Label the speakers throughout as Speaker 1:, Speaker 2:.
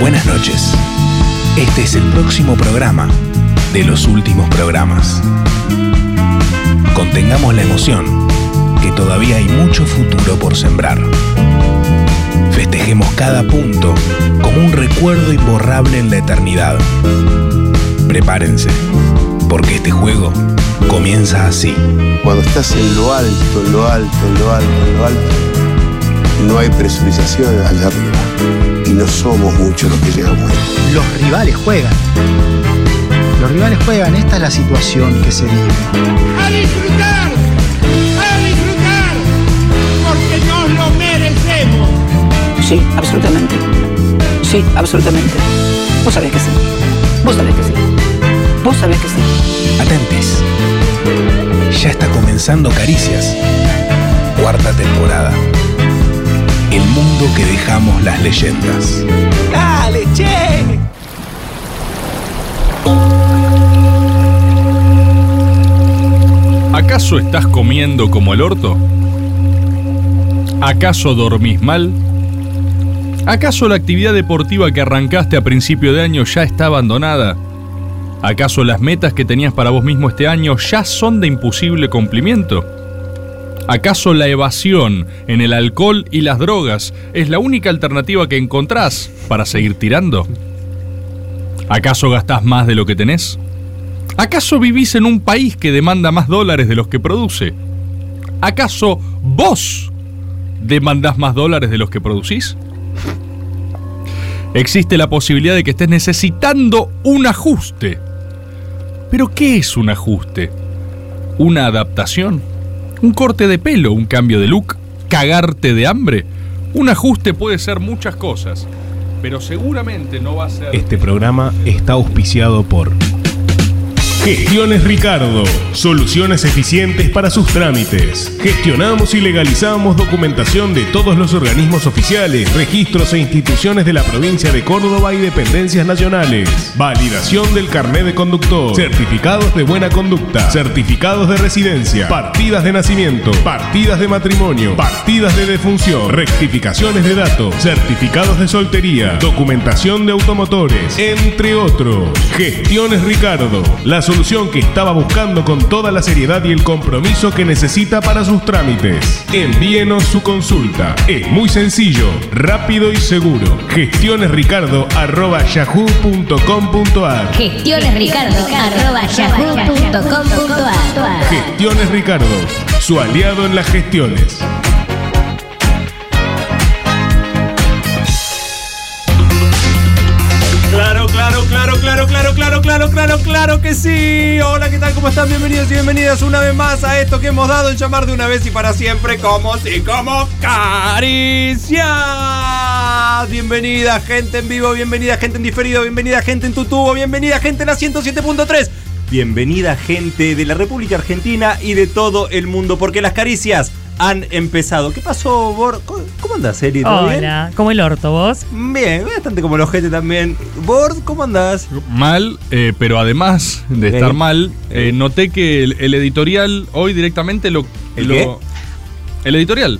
Speaker 1: Buenas noches. Este es el próximo programa de los últimos programas. Contengamos la emoción, que todavía hay mucho futuro por sembrar. Festejemos cada punto como un recuerdo imborrable en la eternidad. Prepárense, porque este juego comienza así.
Speaker 2: Cuando estás en lo alto, en lo alto, en lo alto, en lo alto, no hay presurización allá arriba. Y no somos muchos los que llegamos ahí.
Speaker 3: Los rivales juegan. Los rivales juegan. Esta es la situación que se vive.
Speaker 4: a disfrutar, a disfrutar, porque nos lo merecemos.
Speaker 5: Pues Sí, absolutamente. Sí, absolutamente. Vos sabés que sí. Vos sabés que sí. Vos sabés que sí.
Speaker 1: Atentis. Ya está comenzando Caricias, cuarta temporada. El mundo que dejamos las leyendas.
Speaker 6: ¿Acaso estás comiendo como el orto? ¿Acaso dormís mal? ¿Acaso la actividad deportiva que arrancaste a principio de año ya está abandonada? ¿Acaso las metas que tenías para vos mismo este año ya son de imposible cumplimiento? ¿Acaso la evasión en el alcohol y las drogas es la única alternativa que encontrás para seguir tirando? ¿Acaso gastás más de lo que tenés? ¿Acaso vivís en un país que demanda más dólares de los que produce? ¿Acaso vos demandás más dólares de los que producís? Existe la posibilidad de que estés necesitando un ajuste. ¿Pero qué es un ajuste? ¿Una adaptación? ¿Un corte de pelo? ¿Un cambio de look? ¿Cagarte de hambre? Un ajuste puede ser muchas cosas, pero seguramente no va a ser...
Speaker 1: Este programa está auspiciado por
Speaker 7: Gestiones Ricardo. Soluciones eficientes para sus trámites. Gestionamos y legalizamos documentación de todos los organismos oficiales, registros e instituciones de la provincia de Córdoba y dependencias nacionales. Validación del carnet de conductor. Certificados de buena conducta. Certificados de residencia. Partidas de nacimiento. Partidas de matrimonio. Partidas de defunción. Rectificaciones de datos. Certificados de soltería. Documentación de automotores. Entre otros. Gestiones Ricardo. La solución que estaba buscando con toda la seriedad y el compromiso que necesita para sus trámites. Envíenos su consulta. Es muy sencillo, rápido y seguro. Gestionesricardo.yahoo.com.ar
Speaker 8: Gestiones Ricardo arroba yahoo.com.ar
Speaker 7: Gestiones Ricardo, su aliado en las gestiones.
Speaker 9: Claro, claro, claro, claro, claro, claro, claro, claro, claro que sí. Hola, ¿qué tal? ¿Cómo están? Bienvenidos y bienvenidas una vez más a esto que hemos dado en llamar de una vez y para siempre como si como caricias. Bienvenida gente en vivo, bienvenida gente en diferido, bienvenida gente en tu tubo, bienvenida gente en la 107.3. Bienvenida gente de la República Argentina y de todo el mundo, porque las caricias han empezado. ¿Qué pasó, Bor? ¿Cómo cómo andás, Eri? ¿Todo bien?
Speaker 10: Hola, como el orto vos.
Speaker 9: Bien, bastante como el ojete también. Bord, ¿cómo andás?
Speaker 6: mal, eh, pero además de
Speaker 9: Ok.
Speaker 6: estar mal, eh, noté que el, el editorial hoy directamente lo...
Speaker 9: ¿El
Speaker 6: lo-
Speaker 9: qué?
Speaker 6: el editorial.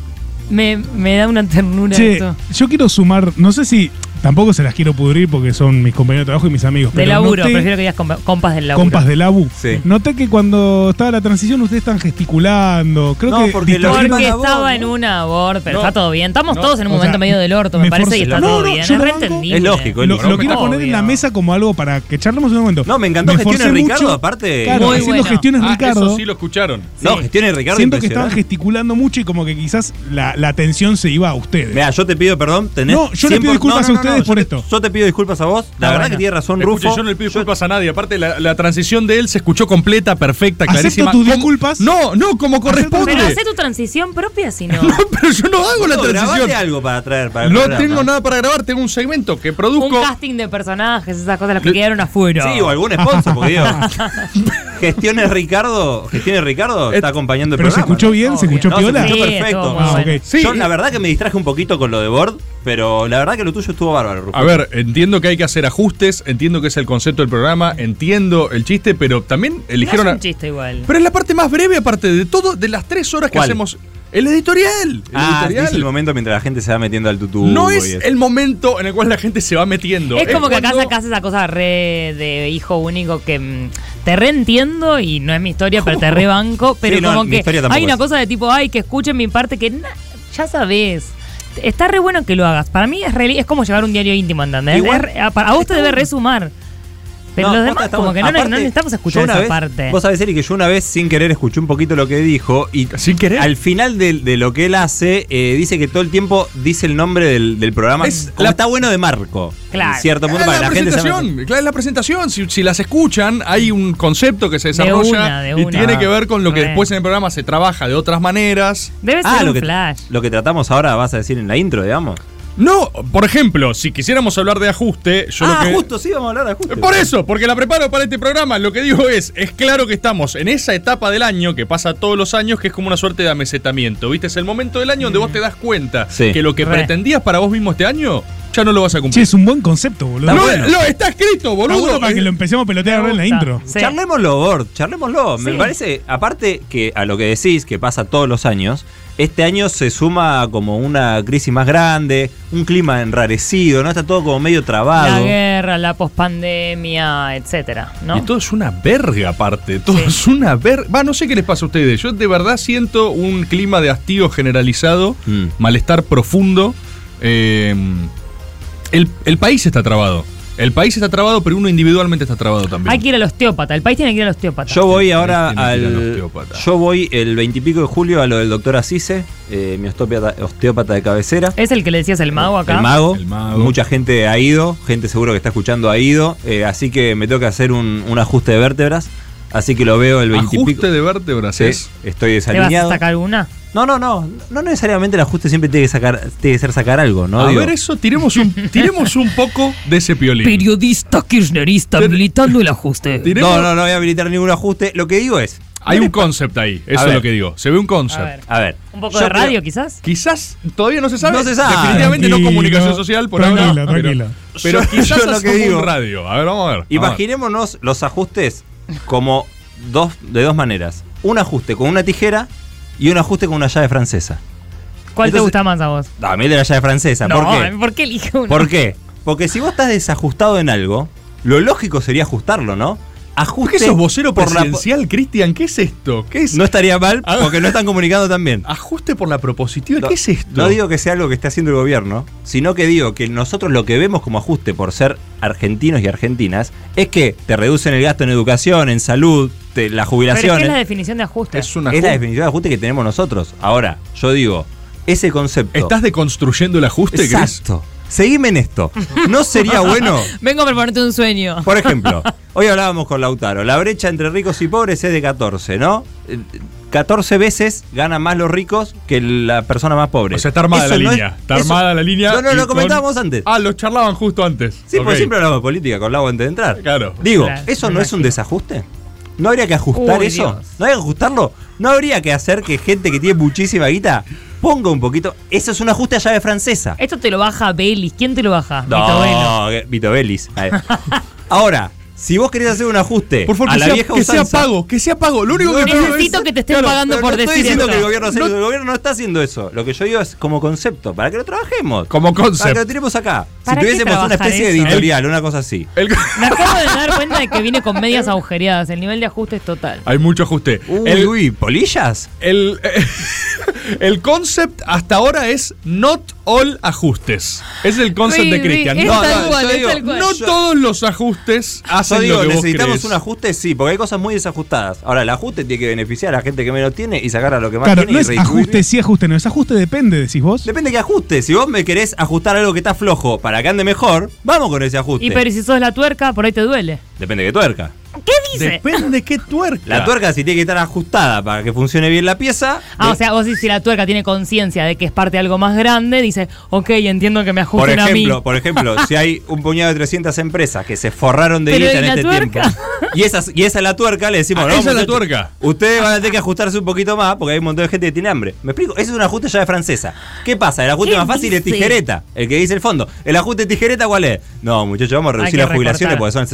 Speaker 10: Me, me da una ternura
Speaker 11: Che,
Speaker 10: esto.
Speaker 11: yo quiero sumar, no sé si tampoco se las quiero pudrir porque son mis compañeros de trabajo y mis amigos.
Speaker 10: De
Speaker 11: pero
Speaker 10: laburo,
Speaker 11: noté-
Speaker 10: prefiero que digas compa- compas del laburo.
Speaker 11: Compas de labu.
Speaker 9: Sí.
Speaker 11: Noté que cuando estaba la transición ustedes están gesticulando. Creo
Speaker 9: No,
Speaker 11: que
Speaker 9: porque lo-
Speaker 11: distorsionan-
Speaker 9: Iban
Speaker 10: Porque
Speaker 9: a vos,
Speaker 10: estaba
Speaker 9: ¿no?
Speaker 10: en una abort, pero
Speaker 6: No,
Speaker 10: está todo bien. Estamos
Speaker 6: no,
Speaker 10: todos en un
Speaker 11: o
Speaker 10: momento
Speaker 11: sea,
Speaker 10: medio del orto, me,
Speaker 11: me
Speaker 10: parece que
Speaker 11: forcé.
Speaker 10: está
Speaker 11: No,
Speaker 10: todo
Speaker 11: no,
Speaker 10: bien.
Speaker 11: yo
Speaker 10: Es
Speaker 11: lo
Speaker 10: reentendible.
Speaker 9: banco. Es lógico, es
Speaker 11: lo,
Speaker 9: lógico.
Speaker 11: lo quiero poner en la
Speaker 10: Obvio.
Speaker 11: mesa como algo para que charlemos en un momento.
Speaker 9: No, me encantó
Speaker 11: esforcé
Speaker 9: Gestiones
Speaker 11: mucho.
Speaker 9: Ricardo, aparte.
Speaker 11: Claro,
Speaker 10: Muy
Speaker 11: haciendo
Speaker 10: bueno.
Speaker 11: gestiones
Speaker 6: Ah,
Speaker 11: Ricardo.
Speaker 6: eso sí lo escucharon.
Speaker 9: No, gestiones de Ricardo.
Speaker 11: siento que estaban
Speaker 9: impresionante.
Speaker 11: gesticulando mucho y como que quizás la, la atención se iba a ustedes.
Speaker 9: Mirá, yo te pido perdón. Tenés
Speaker 11: No, yo le
Speaker 9: 100%
Speaker 11: pido disculpas a ustedes
Speaker 9: yo
Speaker 11: por
Speaker 9: te-
Speaker 11: esto.
Speaker 9: Yo te pido disculpas a vos. La
Speaker 10: Ah,
Speaker 9: verdad
Speaker 10: bueno.
Speaker 9: que tiene razón,
Speaker 6: Escuche,
Speaker 9: Rufo.
Speaker 6: yo no le pido disculpas a nadie. Aparte, la, la transición de él se escuchó completa, perfecta,
Speaker 11: Acepto
Speaker 6: clarísima.
Speaker 11: tus
Speaker 6: ¿Cómo-
Speaker 11: disculpas.
Speaker 6: No, no, como corresponde.
Speaker 10: Pero hace tu transición propia si no.
Speaker 6: No, pero yo no hago la
Speaker 9: Boludo, grabate
Speaker 6: transición.
Speaker 9: algo para traer para el
Speaker 6: No
Speaker 9: programa.
Speaker 6: tengo nada para grabar, tengo un segmento que
Speaker 10: Un
Speaker 6: produzco.
Speaker 10: casting de personajes, esas cosas las que
Speaker 6: Le-
Speaker 10: quedaron afuera.
Speaker 9: Sí, o algún sponsor, porque digo. gestiones Ricardo. Gestiones Ricardo está acompañando el
Speaker 11: Pero se
Speaker 9: programa.
Speaker 11: escuchó
Speaker 9: ¿no?
Speaker 11: bien, se
Speaker 10: Obvio.
Speaker 11: escuchó
Speaker 9: No, se
Speaker 11: piola.
Speaker 9: escuchó
Speaker 10: Sí,
Speaker 9: perfecto.
Speaker 10: estuvo
Speaker 11: Ah,
Speaker 10: bueno.
Speaker 11: ok.
Speaker 6: Sí.
Speaker 9: Yo la verdad que me distraje un poquito con lo de Bord, pero la verdad que lo tuyo estuvo bárbaro, Rufo.
Speaker 6: A ver, entiendo que hay que hacer ajustes, entiendo que es el concepto del programa, entiendo el chiste, pero también
Speaker 10: No es
Speaker 6: eligieron. a-
Speaker 10: un chiste igual.
Speaker 6: Pero es la parte más breve, aparte de todo, de las tres horas que
Speaker 9: ¿Cuál?
Speaker 6: hacemos. El editorial. El
Speaker 9: Ah,
Speaker 6: editorial.
Speaker 9: es el momento mientras la gente se va metiendo al tutú.
Speaker 6: No
Speaker 9: y
Speaker 6: es
Speaker 9: eso.
Speaker 6: el momento en el cual la gente se va metiendo.
Speaker 10: Es como que acá
Speaker 6: cuando-
Speaker 10: sacas esa cosa re de hijo único que mm, te reentiendo y no es mi historia, pero te rebanco. Pero
Speaker 9: Sí, no,
Speaker 10: como
Speaker 9: mi
Speaker 10: que
Speaker 9: historia tampoco
Speaker 10: hay una
Speaker 9: es.
Speaker 10: cosa de tipo, ay, que escuchen mi parte que na- ya sabes. Está re bueno que lo hagas. Para mí es, re- es como llevar un diario íntimo, ¿entendés?
Speaker 9: Igual-
Speaker 10: Es re- a, para- a vos te debe resumar. Pero
Speaker 9: No,
Speaker 10: los
Speaker 9: posta,
Speaker 10: demás,
Speaker 9: está bueno.
Speaker 10: como que no,
Speaker 9: Aparte,
Speaker 10: no necesitamos
Speaker 9: yo
Speaker 10: escuchar
Speaker 9: una
Speaker 10: esa
Speaker 9: vez-
Speaker 10: parte.
Speaker 9: Vos sabés, Eri, que yo una vez sin querer escuché un poquito lo que dijo y sin querer. al final de, de lo que él hace, eh, dice que todo el tiempo dice el nombre del, del programa. Como Está bueno de Marco. En cierto punto
Speaker 6: Es
Speaker 9: para
Speaker 6: la,
Speaker 9: que la gente se
Speaker 6: presentación, claro, es la presentación. Si, si las escuchan, hay un concepto que se desarrolla
Speaker 9: una, de
Speaker 6: y
Speaker 9: una.
Speaker 6: tiene que ver con lo que
Speaker 9: Re.
Speaker 6: después en el programa se trabaja de otras maneras.
Speaker 10: Debe
Speaker 9: Ah, lo que,
Speaker 10: flash.
Speaker 9: lo que tratamos ahora vas a decir en la intro, digamos.
Speaker 6: No, por ejemplo, si quisiéramos hablar de ajuste, yo
Speaker 9: ah,
Speaker 6: lo que.
Speaker 9: justo, sí, vamos a hablar de ajuste.
Speaker 6: Por eso, porque la preparo para este programa, lo que digo es, es claro que estamos en esa etapa del año que pasa todos los años, que es como una suerte de amesetamiento, ¿viste? Es el momento del año donde
Speaker 9: Mm.
Speaker 6: vos te das cuenta
Speaker 7: Sí.
Speaker 6: que lo que
Speaker 7: Re.
Speaker 6: pretendías para vos mismo este año, ya no lo vas a
Speaker 7: Che,
Speaker 6: cumplir.
Speaker 7: es un buen concepto, boludo.
Speaker 6: Lo- lo está escrito,
Speaker 7: Está
Speaker 6: boludo.
Speaker 7: bueno para que lo empecemos a pelotear ahora en la intro.
Speaker 9: Charlémoslo, Bord, charlémoslo. Me
Speaker 7: Sí.
Speaker 9: parece, aparte que a lo que decís, que pasa todos los años, este año se suma como una crisis más grande, un clima enrarecido, ¿no? Está todo como medio
Speaker 10: La
Speaker 9: trabado.
Speaker 10: guerra, la pospandemia, etcétera, ¿no?
Speaker 6: Y todo es una verga aparte, todo es una verga. Va, no sé qué les pasa a ustedes, yo de verdad siento un clima de hastío generalizado,
Speaker 9: Mm.
Speaker 6: malestar profundo. eh, el, el país está trabado. El país está trabado, pero uno individualmente está trabado también.
Speaker 10: Hay que ir al osteópata. El país tiene que ir al osteópata.
Speaker 9: Yo voy
Speaker 6: Este
Speaker 9: ahora
Speaker 6: Tiene que ir al
Speaker 9: al.
Speaker 6: osteópata.
Speaker 9: Yo voy el veintipico de julio a lo del doctor Asise, eh, mi osteópata, osteópata de cabecera.
Speaker 10: ¿Es el que le decías el mago acá?
Speaker 9: El mago. Mucha gente ha ido, gente seguro que está escuchando ha ido, eh, así que me tengo que hacer un, un ajuste de vértebras. Así que lo veo el 20 y
Speaker 6: Ajuste
Speaker 9: pico.
Speaker 6: de vértebras
Speaker 9: Sí,
Speaker 6: es.
Speaker 9: Estoy
Speaker 10: ¿Te vas a
Speaker 9: desalineado.
Speaker 10: sacar una?
Speaker 9: No, no, no. No necesariamente el ajuste siempre tiene que, sacar, tiene que ser sacar algo, ¿no?
Speaker 6: a
Speaker 9: Digo,
Speaker 6: ver eso, tiremos un, tiremos un poco de ese piolín.
Speaker 10: Periodista kirchnerista habilitando el ajuste.
Speaker 9: No, no, no voy a habilitar ningún ajuste. Lo que digo es.
Speaker 6: Hay un concept ahí,
Speaker 9: A
Speaker 6: eso es
Speaker 9: ver.
Speaker 6: lo que digo. Se ve un concept.
Speaker 10: A ver.
Speaker 9: A ver.
Speaker 10: ¿Un poco
Speaker 9: Yo
Speaker 10: de radio
Speaker 9: creo-
Speaker 10: quizás?
Speaker 6: Quizás todavía no se sabe.
Speaker 9: No se sabe.
Speaker 6: Definitivamente no
Speaker 9: Tranquilo,
Speaker 6: comunicación social por ahora.
Speaker 9: tranquilo,
Speaker 6: pero-
Speaker 9: tranquilo.
Speaker 6: Pero,
Speaker 9: Yo-
Speaker 6: quizás
Speaker 9: yo lo que
Speaker 6: hacemos
Speaker 9: digo-
Speaker 6: un radio. A ver, vamos a ver.
Speaker 9: Imaginémonos los ajustes como dos, de dos maneras. Un ajuste con una tijera y un ajuste con una llave francesa.
Speaker 10: ¿Cuál te
Speaker 9: Entonces-
Speaker 10: gusta más a vos?
Speaker 9: No, A mí el de la llave francesa.
Speaker 10: no,
Speaker 9: ¿Por qué?
Speaker 10: ¿por qué elige uno?
Speaker 9: ¿Por qué? Porque si vos estás desajustado en algo, lo lógico sería ajustarlo, ¿no?
Speaker 6: ¿Por
Speaker 9: Ajuste
Speaker 6: qué sos vocero
Speaker 9: por la po-
Speaker 6: presidencial, Cristian? ¿Qué es esto? ¿Qué es?
Speaker 9: No estaría mal
Speaker 6: Ah.
Speaker 9: porque no están comunicando también.
Speaker 6: Ajuste por la propositiva. ¿Qué es esto?
Speaker 9: No digo que sea algo que esté haciendo el gobierno, sino que digo que nosotros lo que vemos como ajuste por ser argentinos y argentinas es que te reducen el gasto en educación, en salud, te- las
Speaker 10: Pero es que es
Speaker 9: jubilaciones.
Speaker 10: la definición de ajuste.
Speaker 9: Es la definición de ajuste que tenemos nosotros. Ahora, yo digo, ese concepto.
Speaker 6: ¿Estás deconstruyendo el ajuste, Cris?
Speaker 9: Exacto. Seguime en esto. ¿No sería bueno
Speaker 10: Vengo a proponerte un sueño.
Speaker 9: Por ejemplo, hoy hablábamos con Lautaro. La brecha entre ricos y pobres es de 14, ¿no? Eh, 14 veces ganan más los ricos que la persona más pobre.
Speaker 6: O sea, está armada
Speaker 9: Eso
Speaker 6: la
Speaker 9: no
Speaker 6: línea.
Speaker 9: es-
Speaker 6: está
Speaker 9: eso-
Speaker 6: armada la línea.
Speaker 9: No, no,
Speaker 6: y
Speaker 9: lo
Speaker 6: con-
Speaker 9: comentábamos antes.
Speaker 6: Ah, lo charlaban justo antes.
Speaker 9: Sí, porque
Speaker 6: Ok.
Speaker 9: siempre hablamos de política con Lau antes de entrar.
Speaker 6: Claro.
Speaker 9: Digo,
Speaker 6: Claro,
Speaker 9: ¿eso
Speaker 6: me
Speaker 9: no es un desajuste? ¿No habría que ajustar
Speaker 6: Uy,
Speaker 9: eso?
Speaker 6: Dios.
Speaker 9: ¿No habría que ajustarlo? ¿No habría que hacer que gente que tiene muchísima guita ponga un poquito? Eso es un ajuste a llave francesa.
Speaker 10: Esto te lo baja Belis. ¿Quién te lo baja? Mi abuelo.
Speaker 9: No, que- Vito Vélez. A ver. Ahora, si vos querés hacer un ajuste
Speaker 6: Por favor,
Speaker 9: a
Speaker 6: que
Speaker 9: la
Speaker 6: sea-
Speaker 9: vieja
Speaker 6: que sea
Speaker 9: usanza-
Speaker 6: pago, que sea pago. Lo único que pido
Speaker 10: Necesito
Speaker 6: es-
Speaker 10: que te estén pagando
Speaker 9: pero
Speaker 10: por
Speaker 9: no estoy
Speaker 10: decir
Speaker 9: diciendo
Speaker 10: esto.
Speaker 9: que el gobierno, hace
Speaker 10: No-
Speaker 9: eso, el gobierno no está haciendo eso. Lo que yo digo es como concepto, para que lo trabajemos.
Speaker 6: Como concepto.
Speaker 9: Para que lo tiremos acá. Si
Speaker 10: ¿Para qué
Speaker 9: tuviésemos una
Speaker 10: trabajar
Speaker 9: especie de
Speaker 10: eso?
Speaker 9: editorial, una cosa así.
Speaker 10: Me acabo de dar cuenta de que viene con medias agujereadas. El nivel de ajuste es total.
Speaker 6: Hay mucho ajuste.
Speaker 9: Uy, uy, ¿polillas?
Speaker 6: El, eh, el concept hasta ahora es not all ajustes. Es el concept
Speaker 10: Sí,
Speaker 6: de
Speaker 10: sí,
Speaker 6: Cristian.
Speaker 10: es
Speaker 6: No,
Speaker 10: tal
Speaker 6: no,
Speaker 10: cual,
Speaker 6: yo
Speaker 10: es
Speaker 6: digo,
Speaker 10: tal cual.
Speaker 6: no
Speaker 10: Yo-
Speaker 6: todos los ajustes Ah, hacen
Speaker 9: Yo digo,
Speaker 6: lo que vos
Speaker 9: necesitamos
Speaker 6: crees.
Speaker 9: un ajuste, sí, porque hay cosas muy desajustadas. Ahora, el ajuste tiene que beneficiar a la gente que menos tiene y sacar a lo que más
Speaker 7: Claro,
Speaker 9: tiene
Speaker 7: no
Speaker 9: y
Speaker 7: es
Speaker 9: redistribuir.
Speaker 7: ajuste, sí, ajuste, no. Es ajuste, depende, decís vos.
Speaker 9: Depende que ajuste. Si vos me querés ajustar algo que está flojo para que ande mejor, vamos con ese ajuste.
Speaker 10: Y pero si sos la tuerca, por ahí te duele.
Speaker 9: Depende que tuerca.
Speaker 10: ¿Qué dice?
Speaker 6: Depende qué tuerca.
Speaker 9: La tuerca si tiene que estar ajustada para que funcione bien la pieza.
Speaker 10: Ah, o sea, vos decís, si la tuerca tiene conciencia de que es parte de algo más grande, dice, ok, entiendo que me
Speaker 9: Por
Speaker 10: ajusten a
Speaker 9: ejemplo,
Speaker 10: mí.
Speaker 9: por ejemplo, si hay un puñado de 300 empresas que se forraron de
Speaker 10: Pero
Speaker 9: guita
Speaker 10: ¿y
Speaker 9: en
Speaker 10: la
Speaker 9: este tiempo.
Speaker 10: tuerca?
Speaker 9: Y esas y esa es la tuerca, le decimos,
Speaker 6: Ah,
Speaker 9: no,
Speaker 6: esa es la
Speaker 9: muchachos,
Speaker 6: tuerca.
Speaker 9: Ustedes van a tener que ajustarse un poquito más porque hay un montón de gente que tiene hambre. ¿Me explico? Ese es un ajuste ya de francesa. ¿Qué pasa? El ajuste
Speaker 6: ¿Qué
Speaker 9: más fácil es
Speaker 6: dice?
Speaker 9: tijereta, el que dice el fondo. ¿El ajuste de tijereta cuál es? No, muchachos, vamos a
Speaker 6: Hay
Speaker 9: reducir
Speaker 6: que
Speaker 9: las jubilaciones
Speaker 6: recortar.
Speaker 9: porque son el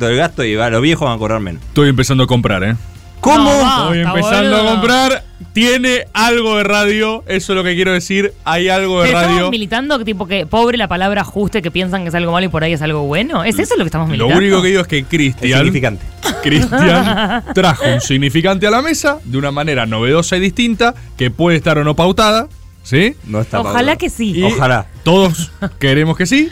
Speaker 9: 60% del gasto y va, los viejos van a cobrar menos.
Speaker 6: Estoy empezando a comprar, ¿eh? ¿Cómo?
Speaker 10: No, basta,
Speaker 6: Estoy empezando
Speaker 10: boludo.
Speaker 6: a comprar. Tiene algo de radio. Eso es lo que quiero decir. Hay algo de
Speaker 10: Pero
Speaker 6: radio.
Speaker 10: estamos militando tipo que pobre la palabra ajuste que piensan que es algo malo y por ahí es algo bueno. ¿Es eso lo que estamos
Speaker 6: Lo
Speaker 10: militando?
Speaker 6: único que digo es que Cristian.
Speaker 9: significante.
Speaker 6: Cristian trajo un significante a la mesa de una manera novedosa y distinta que puede estar o no pautada. ¿Sí?
Speaker 9: No está
Speaker 10: Ojalá que sí.
Speaker 9: Ojalá.
Speaker 6: Todos queremos que sí.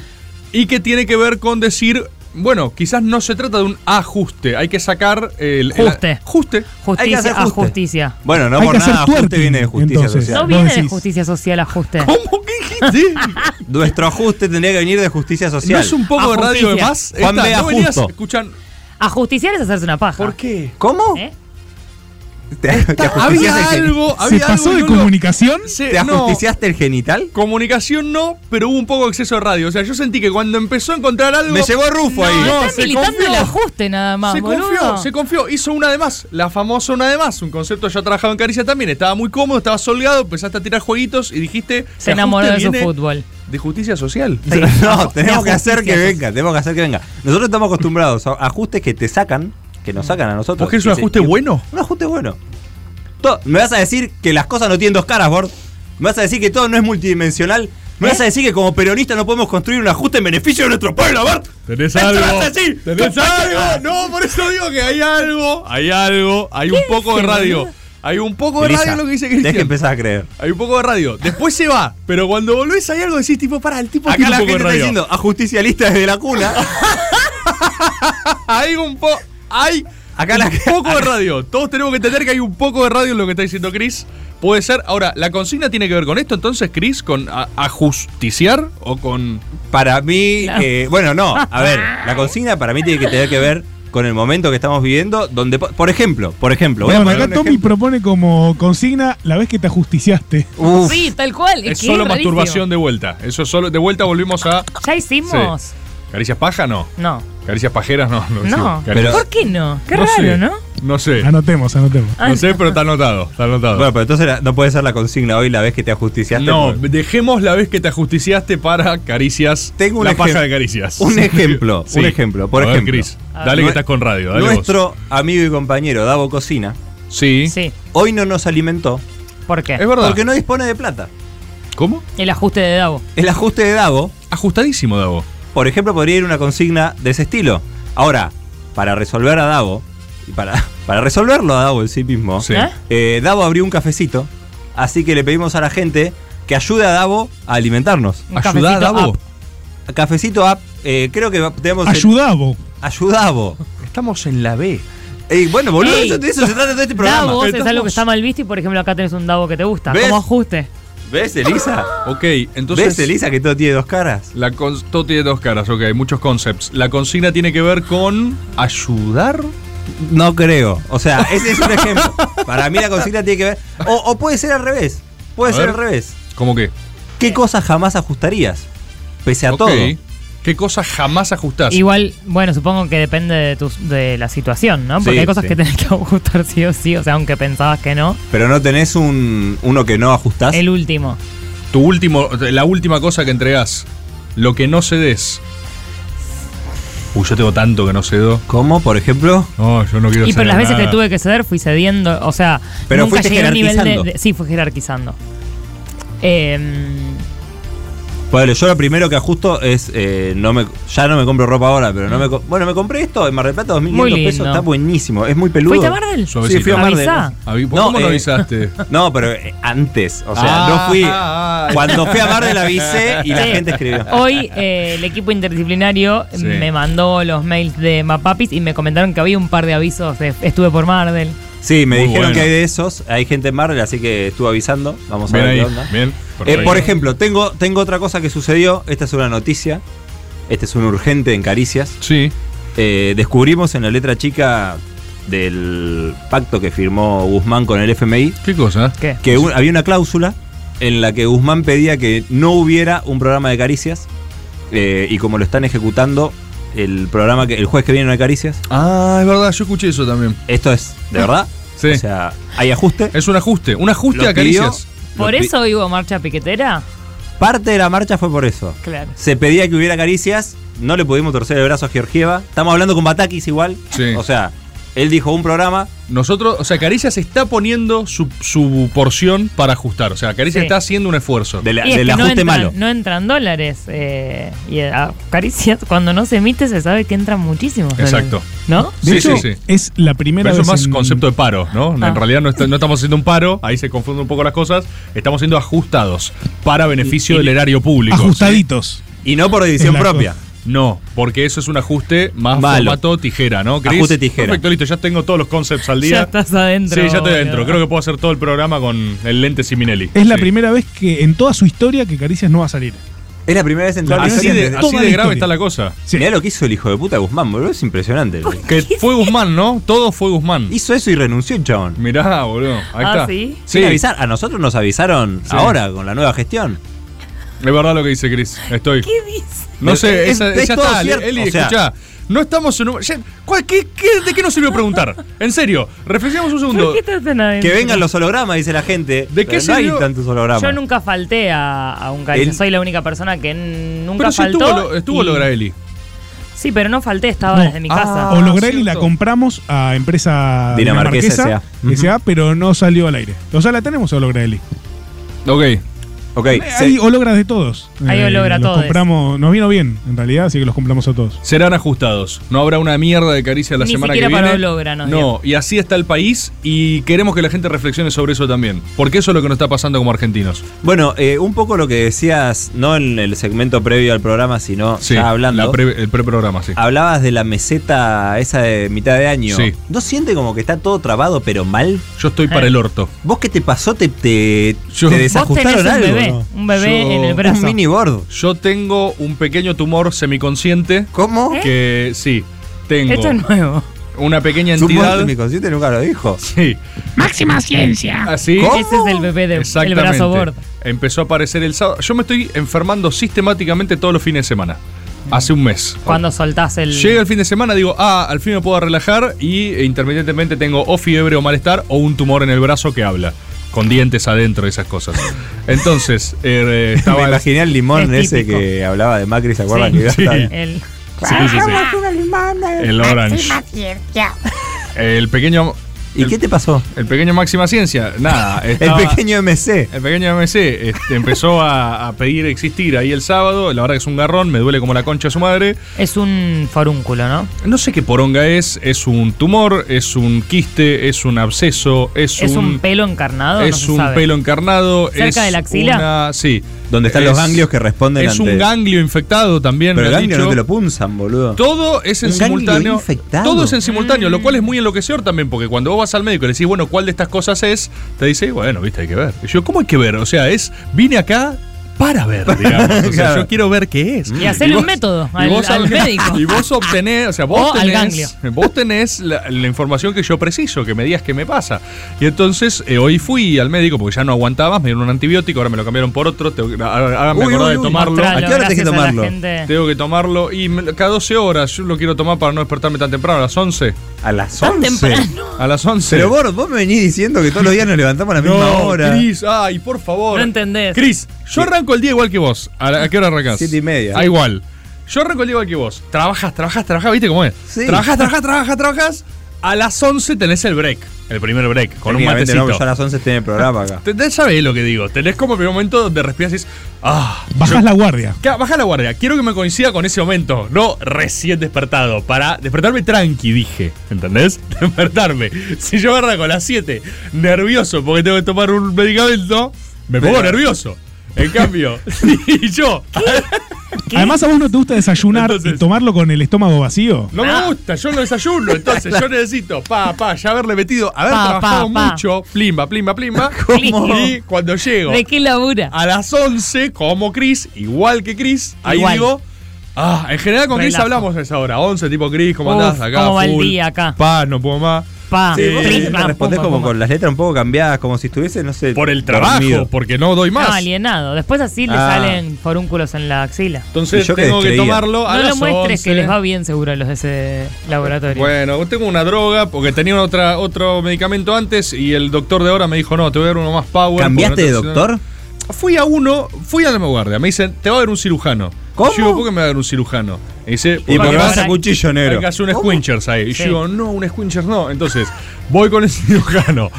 Speaker 6: Y que tiene que ver con decir. Bueno, quizás no se trata de un ajuste. Hay que sacar el. el-
Speaker 10: Juste.
Speaker 6: Juste.
Speaker 9: Hay que
Speaker 10: Justicia,
Speaker 9: hacer ajuste.
Speaker 10: justicia.
Speaker 9: Bueno, no
Speaker 6: Hay
Speaker 9: por
Speaker 6: que hacer
Speaker 9: nada, ajuste
Speaker 6: twerking,
Speaker 9: viene de justicia
Speaker 6: entonces.
Speaker 9: social.
Speaker 10: No viene de justicia social ajuste.
Speaker 6: ¿Cómo que dijiste?
Speaker 9: Nuestro ajuste tendría que venir de justicia social.
Speaker 6: ¿No es un poco de radio de más?
Speaker 9: Juan
Speaker 6: Esta,
Speaker 9: B.
Speaker 6: ¿no venías-
Speaker 9: Ajusto.
Speaker 6: escuchan,
Speaker 10: Ajusticiar es hacerse una paja. ¿Eh? ¿Por
Speaker 6: qué?
Speaker 9: ¿Cómo? ¿Te, te
Speaker 6: Había
Speaker 9: ajusticiaste el
Speaker 6: algo.
Speaker 9: gen-
Speaker 6: había algo, no lo- Se-
Speaker 9: ¿Te
Speaker 6: no,
Speaker 9: ajusticiaste el genital?
Speaker 6: comunicación no, pero hubo un poco de exceso de radio. O sea, yo sentí que cuando empezó a encontrar algo.
Speaker 9: Me llegó a Rufo ahí.
Speaker 6: No,
Speaker 10: Estás
Speaker 6: se
Speaker 10: militando el
Speaker 6: confió.
Speaker 10: ajuste nada más,
Speaker 6: Se
Speaker 10: boludo.
Speaker 6: confió, se confió, hizo una de más, la famosa una de más, un concepto ya trabajado en Caricia también, estaba muy cómodo, estaba solgado, empezaste a tirar jueguitos y dijiste...
Speaker 10: Se
Speaker 6: "El
Speaker 10: enamoró
Speaker 6: ajuste
Speaker 10: de su
Speaker 6: viene
Speaker 10: fútbol.
Speaker 6: De justicia social.
Speaker 9: No, tenemos
Speaker 10: de
Speaker 9: que hacer que
Speaker 10: ajusticias.
Speaker 9: venga, tenemos que hacer que venga. Nosotros estamos acostumbrados a ajustes que te sacan, que nos sacan a nosotros.
Speaker 6: ¿Vos querés un
Speaker 9: Que se-
Speaker 6: ajuste
Speaker 9: que-
Speaker 6: bueno?
Speaker 9: Un ajuste bueno. To- Me vas a decir que las cosas no tienen dos caras, Bord. Me vas a decir que todo no es multidimensional. Me vas a decir que como peronistas no podemos construir un ajuste en beneficio de nuestro pueblo, Bord.
Speaker 6: ¿Tenés
Speaker 9: Esto
Speaker 6: algo?
Speaker 9: lo vas a decir.
Speaker 6: ¿Tenés algo? No, por eso digo que hay algo, hay algo, hay un poco de
Speaker 9: dice,
Speaker 6: radio.
Speaker 9: boludo?
Speaker 6: Hay un poco de
Speaker 9: Elisa,
Speaker 6: radio en lo que dice
Speaker 9: Tenés que
Speaker 6: Cristian.
Speaker 9: empezar a creer.
Speaker 6: Hay un poco de radio. Después se va, pero cuando volvés hay algo decís tipo, para, el tipo
Speaker 9: Acá
Speaker 6: tiene
Speaker 9: la
Speaker 6: un poco
Speaker 9: gente
Speaker 6: de
Speaker 9: está
Speaker 6: radio.
Speaker 9: diciendo ajusticialista desde la cuna.
Speaker 6: hay un poco. Hay
Speaker 9: Acá la-
Speaker 6: un poco de radio. Todos tenemos que entender que hay un poco de radio en lo que está diciendo Chris. Puede ser. Ahora, ¿la consigna tiene que ver con esto entonces, Chris? ¿Con a- ajusticiar o con.?
Speaker 9: Para mí, eh, bueno, no, a ver, la consigna para mí tiene que tener que ver con el momento que estamos viviendo, donde, po- por ejemplo, por ejemplo, voy a
Speaker 7: Vean,
Speaker 9: poner
Speaker 7: acá
Speaker 9: un
Speaker 7: Tommy
Speaker 9: ejemplo.
Speaker 7: propone como consigna la vez que te ajusticiaste.
Speaker 6: Uh,
Speaker 9: Uf,
Speaker 10: Sí, tal cual.
Speaker 6: Es
Speaker 10: que
Speaker 6: solo
Speaker 10: rarísimo.
Speaker 6: masturbación de vuelta. Eso es solo. De vuelta volvimos a.
Speaker 10: Ya hicimos.
Speaker 6: Sí. ¿Caricias paja? No.
Speaker 10: No.
Speaker 6: ¿Caricias pajeras? No. No.
Speaker 10: No.
Speaker 6: sí. Caricias-
Speaker 10: ¿Por qué no? Qué
Speaker 6: No
Speaker 10: raro,
Speaker 6: sé.
Speaker 10: ¿no?
Speaker 6: No sé.
Speaker 7: Anotemos, anotemos.
Speaker 6: No sé, pero está anotado. Está anotado.
Speaker 9: Bueno, pero entonces la- no puede ser la consigna hoy la vez que te ajusticiaste.
Speaker 6: no,
Speaker 9: porque-
Speaker 6: dejemos la vez que te ajusticiaste para caricias.
Speaker 9: Tengo un
Speaker 6: la paja
Speaker 9: ejem-
Speaker 6: de caricias.
Speaker 9: un ejemplo,
Speaker 6: Sí.
Speaker 9: un ejemplo, por
Speaker 6: A ver,
Speaker 9: ejemplo.
Speaker 6: Chris, dale que
Speaker 9: Nue-
Speaker 6: estás con radio. Dale vos.
Speaker 9: Nuestro amigo y compañero Davo Cocina
Speaker 6: Sí.
Speaker 10: Sí.
Speaker 9: hoy no nos alimentó
Speaker 10: ¿Por qué?
Speaker 6: Es verdad.
Speaker 9: porque no dispone de plata.
Speaker 6: ¿Cómo?
Speaker 10: El ajuste de Davo.
Speaker 9: El ajuste de Davo
Speaker 6: Ajustadísimo, Davo.
Speaker 9: Por ejemplo, podría ir una consigna de ese estilo. Ahora, para resolver a Davo, y para, para resolverlo a Davo en sí mismo,
Speaker 6: Sí.
Speaker 10: ¿Eh?
Speaker 9: eh, Davo abrió un cafecito, así que le pedimos a la gente que ayude a Davo a alimentarnos.
Speaker 10: Un
Speaker 6: Ayudá,
Speaker 10: cafecito
Speaker 6: Davo.
Speaker 10: up.
Speaker 9: Cafecito App, eh, creo que va- tenemos... el-
Speaker 7: Ayudavo.
Speaker 9: Ayudavo.
Speaker 6: Estamos en la B.
Speaker 9: Ey, bueno, boludo,
Speaker 10: Ey.
Speaker 9: eso- de eso se trata todo este programa.
Speaker 10: Davos es
Speaker 6: Estamos-
Speaker 10: algo que está mal visto y por ejemplo acá tenés un Davo que te gusta.
Speaker 9: ¿Ves?
Speaker 10: Como ajuste.
Speaker 9: ¿Ves, Elisa?
Speaker 6: Ok, entonces.
Speaker 9: ¿Ves, Elisa, que todo tiene dos caras?
Speaker 6: La cons- todo tiene dos caras, ok, muchos concepts. La consigna tiene que ver con ayudar.
Speaker 9: No creo. O sea, ese es un ejemplo. Para mí la consigna tiene que ver... O, o puede ser al revés. Puede
Speaker 6: A
Speaker 9: ser
Speaker 6: ver.
Speaker 9: al revés.
Speaker 6: ¿Cómo qué?
Speaker 9: ¿Qué cosas jamás ajustarías? Pese a
Speaker 6: Ok.
Speaker 9: todo.
Speaker 6: ¿Qué cosa jamás ajustás?
Speaker 10: Igual, bueno, supongo que depende de, tus- de la situación, ¿no? Porque
Speaker 9: Sí,
Speaker 10: hay cosas
Speaker 9: sí.
Speaker 10: que tenés que ajustar sí o sí, o sea, aunque pensabas que no.
Speaker 9: Pero no tenés un uno que no ajustás.
Speaker 10: El último.
Speaker 6: Tu último, la última cosa que entregás. Lo que no cedes. Uy, yo tengo tanto que no cedo.
Speaker 9: ¿Cómo, por ejemplo?
Speaker 6: No, yo no quiero
Speaker 10: Y
Speaker 6: ceder
Speaker 10: pero las veces
Speaker 6: nada.
Speaker 10: que tuve que ceder fui cediendo, o sea,
Speaker 9: Pero
Speaker 10: nunca
Speaker 9: fuiste
Speaker 10: llegué a un nivel de,
Speaker 9: jerarquizando.
Speaker 10: de- Sí, fui jerarquizando. Em,
Speaker 9: Bueno, yo lo primero que ajusto es. eh, no me, ya no me compro ropa ahora, pero no me. co- Bueno, me compré esto en Mar del Plata, 2.500
Speaker 10: Muy lindo.
Speaker 9: pesos. Está buenísimo. Es muy peludo.
Speaker 10: ¿Fuiste a Bardel?
Speaker 6: Suavecito.
Speaker 9: Sí, fui a Mar del-
Speaker 10: Avisá.
Speaker 6: Avi- ¿Por
Speaker 9: No,
Speaker 6: ¿Cómo no
Speaker 9: eh,
Speaker 6: avisaste?
Speaker 9: No, pero eh, antes. O sea,
Speaker 6: Ah,
Speaker 9: no fui.
Speaker 6: ah, ah.
Speaker 9: Cuando fui a Mar del avisé y la
Speaker 10: Sí.
Speaker 9: gente escribió.
Speaker 10: Hoy eh, el equipo interdisciplinario
Speaker 6: Sí.
Speaker 10: me mandó los mails de Mapapis y me comentaron que había un par de avisos de estuve por Mardel.
Speaker 9: Sí, me
Speaker 6: Muy
Speaker 9: dijeron
Speaker 6: bueno.
Speaker 9: que hay de esos. Hay gente en Mar del, así que estuve avisando. Vamos a
Speaker 6: Bien
Speaker 9: ver
Speaker 6: ahí.
Speaker 9: qué onda.
Speaker 6: Bien.
Speaker 9: Eh,
Speaker 6: perfecto.
Speaker 9: por ejemplo, tengo, tengo otra cosa que sucedió. Esta es una noticia. Este es un urgente en Caricias.
Speaker 6: Sí.
Speaker 9: Eh, descubrimos en la letra chica del pacto que firmó Guzmán con el FMI
Speaker 6: ¿Qué cosa?
Speaker 10: ¿Qué?
Speaker 9: que un- había una cláusula en la que Guzmán pedía que no hubiera un programa de Caricias. eh, y como lo están ejecutando, el programa que el juez que viene no hay Caricias.
Speaker 6: Ah, es verdad, yo escuché eso también. Ah,
Speaker 9: Esto es, ¿de verdad?
Speaker 6: Sí.
Speaker 9: O sea, hay ajuste.
Speaker 6: Es un ajuste, un ajuste
Speaker 9: Lo
Speaker 6: a
Speaker 9: pidió,
Speaker 6: caricias.
Speaker 9: lo
Speaker 10: ¿Por
Speaker 9: pi-
Speaker 10: eso hubo marcha piquetera?
Speaker 9: Parte de la marcha fue por eso.
Speaker 10: Claro.
Speaker 9: Se pedía que hubiera caricias, no le pudimos torcer el brazo a Georgieva. Estamos hablando con Batakis igual.
Speaker 6: Sí.
Speaker 9: O sea,
Speaker 12: Él dijo un programa.
Speaker 6: Nosotros, o sea, Caricia se está poniendo su, su porción para ajustar. O sea, Caricia
Speaker 10: Sí.
Speaker 6: está haciendo un esfuerzo.
Speaker 12: Del,
Speaker 10: Y es que no entran, No entran dólares. eh, y a Caricias, cuando no se emite, se sabe que entran muchísimos. dólares.
Speaker 6: Exacto.
Speaker 10: ¿No?
Speaker 7: De hecho, es la primera
Speaker 6: Pero eso
Speaker 7: vez
Speaker 6: es más
Speaker 7: en-
Speaker 6: concepto de paro, ¿no?
Speaker 10: Ah.
Speaker 6: En realidad no, está- no estamos haciendo un paro, ahí se confunden un poco las cosas. Estamos siendo ajustados para beneficio
Speaker 7: Y- y-
Speaker 6: del erario público.
Speaker 7: Ajustaditos.
Speaker 12: Y no por
Speaker 7: decisión Es la propia. cosa.
Speaker 6: No, porque eso es un ajuste más
Speaker 12: Malo.
Speaker 6: formato tijera, ¿no? Cris?
Speaker 12: Ajuste tijera.
Speaker 6: Perfecto, listo, ya tengo todos los concepts al día.
Speaker 10: Ya estás adentro.
Speaker 6: Sí, ya estoy
Speaker 10: boludo.
Speaker 6: adentro. Creo que puedo hacer todo el programa con el lente Siminelli.
Speaker 7: Es la primera vez que en toda su historia que Caricias no va a salir.
Speaker 12: Es la primera vez en
Speaker 7: La
Speaker 12: toda la
Speaker 7: primera
Speaker 12: historia.
Speaker 7: vez en Así de- toda así de la grave historia. está la
Speaker 6: cosa.
Speaker 12: Mirá lo que hizo el hijo de puta Guzmán, boludo. Es impresionante.
Speaker 6: Que fue Guzmán, ¿no? Todo fue Guzmán.
Speaker 12: Hizo eso y renunció el chabón.
Speaker 6: Mirá, boludo. Ahí
Speaker 10: Ah,
Speaker 6: está.
Speaker 10: ¿sí?
Speaker 12: Sin avisar. A nosotros nos avisaron
Speaker 6: Sí.
Speaker 12: ahora con la nueva gestión.
Speaker 6: Es verdad lo que dice Chris. Estoy.
Speaker 10: ¿Qué dice?
Speaker 6: No sé,
Speaker 12: Es-
Speaker 6: esa-
Speaker 12: es
Speaker 6: ya
Speaker 12: todo
Speaker 6: está,
Speaker 12: cierto,
Speaker 6: Eli,
Speaker 12: o sea-
Speaker 6: escuchá. No estamos en un. ya- ¿cuál- qué- qué- ¿De qué nos sirvió preguntar? En serio, reflexionemos un segundo.
Speaker 10: ¿Por qué estás tan adentro?
Speaker 12: Que vengan los hologramas, dice la gente.
Speaker 6: ¿De qué
Speaker 12: Pero no hay
Speaker 6: sirvió?
Speaker 12: tantos hologramas.
Speaker 10: Yo nunca falté a, a un Caricias.
Speaker 12: El-
Speaker 10: Soy la única persona que n- nunca
Speaker 6: Pero si
Speaker 10: faltó.
Speaker 6: estuvo, lo- estuvo
Speaker 10: y-
Speaker 6: Logra Eli.
Speaker 10: Sí, pero no falté, estaba
Speaker 7: No.
Speaker 10: desde mi casa.
Speaker 7: Ah,
Speaker 10: Ah,
Speaker 7: o lograr
Speaker 6: Ah,
Speaker 7: y la compramos a empresa
Speaker 12: Dinamarquesa
Speaker 7: dinamarquesa
Speaker 12: S.A..
Speaker 7: S.A., pero no salió al aire. O sea, la tenemos a Ologreli.
Speaker 6: Ok. Eh,
Speaker 12: Ok.
Speaker 7: Hay hologras de todos.
Speaker 10: Hay hologra
Speaker 7: los
Speaker 10: todes.
Speaker 7: compramos, nos vino bien, en realidad, así que los compramos a todos.
Speaker 6: Serán ajustados. No habrá una mierda de caricia la
Speaker 10: Ni
Speaker 6: semana que
Speaker 10: siquiera
Speaker 6: viene.
Speaker 10: para hologra, nos
Speaker 6: no, y así está el país y queremos que la gente reflexione sobre eso también. Porque eso es lo que nos está pasando como argentinos.
Speaker 12: Bueno, eh, un poco lo que decías, no en el segmento previo al programa, sino
Speaker 6: Sí,
Speaker 12: ya hablando.
Speaker 6: la pre- el preprograma, sí.
Speaker 12: Hablabas de la meseta esa de mitad de año.
Speaker 6: Sí.
Speaker 12: ¿No siente como que está todo trabado pero mal?
Speaker 6: Yo estoy
Speaker 10: Eh.
Speaker 6: para el orto.
Speaker 12: ¿Vos qué te pasó? ¿Te, te, te
Speaker 6: Yo-
Speaker 10: Vos tenés
Speaker 12: desajustaron
Speaker 10: un
Speaker 12: algo?
Speaker 10: bebé,
Speaker 12: no?
Speaker 10: un bebé
Speaker 6: Yo-
Speaker 10: en el brazo.
Speaker 12: Un mini board.
Speaker 6: Yo tengo un pequeño tumor semiconsciente
Speaker 12: ¿Cómo?
Speaker 6: que sí, tengo
Speaker 10: ¿Eh? Esto es nuevo.
Speaker 6: una pequeña
Speaker 12: ¿Su muerte
Speaker 6: entidad.
Speaker 12: mi consciente nunca lo dijo?
Speaker 6: Sí,
Speaker 1: Máxima ciencia.
Speaker 6: así.
Speaker 12: ¿Cómo?
Speaker 10: Ese es el bebé del el
Speaker 6: Ah, Exactamente.
Speaker 10: brazo gordo.
Speaker 6: Empezó a aparecer el sábado. Yo me estoy enfermando sistemáticamente todos los fines de semana. Hace un mes.
Speaker 10: Cuando soltás el.
Speaker 6: Llega el fin de semana, digo, ah, al fin me puedo relajar y eh, intermitentemente tengo o fiebre o malestar o un tumor en el brazo que habla, con dientes adentro y esas cosas. Entonces, eh,
Speaker 12: Me
Speaker 6: estaba...
Speaker 12: imaginé el limón
Speaker 10: Es
Speaker 12: ese
Speaker 10: típico.
Speaker 12: que hablaba de Macri, ¿se acuerdan?
Speaker 10: Sí.
Speaker 12: Que
Speaker 6: Sí.
Speaker 12: gasta-
Speaker 10: el-
Speaker 6: Sí, sí, sí. El orange. El pequeño...
Speaker 12: ¿Y qué te pasó?
Speaker 6: El pequeño máxima ciencia, nada.
Speaker 12: El
Speaker 6: estaba-
Speaker 12: pequeño MC.
Speaker 6: El pequeño MC este, empezó a, a pedir existir ahí el sábado. La verdad que es un garrón, me duele como la concha de su madre.
Speaker 10: es un forúnculo, ¿no?
Speaker 6: No sé qué poronga es. Es un tumor, es un quiste, es un absceso, es,
Speaker 10: Es un pelo encarnado. no
Speaker 6: Es
Speaker 10: se
Speaker 6: un
Speaker 10: sabe.
Speaker 6: pelo encarnado.
Speaker 10: ¿Cerca
Speaker 6: es
Speaker 10: de la axila?
Speaker 6: una- sí.
Speaker 12: Donde están
Speaker 6: Es-
Speaker 12: los ganglios que responden
Speaker 6: Es un
Speaker 12: ante-
Speaker 6: ganglio infectado también.
Speaker 12: Pero el
Speaker 6: me han
Speaker 12: ganglio
Speaker 6: dicho.
Speaker 12: no te lo punzan, boludo.
Speaker 6: Todo es en
Speaker 12: Un ganglio
Speaker 6: simultáneo.
Speaker 12: infectado.
Speaker 6: Todo es en simultáneo,
Speaker 10: Mm.
Speaker 6: lo cual es muy enloquecedor también, porque cuando vos vas al médico y le decís, bueno, ¿cuál de estas cosas es? Te dice, bueno, viste, hay que ver. Y yo, ¿cómo hay que ver? O sea, es, vine acá para ver, digamos. O sea,
Speaker 12: Claro.
Speaker 6: yo quiero ver qué es.
Speaker 10: Y hacerle un método al- al médico.
Speaker 6: Y vos obtenés, o sea, vos
Speaker 10: O al
Speaker 6: tenés,
Speaker 10: ganglio.
Speaker 6: vos tenés la, la información que yo preciso, que me digas qué me pasa. Y entonces, eh, hoy fui al médico porque ya no aguantaba, me dieron un antibiótico, ahora me lo cambiaron por otro, tengo que- há- háganme
Speaker 12: Uy, uy,
Speaker 6: acordar de
Speaker 12: uy.
Speaker 6: tomarlo.
Speaker 10: Mostralo,
Speaker 12: ¿A qué hora tenés que
Speaker 10: gracias a la
Speaker 12: tomarlo?
Speaker 10: gente.
Speaker 6: Tengo que tomarlo y me lo- cada 12 horas. Yo lo quiero tomar para no despertarme tan temprano, a las 11.
Speaker 12: A las
Speaker 10: Tan
Speaker 12: 11.
Speaker 10: temprano.
Speaker 6: A las 11.
Speaker 12: Pero vos, vos me venís diciendo que todos los días nos levantamos a la misma
Speaker 6: no,
Speaker 12: hora.
Speaker 6: Cris, ay, por favor.
Speaker 10: No entendés.
Speaker 6: Cris, yo arranco el día igual que vos. ¿A, la- a qué hora arrancás?
Speaker 12: Siete y media.
Speaker 6: Ah, igual. Yo arranco el día igual que vos. Trabajas, trabajas, trabajas, ¿viste cómo es?
Speaker 12: Sí.
Speaker 6: Trabajas, trabajas, trabajas, trabajas. A las 11 tenés el break. El primer break, con un
Speaker 12: Técnicamente
Speaker 6: matecito.
Speaker 12: No, yo a las 11 estoy en el programa acá.
Speaker 6: Te- te- Sabés lo que digo. Tenés como el primer momento donde respiras y dices, ah,
Speaker 7: Bajás la guardia.
Speaker 6: Ca- Baja la guardia, quiero que me coincida con ese momento, no recién despertado, para despertarme tranqui, dije, ¿entendés? Despertarme. Si yo arranco a las 7, nervioso porque tengo que tomar un medicamento, me pongo
Speaker 12: Pero-
Speaker 6: nervioso. En cambio, y yo,
Speaker 7: Además, a vos no te gusta desayunar
Speaker 6: Entonces-
Speaker 7: y tomarlo con el estómago vacío.
Speaker 6: no
Speaker 10: Ah.
Speaker 6: me gusta, yo no desayuno, entonces yo necesito, pa, pa, ya haberle metido, haber
Speaker 10: Pa, pa,
Speaker 6: trabajado
Speaker 10: pa.
Speaker 6: mucho, plimba, plimba, plimba,
Speaker 10: ¿Cómo?
Speaker 6: y cuando llego
Speaker 10: ¿De qué labura?
Speaker 6: a las 11, como Chris, igual que Chris, ahí
Speaker 10: Igual.
Speaker 6: digo. Ah, en general con Chris
Speaker 10: Relajo.
Speaker 6: hablamos a esa hora. 11, tipo Chris, ¿cómo
Speaker 10: Uf,
Speaker 6: andás acá?
Speaker 10: ¿cómo va el
Speaker 6: full,
Speaker 10: día acá?
Speaker 6: Pa, no puedo más.
Speaker 10: Pa,
Speaker 6: Sí,
Speaker 10: plim,
Speaker 12: Me
Speaker 6: vos
Speaker 10: pam,
Speaker 12: respondés
Speaker 10: pum, pam,
Speaker 12: como
Speaker 10: pum,
Speaker 12: con las letras un poco cambiadas, como si estuviese, no sé.
Speaker 6: Por el trabajo,
Speaker 12: dormido.
Speaker 6: porque no doy
Speaker 10: No,
Speaker 6: más.
Speaker 10: alienado. Después así le
Speaker 12: Ah.
Speaker 10: salen forúnculos en la axila.
Speaker 6: Entonces
Speaker 12: Y yo que
Speaker 6: tengo que
Speaker 12: descreía.
Speaker 6: tomarlo a
Speaker 10: No lo
Speaker 6: las
Speaker 10: muestres
Speaker 6: 11.
Speaker 10: que les va bien seguro a los de ese laboratorio.
Speaker 6: Bueno, tengo una droga porque tenía otra, otro medicamento antes y el doctor de ahora me dijo, no, te voy a dar uno más power. porque
Speaker 12: ¿Cambiaste
Speaker 6: no te
Speaker 12: de
Speaker 6: hace nada".
Speaker 12: doctor?
Speaker 6: Fui a uno, fui a la guardia, me dicen, te va a ver un cirujano. ¿Cómo? Yo digo, ¿por qué me va a dar un cirujano? Y dice,
Speaker 9: Y porque vas a cuchillo negro.
Speaker 6: Hay que hacer un
Speaker 9: ¿Cómo?
Speaker 6: squinchers ahí. Y
Speaker 9: Sí.
Speaker 6: yo digo, no, un squinchers no. Entonces, voy con el cirujano.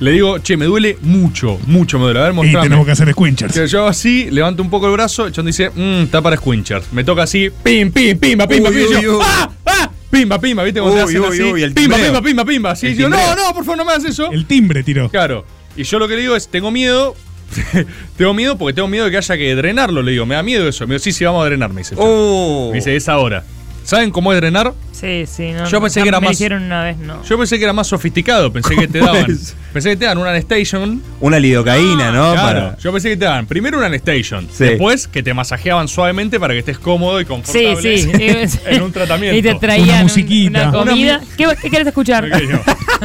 Speaker 6: Le digo, che, me duele mucho, mucho me duele. A ver, mostrame.
Speaker 7: tenemos que hacer squinchers.
Speaker 6: Que yo así, levanto un poco el brazo, el chon dice, mmm, está para squinchers. Me toca así, pim, pim, pimba, pimba,
Speaker 9: Uy,
Speaker 6: pimba.
Speaker 9: uy,
Speaker 6: Y yo,
Speaker 9: uy.
Speaker 6: ¡ah! ¡ah! Pimba, pimba, ¿viste? Cuando te
Speaker 9: Uy,
Speaker 6: hacen
Speaker 9: uy,
Speaker 6: así.
Speaker 9: uy, el
Speaker 6: pimba,
Speaker 9: timbreo.
Speaker 6: pimba, pimba, pimba. Sí,
Speaker 9: El
Speaker 6: yo, no,
Speaker 9: timbreo.
Speaker 6: no, por favor, no me hagas eso.
Speaker 7: El timbre tiró.
Speaker 6: Claro. Y yo lo que le digo es, tengo miedo. tengo miedo porque tengo miedo de que haya que drenarlo, le digo. Me da miedo eso. Me digo, sí, sí, vamos a drenar, me dice. el chabón.
Speaker 9: Oh.
Speaker 6: Me dice, es ahora. ¿Saben cómo es drenar?
Speaker 10: Sí, sí, no.
Speaker 6: Yo pensé
Speaker 10: no,
Speaker 6: que era
Speaker 10: me
Speaker 6: más-
Speaker 10: dijeron una vez, no.
Speaker 6: Yo pensé que era más sofisticado, pensé que te daban. Pensé que te daban un anestation.
Speaker 9: Una lidocaína, ¿no?
Speaker 6: Claro,
Speaker 9: Ah, Para-
Speaker 6: yo pensé que te daban primero un anestation,
Speaker 9: Sí.
Speaker 6: después que te masajeaban suavemente para que estés cómodo y confortable
Speaker 10: Sí, sí.
Speaker 6: en un tratamiento.
Speaker 10: Y te traían
Speaker 7: Una
Speaker 10: un-
Speaker 7: musiquita.
Speaker 10: una comida.
Speaker 7: Una
Speaker 10: ¿Qué, qué querés escuchar?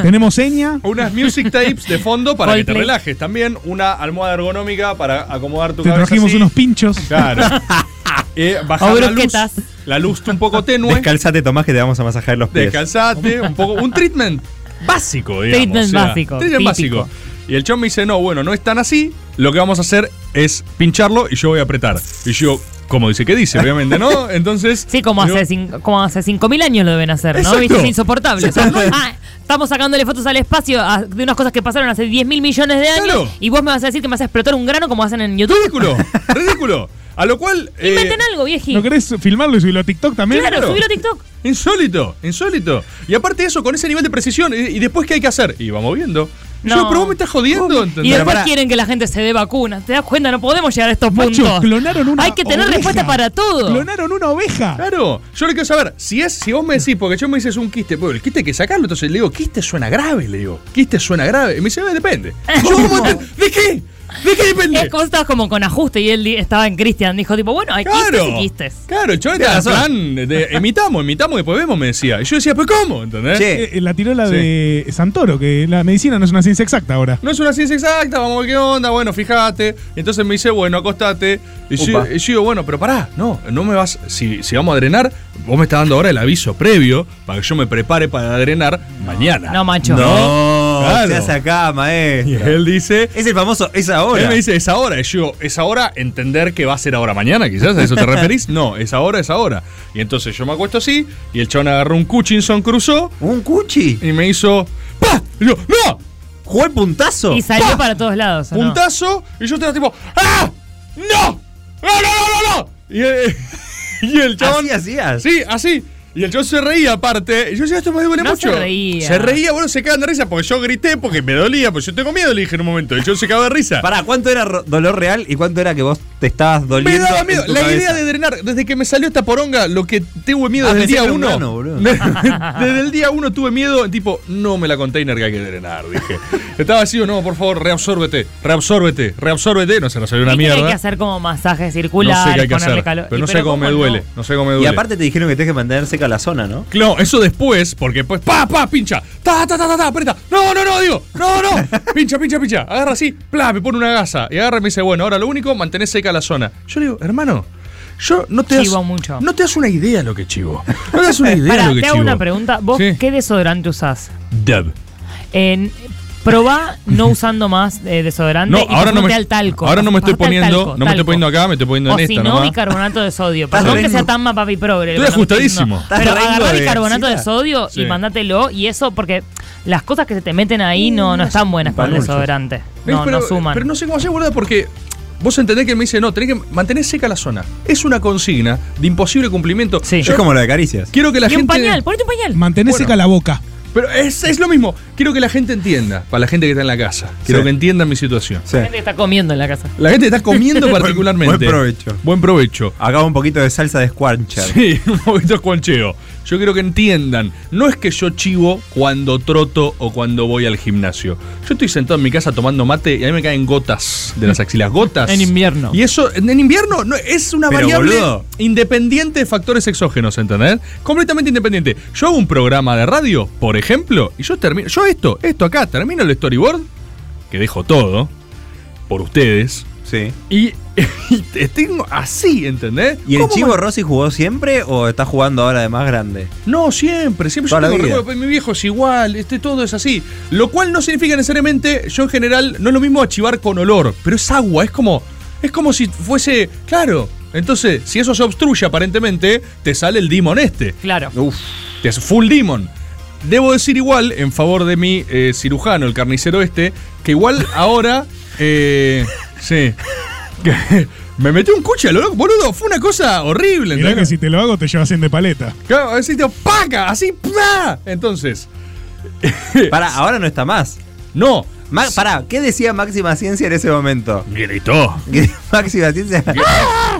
Speaker 7: Tenemos seña.
Speaker 6: Unas music tapes de fondo para que te
Speaker 7: Coldplay.
Speaker 6: relajes. También una almohada ergonómica para acomodar tu
Speaker 7: Te
Speaker 6: cabeza.
Speaker 7: trajimos
Speaker 6: así.
Speaker 7: unos pinchos.
Speaker 6: Claro. Eh, bajar
Speaker 7: O
Speaker 6: la luz,
Speaker 7: brusquetas.
Speaker 6: la luz un poco tenue.
Speaker 9: Descalzate, Tomás, que te vamos a masajear los pies.
Speaker 6: Descansate, un poco. Un treatment básico, digamos.
Speaker 9: Treatment
Speaker 6: o sea,
Speaker 9: básico,
Speaker 6: Treatment
Speaker 9: típico.
Speaker 6: básico. Y el chon me dice, no, bueno, no es tan así. Lo que vamos a hacer es pincharlo y yo voy a apretar. Y yo, como dice que dice, obviamente, ¿no? Entonces.
Speaker 10: Sí, como
Speaker 6: digo,
Speaker 10: hace, cinco, como hace 5.000 años lo deben hacer, ¿no?
Speaker 6: Exacto.
Speaker 10: Viste, es insoportable. o sea,
Speaker 6: Exacto.
Speaker 10: ah, estamos sacándole fotos al espacio a- de unas cosas que pasaron hace 10.000 millones de años
Speaker 6: Claro.
Speaker 10: y vos me vas a decir que me vas a explotar un grano como hacen en YouTube.
Speaker 6: Ridículo, ridículo. A lo cual. eh,
Speaker 10: Inventen algo, vieji.
Speaker 7: ¿No querés filmarlo y subirlo a TikTok también?
Speaker 10: Claro, subilo a TikTok.
Speaker 6: Insólito, insólito. Y aparte de eso, con ese nivel de precisión, y, y después qué hay que hacer? Y vamos viendo. Y
Speaker 10: No.
Speaker 6: Yo, pero vos me estás jodiendo,
Speaker 10: Y
Speaker 6: ¿entendés?
Speaker 10: después quieren que la gente se dé vacunas. ¿Te das cuenta? No podemos llegar a estos
Speaker 7: Macho,
Speaker 10: puntos.
Speaker 7: clonaron una
Speaker 10: Hay que tener
Speaker 7: oveja.
Speaker 10: respuesta para todo.
Speaker 7: Clonaron una oveja.
Speaker 6: Claro, yo le quiero saber, si es, si vos me decís, porque yo me dices un quiste, bueno, el quiste hay que sacarlo, entonces le digo, quiste suena grave, le digo, quiste suena grave. Y me dice, "Eh, depende. Yo, ¿cómo te- ¿De qué? ¿De qué depende?
Speaker 10: Es como estabas como con ajuste y él di- estaba en Cristian. Dijo tipo, bueno, hay quistes y
Speaker 6: Claro,
Speaker 10: quistes.
Speaker 6: claro, el chabón estaba en plan, de, de- imitamos, imitamos y después vemos, me decía. Y yo decía, ¿pero cómo? ¿Entendés?
Speaker 7: Eh, eh, La tiró la de Santoro, que la medicina no es una ciencia exacta ahora.
Speaker 6: No es una ciencia exacta, vamos a ver qué onda, bueno, fíjate. Y entonces me dice, bueno, acostate. Y yo,
Speaker 9: Upa.
Speaker 6: y yo digo, bueno, pero pará, no, no me vas, si, si vamos a drenar, vos me estás dando ahora el aviso previo para que yo me prepare para drenar mañana.
Speaker 10: No, macho.
Speaker 9: No,
Speaker 6: Claro.
Speaker 9: se hace acá,
Speaker 6: Y
Speaker 9: maestro.
Speaker 6: él dice.
Speaker 9: Es el famoso, es ahora.
Speaker 6: Él me dice, es ahora. Y yo, ¿es ahora entender que va a ser ahora mañana? Quizás, ¿a eso te referís? No, es ahora, es ahora. Y entonces yo me acuesto así, y el chabón agarró un Cuchinson, cruzó.
Speaker 9: ¿Un cuchi?
Speaker 6: Y me hizo, ¡pa! Y yo, ¡no!
Speaker 9: Jugó el puntazo.
Speaker 10: Y salió
Speaker 6: ¡Pah!
Speaker 10: para todos lados. ¿o no?
Speaker 6: puntazo y yo estaba tipo ¡Ah! ¡No! ¡No, no, no, no! no! Y, eh, y el chabón.
Speaker 9: Así hacías.
Speaker 6: Sí, así. Y el chabón se reía aparte. Y yo decía, esto me duele
Speaker 10: No
Speaker 6: mucho.
Speaker 10: se reía.
Speaker 6: Se reía, bueno, se cagan de risa porque yo grité porque me dolía, porque yo tengo miedo, le dije en un momento. Y yo se cagó de risa.
Speaker 9: Pará, ¿cuánto era ro- dolor real y cuánto era que vos te estabas
Speaker 6: me
Speaker 9: doliendo?
Speaker 6: daba
Speaker 9: en
Speaker 6: miedo.
Speaker 9: tu
Speaker 6: La idea
Speaker 9: cabeza?
Speaker 6: de drenar, desde que me salió esta poronga, lo que tuve miedo
Speaker 9: Ah,
Speaker 6: desde
Speaker 9: pensé que
Speaker 6: el día
Speaker 9: era un
Speaker 6: uno.
Speaker 9: grano, boludo.
Speaker 6: desde el día uno tuve miedo, tipo, no me la container que hay que drenar, dije. Estaba así o no, por favor, reabsórbete, reabsórbete, reabsórbete. No se nos salió una
Speaker 10: Y
Speaker 6: mierda.
Speaker 10: Hay que hacer como masaje circular,
Speaker 6: No sé qué hay que
Speaker 10: ponerle
Speaker 6: hacer.
Speaker 10: calor.
Speaker 6: Pero
Speaker 10: Y
Speaker 6: no sé cómo me duele. No, sé cómo
Speaker 9: Y
Speaker 6: me duele.
Speaker 9: aparte te dijeron que tenés que mantener seca la zona, ¿no?
Speaker 6: No, eso después, porque pues pa, pa, pincha, ta, ta, ta, ta, ta, aprieta, no, no, no, digo, no, no, pincha, pincha, pincha, agarra así, pla, me pone una gasa, y agarra y me dice, bueno, ahora lo único, mantener seca la zona. Yo le digo, hermano, yo no te
Speaker 10: Chivo
Speaker 6: das,
Speaker 10: mucho.
Speaker 6: no te das una idea lo que chivo, no te das una idea
Speaker 10: Pará,
Speaker 6: lo que
Speaker 10: te hago
Speaker 6: chivo.
Speaker 10: una pregunta. ¿Vos
Speaker 6: Sí.
Speaker 10: qué desodorante usás?
Speaker 6: Deb.
Speaker 10: En, probá no usando más eh, desodorante
Speaker 6: No,
Speaker 10: y
Speaker 6: ahora no
Speaker 10: pasate
Speaker 6: me,
Speaker 10: al talco.
Speaker 6: ahora no me estoy
Speaker 10: Pasate al
Speaker 6: poniendo,
Speaker 10: talco,
Speaker 6: no me estoy
Speaker 10: talco.
Speaker 6: poniendo acá, me estoy poniendo
Speaker 10: O
Speaker 6: en
Speaker 10: si
Speaker 6: esta
Speaker 10: no,
Speaker 6: nomás.
Speaker 10: bicarbonato de sodio.
Speaker 6: Estás
Speaker 10: Perdón que
Speaker 6: riendo.
Speaker 10: sea tan más papi progre.
Speaker 6: Estoy
Speaker 10: pero no estoy
Speaker 6: ajustadísimo.
Speaker 10: diciendo.
Speaker 6: Estás
Speaker 10: Pero
Speaker 6: riendo
Speaker 10: agarrá
Speaker 6: de
Speaker 10: bicarbonato de
Speaker 6: axila.
Speaker 10: sodio
Speaker 6: Sí.
Speaker 10: y mandátelo. Y eso porque las cosas que se te meten ahí no, no están buenas con el
Speaker 6: panucho.
Speaker 10: desodorante.
Speaker 6: ¿Ves?
Speaker 10: No,
Speaker 6: pero,
Speaker 10: no suman.
Speaker 6: Pero no sé cómo hacer, boludo, porque vos entendés que él me dice, no, tenés que mantener seca la zona. Es una consigna de imposible cumplimiento. Yo
Speaker 9: Es como lo de caricias.
Speaker 6: quiero que la
Speaker 10: y un
Speaker 6: gente.
Speaker 10: pañal, ponete un pañal.
Speaker 7: Mantenés
Speaker 6: Bueno.
Speaker 7: seca la boca.
Speaker 6: Pero es, es lo mismo. Quiero que la gente entienda, para la gente que está en la casa, quiero
Speaker 9: Sí.
Speaker 6: que entiendan mi situación.
Speaker 9: Sí.
Speaker 10: La gente que está comiendo en la casa.
Speaker 6: La gente está comiendo
Speaker 9: Buen-
Speaker 6: particularmente.
Speaker 9: buen provecho.
Speaker 6: Buen provecho.
Speaker 9: Acá un poquito de salsa de squancher.
Speaker 6: Sí, un poquito escuancheo. Yo quiero que entiendan. No es que yo chivo cuando troto o cuando voy al gimnasio. Yo estoy sentado en mi casa tomando mate y a mí me caen gotas de las axilas. Gotas.
Speaker 10: En invierno.
Speaker 6: Y eso, en en invierno, no, es una
Speaker 9: Pero,
Speaker 6: variable
Speaker 9: boludo.
Speaker 6: independiente de factores exógenos, ¿entendés? Completamente independiente. Yo hago un programa de radio, por ejemplo, y yo termino. Yo esto, esto acá, termino el storyboard, que dejo todo, por ustedes.
Speaker 9: Sí.
Speaker 6: Y, y tengo así, ¿entendés?
Speaker 9: ¿Y el
Speaker 6: ¿Cómo
Speaker 9: Chivo Rossi jugó siempre o está jugando ahora de más grande?
Speaker 6: No, siempre, siempre
Speaker 9: Toda
Speaker 6: yo
Speaker 9: la
Speaker 6: tengo
Speaker 9: vida.
Speaker 6: recuerdo, pues, mi viejo es igual, este todo es así. Lo cual no significa necesariamente, yo en general, no es lo mismo achivar con olor, pero es agua, es como. Es como si fuese. Claro, Entonces, si eso se obstruye aparentemente, te sale el demon este.
Speaker 10: Claro.
Speaker 6: Te hace full demon. Debo decir igual, en favor de mi eh, cirujano, el carnicero este, que igual ahora. eh, sí. Que Me metí un cuche a lo loco, boludo. Fue una cosa horrible.
Speaker 7: Mirá que
Speaker 6: ¿entendés?
Speaker 7: si te lo hago te llevas en de paleta.
Speaker 6: Claro, así te paca, así. ¡pla! Entonces.
Speaker 9: Para, ahora no está más.
Speaker 6: No.
Speaker 9: para, ¿qué decía Máxima Ciencia en ese momento?
Speaker 6: Gritó.
Speaker 9: Máxima Ciencia.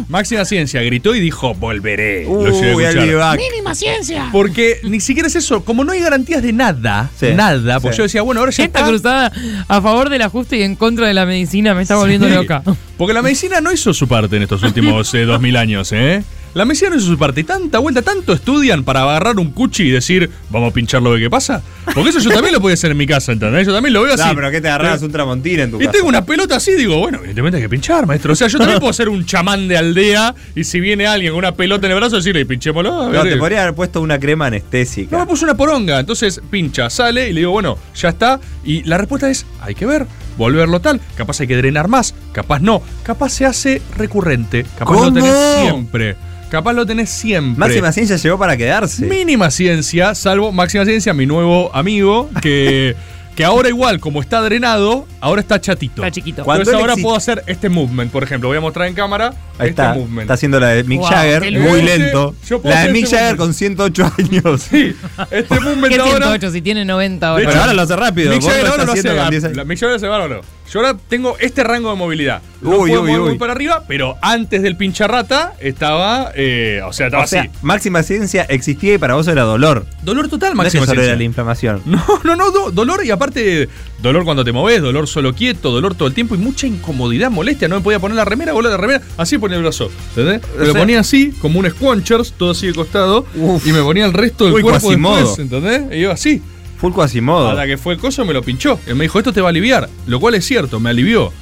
Speaker 6: Máxima Ciencia gritó y dijo: Volveré. Lo llegué a
Speaker 9: Uy,
Speaker 6: escuchar.
Speaker 9: el vivac.
Speaker 1: Mínima ciencia.
Speaker 6: Porque ni siquiera es eso. Como no hay garantías de nada,
Speaker 10: Sí,
Speaker 6: nada. Porque
Speaker 10: sí.
Speaker 6: yo decía, bueno, ahora ya
Speaker 10: Esta
Speaker 6: está.
Speaker 10: cruzada a favor del ajuste y en contra de la medicina me está volviendo
Speaker 6: Sí.
Speaker 10: loca.
Speaker 6: Porque la medicina no hizo su parte en estos últimos eh, 2000 años, ¿eh? La medicina no hizo su parte. Y tanta vuelta, tanto estudian para agarrar un cuchi y decir, vamos a pincharlo de qué pasa. Porque eso yo también lo podía hacer en mi casa, ¿entendés? Yo también lo veo así. Eh,
Speaker 9: No, pero ¿qué te agarras un tramontina en tu
Speaker 6: Y
Speaker 9: casa?
Speaker 6: tengo una pelota así, digo, bueno, evidentemente hay que pinchar, maestro. O sea, yo también puedo ser un chamán de aldea y si viene alguien con una pelota en el brazo, decirle, pinchémoslo. a
Speaker 9: No,
Speaker 6: ver,
Speaker 9: te
Speaker 6: eh,
Speaker 9: podría haber puesto una crema anestésica.
Speaker 6: no me puso una poronga. Entonces pincha, sale y le digo, bueno, ya está. Y la respuesta es, hay que ver, volverlo tal. Capaz hay que drenar más, capaz no. Capaz se hace recurrente, capaz
Speaker 9: ¿Cómo?
Speaker 6: lo tenés siempre. Capaz lo tenés siempre.
Speaker 9: Máxima Ciencia llegó para quedarse.
Speaker 6: Mínima ciencia, salvo Máxima Ciencia, mi nuevo amigo, que, que ahora igual, como está drenado, ahora está chatito. Está
Speaker 10: chiquito.
Speaker 9: Cuando
Speaker 6: Entonces
Speaker 9: él
Speaker 6: ahora
Speaker 9: exi-
Speaker 6: puedo hacer este movement, por ejemplo. Voy a mostrar en cámara
Speaker 9: Ahí
Speaker 6: este
Speaker 9: está.
Speaker 6: movement.
Speaker 9: Está haciendo la de Mick
Speaker 6: Wow,
Speaker 9: Jagger,
Speaker 6: qué
Speaker 9: muy
Speaker 6: lente.
Speaker 9: lento.
Speaker 6: Yo puedo
Speaker 9: La de
Speaker 6: hacer
Speaker 9: Mick
Speaker 6: ese
Speaker 9: Jagger
Speaker 6: movimiento.
Speaker 9: con 108 años.
Speaker 6: Este movement
Speaker 10: ¿Qué
Speaker 6: ahora
Speaker 10: 108? Si tiene 90 ahora.
Speaker 6: De
Speaker 9: Pero ahora lo hace rápido,
Speaker 6: Mick
Speaker 9: vos
Speaker 6: Jagger
Speaker 9: lo
Speaker 6: ahora
Speaker 9: estás
Speaker 6: lo hace
Speaker 9: haciendo con
Speaker 6: bárbaro.
Speaker 9: 10 años.
Speaker 6: La- Mick Jagger lo hace bárbaro. Yo ahora tengo este rango de movilidad. No
Speaker 9: Uy,
Speaker 6: puedo
Speaker 9: uy,
Speaker 6: mover
Speaker 9: uy.
Speaker 6: muy para arriba, pero antes del pincharrata estaba. eh, o sea, estaba
Speaker 9: O sea,
Speaker 6: así.
Speaker 9: Máxima Ciencia existía y para vos era dolor.
Speaker 6: Dolor total,
Speaker 9: No es que
Speaker 6: máximo.
Speaker 9: solo
Speaker 6: ciencia.
Speaker 9: era la inflamación.
Speaker 6: No, no, no, do- dolor y aparte, dolor cuando te moves, dolor solo quieto, dolor todo el tiempo y mucha incomodidad, molestia. No me podía poner la remera, bola de remera, así ponía el brazo. ¿Entendés? Me lo
Speaker 9: sea-
Speaker 6: ponía así, como un squanchers, todo así de costado, y me ponía el resto del
Speaker 9: Uy,
Speaker 6: cuerpo
Speaker 9: Quasimodo.
Speaker 6: después, ¿entendés? Y yo así.
Speaker 9: Full Quasimodo.
Speaker 6: Hasta que fue el coso me lo pinchó. Él me dijo, esto te va a aliviar, lo cual es cierto, me alivió.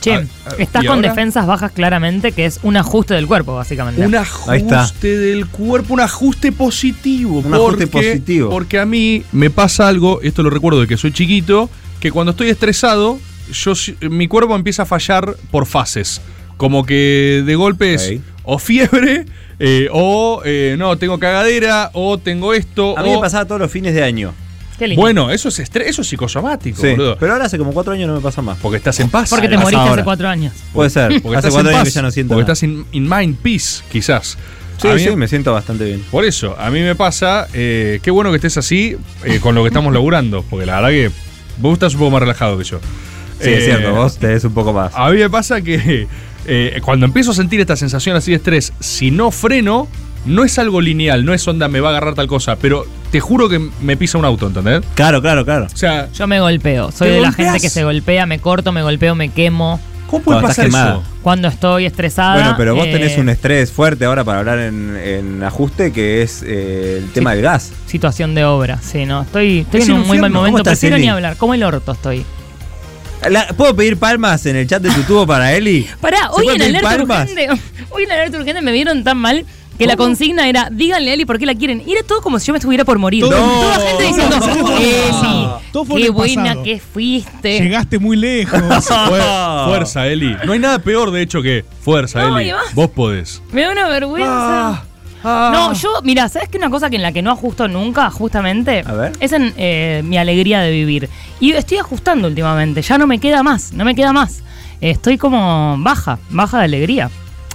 Speaker 10: Che,
Speaker 6: ah,
Speaker 10: estás
Speaker 6: ¿y
Speaker 10: con
Speaker 6: ahora?
Speaker 10: defensas bajas claramente, que es un ajuste del cuerpo, básicamente.
Speaker 6: Un ajuste del cuerpo, un ajuste positivo.
Speaker 9: Un ajuste positivo.
Speaker 6: Porque a mí me pasa algo, esto lo recuerdo de que soy chiquito, que cuando estoy estresado, yo, si- mi cuerpo empieza a fallar por fases. Como que de golpe es o fiebre, eh, o eh, no, tengo cagadera, o tengo esto.
Speaker 9: A mí me
Speaker 6: o-
Speaker 9: pasaba todos los fines de año.
Speaker 6: Bueno, eso es estrés, eso es psicosomático,
Speaker 9: Sí,
Speaker 6: boludo.
Speaker 9: Pero ahora hace como cuatro años no me pasa más.
Speaker 6: Porque estás en paz.
Speaker 10: Porque te
Speaker 6: Pasa
Speaker 10: moriste hace
Speaker 6: ahora.
Speaker 10: cuatro años.
Speaker 9: Puede ser.
Speaker 6: Porque
Speaker 9: hace
Speaker 6: estás
Speaker 9: cuatro
Speaker 6: en
Speaker 9: años
Speaker 6: paz,
Speaker 9: que ya no siento.
Speaker 6: Porque
Speaker 9: nada.
Speaker 6: estás in, in mind peace, quizás.
Speaker 9: Sí,
Speaker 6: A mí-
Speaker 9: sí, me siento bastante bien.
Speaker 6: Por eso, a mí me pasa, eh, qué bueno que estés así eh, con lo que estamos laburando, porque la verdad que vos estás un poco más relajado que yo.
Speaker 9: Sí, es
Speaker 6: Eh, Ah,
Speaker 9: cierto, vos te des un poco más.
Speaker 6: A mí me pasa que eh, cuando empiezo a sentir esta sensación así de estrés, si no freno, no es algo lineal, no es onda, me va a agarrar tal cosa, pero te juro que me pisa un auto, ¿entendés?
Speaker 9: Claro, claro, claro.
Speaker 6: O sea,
Speaker 10: Yo me golpeo. Soy
Speaker 6: ¿Te
Speaker 10: de la
Speaker 6: golpeas?
Speaker 10: gente que se golpea, me corto, me golpeo, me quemo.
Speaker 6: ¿cómo
Speaker 9: puede Cuando pasar estás quemada. eso?
Speaker 10: Cuando estoy estresada.
Speaker 9: Bueno, pero vos tenés
Speaker 10: eh,
Speaker 9: un estrés fuerte ahora para hablar en, en ajuste, que es eh, el tema del gas.
Speaker 10: Situación de obra, sí, no. Estoy, estoy
Speaker 9: Es
Speaker 10: en un
Speaker 9: un
Speaker 10: muy mal
Speaker 9: infierno.
Speaker 10: momento.
Speaker 9: ¿Cómo estás,
Speaker 10: Prefiero ni
Speaker 9: Eli?
Speaker 10: hablar. Como el orto estoy.
Speaker 9: La- ¿Puedo pedir palmas en el chat de tu tubo para Eli?
Speaker 10: Pará,
Speaker 9: ¿Se
Speaker 10: hoy
Speaker 9: puede
Speaker 10: en
Speaker 9: pedir
Speaker 10: Alerta
Speaker 9: palmas?
Speaker 10: Urgente. Hoy en Alerta Urgente me vieron tan mal. Que la consigna era, díganle a Eli por qué la quieren. Y era todo como si yo me estuviera por morir.
Speaker 7: Todo-
Speaker 10: Toda la gente diciendo,
Speaker 7: todo fue en el pasado. Todo fue en
Speaker 10: Eli, qué
Speaker 7: el
Speaker 10: buena
Speaker 7: pasado.
Speaker 10: que fuiste.
Speaker 7: Llegaste muy lejos.
Speaker 6: Fue- fuerza, Eli. No hay nada peor, de hecho, que fuerza,
Speaker 10: No, y
Speaker 6: Eli.
Speaker 10: más-
Speaker 6: Vos podés.
Speaker 10: Me da una vergüenza.
Speaker 9: Ah,
Speaker 10: No, yo, mira, ¿sabes qué? Una cosa que en la que no ajusto nunca, justamente,
Speaker 9: A ver.
Speaker 10: es en eh, mi alegría de vivir. Y estoy ajustando últimamente, ya no me queda más, no me queda más. Estoy como baja, baja de alegría.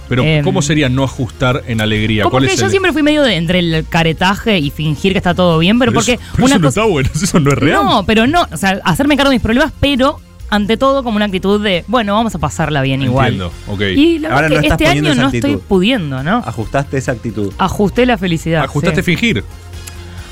Speaker 6: Pero,
Speaker 10: Em,
Speaker 6: ¿cómo sería no ajustar en alegría?
Speaker 10: Como
Speaker 6: ¿Cuál
Speaker 10: que
Speaker 6: es
Speaker 10: yo
Speaker 6: el-
Speaker 10: siempre fui medio de entre el caretaje y fingir que está todo bien, pero, porque
Speaker 6: eso, pero
Speaker 10: una
Speaker 6: eso no
Speaker 10: cosa.
Speaker 6: está bueno, eso no es real.
Speaker 10: No, pero no, o sea, hacerme cargo de mis problemas, pero ante todo como una actitud de, bueno, vamos a pasarla bien igual.
Speaker 6: Entiendo, ok.
Speaker 10: Y la
Speaker 9: Ahora
Speaker 10: verdad
Speaker 9: no
Speaker 10: que
Speaker 9: estás
Speaker 10: este
Speaker 9: poniendo
Speaker 10: año
Speaker 9: esa
Speaker 10: no
Speaker 9: actitud.
Speaker 10: estoy pudiendo, ¿no?
Speaker 9: Ajustaste esa actitud.
Speaker 10: Ajusté la felicidad.
Speaker 6: Ajustaste
Speaker 10: sí.
Speaker 6: fingir.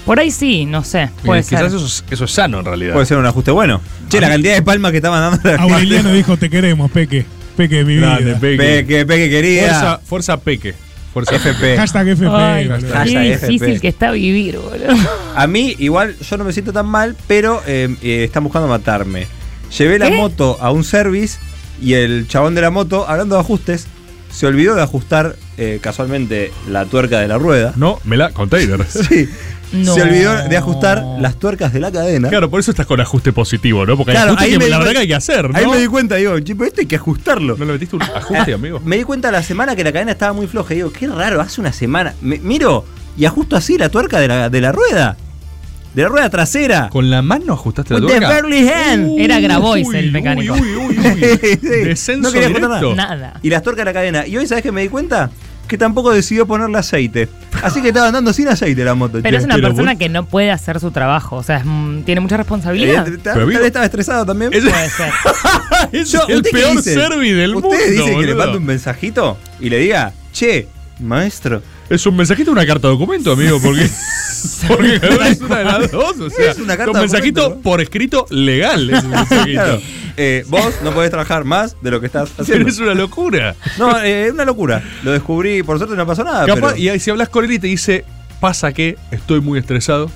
Speaker 10: Por ahí sí, no sé.
Speaker 6: Eh,
Speaker 10: Puede ser.
Speaker 6: quizás eso es, eso es sano en realidad.
Speaker 9: Puede ser un ajuste bueno. Che, la cantidad de palmas Ah, que estaban dando la
Speaker 7: Aureliano dijo, te queremos, Peque. Peque de mi vida.
Speaker 6: Grande, Peque.
Speaker 9: Peque, Peque
Speaker 6: Fuerza,
Speaker 9: querida.
Speaker 6: fuerza Peque. Fuerza
Speaker 9: FP.
Speaker 7: Hashtag FP.
Speaker 10: Ay,
Speaker 7: boludo.
Speaker 10: qué
Speaker 9: Hashtag
Speaker 10: difícil
Speaker 9: FP.
Speaker 10: que está vivir, boludo.
Speaker 9: A mí, igual, yo no me siento tan mal, pero eh, eh, están buscando matarme. Llevé la
Speaker 10: ¿Qué?
Speaker 9: moto a un service y el chabón de la moto, hablando de ajustes, se olvidó de ajustar eh, casualmente la tuerca de la rueda.
Speaker 6: No, me la container.
Speaker 9: Sí. se olvidó de ajustar las tuercas de la cadena.
Speaker 6: Claro, por eso estás con ajuste positivo, ¿no? Porque hay
Speaker 9: Claro,
Speaker 6: ajuste
Speaker 9: ahí
Speaker 6: que
Speaker 9: me di
Speaker 6: la
Speaker 9: cuenta-
Speaker 6: verdad que hay que hacer, ¿no?
Speaker 9: Ahí me di cuenta, digo, "Che, pero esto hay que ajustarlo. ¿No
Speaker 6: le metiste un ajuste, amigo?
Speaker 9: Me di cuenta la semana que la cadena estaba muy floja. Y digo, qué raro, hace una semana. Me- miro y ajusto así la tuerca de la, de la rueda. De la rueda trasera.
Speaker 6: ¿Con la mano ajustaste
Speaker 10: la
Speaker 9: With
Speaker 10: tuerca?
Speaker 9: The Berly hand.
Speaker 10: Era Grabois el mecánico.
Speaker 9: Sí, no quería ajustar nada.
Speaker 10: Nada.
Speaker 9: Y las tuercas de la cadena. Y hoy, ¿sabes qué me di cuenta? Que tampoco decidió ponerle aceite. Así que estaba andando sin aceite la moto.
Speaker 10: Pero es una persona que no puede hacer su trabajo. O sea, es, mm, tiene mucha responsabilidad.
Speaker 9: Eh, tal- Pero tal vez estaba estresado también.
Speaker 10: Puede ser.
Speaker 6: Es el peor service del mundo,
Speaker 9: ¿Ustedes dicen que le
Speaker 6: boludo.
Speaker 9: mande un mensajito y le diga, che, maestro?
Speaker 6: Es un mensajito o una carta de documento, amigo, porque. Porque es una de las dos. O sea,
Speaker 9: Es una carta
Speaker 6: un
Speaker 9: de
Speaker 6: mensajito por escrito legal. Es un mensajito.
Speaker 9: Claro. Eh, vos no podés trabajar más de lo que estás haciendo.
Speaker 6: Eres una locura.
Speaker 9: No, eh, es una locura. Lo descubrí, por suerte no pasó nada.
Speaker 6: Capaz-
Speaker 9: pero-
Speaker 6: Y ahí si hablas con él y te dice, pasa que estoy muy estresado.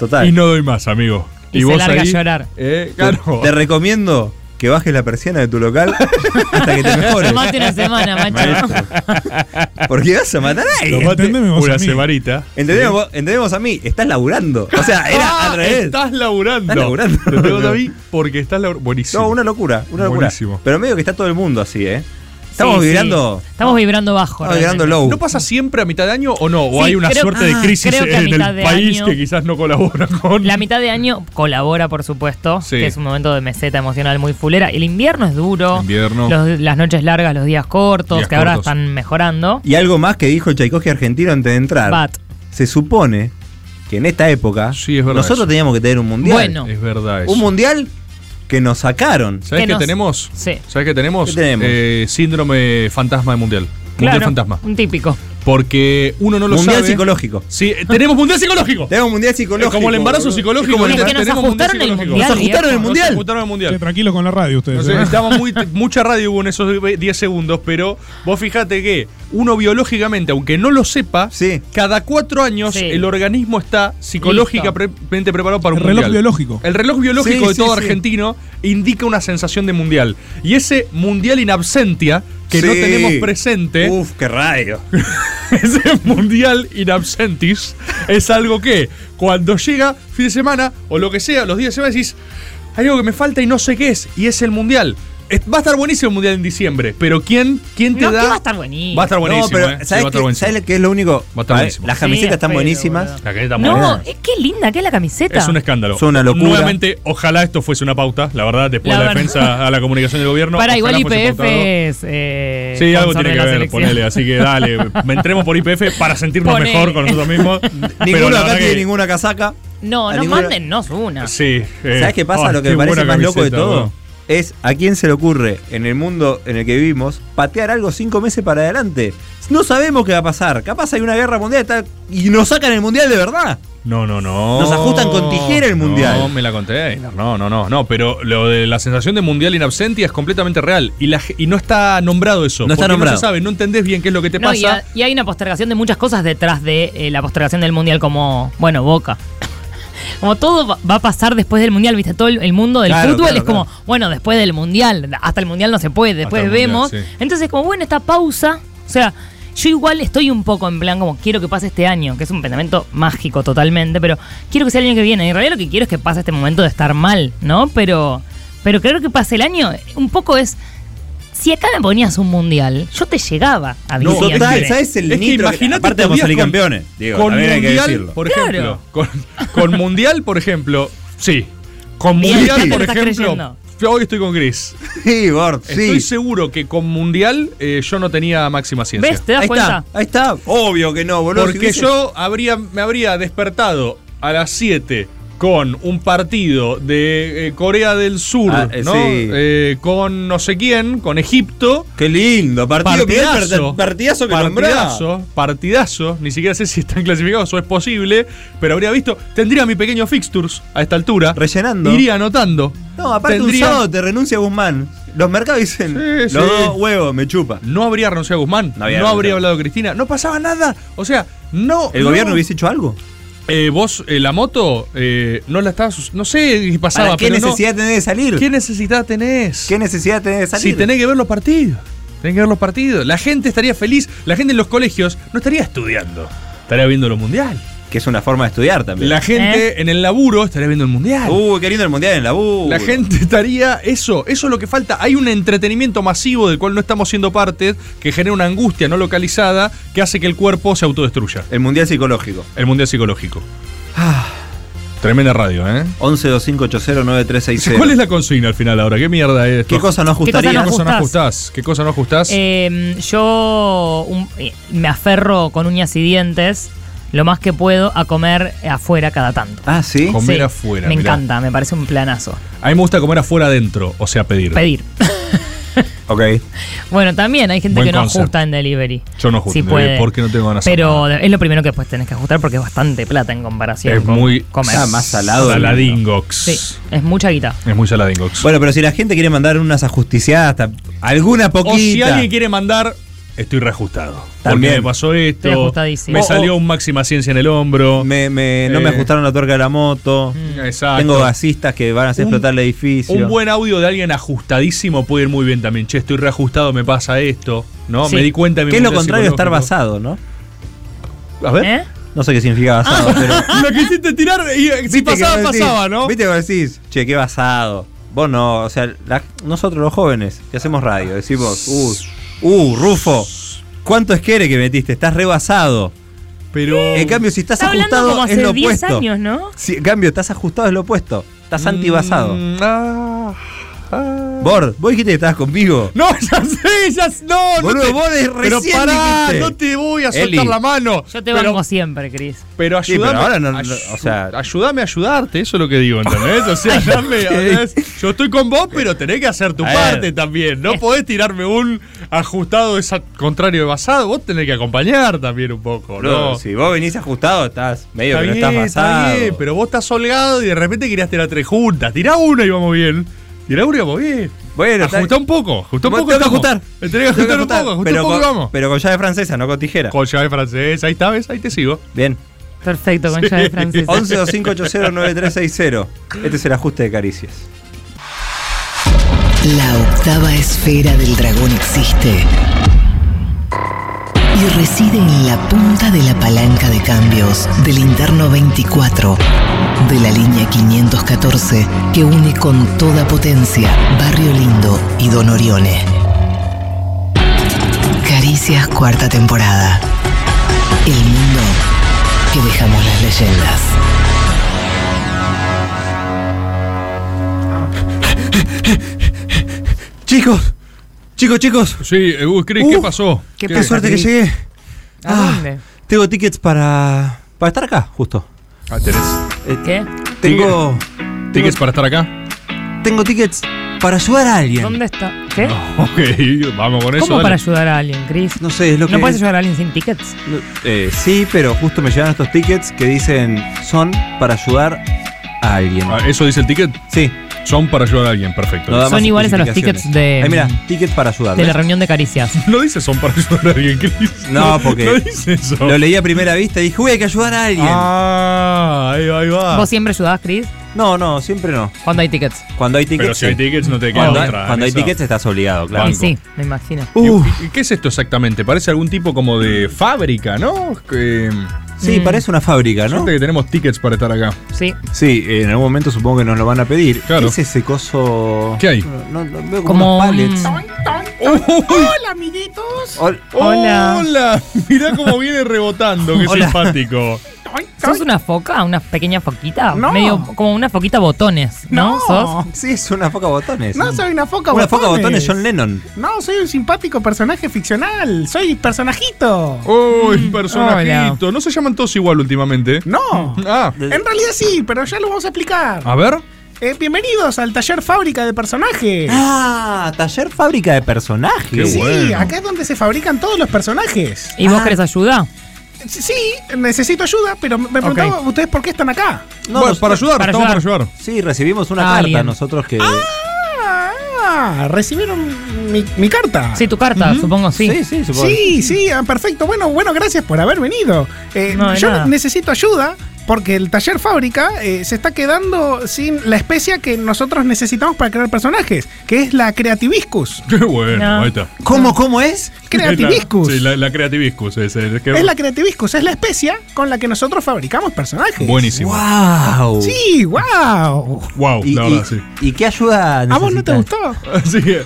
Speaker 9: Total.
Speaker 6: Y no doy más, amigo.
Speaker 9: Y se larga a llorar.
Speaker 6: Eh,
Speaker 9: Te-
Speaker 6: claro.
Speaker 9: Te recomiendo que bajes la persiana de tu local hasta que te mejores.
Speaker 10: Tomate una semana, macho.
Speaker 9: Porque vas a matar a alguien.
Speaker 6: Tomate Entendeme vos una a mí. semanita.
Speaker 9: Entendemos,
Speaker 6: Sí.
Speaker 9: vos- entendemos a mí. Estás laburando. O sea, era
Speaker 6: Ah,
Speaker 9: al revés.
Speaker 6: Estás laburando.
Speaker 9: Estás laburando.
Speaker 6: Te tengo a mí porque estás laburando. Buenísimo.
Speaker 9: No, una locura, una locura.
Speaker 6: Buenísimo.
Speaker 9: Pero medio que está todo el mundo así, ¿eh? Estamos
Speaker 10: Sí, sí.
Speaker 9: vibrando.
Speaker 10: Estamos vibrando bajo.
Speaker 9: Estamos vibrando
Speaker 10: realmente.
Speaker 9: low.
Speaker 6: ¿No pasa siempre a mitad de año o no? ¿O
Speaker 10: Sí,
Speaker 6: hay una
Speaker 10: creo-
Speaker 6: suerte de
Speaker 10: ah,
Speaker 6: crisis
Speaker 10: creo que a
Speaker 6: en
Speaker 10: mitad
Speaker 6: el
Speaker 10: de
Speaker 6: país
Speaker 10: año.
Speaker 6: que quizás no colabora con...?
Speaker 10: La mitad de año colabora, por supuesto,
Speaker 6: Sí.
Speaker 10: que es un momento de meseta emocional muy fulera. El invierno es duro.
Speaker 6: Invierno.
Speaker 10: Los- las noches largas, los días cortos,
Speaker 9: Días
Speaker 10: que ahora
Speaker 9: cortos.
Speaker 10: están mejorando.
Speaker 9: Y algo más que dijo Tchaikovsky argentino antes de entrar.
Speaker 10: Bat.
Speaker 9: Se supone que en esta época
Speaker 6: verdad
Speaker 9: nosotros
Speaker 6: eso.
Speaker 9: teníamos que tener un mundial.
Speaker 10: Bueno.
Speaker 6: Es verdad eso.
Speaker 9: Un mundial que nos sacaron.
Speaker 6: ¿Sabes qué
Speaker 10: nos-
Speaker 6: tenemos?
Speaker 10: Sí.
Speaker 6: ¿Sabes qué tenemos?
Speaker 9: ¿Qué tenemos?
Speaker 6: Eh, síndrome fantasma de mundial. Mundial
Speaker 10: Claro,
Speaker 6: fantasma.
Speaker 10: un típico.
Speaker 6: Porque uno no lo
Speaker 9: mundial
Speaker 6: sabe.
Speaker 9: psicológico.
Speaker 6: Sí, eh, tenemos mundial psicológico.
Speaker 9: Tenemos un mundial psicológico.
Speaker 6: Eh, como el embarazo
Speaker 9: Es
Speaker 6: psicológico.
Speaker 9: como el-
Speaker 6: Tenemos-
Speaker 10: Es que nos
Speaker 6: tenemos mundial
Speaker 10: ajustaron el
Speaker 6: psicológico.
Speaker 10: mundial,
Speaker 6: Nos ajustaron el
Speaker 10: viejo.
Speaker 6: mundial.
Speaker 10: Nos
Speaker 6: ajustaron el mundial.
Speaker 7: Tranquilo con la radio ustedes.
Speaker 6: No sé,
Speaker 7: ¿eh?
Speaker 6: estaba muy, mucha radio hubo en esos 10 segundos, pero vos fijate que uno biológicamente, aunque no lo sepa, cada cuatro años
Speaker 10: Sí.
Speaker 6: el organismo está psicológicamente preparado para un
Speaker 7: El reloj
Speaker 6: mundial.
Speaker 7: biológico.
Speaker 6: El reloj biológico
Speaker 7: Sí,
Speaker 6: de
Speaker 7: sí,
Speaker 6: todo
Speaker 7: sí.
Speaker 6: argentino indica una sensación de mundial. Y ese mundial in absentia, que no
Speaker 9: Sí.
Speaker 6: tenemos presente,
Speaker 9: Uf, qué radio.
Speaker 6: ese mundial in absentis, es algo que cuando llega fin de semana o lo que sea, los días de semana decís, hay algo que me falta y no sé qué es, y es el mundial. Es- Va a estar buenísimo el mundial en diciembre, pero ¿quién, quién te
Speaker 10: No,
Speaker 6: da?
Speaker 10: que va a estar buenísimo.
Speaker 6: Va a estar buenísimo.
Speaker 9: No, pero
Speaker 6: eh. Sí,
Speaker 9: ¿sabes,
Speaker 6: va a estar
Speaker 9: qué,
Speaker 6: buenísimo.
Speaker 9: ¿sabes qué es lo único?
Speaker 6: Va a estar
Speaker 9: A ver,
Speaker 6: buenísimo.
Speaker 9: Las camisetas
Speaker 10: Sí,
Speaker 9: están
Speaker 10: pero,
Speaker 9: buenísimas.
Speaker 6: La careta
Speaker 10: No,
Speaker 6: morena.
Speaker 10: es que linda que es la camiseta.
Speaker 6: Es un escándalo.
Speaker 9: Es una locura.
Speaker 6: Nuevamente, ojalá esto fuese una pauta, la verdad, después
Speaker 10: La
Speaker 6: de la
Speaker 10: verdad.
Speaker 6: defensa a la comunicación del gobierno.
Speaker 10: Para igual
Speaker 6: ojalá fuese
Speaker 10: IPF
Speaker 6: pautado.
Speaker 10: es. eh,
Speaker 6: Sí, algo
Speaker 10: sponsor
Speaker 6: tiene
Speaker 10: de
Speaker 6: que
Speaker 10: la
Speaker 6: ver,
Speaker 10: selección.
Speaker 6: ponele. Así que dale, me entremos por IPF para sentirnos
Speaker 10: Ponele.
Speaker 6: mejor con nosotros mismos. Pero
Speaker 9: Ninguno
Speaker 6: la
Speaker 9: acá
Speaker 6: verdad
Speaker 9: tiene
Speaker 6: que-
Speaker 9: ninguna casaca.
Speaker 10: No,
Speaker 9: A
Speaker 10: no
Speaker 9: ninguna-
Speaker 10: mándennos una.
Speaker 6: Sí. eh,
Speaker 9: ¿Sabes qué pasa?
Speaker 6: ay,
Speaker 9: lo que me
Speaker 6: qué
Speaker 9: parece
Speaker 6: buena
Speaker 9: más loco de
Speaker 6: camiseta,
Speaker 9: todo
Speaker 6: boludo.
Speaker 9: es a quién se le ocurre en el mundo en el que vivimos patear algo cinco meses para adelante. No sabemos qué va a pasar. Capaz hay una guerra mundial y tal, y nos sacan el mundial de verdad.
Speaker 6: No, no, no.
Speaker 9: Nos ajustan con tijera el mundial.
Speaker 6: No, me la conté. No, no, no, no. Pero lo de la sensación de mundial in absentia es completamente real. Y, la, ge- y no está nombrado eso.
Speaker 9: No está
Speaker 6: porque
Speaker 9: nombrado.
Speaker 6: No se sabe, no entendés bien qué es lo que te
Speaker 10: No, y,
Speaker 6: pasa.
Speaker 10: ha- y hay una postergación de muchas cosas detrás de eh, la postergación del mundial, como, bueno, Boca. Como todo va- va a pasar después del mundial, viste, todo el el mundo del
Speaker 9: Claro,
Speaker 10: fútbol
Speaker 9: claro,
Speaker 10: es como, bueno, después del mundial, hasta el mundial no se puede, después
Speaker 6: el mundial,
Speaker 10: vemos.
Speaker 6: sí.
Speaker 10: Entonces, como, bueno, esta pausa, o sea, yo igual estoy un poco en plan, como, quiero que pase este año, que es un pensamiento mágico totalmente, pero quiero que sea el año que viene. Y En realidad lo que quiero es que pase este momento de estar mal, ¿no? Pero, pero creo que pase el año, eh, un poco es. Si acá me ponías un mundial, yo te llegaba a
Speaker 9: No,
Speaker 10: diciembre.
Speaker 9: total, ¿sabes el
Speaker 6: Es que
Speaker 9: nitro?
Speaker 6: imagínate
Speaker 9: aparte
Speaker 6: estos
Speaker 9: vamos a
Speaker 6: días
Speaker 9: salir
Speaker 6: con-
Speaker 9: campeones. Digo,
Speaker 6: con
Speaker 9: también hay que
Speaker 6: mundial,
Speaker 9: decirlo.
Speaker 6: por
Speaker 10: Claro.
Speaker 6: ejemplo. Con, con mundial, por ejemplo. Sí. Con mundial,
Speaker 10: Bien,
Speaker 6: por
Speaker 10: te lo estás
Speaker 6: ejemplo.
Speaker 10: creyendo.
Speaker 6: Yo hoy estoy con Gris.
Speaker 9: Sí, Bort, sí.
Speaker 6: Estoy seguro que con mundial eh, yo no tenía máxima ciencia.
Speaker 10: ¿Ves? ¿Te das
Speaker 9: Ahí
Speaker 10: cuenta?
Speaker 9: está, ahí está. Obvio que no, boludo. Si
Speaker 6: Porque
Speaker 9: hubiese-
Speaker 6: yo habría, me habría despertado a las 7 con un partido de eh, Corea del Sur,
Speaker 9: Ah, eh,
Speaker 6: ¿no?
Speaker 9: sí.
Speaker 6: Eh, con no sé quién, con Egipto.
Speaker 9: Qué lindo, partido que-
Speaker 6: Partidazo,
Speaker 9: partidazo que nombrás.
Speaker 6: partidazo, partidazo, ni siquiera sé si están clasificados o es posible, pero habría visto, tendría mi pequeño fixtures a esta altura,
Speaker 9: Rellenando.
Speaker 6: iría anotando.
Speaker 9: No, aparte
Speaker 6: Tendría-
Speaker 9: un sábado te renuncia Guzmán. Los mercados dicen,
Speaker 6: Sí,
Speaker 9: los
Speaker 6: sí.
Speaker 9: dos huevos, me chupa.
Speaker 6: No habría renunciado Guzmán, no
Speaker 9: No
Speaker 6: habría,
Speaker 9: había renunciado.
Speaker 6: hablado Cristina, no pasaba nada, o sea, no...
Speaker 9: ¿El
Speaker 6: no-
Speaker 9: gobierno hubiese hecho algo?
Speaker 6: Eh, vos, eh, la moto, eh, no la estabas. us- No sé qué pasaba,
Speaker 9: ¿Para qué
Speaker 6: pero no-
Speaker 9: necesidad tenés de salir?
Speaker 6: ¿Qué necesidad tenés?
Speaker 9: ¿Qué necesidad tenés de salir?
Speaker 6: si tenés que ver los partidos. Tenés que ver los partidos. La gente estaría feliz. La gente en los colegios no estaría estudiando. Estaría viendo los mundial.
Speaker 9: que es una forma de estudiar también.
Speaker 6: La
Speaker 10: Eh.
Speaker 6: gente en el laburo estaría viendo el mundial.
Speaker 9: Uh, qué lindo el mundial en el laburo.
Speaker 6: La gente estaría. Eso, eso es lo que falta. Hay un entretenimiento masivo del cual no estamos siendo parte que genera una angustia no localizada que hace que el cuerpo se autodestruya.
Speaker 9: El mundial psicológico. Ah.
Speaker 6: El mundial psicológico. Tremenda radio, ¿eh?
Speaker 9: 11 2580 9360.
Speaker 6: ¿Cuál es la consigna al final ahora? ¿Qué mierda es?
Speaker 9: ¿Qué cosa no ajustaría?
Speaker 10: ¿Qué
Speaker 6: ¿Qué
Speaker 10: cosa no
Speaker 6: cosa no
Speaker 10: ajustás?
Speaker 6: ajustás? ¿Qué cosa no ajustás?
Speaker 10: Eh, yo un- eh, me aferro con uñas y dientes lo más que puedo a comer afuera cada tanto.
Speaker 9: Ah, sí.
Speaker 6: Comer
Speaker 10: Sí,
Speaker 6: afuera.
Speaker 10: Me
Speaker 6: mirá.
Speaker 10: encanta, me parece un planazo.
Speaker 6: A mí me gusta comer afuera adentro, o sea, pedir.
Speaker 10: Pedir.
Speaker 9: Ok.
Speaker 10: Bueno, también hay gente
Speaker 6: Buen
Speaker 10: que no
Speaker 6: concept.
Speaker 10: ajusta en delivery.
Speaker 6: Yo no ajusto
Speaker 10: Sí
Speaker 6: en
Speaker 10: puede.
Speaker 6: delivery, porque no tengo ganas de
Speaker 10: Pero es lo primero que después tenés que ajustar porque es bastante plata en comparación.
Speaker 6: Es
Speaker 10: con
Speaker 6: muy.
Speaker 10: comer.
Speaker 9: Ah, más salado.
Speaker 6: Saladingox.
Speaker 10: Sí, es mucha guita.
Speaker 6: Es muy saladingox.
Speaker 9: Bueno, pero si la gente quiere mandar unas ajusticiadas, ta- alguna poquita.
Speaker 6: O si alguien quiere mandar, estoy reajustado.
Speaker 9: También.
Speaker 6: Porque me pasó esto.
Speaker 10: Estoy ajustadísimo. Oh,
Speaker 6: Me
Speaker 10: O-
Speaker 6: salió un máxima ciencia en el hombro.
Speaker 9: Me- me- no me
Speaker 6: Eh.
Speaker 9: ajustaron la tuerca de la moto.
Speaker 6: Exacto.
Speaker 9: Tengo gasistas que van a hacer
Speaker 6: Un-
Speaker 9: explotar el edificio.
Speaker 6: un buen audio de alguien ajustadísimo puede ir muy bien también. Che, estoy reajustado, me pasa esto. ¿No?
Speaker 10: Sí.
Speaker 6: Me di cuenta de mi
Speaker 9: que es lo
Speaker 6: mundial
Speaker 9: contrario a estar
Speaker 6: psicológico.
Speaker 9: basado, ¿no?
Speaker 6: A ver.
Speaker 10: ¿Eh?
Speaker 9: No sé qué significa basado, pero.
Speaker 6: Lo quisiste tirar y eh, si
Speaker 9: Ah. Viste que
Speaker 6: pasaba,
Speaker 9: vos decís-
Speaker 6: pasaba, ¿no?
Speaker 9: Viste que vos decís, che, qué basado. Vos no, o sea, la- nosotros los jóvenes que hacemos radio, decimos, uh, uh, Rufo, ¿cuánto es que metiste? Estás rebasado.
Speaker 6: Pero.
Speaker 9: En cambio, si estás
Speaker 10: Está hablando
Speaker 9: ajustado,
Speaker 10: como
Speaker 9: es lo
Speaker 10: hace 10
Speaker 9: opuesto.
Speaker 10: años, ¿no?
Speaker 9: Si, en cambio, estás ajustado, es lo opuesto. Estás antibasado.
Speaker 6: Mm, ah, ah.
Speaker 9: Bord, vos dijiste que estabas conmigo.
Speaker 6: No, ya sé, ya sé. No,
Speaker 9: Boludo,
Speaker 6: no.
Speaker 9: vos de-
Speaker 6: pero
Speaker 9: recién
Speaker 6: pará,
Speaker 9: dijiste.
Speaker 6: no te voy a soltar
Speaker 9: Eli.
Speaker 6: la mano.
Speaker 10: Yo te
Speaker 6: pero,
Speaker 10: banco siempre, Cris.
Speaker 6: pero
Speaker 9: Sí, pero
Speaker 6: ayúdame.
Speaker 9: ahora no- no,
Speaker 6: ayu-
Speaker 9: o sea-
Speaker 6: ayúdame a ayudarte, eso es lo que digo, ¿entendés? O sea, dame, ¿entendés? Yo estoy con vos, pero tenés que hacer tu
Speaker 9: A ver.
Speaker 6: parte también. No podés tirarme un ajustado esa, contrario de basado. Vos tenés que acompañar también un poco,
Speaker 9: Boludo,
Speaker 6: ¿no?
Speaker 9: Si vos venís ajustado, estás medio
Speaker 6: Está
Speaker 9: que no
Speaker 6: bien,
Speaker 9: estás
Speaker 6: está
Speaker 9: basado.
Speaker 6: bien, pero vos estás holgado y de repente querías tirar tres juntas. Tirá una y vamos bien. Tirá una y vamos bien.
Speaker 9: Bueno, está-
Speaker 6: ajustá un poco, ajustá un
Speaker 9: Vos
Speaker 6: poco.
Speaker 9: tengo que
Speaker 6: estamos.
Speaker 9: ajustar.
Speaker 6: Me tenés que
Speaker 9: Tengo que
Speaker 6: ajustar un
Speaker 9: ajustar,
Speaker 6: poco, ajustá
Speaker 9: pero
Speaker 6: un poco y
Speaker 9: con-
Speaker 6: vamos.
Speaker 9: Pero con llave francesa, no con tijera.
Speaker 6: Con llave francés, ahí está, ¿ves? Ahí te sigo.
Speaker 9: Bien.
Speaker 10: Perfecto, con llave francesa.
Speaker 9: 1125809360. Este es el ajuste de caricias.
Speaker 5: La octava esfera del dragón existe y reside en la punta de la palanca de cambios del interno 24 de la línea 514 que une con toda potencia Barrio Lindo y Don Orione. Caricias cuarta temporada. El mundo que dejamos las leyendas.
Speaker 9: Chicos, chicos, chicos.
Speaker 6: Sí, eh, uh, Cris, ¿qué
Speaker 9: Uh,
Speaker 6: pasó?
Speaker 10: ¿Qué
Speaker 9: Qué,
Speaker 10: pasa,
Speaker 9: suerte que
Speaker 10: Cris?
Speaker 9: llegué.
Speaker 10: ¿A
Speaker 9: Ah.
Speaker 10: dónde?
Speaker 9: Tengo tickets para para estar acá, justo.
Speaker 6: Ah, tenés
Speaker 9: Eh,
Speaker 10: ¿Qué?
Speaker 9: tengo
Speaker 6: tickets para estar acá.
Speaker 9: tengo tickets para ayudar a alguien.
Speaker 10: ¿Dónde está? ¿Qué?
Speaker 6: Ok, vamos con eso.
Speaker 10: ¿Cómo
Speaker 6: dale.
Speaker 10: para ayudar a alguien, Cris?
Speaker 9: No sé, es lo que
Speaker 10: ¿No puedes ayudar a alguien sin tickets?
Speaker 9: no- eh, sí, pero justo me llegan estos tickets que dicen son para ayudar a alguien.
Speaker 6: Ah, ¿Eso dice el ticket?
Speaker 9: Sí,
Speaker 6: Son para ayudar a alguien, perfecto.
Speaker 9: no da
Speaker 6: No,
Speaker 10: Son
Speaker 9: más
Speaker 10: iguales a los
Speaker 9: especificaciones.
Speaker 10: tickets de- mm,
Speaker 9: Ahí mira, tickets para ayudar.
Speaker 10: De la
Speaker 9: ¿ves?
Speaker 10: reunión de caricias.
Speaker 6: dice son para ayudar a alguien, Cris.
Speaker 9: No, porque-
Speaker 6: No dice eso.
Speaker 9: Lo leí a primera vista y dije, uy, hay que ayudar a alguien.
Speaker 6: Ah, ahí va, ahí va.
Speaker 10: ¿Vos siempre ayudás, Cris?
Speaker 9: No, no, siempre no.
Speaker 10: Cuando hay tickets.
Speaker 9: Cuando hay tickets.
Speaker 6: Pero si hay
Speaker 9: sí.
Speaker 6: tickets no te queda
Speaker 9: Cuando, hay-
Speaker 6: otra.
Speaker 9: cuando hay
Speaker 6: Vanessa.
Speaker 9: tickets estás obligado, claro.
Speaker 10: Y sí, me imagino.
Speaker 6: ¿Y-
Speaker 9: Uh,
Speaker 6: ¿Y, qué es esto exactamente? Parece algún tipo como de fábrica, ¿no? Que,
Speaker 9: sí,
Speaker 10: Mm.
Speaker 9: parece una fábrica, ¿no?
Speaker 6: Suerte que tenemos tickets para estar acá.
Speaker 10: Sí.
Speaker 9: Sí, eh, en algún momento supongo que nos lo van a pedir.
Speaker 6: Claro.
Speaker 9: ¿Qué es ese coso?
Speaker 6: ¿Qué hay?
Speaker 9: No, no, veo
Speaker 10: Como
Speaker 9: como, unos pallets.
Speaker 10: un-
Speaker 1: Hola, amiguitos.
Speaker 9: Ol-
Speaker 10: Hola.
Speaker 6: Hola. Mirá cómo viene rebotando, qué
Speaker 9: Hola.
Speaker 6: simpático.
Speaker 1: Toin, toin.
Speaker 10: ¿Sos una foca? ¿Una pequeña foquita?
Speaker 1: No.
Speaker 10: Medio como una foquita botones, ¿no?
Speaker 1: No.
Speaker 10: ¿Sos?
Speaker 9: Sí, es una foca botones.
Speaker 1: No soy una foca
Speaker 9: una
Speaker 1: botones.
Speaker 9: foca botones John Lennon.
Speaker 1: No, soy un simpático personaje ficcional. Soy personajito.
Speaker 10: Mm.
Speaker 1: Mm.
Speaker 6: Uy, personajito. No se llaman todos igual últimamente.
Speaker 1: No.
Speaker 6: Ah,
Speaker 1: En realidad sí, pero ya lo vamos a explicar.
Speaker 6: a ver.
Speaker 1: Eh, bienvenidos al taller fábrica de personajes.
Speaker 9: Ah, taller fábrica de personajes.
Speaker 6: Qué
Speaker 1: sí,
Speaker 6: bueno.
Speaker 1: acá es donde se fabrican todos los personajes.
Speaker 10: ¿Y vos
Speaker 9: Ah.
Speaker 10: querés ayuda?
Speaker 1: Sí, necesito ayuda, pero me
Speaker 10: Ok.
Speaker 1: preguntaba ustedes por qué están acá.
Speaker 9: No,
Speaker 6: bueno,
Speaker 9: nos-
Speaker 6: para ayudar,
Speaker 10: para
Speaker 6: estamos
Speaker 10: ayudar.
Speaker 6: para ayudar.
Speaker 9: Sí, recibimos una
Speaker 10: Ah,
Speaker 9: carta
Speaker 10: bien.
Speaker 9: nosotros que.
Speaker 1: Ah, recibieron mi, mi carta.
Speaker 10: Sí, tu carta, supongo, sí.
Speaker 9: sí, sí, supongo.
Speaker 1: Sí, sí, ah, perfecto. Bueno, bueno, gracias por haber venido. Eh,
Speaker 10: No, de
Speaker 1: yo
Speaker 10: nada.
Speaker 1: necesito ayuda Porque el taller fábrica eh, se está quedando sin la especia que nosotros necesitamos para crear personajes, que es la creativiscus.
Speaker 6: Qué bueno,
Speaker 1: No.
Speaker 6: ahí está.
Speaker 1: ¿Cómo, cómo es? Creativiscus.
Speaker 6: La, sí, la, la Creativiscus. Es, es que-
Speaker 1: Es la creativiscus, es la especia con la que nosotros fabricamos personajes.
Speaker 6: Buenísimo.
Speaker 9: ¡Wow!
Speaker 1: Sí, wow.
Speaker 6: Wow, la verdad, sí.
Speaker 9: ¿Y qué ayuda
Speaker 1: ¿A vos no te gustó?
Speaker 6: Así que.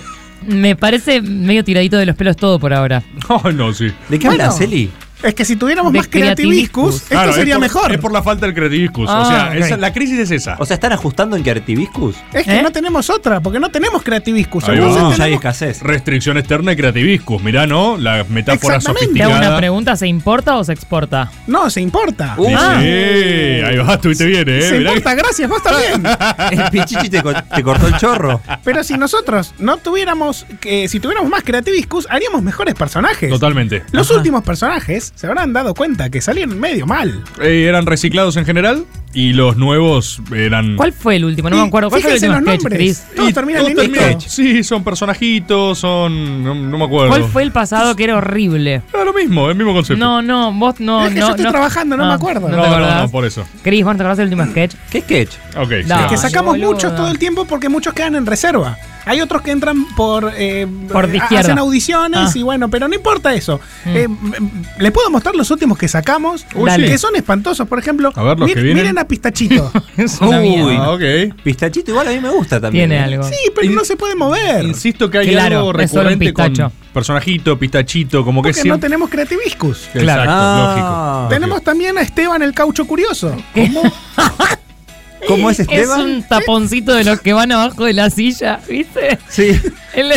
Speaker 10: Me parece medio tiradito de los pelos todo por ahora.
Speaker 6: No, no, sí.
Speaker 9: ¿De
Speaker 1: qué Bueno. hablas, Eli? Es que si tuviéramos
Speaker 10: De
Speaker 1: más creativiscus, esto
Speaker 6: Claro, es
Speaker 1: sería
Speaker 6: por-
Speaker 1: mejor.
Speaker 6: Es por la falta del Creativiscus. o
Speaker 1: Ah,
Speaker 6: sea,
Speaker 1: ok.
Speaker 6: esa- la crisis es esa.
Speaker 9: O sea, ¿están ajustando en Creativiscus?
Speaker 1: Es
Speaker 10: ¿Eh?
Speaker 1: que no tenemos otra, porque no tenemos creativiscus. Entonces Pues tenemos-
Speaker 9: escasez.
Speaker 6: Restricción externa y creativiscus. Mirá, ¿no? La metáfora
Speaker 10: Te hago
Speaker 6: sofisticada.
Speaker 10: una pregunta, ¿se importa o se exporta?
Speaker 1: No, se importa.
Speaker 9: Uh.
Speaker 6: Sí, ahí va, estuviste bien, ¿eh?
Speaker 1: Ah. Se
Speaker 6: Mirá que-
Speaker 1: importa, gracias, vos también.
Speaker 9: El pichichi te, co- te cortó el chorro.
Speaker 1: Pero si nosotros no tuviéramos, que si tuviéramos más creativiscus, haríamos mejores personajes.
Speaker 6: Totalmente.
Speaker 1: Los últimos personajes se habrán dado cuenta que salieron medio mal.
Speaker 6: Eh, eran reciclados en general y los nuevos eran.
Speaker 10: ¿Cuál fue el último? No me
Speaker 1: Y
Speaker 10: acuerdo. ¿Cuál fue el
Speaker 1: fíjense
Speaker 10: último
Speaker 1: los
Speaker 10: sketch,
Speaker 1: nombres.
Speaker 10: Cris?
Speaker 1: Todos terminan en
Speaker 6: terminan-
Speaker 1: esto.
Speaker 6: Sí, son personajitos, son. No, no me acuerdo.
Speaker 10: ¿Cuál fue el pasado que era horrible?
Speaker 6: Era Ah, lo mismo, el mismo concepto.
Speaker 10: No, no, vos no.
Speaker 1: Es que
Speaker 10: no,
Speaker 1: yo estoy
Speaker 10: no. Ah,
Speaker 1: trabajando, no me acuerdo.
Speaker 10: No,
Speaker 6: no,
Speaker 10: te
Speaker 6: no,
Speaker 10: acordás.
Speaker 6: no, por eso.
Speaker 10: Cris, ¿vos no te acordás del último sketch?
Speaker 9: ¿Qué sketch?
Speaker 6: Ok,
Speaker 10: No.
Speaker 6: sí.
Speaker 1: que sacamos
Speaker 10: boluda.
Speaker 1: muchos todo el tiempo porque muchos quedan en reserva. Hay otros que entran por. eh,
Speaker 10: Por de
Speaker 1: eh,
Speaker 10: izquierda.
Speaker 1: Hacen audiciones
Speaker 10: Ah.
Speaker 1: y bueno, pero no importa eso.
Speaker 10: Mm.
Speaker 1: Eh, m- m- les puedo mostrar los últimos que sacamos,
Speaker 6: Uy, Dale.
Speaker 1: que son espantosos. Por ejemplo,
Speaker 6: A ver los
Speaker 1: mir-
Speaker 6: que vienen.
Speaker 1: miren a Pistachito.
Speaker 10: Es una mierda.
Speaker 6: Ah, ok.
Speaker 9: Pistachito igual a mí me gusta también.
Speaker 10: Tiene
Speaker 9: ¿eh?
Speaker 10: algo.
Speaker 1: sí, pero no se puede mover.
Speaker 6: Insisto que hay
Speaker 10: Claro,
Speaker 6: algo
Speaker 10: es solo un
Speaker 6: recurrente con
Speaker 10: pistacho.
Speaker 6: personajito, pistachito, como que
Speaker 1: Porque no
Speaker 6: siempre.
Speaker 1: tenemos creativiscus.
Speaker 10: Claro.
Speaker 6: Exacto,
Speaker 9: Ah.
Speaker 6: lógico.
Speaker 1: Tenemos también a Esteban el Caucho Curioso.
Speaker 9: ¿Cómo es
Speaker 10: Es
Speaker 9: Esteban?
Speaker 10: un taponcito de los que van abajo de la silla, ¿viste?
Speaker 9: Sí.
Speaker 10: El,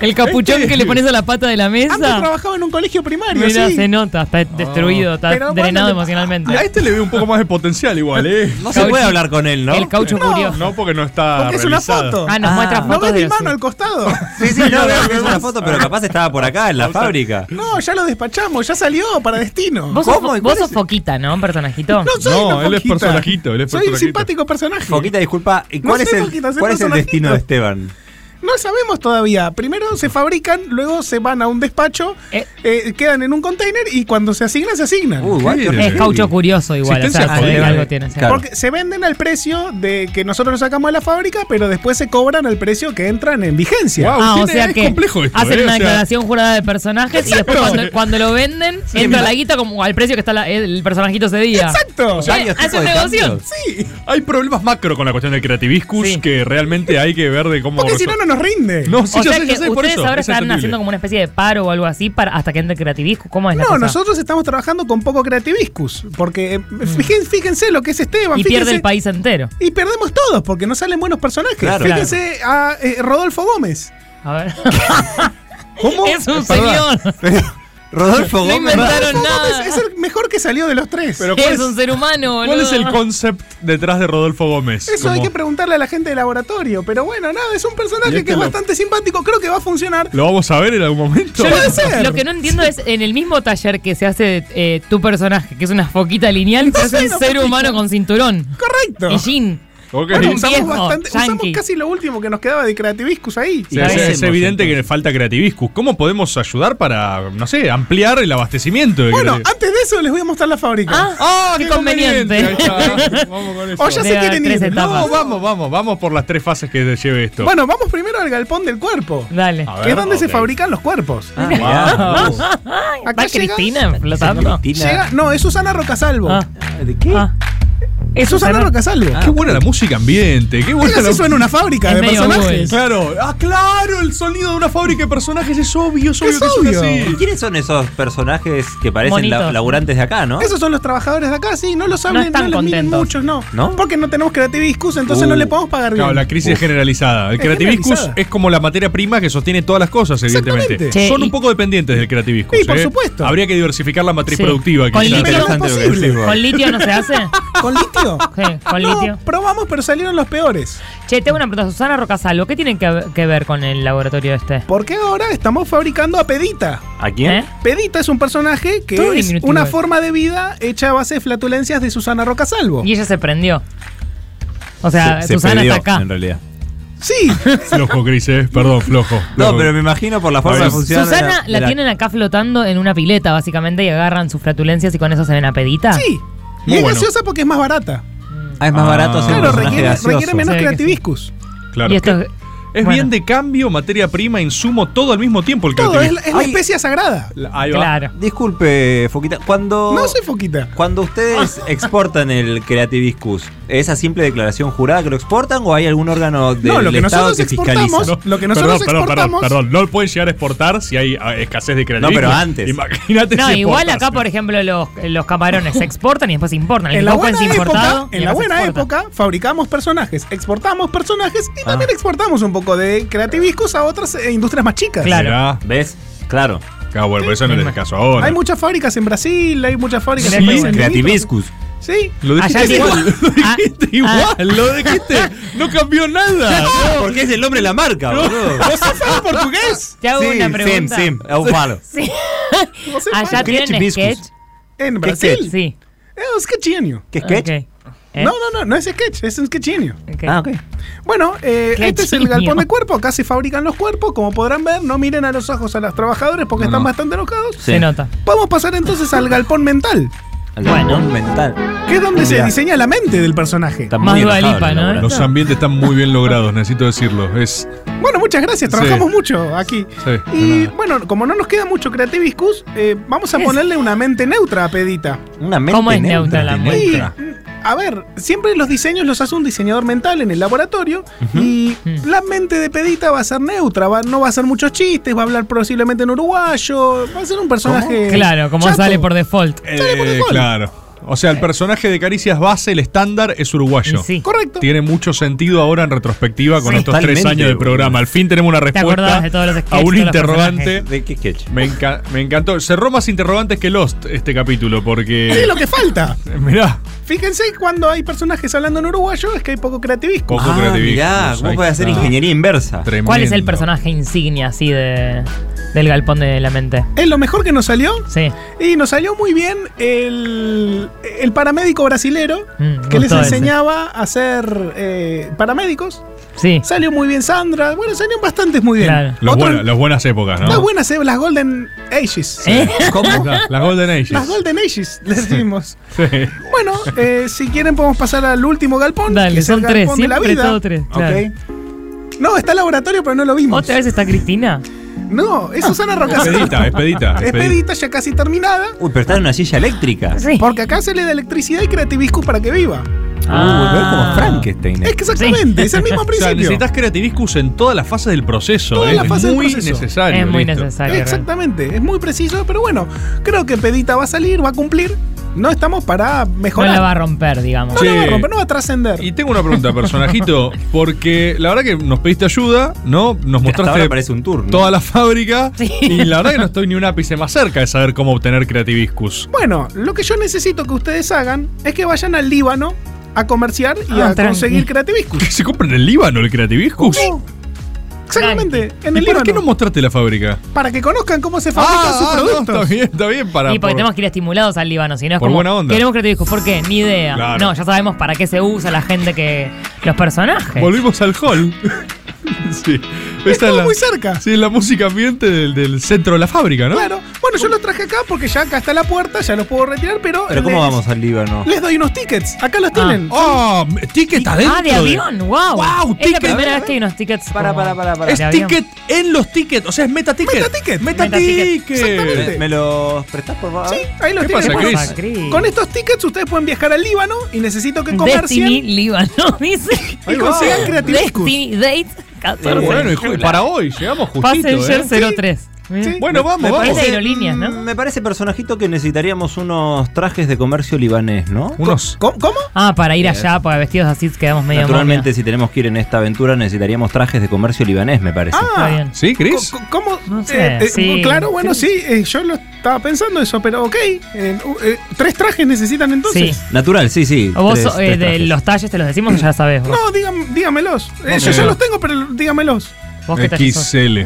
Speaker 10: el capuchón
Speaker 6: Este.
Speaker 10: que le pones a la pata de la
Speaker 1: Antes
Speaker 10: mesa.
Speaker 1: trabajaba en un colegio primario.
Speaker 10: Mira,
Speaker 1: sí.
Speaker 10: se nota, está destruido, está
Speaker 1: Pero
Speaker 10: drenado
Speaker 1: bueno,
Speaker 10: emocionalmente.
Speaker 6: A este le veo un poco más de potencial igual, ¿eh?
Speaker 9: No se puede hablar con él, ¿no?
Speaker 10: El caucho curioso.
Speaker 6: No, porque no está.
Speaker 1: Porque es una
Speaker 6: realizada.
Speaker 1: foto.
Speaker 10: Ah, nos
Speaker 9: Ah.
Speaker 10: muestra
Speaker 9: No
Speaker 1: ¿No
Speaker 10: fotos
Speaker 1: ves
Speaker 10: de
Speaker 1: mi
Speaker 10: los-
Speaker 1: mano al costado?
Speaker 9: Sí, sí, no veo que es una foto, pero capaz estaba por acá, en la fábrica.
Speaker 1: No, ya lo despachamos, ya salió para destino.
Speaker 10: Vos sos,
Speaker 9: ¿Cómo?
Speaker 10: fo-
Speaker 9: ¿Y
Speaker 10: vos
Speaker 9: cuál
Speaker 10: sos
Speaker 9: es?
Speaker 10: foquita, ¿no? Personajito.
Speaker 1: No soy
Speaker 6: No,
Speaker 1: una
Speaker 6: él es
Speaker 1: foquita.
Speaker 6: personajito, él es
Speaker 1: Soy un
Speaker 6: personajito.
Speaker 1: simpático personaje.
Speaker 9: Foquita, disculpa, ¿y
Speaker 1: No
Speaker 9: cuál
Speaker 1: sé,
Speaker 9: es el,
Speaker 1: Foquita, sé
Speaker 9: cuál es el
Speaker 1: personajito.
Speaker 9: destino de Esteban?
Speaker 1: No sabemos todavía. Primero se fabrican, luego se van a un despacho,
Speaker 10: Eh.
Speaker 1: eh, quedan en un container y cuando se asignan, se asignan.
Speaker 9: Uy, guay, qué
Speaker 6: Es
Speaker 10: Es
Speaker 9: horrible.
Speaker 10: caucho curioso igual, o sea,
Speaker 6: Existencia
Speaker 10: se ve que
Speaker 6: jodida,
Speaker 10: algo
Speaker 6: eh.
Speaker 10: tiene. o sea.
Speaker 9: Claro.
Speaker 1: Porque se venden al precio de que nosotros lo sacamos de la fábrica, pero después se cobran al precio que entran en vigencia.
Speaker 6: Guau.
Speaker 10: Ah, o
Speaker 6: Tiene-
Speaker 10: sea
Speaker 6: es
Speaker 10: que
Speaker 6: complejo esto,
Speaker 10: hacen
Speaker 6: eh, o
Speaker 10: una
Speaker 6: sea-
Speaker 10: declaración jurada de personajes y después cuando, cuando lo venden entra la guita como al precio que está la- el personajito ese día.
Speaker 1: Exacto.
Speaker 10: sea,
Speaker 9: Varios
Speaker 10: Eh, hace
Speaker 9: tipos
Speaker 10: un
Speaker 9: de
Speaker 10: negocio.
Speaker 9: cambios.
Speaker 1: Sí.
Speaker 6: Hay problemas macro con la cuestión del Creativiscus
Speaker 10: Sí.
Speaker 6: que realmente hay que ver de cómo.
Speaker 1: Porque si no, no nos rinde.
Speaker 6: No, sí,
Speaker 10: o
Speaker 6: ya
Speaker 10: sea
Speaker 6: sé,
Speaker 10: que
Speaker 6: ya sé, por
Speaker 10: ustedes
Speaker 6: eso.
Speaker 10: ahora
Speaker 6: es
Speaker 10: están
Speaker 6: entendible.
Speaker 10: haciendo como una especie de paro o algo así para, hasta que entre creativisco. ¿Cómo es la
Speaker 1: No,
Speaker 10: cosa?
Speaker 1: nosotros estamos trabajando con poco creativiscus. Porque eh, fíjense, fíjense lo que es Esteban.
Speaker 10: Mm. y pierde
Speaker 1: fíjense-
Speaker 10: el país entero.
Speaker 1: Y perdemos todos porque no salen buenos personajes.
Speaker 9: Claro.
Speaker 1: Fíjense a eh, Rodolfo Gómez.
Speaker 10: A ver.
Speaker 1: ¿Cómo?
Speaker 10: es un
Speaker 9: Perdón.
Speaker 10: señor.
Speaker 9: Rodolfo
Speaker 10: No
Speaker 9: Gómez.
Speaker 10: inventaron
Speaker 1: Rodolfo
Speaker 10: nada.
Speaker 1: Gómez es el mejor que salió de los tres.
Speaker 6: Pero ¿cuál es,
Speaker 10: Es un ser humano,
Speaker 6: cuál es el
Speaker 10: boludo.
Speaker 6: concept detrás de Rodolfo Gómez?
Speaker 1: Eso hay
Speaker 6: Como-
Speaker 1: que preguntarle a la gente de laboratorio. Pero bueno, nada, es un
Speaker 6: Y
Speaker 1: personaje
Speaker 6: este
Speaker 1: que es
Speaker 6: lo-
Speaker 1: bastante simpático. Creo que va a funcionar.
Speaker 6: ¿Lo vamos a ver en algún momento?
Speaker 10: Yo
Speaker 1: Puede
Speaker 10: lo,
Speaker 1: ser.
Speaker 10: lo que no entiendo es en el mismo taller que se hace eh, tu personaje, que es una foquita lineal, se hace
Speaker 1: soy
Speaker 10: un
Speaker 1: una
Speaker 10: ser
Speaker 1: foquita.
Speaker 10: humano con cinturón
Speaker 1: Correcto.
Speaker 10: y jean.
Speaker 6: Ok.
Speaker 10: Bueno,
Speaker 6: Sí,
Speaker 10: un
Speaker 1: Usamos,
Speaker 10: viejo
Speaker 1: bastante, usamos
Speaker 10: yankee.
Speaker 1: casi lo último que nos quedaba de Creativiscus ahí.
Speaker 6: es- es,
Speaker 9: carecemos,
Speaker 6: evidente que le falta Creativiscus. ¿Cómo podemos ayudar para, no sé, ampliar el abastecimiento? de
Speaker 1: Bueno,
Speaker 6: creati-
Speaker 1: antes de eso les voy a mostrar la fábrica.
Speaker 10: Ah, qué conveniente.
Speaker 6: Ahí está, vamos con eso.
Speaker 1: Oh, o ya se
Speaker 10: Mira,
Speaker 1: quieren
Speaker 10: tres
Speaker 1: ir.
Speaker 10: etapas.
Speaker 6: No, vamos, vamos, vamos por las tres fases que te lleve esto.
Speaker 1: Bueno, vamos primero al galpón del cuerpo.
Speaker 10: Dale.
Speaker 6: A
Speaker 1: Que es
Speaker 6: ver,
Speaker 1: donde se
Speaker 6: ok.
Speaker 1: fabrican los cuerpos.
Speaker 9: Ah, mirá.
Speaker 10: ¿Va
Speaker 1: Acá llega,
Speaker 10: Cristina flotando?
Speaker 9: Cristina.
Speaker 1: llega- No, es Susana Rocasalvo.
Speaker 10: Ah,
Speaker 9: ¿De qué?
Speaker 10: ah.
Speaker 1: es Susana Rocasalvo.
Speaker 6: Ah, qué buena la música ambiente, qué buena
Speaker 1: Ella
Speaker 6: la
Speaker 1: se hizo en una fábrica
Speaker 10: Es
Speaker 1: de
Speaker 10: medio
Speaker 1: personajes.
Speaker 6: Claro, ah, claro, el sonido de una fábrica de personajes es obvio, es obvio
Speaker 1: Es
Speaker 6: que son
Speaker 1: obvio.
Speaker 6: así.
Speaker 9: ¿Quiénes son esos personajes que parecen la-
Speaker 10: Monitos.
Speaker 9: laburantes de acá, no?
Speaker 1: Esos son los trabajadores de acá, sí, no los hablen, no,
Speaker 10: están
Speaker 1: los miren
Speaker 10: contentos.
Speaker 1: muchos, no.
Speaker 9: ¿No?
Speaker 1: Porque no tenemos creativiscus, entonces
Speaker 9: Uh.
Speaker 1: no le podemos pagar bien.
Speaker 6: Claro, la crisis es generalizada. El
Speaker 1: Es
Speaker 6: creativiscus
Speaker 1: generalizada.
Speaker 6: es como la materia prima que sostiene todas las cosas, evidentemente.
Speaker 1: Exactamente.
Speaker 10: Che,
Speaker 6: Son
Speaker 10: y-
Speaker 6: un poco dependientes del creativiscus.
Speaker 1: Sí, por
Speaker 6: ¿eh?
Speaker 1: supuesto.
Speaker 6: Habría que diversificar la matriz
Speaker 10: Sí.
Speaker 6: productiva.
Speaker 10: Con
Speaker 6: quizás.
Speaker 10: litio.
Speaker 1: Pero no es
Speaker 9: Interesante lo que
Speaker 1: posible.
Speaker 9: decís vos.
Speaker 10: ¿Con litio no se hace?
Speaker 1: ¿Con litio?
Speaker 10: Sí, con
Speaker 1: no,
Speaker 10: litio.
Speaker 1: probamos, pero salieron los peores.
Speaker 10: Che, tengo una pregunta. Susana Rocasalvo, ¿qué tiene que, que ver con el laboratorio este?
Speaker 1: Porque ahora estamos fabricando a Pedita.
Speaker 9: ¿A quién?
Speaker 10: ¿Eh?
Speaker 1: Pedita es un personaje que
Speaker 10: Todo
Speaker 1: es
Speaker 10: diminutivo
Speaker 1: una
Speaker 10: es.
Speaker 1: forma de vida hecha a base de flatulencias de Susana Rocasalvo.
Speaker 10: Y ella se prendió. O sea,
Speaker 9: Se- se
Speaker 10: Susana
Speaker 9: perdió,
Speaker 10: está acá.
Speaker 9: En realidad.
Speaker 1: Sí,
Speaker 6: Flojo, Cris, eh. perdón, flojo.
Speaker 9: No,
Speaker 6: flojo.
Speaker 9: pero me imagino por la forma
Speaker 6: Ahí.
Speaker 9: de funcionar. de
Speaker 10: Susana
Speaker 9: de
Speaker 10: la, tienen acá flotando en una pileta, básicamente, y agarran sus flatulencias y con eso se ven a pedita.
Speaker 1: sí. Y
Speaker 6: Muy
Speaker 1: es
Speaker 6: bueno.
Speaker 1: gaseosa porque es más barata.
Speaker 9: Ah, es más barato hacer un
Speaker 1: Claro,
Speaker 9: personaje
Speaker 1: requiere,
Speaker 9: gaseoso.
Speaker 1: requiere menos
Speaker 9: Sí, que sí.
Speaker 1: creativiscus.
Speaker 6: Claro.
Speaker 1: Y esto-
Speaker 6: es bien de cambio, materia prima, insumo, todo al mismo tiempo el
Speaker 1: Todo, es, la-
Speaker 6: creativismo.
Speaker 1: es la especia sagrada.
Speaker 6: Ahí va.
Speaker 12: Disculpe, Foquita. Cuando.
Speaker 6: Oh.
Speaker 1: No soy foquita.
Speaker 12: Cuando ustedes exportan el Creativiscus, ¿es a simple declaración jurada que lo exportan o hay algún órgano del
Speaker 6: No, lo que
Speaker 12: Estado
Speaker 6: nosotros
Speaker 12: que fiscaliza?
Speaker 6: exportamos, lo que nosotros exportamos. Perdón, no lo pueden llegar a exportar si hay ah, escasez de creativismo.
Speaker 12: pero antes.
Speaker 6: Imagínate
Speaker 10: No,
Speaker 6: si
Speaker 10: igual
Speaker 6: exportas.
Speaker 10: acá, por ejemplo, los, los camarones se exportan y después se importan. El
Speaker 1: En la
Speaker 10: coco
Speaker 1: buena,
Speaker 10: es importado.
Speaker 1: época,
Speaker 10: y
Speaker 1: en la
Speaker 10: acá se
Speaker 1: buena
Speaker 10: exporta.
Speaker 1: época fabricamos personajes, exportamos personajes
Speaker 6: Ah.
Speaker 1: y también exportamos un poco de creativiscus a otras eh, industrias más chicas.
Speaker 6: Mirá.
Speaker 12: ¿Ves? Claro.
Speaker 6: Ah, bueno, por eso no es el caso ahora.
Speaker 1: Hay muchas fábricas en Brasil, hay muchas fábricas
Speaker 6: Sí,
Speaker 1: en Estados Unidos.
Speaker 6: Creativiscus.
Speaker 1: Sí.
Speaker 6: Lo dijiste
Speaker 1: Allá
Speaker 6: igual.
Speaker 1: igual.
Speaker 6: Lo
Speaker 10: ah,
Speaker 6: dijiste igual. Ah, Lo dijiste. No cambió nada.
Speaker 12: Porque es el nombre de la marca, boludo.
Speaker 1: ¿Vos sabés portugués?
Speaker 10: Te hago
Speaker 12: Sí,
Speaker 10: una pregunta.
Speaker 12: Sim, sim, es un palo.
Speaker 10: Sí.
Speaker 1: ¿Vos sabés
Speaker 10: Allá
Speaker 1: portugués?
Speaker 10: tienen sketch.
Speaker 1: En Brasil. Eh,
Speaker 10: sketch? Sí.
Speaker 1: Es un sketchinio.
Speaker 12: ¿Qué
Speaker 10: sketch? Ok. ¿Eh?
Speaker 1: No, no, no, no es sketch, es un sketchinio.
Speaker 12: Ah, ok.
Speaker 1: Bueno, eh,
Speaker 10: Qué
Speaker 1: este es el
Speaker 10: genio.
Speaker 1: galpón de cuerpo. Acá se fabrican los cuerpos. Como podrán ver, no miren a los ojos a los trabajadores porque están bastante enojados.
Speaker 10: Se nota.
Speaker 1: Vamos a pasar entonces al galpón mental,
Speaker 12: Bueno. mental.
Speaker 1: que es donde se
Speaker 6: Mirá.
Speaker 1: diseña la mente del personaje.
Speaker 12: Está muy Más Dua enojado Lipa, el ¿no? laboratorio.
Speaker 6: Los ambientes están muy bien logrados, necesito decirlo. Es.
Speaker 1: Bueno, muchas gracias.
Speaker 6: Sí.
Speaker 1: Trabajamos mucho aquí.
Speaker 6: sí, de
Speaker 1: Y
Speaker 6: nada.
Speaker 1: bueno, como no nos queda mucho Creativiscus, eh, vamos a
Speaker 10: Es-
Speaker 1: ponerle una mente neutra a Pedita.
Speaker 12: Una mente
Speaker 10: ¿Cómo es neutra la
Speaker 1: Y,
Speaker 10: muestra?
Speaker 1: mm, a ver, siempre los diseños los hace un diseñador mental en el laboratorio y
Speaker 10: Mm.
Speaker 1: la mente de Pedita va a ser neutra, va- no va a hacer muchos chistes, va a hablar posiblemente en uruguayo, va a ser un personaje...
Speaker 10: Claro, como
Speaker 1: chato.
Speaker 10: sale por default.
Speaker 6: Eh, claro. O sea, el personaje de Caricias base, el estándar, es uruguayo.
Speaker 10: Sí.
Speaker 1: Correcto.
Speaker 6: Tiene mucho sentido ahora en retrospectiva con
Speaker 10: Sí.
Speaker 6: estos tres
Speaker 10: Totalmente,
Speaker 6: años de
Speaker 10: boludo.
Speaker 6: programa. Al fin tenemos una
Speaker 10: ¿Te acordás
Speaker 6: respuesta
Speaker 10: de todos los sketches,
Speaker 6: a un
Speaker 10: todos los
Speaker 6: interrogante.
Speaker 10: personajes?
Speaker 12: ¿De qué sketch?
Speaker 6: Me, enca- me encantó. Cerró más interrogantes que Lost este capítulo porque.
Speaker 1: Es lo que falta.
Speaker 6: Mirá,
Speaker 1: Fíjense cuando hay personajes hablando en uruguayo es que hay poco creativismo.
Speaker 6: poco
Speaker 12: Ah,
Speaker 6: creativismo.
Speaker 12: mirá, vos podés hacer ingeniería inversa.
Speaker 10: ¿Cuál es el personaje insignia así de, del galpón de la mente?
Speaker 1: Es lo mejor que nos salió.
Speaker 10: Sí.
Speaker 1: Y nos salió muy bien el, el paramédico brasilero
Speaker 10: Mm,
Speaker 1: que les
Speaker 10: gustó ese.
Speaker 1: enseñaba a ser eh, paramédicos.
Speaker 10: Sí.
Speaker 1: Salió muy bien Sandra. Bueno, salieron bastantes muy bien.
Speaker 10: Claro.
Speaker 6: Los
Speaker 1: Otro-
Speaker 6: buena- las buenas épocas, ¿no?
Speaker 1: Las buenas, eh, las Golden Ages.
Speaker 6: ¿Eh? Las Golden Ages.
Speaker 1: Las Golden Ages, les decimos.
Speaker 6: Sí.
Speaker 1: bueno, eh, si quieren podemos pasar al último galpón.
Speaker 10: Dale,
Speaker 1: que es el
Speaker 10: son tres,
Speaker 1: galpón de la
Speaker 10: siempre
Speaker 1: vida.
Speaker 10: todo tres, claro.
Speaker 1: Ok. No, está el laboratorio, pero no lo vimos.
Speaker 10: ¿Otra vez está Cristina?
Speaker 1: No, es Susana Rocasa.
Speaker 6: Expedita, expedita.
Speaker 1: Es pedita ya casi terminada.
Speaker 12: Uy, pero está en una silla eléctrica.
Speaker 1: Porque acá se le da electricidad y creativiscus para que viva.
Speaker 6: Ah,
Speaker 12: Uy, pero es
Speaker 10: Ah.
Speaker 12: como Frankenstein.
Speaker 1: Ah. Es que exactamente, es el mismo
Speaker 6: O sea,
Speaker 1: principio.
Speaker 6: necesitas creativiscus en todas las fases del proceso.
Speaker 1: Todas
Speaker 6: ¿eh?
Speaker 1: las fases
Speaker 6: es
Speaker 1: del
Speaker 6: muy
Speaker 1: proceso.
Speaker 6: necesario.
Speaker 10: Es muy
Speaker 6: listo.
Speaker 10: necesario.
Speaker 1: Exactamente, es muy preciso, pero bueno, creo que Pedita va a salir, va a cumplir. No estamos para
Speaker 10: No
Speaker 1: mejorar.
Speaker 10: la va a romper, digamos.
Speaker 1: No la va a
Speaker 6: Che.
Speaker 1: romper, no va a trascender.
Speaker 6: Y tengo una pregunta, personajito, porque la verdad que nos pediste ayuda, ¿no? Nos mostraste
Speaker 12: ahora parece un tour, ¿no?
Speaker 6: toda la fábrica y la verdad que no estoy ni un ápice más cerca de saber cómo obtener Creativiscus.
Speaker 1: Bueno, lo que yo necesito que ustedes hagan es que vayan al Líbano a comerciar y
Speaker 6: Ah,
Speaker 1: a
Speaker 6: tranqui.
Speaker 1: conseguir creativiscus.
Speaker 6: ¿Qué se compra en el Líbano el Creativiscus?
Speaker 1: Sí, Exactamente, en
Speaker 6: ¿Y
Speaker 1: el
Speaker 6: para
Speaker 1: Líbano.
Speaker 6: qué no mostraste la fábrica?
Speaker 1: Para que conozcan cómo se fabrican
Speaker 6: Ah,
Speaker 1: sus
Speaker 6: ah, no,
Speaker 1: productos.
Speaker 6: está bien, está bien para.
Speaker 10: Y porque
Speaker 6: por-
Speaker 10: tenemos que ir estimulados al Líbano, si no es
Speaker 6: Por
Speaker 10: como.
Speaker 6: buena onda.
Speaker 10: Queremos creativiscus. ¿Por qué? Ni idea.
Speaker 6: Claro.
Speaker 10: No, ya sabemos para qué se usa la gente que. los personajes.
Speaker 6: Volvimos al hall. sí. Esta
Speaker 1: Estuvo muy cerca.
Speaker 6: Sí, es la música ambiente del, del centro de la fábrica, ¿no?
Speaker 1: Claro. Bueno, yo los traje acá porque ya acá está la puerta, ya los puedo retirar, pero.
Speaker 12: Pero ¿cómo
Speaker 1: les-
Speaker 12: vamos al Líbano?
Speaker 1: Les doy unos tickets. Acá
Speaker 12: Ah.
Speaker 1: los tienen.
Speaker 6: ¡Oh! ¡Ticket adentro!
Speaker 10: Ah, de avión, wow.
Speaker 6: Wow,
Speaker 10: Es la
Speaker 6: ticket.
Speaker 10: primera vez que hay unos tickets. Para, para, para,
Speaker 6: Es ticket en los tickets, o sea, es meta ticket. Meta
Speaker 1: ticket.
Speaker 6: Meta
Speaker 10: Metaticket.
Speaker 6: ticket.
Speaker 12: ¿Me, me los prestás, por favor?
Speaker 1: Sí, ahí los
Speaker 6: ¿Qué
Speaker 1: tienen.
Speaker 6: pasa,
Speaker 1: Bueno,
Speaker 6: Chris? Pasa, Chris.
Speaker 1: Con estos tickets ustedes pueden viajar al Líbano y necesito que
Speaker 10: Destiny
Speaker 1: comercien
Speaker 10: Líbano, dice.
Speaker 1: y consigan creativiscus.
Speaker 10: Destiny Date
Speaker 6: Eh,
Speaker 10: 14.
Speaker 6: bueno, y ju- para hoy llegamos justito.
Speaker 10: Passenger
Speaker 6: eh.
Speaker 10: 03.
Speaker 1: Sí.
Speaker 6: Bueno, vamos,
Speaker 10: Me
Speaker 6: vamos.
Speaker 10: parece aerolíneas, ¿no?
Speaker 12: Me parece, personajito, que necesitaríamos unos trajes de comercio libanés, ¿no?
Speaker 6: Unos.
Speaker 1: ¿Cómo? cómo?
Speaker 10: Ah, para ir allá, para vestidos así quedamos medio
Speaker 12: Naturalmente, si tenemos que ir en esta aventura, necesitaríamos trajes de comercio libanés, me parece.
Speaker 10: momia. Está
Speaker 1: Ah,
Speaker 10: bien.
Speaker 6: ¿Sí, Chris?
Speaker 1: co- ¿cómo?
Speaker 10: sé,
Speaker 1: Eh, eh,
Speaker 10: sí,
Speaker 1: claro, bueno,
Speaker 10: Chris.
Speaker 1: sí, eh, yo lo estaba pensando eso, pero ok. eh, uh, eh, ¿Tres trajes necesitan entonces?
Speaker 10: Sí.
Speaker 12: Natural, sí, sí.
Speaker 10: O vos
Speaker 12: Tres-
Speaker 10: so- eh,
Speaker 12: tres
Speaker 10: de
Speaker 12: trajes.
Speaker 10: los talles te los decimos o ya sabés vos.
Speaker 1: No, dígam- dígamelos. Eh,
Speaker 6: Ok.
Speaker 1: yo ya los tengo, pero dígamelos.
Speaker 10: Vos qué talles sos.
Speaker 6: XL.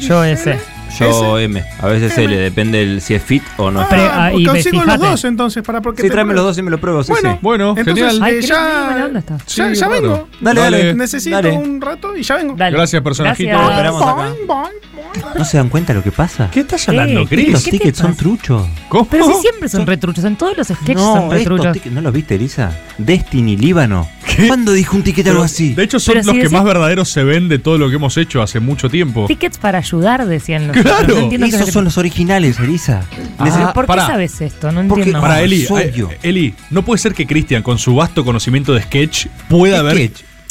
Speaker 10: Yo ese.
Speaker 12: Yo M. A veces
Speaker 1: M.
Speaker 12: L, depende del si es fit o no. es fit.
Speaker 10: Pero, ah, y ve,
Speaker 1: consigo los
Speaker 10: fíjate.
Speaker 6: eh,
Speaker 1: dos entonces para porque
Speaker 12: sí,
Speaker 1: te-
Speaker 12: tráeme los dos y me lo pruebo, sí,
Speaker 1: Bueno,
Speaker 12: sí.
Speaker 6: Bueno,
Speaker 1: Entonces,
Speaker 6: genial.
Speaker 10: Ay,
Speaker 1: eh,
Speaker 10: qué
Speaker 1: ya,
Speaker 10: buena onda estás.
Speaker 1: ya,
Speaker 6: Sí,
Speaker 1: ya
Speaker 6: bárbaro.
Speaker 1: vengo.
Speaker 12: Dale, dale.
Speaker 1: Necesito
Speaker 12: Dale.
Speaker 1: un rato y ya vengo.
Speaker 10: Dale.
Speaker 6: Gracias, personajito.
Speaker 10: Gracias.
Speaker 12: Esperamos acá.
Speaker 1: Boing, boing, boing.
Speaker 9: ¿No se dan cuenta de lo que pasa?
Speaker 10: ¿Qué estás hablando, ¿Qué? Chris?
Speaker 9: Estos
Speaker 10: ¿Qué te
Speaker 9: tickets son
Speaker 10: pasa?
Speaker 9: truchos.
Speaker 10: Pero si siempre son retruchos, en todos los sketches son
Speaker 9: estos
Speaker 10: retruchos.
Speaker 9: tickets- ¿No los viste, Elisa? Destiny Líbano. ¿Cuándo dijo un ticket algo
Speaker 6: Pero,
Speaker 9: así?
Speaker 6: De hecho, son
Speaker 10: Pero
Speaker 6: los
Speaker 10: si
Speaker 6: que
Speaker 10: decía-
Speaker 6: más verdaderos se ven de todo lo que hemos hecho hace mucho tiempo.
Speaker 10: Tickets para ayudar, decían los
Speaker 6: Claro.
Speaker 10: otros. No entiendo qué
Speaker 9: Esos
Speaker 10: es
Speaker 9: son los originales, Elisa.
Speaker 10: Ah, ¿Por qué
Speaker 6: pará.
Speaker 10: sabes esto? No
Speaker 9: Porque-
Speaker 10: entiendo.
Speaker 6: Para Eli,
Speaker 9: Ah, soy
Speaker 6: eh,
Speaker 9: yo.
Speaker 6: Eli, no puede ser que Cristian, con su vasto conocimiento de sketch, pueda ver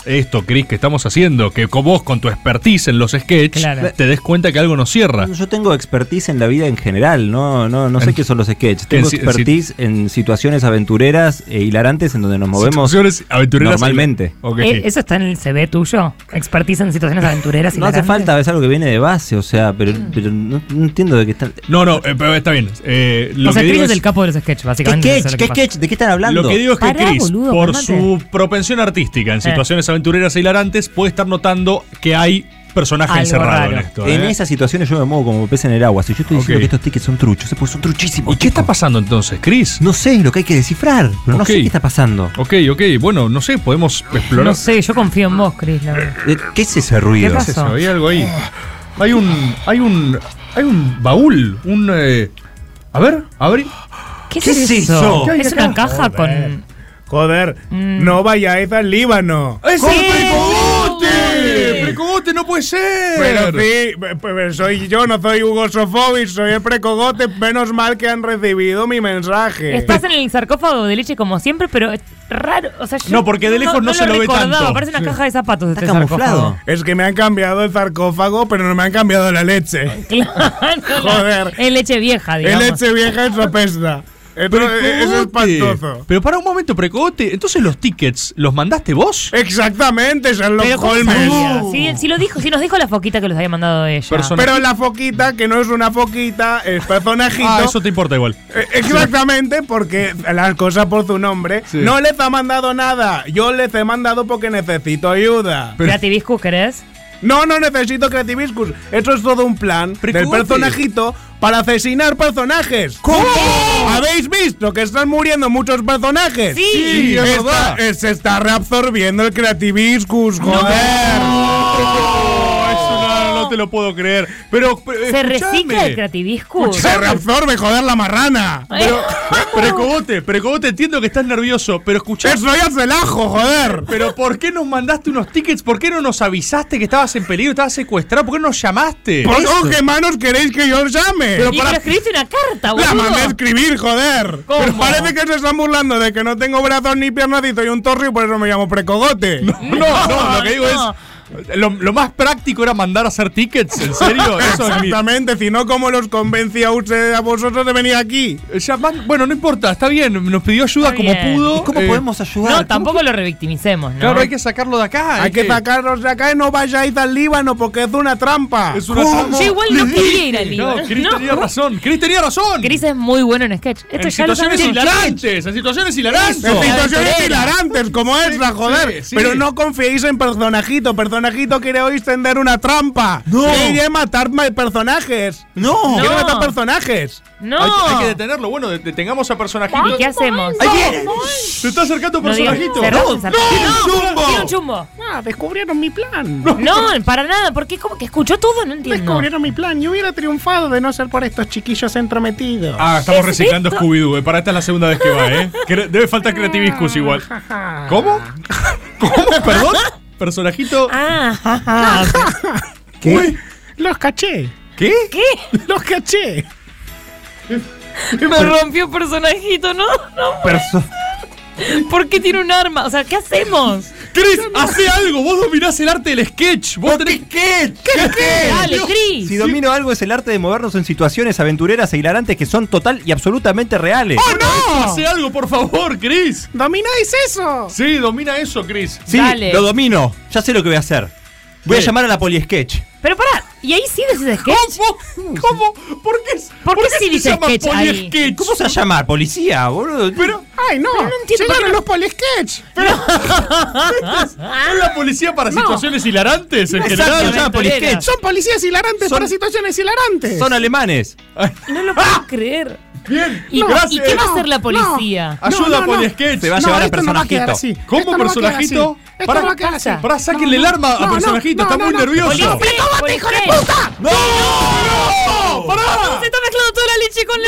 Speaker 6: esto, Chris, que estamos haciendo, que con vos, con tu expertise en los sketch,
Speaker 9: Claro.
Speaker 6: te des cuenta que algo no cierra.
Speaker 9: Yo tengo expertise en la vida en general, no, no, no sé
Speaker 6: En-
Speaker 9: qué son los sketches. Tengo
Speaker 6: en si- en si-
Speaker 9: expertise en situaciones aventureras e hilarantes en donde nos movemos
Speaker 6: Situaciones aventureras
Speaker 9: normalmente.
Speaker 6: y- Ok.
Speaker 10: Eh, ¿Eso está en el CV tuyo? Expertise en situaciones aventureras y
Speaker 9: No hace
Speaker 10: hilarantes.
Speaker 9: falta, es algo que viene de base, o sea, pero, pero no, no entiendo de qué están.
Speaker 6: No, no, eh, pero está bien. Eh, lo
Speaker 10: O sea,
Speaker 6: que
Speaker 10: Chris
Speaker 6: digo
Speaker 10: es el capo de los sketches, básicamente.
Speaker 9: sketch?
Speaker 10: eso es lo
Speaker 9: ¿Qué
Speaker 10: que pasa.
Speaker 9: sketch? ¿De qué están hablando?
Speaker 6: Lo que digo es que
Speaker 10: Pará,
Speaker 6: Chris,
Speaker 10: boludo,
Speaker 6: por
Speaker 10: calmate. Eh.
Speaker 6: su propensión artística en situaciones aventureras e hilarantes, puede estar notando que hay personaje encerrado en esto.
Speaker 9: En
Speaker 6: ¿eh?
Speaker 9: esas situaciones yo me muevo como pez en el agua. Si yo estoy diciendo
Speaker 6: Ok.
Speaker 9: que estos tickets son truchos, es porque son truchísimos.
Speaker 6: ¿Y qué está pasando entonces, Chris?
Speaker 9: No sé, lo que hay que descifrar, pero no
Speaker 6: Ok.
Speaker 9: sé qué está pasando.
Speaker 6: Ok, ok, bueno, no sé, podemos explorar.
Speaker 10: No sé, yo confío en vos, Chris. la verdad.
Speaker 9: Eh, ¿Qué es ese ruido?
Speaker 6: ¿Qué es eso? Hay algo ahí. Hay un. Hay un. Hay un baúl. Un. eh, a ver, abrí.
Speaker 10: ¿Qué es eso?
Speaker 6: ¿Qué hay
Speaker 10: Es
Speaker 6: acá? Mm.
Speaker 10: una caja con.
Speaker 1: Joder, no vayáis al Líbano.
Speaker 6: ¡Es
Speaker 10: ¡Sí!
Speaker 6: el precogote! ¡Precogote no puede ser!
Speaker 1: Pero sí, pe- pe- soy yo, no soy Hugo Sofovich, soy el precogote. Menos mal que han recibido mi
Speaker 7: Eh,
Speaker 1: mensaje.
Speaker 10: Estás en el sarcófago de leche como siempre, pero es raro. O sea, yo
Speaker 1: No, porque de lejos no se lo ve
Speaker 10: recordaba,
Speaker 1: tanto.
Speaker 10: Parece una
Speaker 1: Sí.
Speaker 10: caja de zapatos. este sarcófago.
Speaker 1: Es que me han cambiado el sarcófago, pero no me han cambiado la leche.
Speaker 10: Claro,
Speaker 1: Joder.
Speaker 10: Es leche vieja,
Speaker 1: El
Speaker 10: digamos.
Speaker 1: leche vieja es apesta. Es
Speaker 6: Precogote.
Speaker 1: espantoso.
Speaker 6: Pero para un momento, precogote. Entonces los tickets, ¿los mandaste vos?
Speaker 1: Exactamente, Sherlock
Speaker 10: Pero ¿cómo
Speaker 1: Holmes.
Speaker 10: sabía? Sí, sí lo dijo, sí nos dijo la foquita que los había mandado ella.
Speaker 1: Pero la foquita, que no es una foquita, es personajito.
Speaker 6: Ah, eso te importa igual.
Speaker 1: Eh, Exactamente, porque las cosas por su nombre.
Speaker 6: Sí.
Speaker 1: No les ha mandado nada. Yo les he mandado porque necesito ayuda.
Speaker 10: ¿Creativiscus querés?
Speaker 1: No, no necesito Creativiscus. Esto es todo un plan del
Speaker 6: ¿cómo
Speaker 1: personajito para asesinar personajes. ¿Cómo? ¿Habéis visto que están muriendo muchos personajes?
Speaker 10: Sí. Sí, es
Speaker 1: Está-
Speaker 6: verdad.
Speaker 1: eh, se está reabsorbiendo el Creativiscus, joder.
Speaker 6: No, eso no, no te lo puedo creer. Pero. pero,
Speaker 10: ¿Se
Speaker 6: escuchame.
Speaker 10: recicla el creativiscus?
Speaker 1: Se reabsorbe, joder, la marrana.
Speaker 6: Pero, precogote, precogote, entiendo que estás nervioso, pero escuchá.
Speaker 1: Eso ya es el ajo, joder.
Speaker 6: Pero ¿por qué nos mandaste unos tickets? ¿Por qué no nos avisaste que estabas en peligro, estabas secuestrado? ¿Por qué no nos llamaste?
Speaker 1: ¿Por oh, qué manos queréis que yo os llame?
Speaker 10: Y pero escribiste una carta,
Speaker 1: La
Speaker 10: boludo.
Speaker 1: mandé a escribir, joder.
Speaker 10: ¿Cómo?
Speaker 1: Pero parece que se están burlando de que no tengo brazos ni piernas y soy un torre y por eso me llamo precogote.
Speaker 6: No, no,
Speaker 10: No,
Speaker 6: lo que digo
Speaker 10: no.
Speaker 6: es. Lo, lo más práctico era mandar a hacer tickets, ¿en serio? Eso es mi-
Speaker 1: Exactamente, si no, ¿cómo los convencí a ustedes, a vosotros de venir aquí?
Speaker 6: Llaman- Eh, bueno, no importa, está bien, nos pidió ayuda
Speaker 10: Está
Speaker 6: como
Speaker 10: bien.
Speaker 6: pudo.
Speaker 9: ¿Y cómo
Speaker 6: eh,
Speaker 9: podemos ayudar?
Speaker 10: No,
Speaker 9: ¿Cómo-
Speaker 10: tampoco lo revictimicemos, ¿no?
Speaker 6: Claro, hay que sacarlo de acá.
Speaker 1: Hay que sacarlos de acá y no vayáis al Líbano porque es una trampa.
Speaker 6: Es una trampa.
Speaker 10: Yo igual no
Speaker 6: Les
Speaker 10: quería
Speaker 6: dije.
Speaker 10: ir al Líbano.
Speaker 6: No, Chris
Speaker 10: No.
Speaker 6: tenía razón. Chris tenía razón.
Speaker 10: Gris es muy bueno en sketch. Esto
Speaker 6: en
Speaker 10: ya lo
Speaker 6: situaciones
Speaker 10: sabemos.
Speaker 6: hilarantes, en situaciones hilarantes.
Speaker 1: En situaciones
Speaker 10: aventurera.
Speaker 1: hilarantes como esa, joder.
Speaker 6: sí, sí.
Speaker 1: Pero no confiéis en personajito. Personajito quiere hoy tender una trampa.
Speaker 9: No.
Speaker 1: Quiere matar ma- personajes.
Speaker 9: No.
Speaker 1: Quiere
Speaker 10: No.
Speaker 1: matar personajes.
Speaker 10: No.
Speaker 6: Hay, hay que detenerlo. Bueno, de- detengamos a personajito.
Speaker 10: ¿Y qué hacemos?
Speaker 9: Ahí viene.
Speaker 6: Se está acercando
Speaker 10: No digas-
Speaker 6: personajito.
Speaker 10: cerramos el sarcófago.
Speaker 6: chumbo.
Speaker 10: Tiene un chumbo.
Speaker 1: Ah, descubrieron mi plan.
Speaker 10: No, para nada, porque es como que escuchó todo, no entiendo.
Speaker 1: Descubrieron mi plan. Yo hubiera triunfado de no ser por estos chiquillos entrometidos.
Speaker 6: Ah, estamos
Speaker 10: ¿Qué es
Speaker 6: reciclando
Speaker 10: esto?
Speaker 6: Scooby-Doo. eh. Para esta es la segunda vez que va, ¿eh? Cre- Debe
Speaker 10: Ah.
Speaker 6: faltar Creativiscus igual. ¿Cómo? ¿Cómo? ¿Perdón? Personajito.
Speaker 10: Ah, ajá.
Speaker 1: ¿Qué? Los caché.
Speaker 6: ¿Qué?
Speaker 10: ¿Qué?
Speaker 1: Los caché.
Speaker 10: Me rompió personajito, ¿no? no
Speaker 9: Perso-
Speaker 10: ¿Por qué tiene un arma? O sea, ¿qué hacemos?
Speaker 6: Chris, hace algo. Vos dominás el arte del sketch. Vos tenés.
Speaker 9: ¿Qué?
Speaker 10: Dale, Cris.
Speaker 9: Si domino algo es el arte de movernos en situaciones aventureras e hilarantes que son total y absolutamente reales.
Speaker 4: ¡Oh,
Speaker 6: Hace algo, por favor, Chris.
Speaker 1: ¿Domináis eso?
Speaker 6: Sí, domina eso, Chris.
Speaker 9: Sí,
Speaker 10: Dale.
Speaker 9: lo domino. Ya sé lo que voy a hacer. Voy
Speaker 6: ¿Qué?
Speaker 9: a llamar a la polisketch.
Speaker 10: Pero pará, ¿y ahí sí decís sketch?
Speaker 6: ¿Cómo? ¿Cómo? ¿Por qué,
Speaker 10: ¿Por qué sí
Speaker 6: se
Speaker 10: dice
Speaker 6: llama
Speaker 10: sketch ahí?
Speaker 6: polisketch?
Speaker 9: ¿Cómo se llama? ¿Policía, boludo?
Speaker 6: Pero,
Speaker 1: ¡Ay, no!
Speaker 13: Pero no entiendo
Speaker 1: ¡Llegaron
Speaker 13: por
Speaker 1: los polisketch! Pero...
Speaker 10: ¿Ah?
Speaker 4: ¿Son la policía para
Speaker 1: No.
Speaker 4: situaciones hilarantes en
Speaker 1: Exacto,
Speaker 4: general?
Speaker 1: son polisketch. Son policías hilarantes
Speaker 4: Son-
Speaker 1: para situaciones hilarantes.
Speaker 12: Son alemanes.
Speaker 10: No lo puedo creer.
Speaker 4: Bien.
Speaker 10: ¿Y,
Speaker 1: No,
Speaker 10: y qué va a
Speaker 1: no,
Speaker 10: hacer la
Speaker 1: no.
Speaker 10: policía?
Speaker 4: Ayuda
Speaker 1: no, no.
Speaker 4: Polisketch.
Speaker 12: Se va a llevar al personajito.
Speaker 4: ¿Cómo
Speaker 1: Esto no va a quedar
Speaker 4: personajito?
Speaker 1: así. Esto
Speaker 4: Pará,
Speaker 1: no va a quedar así.
Speaker 4: pará, sáquenle el arma a personajito, está muy nervioso.
Speaker 1: ¡Policía,
Speaker 10: ¡Cómate,
Speaker 1: hijo de puta!
Speaker 4: ¡No!
Speaker 1: ¡No!
Speaker 4: ¡Pará!
Speaker 10: Se está mezclando toda la leche con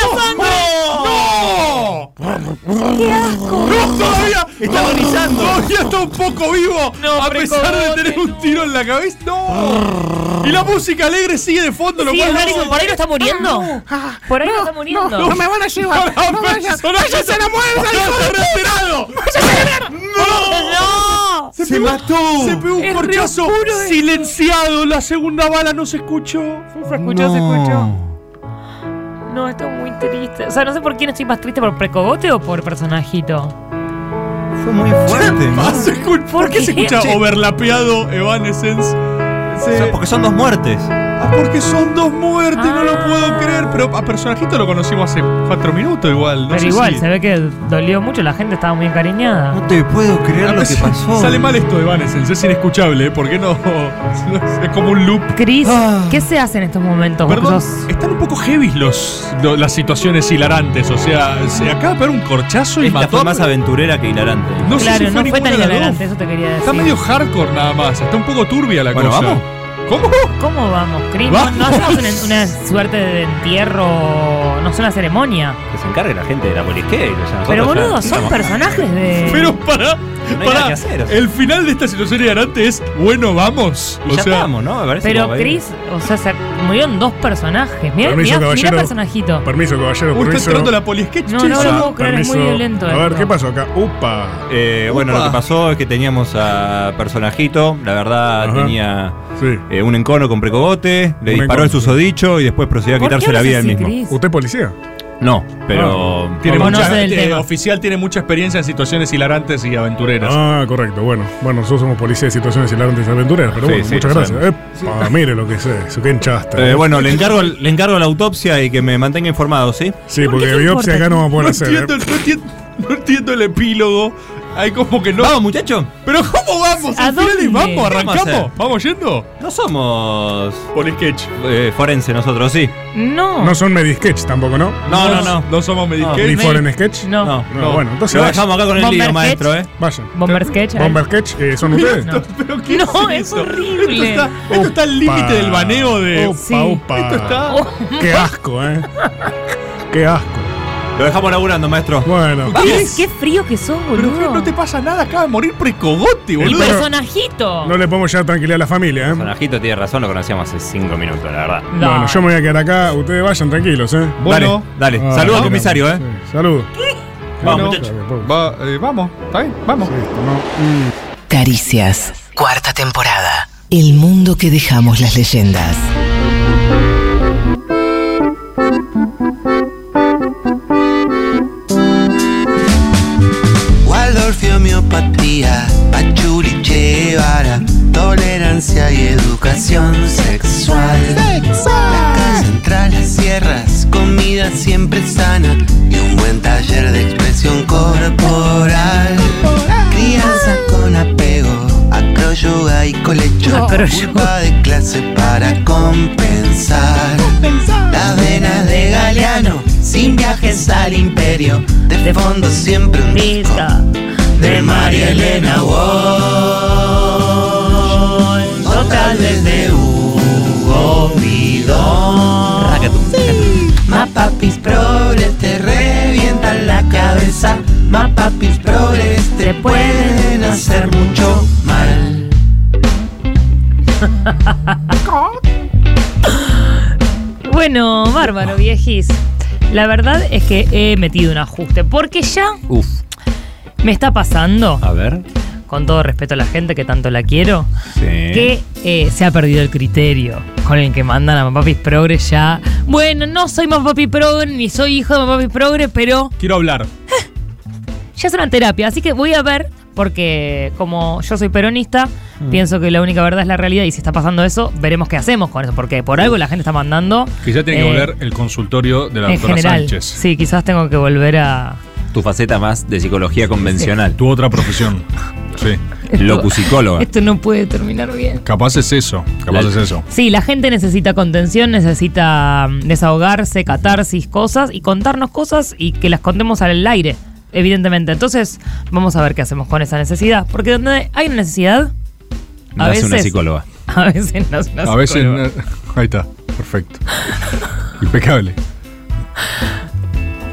Speaker 10: la sangre.
Speaker 4: ¡No! ¡Qué asco! ¡No, todavía! ¡Está agonizando! ¡Todavía está un poco vivo! a pesar de tener un tiro en la cabeza. ¡No! Y la música alegre sigue de fondo, lo
Speaker 10: Sí,
Speaker 4: cual
Speaker 10: es rarísimo. ¿Por ahí no está muriendo? ¿Por ahí no, está muriendo?
Speaker 1: Ah, No, no me van a llevar.
Speaker 4: Pará,
Speaker 1: No vayas.
Speaker 4: personaje.
Speaker 1: ¡Váyase a la muerta,
Speaker 4: Pará,
Speaker 1: hijo de
Speaker 4: está
Speaker 1: puta!
Speaker 4: retirado.
Speaker 10: ¡No!
Speaker 4: Se, mató. Se pegó un
Speaker 10: Es
Speaker 4: corchazo
Speaker 10: re
Speaker 1: eh.
Speaker 10: oscuro esto.
Speaker 4: silenciado. La segunda bala no se escuchó.
Speaker 10: Se escuchó, se escuchó. No, esto es muy triste. O sea, no sé por quién estoy más triste, por Precogote o por personajito.
Speaker 12: Fue muy fuerte. ¿no?
Speaker 4: Ah, se escu- ¿Por, qué se escucha
Speaker 12: Che.
Speaker 4: overlapeado Evanescence? Se-
Speaker 12: Son- Porque son dos muertes.
Speaker 4: Ah, porque son dos muertes, no
Speaker 10: Ah.
Speaker 4: lo puedo creer. Pero a personajito lo conocimos hace cuatro minutos igual. No sé
Speaker 10: Pero igual,
Speaker 4: si-
Speaker 10: se ve que dolió mucho, la gente estaba muy encariñada.
Speaker 12: No te puedo creer lo que pasó.
Speaker 4: Sale mal esto de Evanescence, es inescuchable, ¿eh? ¿por qué no? Es como un loop.
Speaker 10: Chris, ¿qué se hace en estos momentos? Porque
Speaker 4: Ah. Perdón,
Speaker 10: sos-
Speaker 4: están un poco heavy los, lo- las situaciones hilarantes. O sea, se acaba de pegar un corchazo y
Speaker 12: Esta
Speaker 4: mató
Speaker 12: fue
Speaker 4: a-
Speaker 12: más aventurera que hilarante.
Speaker 4: No sé
Speaker 10: claro,
Speaker 4: si fue
Speaker 10: no fue
Speaker 4: ninguna
Speaker 10: tan
Speaker 4: de las dos.
Speaker 10: hilarante, eso te quería decir.
Speaker 4: Está medio hardcore nada más, está un poco turbia la
Speaker 12: Bueno,
Speaker 4: cosa.
Speaker 12: vamos.
Speaker 4: ¿Cómo?
Speaker 10: ¿Cómo vamos, Chris? No-
Speaker 4: Vamos.
Speaker 10: ¿No, hacemos una, una suerte de entierro? No sé, una ceremonia.
Speaker 12: Que se encargue la gente de la policía.
Speaker 10: Pero boludo, son personajes de.
Speaker 4: Pero pará,
Speaker 12: hay nada
Speaker 4: pará.
Speaker 12: que hacer, o sea.
Speaker 4: el final de esta situación hilarante es bueno, vamos.
Speaker 12: Y
Speaker 4: o
Speaker 12: ya
Speaker 4: sea,
Speaker 12: estamos, ¿no? Me parece
Speaker 10: Pero
Speaker 12: como-
Speaker 10: Chris, o sea, se murieron dos personajes. Mirá,
Speaker 7: Permiso,
Speaker 10: mirá, mirá
Speaker 7: caballero.
Speaker 10: personajito.
Speaker 7: Permiso, caballero,
Speaker 4: Uy, está
Speaker 7: permiso.
Speaker 4: entrando la polisketch.
Speaker 10: No,
Speaker 4: che,
Speaker 10: no
Speaker 4: sí.
Speaker 10: lo puedo creer, es muy
Speaker 7: Permiso.
Speaker 10: violento.
Speaker 7: A ver,
Speaker 10: esto.
Speaker 7: ¿qué pasó acá? Upa.
Speaker 12: Eh, bueno,
Speaker 4: Upa.
Speaker 12: lo que pasó es que teníamos a personajito, la verdad
Speaker 7: Ajá.
Speaker 12: tenía
Speaker 7: Sí.
Speaker 12: eh, un encono con precogote, le
Speaker 7: Un
Speaker 12: disparó
Speaker 7: encono.
Speaker 12: el susodicho y después procedió a
Speaker 10: ¿Por qué
Speaker 12: quitarse la
Speaker 10: hablas
Speaker 12: vida él
Speaker 10: así,
Speaker 12: mismo.
Speaker 10: Chris?
Speaker 7: ¿Usted es policía?
Speaker 12: No,
Speaker 7: Ah,
Speaker 12: pero
Speaker 4: Tiene
Speaker 10: Conoce
Speaker 4: mucha-
Speaker 10: el
Speaker 4: eh,
Speaker 10: tema.
Speaker 4: oficial tiene mucha experiencia en situaciones hilarantes y aventureras.
Speaker 7: Ah, correcto. Bueno, bueno, nosotros somos policías de situaciones hilarantes y aventureras, pero
Speaker 12: Sí,
Speaker 7: bueno,
Speaker 12: sí,
Speaker 7: muchas
Speaker 12: lo
Speaker 7: gracias. Epa, mire lo que sé, su que enchasta.
Speaker 12: Eh, bueno, le encargo, le encargo la autopsia y que me mantenga informado, ¿sí?
Speaker 7: Sí,
Speaker 10: ¿Por qué
Speaker 7: porque
Speaker 10: te
Speaker 7: biopsia
Speaker 10: importa?
Speaker 7: acá no vamos a poder
Speaker 4: no,
Speaker 7: hacer.
Speaker 4: entiendo,
Speaker 7: eh.
Speaker 4: no, entiendo, no entiendo el epílogo. Hay como que no.
Speaker 12: Vamos, muchachos.
Speaker 4: Pero ¿cómo vamos?
Speaker 10: ¿A
Speaker 4: Al final
Speaker 10: dónde?
Speaker 4: y vamos,
Speaker 12: ¿Qué vamos a hacer?
Speaker 4: arrancamos. ¿Vamos yendo?
Speaker 12: No somos
Speaker 4: Polisketch.
Speaker 12: eh, forense nosotros, ¿sí?
Speaker 10: No.
Speaker 7: No son medisketch tampoco, ¿no?
Speaker 12: No, no, no.
Speaker 4: No somos Medisketch.
Speaker 7: Ni
Speaker 10: me-
Speaker 7: foreign sketch.
Speaker 10: No.
Speaker 12: No.
Speaker 7: No,
Speaker 4: no.
Speaker 7: bueno, entonces
Speaker 12: Lo
Speaker 7: vayan.
Speaker 12: dejamos acá con el
Speaker 10: Bomber
Speaker 12: lío,
Speaker 10: Sketch.
Speaker 12: maestro, ¿eh?
Speaker 7: vayan.
Speaker 10: Bomber Sketch. ahí.
Speaker 7: Bomber sketch, eh, son
Speaker 4: Mirá
Speaker 7: ustedes.
Speaker 4: esto, ¿Pero qué
Speaker 10: No, es
Speaker 4: esto?
Speaker 10: horrible.
Speaker 4: Esto está, esto está al límite del baneo de.
Speaker 7: Opa,
Speaker 10: Sí. Oh,
Speaker 7: opa.
Speaker 4: Esto está.
Speaker 7: Qué asco, ¿eh? Qué asco.
Speaker 12: Lo dejamos laburando, maestro.
Speaker 7: Bueno.
Speaker 10: Chris, oh, qué frío que sos,
Speaker 4: Pero Fran,
Speaker 10: boludo.
Speaker 4: no te pasa nada, acaba de morir
Speaker 12: Ah.
Speaker 4: precogote,
Speaker 10: El
Speaker 4: boludo.
Speaker 10: personajito.
Speaker 7: No le podemos ya tranquilidad a la familia, ¿eh?
Speaker 12: Sonajito tiene razón, lo conocíamos hace cinco minutos, la verdad.
Speaker 10: No.
Speaker 7: Bueno, yo me voy a quedar acá. Ustedes vayan tranquilos, ¿eh?
Speaker 4: Bueno,
Speaker 12: Dale, dale.
Speaker 7: Ah,
Speaker 12: Saludos
Speaker 7: sí,
Speaker 12: al comisario, ¿eh?
Speaker 7: sí, Saludos.
Speaker 12: Vamos,
Speaker 7: Bueno,
Speaker 12: muchachos.
Speaker 4: Va, eh, vamos, está bien, vamos.
Speaker 5: Caricias. Cuarta temporada. El mundo que dejamos las leyendas.
Speaker 13: Waldorf y homeopatía, Pachuli Che Guevara, tolerancia y educación sexual. La casa entre las sierras, comida siempre sana y un buen taller de expresión corporal. Crianza con apego, acroyoga y colecho,
Speaker 10: Acroyoga.
Speaker 13: culpa de clase para compensar. Las venas de Galeano, sin viajes al imperio, de fondo siempre un disco de María Elena Walsh o tal vez de Hugo Bidón. Más papis progres te revientan la cabeza, más papis progres te pueden hacer mucho mal.
Speaker 10: Bueno, bárbaro, viejis. La verdad es que he metido un ajuste. Porque ya
Speaker 12: Uf,
Speaker 10: me está pasando,
Speaker 12: a ver.
Speaker 10: con todo respeto a la gente que tanto la quiero,
Speaker 12: Sí.
Speaker 10: que eh, se ha perdido el criterio con el que mandan a Mapapis Progre ya. Bueno, no soy Mapapis Progre ni soy hijo de Mapapis Progre, pero
Speaker 4: Quiero hablar.
Speaker 10: ya es una terapia. Así que voy a ver, porque como yo soy peronista, pienso que la única verdad es la realidad y si está pasando eso, veremos qué hacemos con eso. Porque por algo la gente está mandando.
Speaker 4: Que ya tiene que
Speaker 10: eh,
Speaker 4: volver el consultorio de la
Speaker 10: en
Speaker 4: doctora
Speaker 10: general.
Speaker 4: Sánchez.
Speaker 10: Sí, quizás tengo que volver a,
Speaker 12: tu faceta más de psicología convencional.
Speaker 6: Tu otra profesión. Sí.
Speaker 12: Locusicóloga.
Speaker 10: Esto no puede terminar bien.
Speaker 6: Capaz es eso. Capaz es eso.
Speaker 10: Sí, la gente necesita contención, necesita mm, desahogarse, catarsis, cosas y contarnos cosas y que las contemos al aire, evidentemente. Entonces, vamos a ver qué hacemos con esa necesidad. Porque donde hay una necesidad, a
Speaker 12: Nace
Speaker 10: veces.
Speaker 12: una psicóloga.
Speaker 10: A veces nace una
Speaker 6: A veces.
Speaker 10: psicóloga.
Speaker 6: no- Ahí está. Perfecto. Impecable.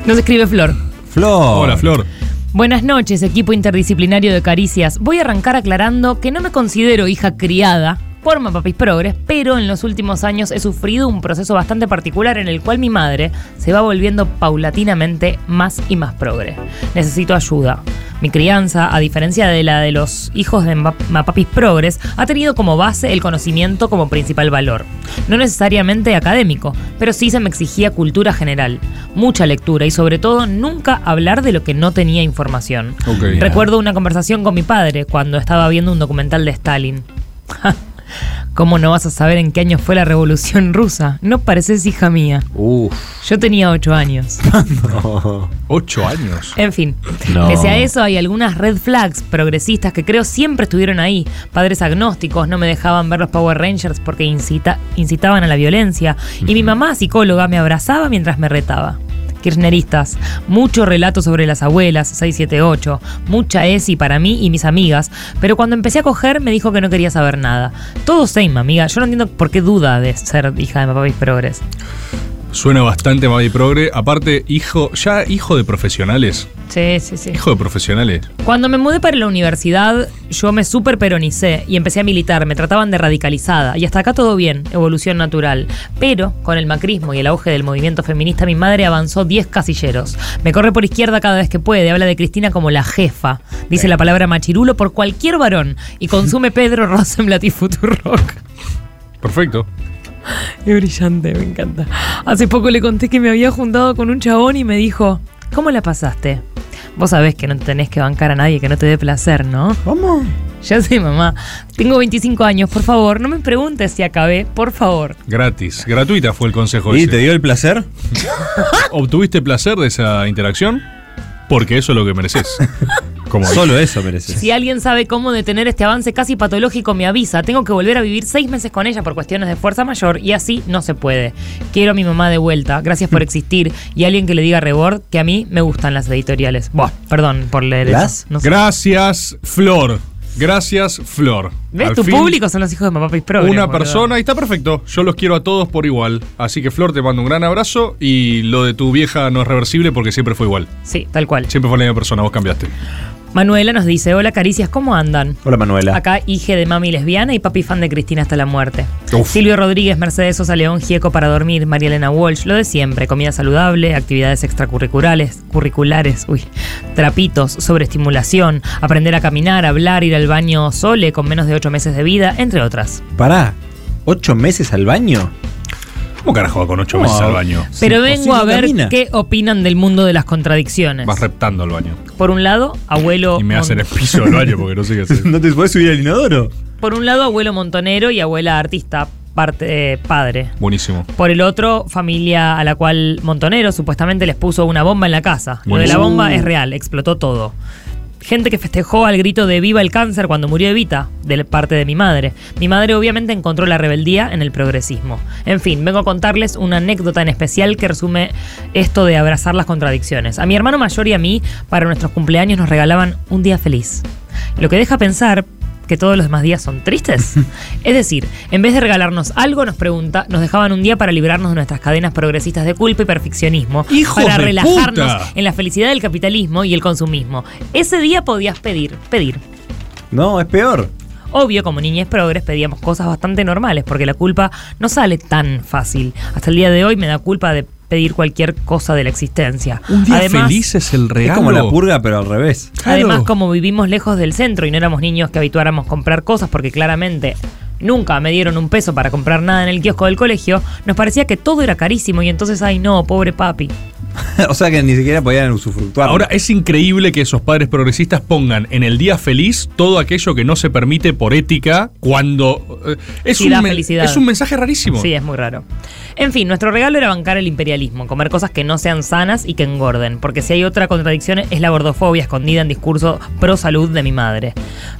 Speaker 10: Nos escribe Flor.
Speaker 12: Flor.
Speaker 6: Hola, Flor.
Speaker 10: Buenas noches, equipo interdisciplinario de Caricias. Voy a arrancar aclarando que no me considero hija criada por Mapapis Progres, pero en los últimos años he sufrido un proceso bastante particular en el cual mi madre se va volviendo paulatinamente más y más progre. Necesito ayuda. Mi crianza, a diferencia de la de los hijos de Map- Mapapis Progres, ha tenido como base el conocimiento como principal valor. No necesariamente académico, pero sí se me exigía cultura general, mucha lectura y sobre todo nunca hablar de lo que no tenía información.
Speaker 6: Ok.
Speaker 10: Recuerdo una conversación con mi padre cuando estaba viendo un documental de Stalin. ¿Cómo no vas a saber en qué año fue la revolución rusa? No pareces hija mía. Yo tenía ocho años.
Speaker 6: Ocho años.
Speaker 10: En fin,
Speaker 6: No.
Speaker 10: pese a eso hay algunas red flags progresistas que creo siempre estuvieron ahí. Padres agnósticos no me dejaban ver los Power Rangers porque incita- incitaban a la violencia. Y mi mamá, psicóloga, me abrazaba mientras me retaba. Kirchneristas, mucho relato sobre las abuelas, 678, mucha ESI para mí y mis amigas, pero cuando empecé a coger me dijo que no quería saber nada. Todo Seima, amiga, yo no entiendo por qué duda de ser hija de papá y progres.
Speaker 6: Suena bastante Mavi Progre. Aparte, hijo, ya hijo de profesionales.
Speaker 10: Sí, sí, sí.
Speaker 6: Hijo de profesionales.
Speaker 10: Cuando me mudé para la universidad, yo me super peronicé y empecé a militar. Me trataban de radicalizada. Y hasta acá todo bien, evolución natural. Pero, con el macrismo y el auge del movimiento feminista, mi madre avanzó 10 casilleros. Me corre por izquierda cada vez que puede. Habla de Cristina como la jefa. Dice la palabra machirulo por cualquier varón. Y consume Pedro Rosenblatt y Futurock.
Speaker 6: Perfecto.
Speaker 10: Es brillante, me encanta. Hace poco le conté que me había juntado con un chabón y me dijo, ¿cómo la pasaste? Vos sabés que no tenés que bancar a nadie que no te dé placer, ¿no? ¿Cómo? Ya sé, mamá. Tengo 25 años, por favor, no me preguntes si acabé, por favor.
Speaker 6: Gratis. Gratuita fue el consejo.
Speaker 9: ¿Y
Speaker 6: ese.
Speaker 9: te dio el placer?
Speaker 6: ¿Obtuviste placer de esa interacción? Porque eso es lo que mereces.
Speaker 9: Solo eso mereces.
Speaker 10: Si alguien sabe cómo detener este avance casi patológico, me avisa. Tengo que volver a vivir seis meses con ella por cuestiones de fuerza mayor y así no se puede. Quiero a mi mamá de vuelta. Gracias por existir. Y alguien que le diga a Rebord que a mí me gustan las editoriales. Buah, perdón por leer eso. No sé.
Speaker 6: Gracias, Flor. Gracias, Flor.
Speaker 10: ¿Ves?
Speaker 6: Al
Speaker 10: tu
Speaker 6: fin,
Speaker 10: público son los hijos de Papá y Progres,
Speaker 6: Una
Speaker 10: boludo.
Speaker 6: persona, y está perfecto. Yo los quiero a todos por igual. Así que, Flor, te mando un gran abrazo. Y lo de tu vieja no es reversible porque siempre fue igual.
Speaker 10: Sí, tal cual.
Speaker 6: Siempre fue la misma persona, vos cambiaste.
Speaker 10: Manuela nos dice: Hola caricias, ¿cómo andan?
Speaker 6: Hola, Manuela.
Speaker 10: Acá, hija de mami lesbiana y papi fan de Cristina hasta la muerte.
Speaker 6: Uf.
Speaker 10: Silvio Rodríguez, Mercedes Sosa León, Gieco para dormir, María Elena Walsh, lo de siempre: comida saludable, actividades extracurriculares, curriculares, uy, trapitos, sobreestimulación, aprender a caminar, hablar, ir al baño sole con menos de 8 meses de vida, entre otras.
Speaker 9: Pará, ¿ocho meses al baño?
Speaker 6: ¿Cómo carajo va con ocho
Speaker 9: No.
Speaker 6: meses al baño?
Speaker 10: Pero
Speaker 9: Sí,
Speaker 10: vengo
Speaker 9: o si
Speaker 10: a
Speaker 9: no
Speaker 10: ver
Speaker 9: camina.
Speaker 10: qué opinan del mundo de las contradicciones.
Speaker 6: Vas reptando al baño.
Speaker 10: Por un lado, abuelo.
Speaker 6: Y me hacen el
Speaker 10: Mon-
Speaker 6: piso del baño porque no sé qué hacer.
Speaker 9: ¿No te podés subir al inodoro?
Speaker 10: Por un lado, abuelo montonero y abuela artista, parte, eh, padre.
Speaker 6: Buenísimo.
Speaker 10: Por el otro, familia a la cual Montonero supuestamente les puso una bomba en la casa. Lo de la
Speaker 6: Buenísimo.
Speaker 10: bomba es real, explotó todo. Gente que festejó al grito de Viva el cáncer cuando murió Evita, de la parte de mi madre. Mi madre obviamente encontró la rebeldía en el progresismo. En fin, vengo a contarles una anécdota en especial que resume esto de abrazar las contradicciones. A mi hermano mayor y a mí, para nuestros cumpleaños nos regalaban un día feliz. Lo que deja pensar que todos los demás días son tristes. Es decir, en vez de regalarnos algo, nos pregunta, nos dejaban un día para librarnos de nuestras cadenas progresistas de culpa y perfeccionismo,
Speaker 4: ¡Hijos
Speaker 10: para
Speaker 4: de
Speaker 10: relajarnos
Speaker 4: puta!
Speaker 10: en la felicidad del capitalismo y el consumismo. Ese día podías pedir, pedir.
Speaker 9: No, es peor.
Speaker 10: Obvio, como niñez progres pedíamos cosas bastante normales, porque la culpa no sale tan fácil. Hasta el día de hoy me da culpa de pedir cualquier cosa de la existencia. Además,
Speaker 6: es el
Speaker 9: Es como la purga, pero al revés.
Speaker 10: Además, como vivimos lejos del centro y no éramos niños que habituáramos comprar cosas porque claramente nunca me dieron un peso para comprar nada en el kiosco del colegio, nos parecía que todo era carísimo y entonces, ay no, pobre papi.
Speaker 9: o sea que ni siquiera podían usufructuar.
Speaker 6: Ahora, es increíble que esos padres progresistas pongan en el día feliz todo aquello que no se permite por ética cuando. eh, es,
Speaker 10: Sí,
Speaker 6: un
Speaker 10: da
Speaker 6: men-
Speaker 10: felicidad.
Speaker 6: es un mensaje rarísimo.
Speaker 10: Sí, es muy raro. En fin, nuestro regalo era bancar el imperialismo, comer cosas que no sean sanas y que engorden, porque si hay otra contradicción es la gordofobia escondida en discurso pro salud de mi madre.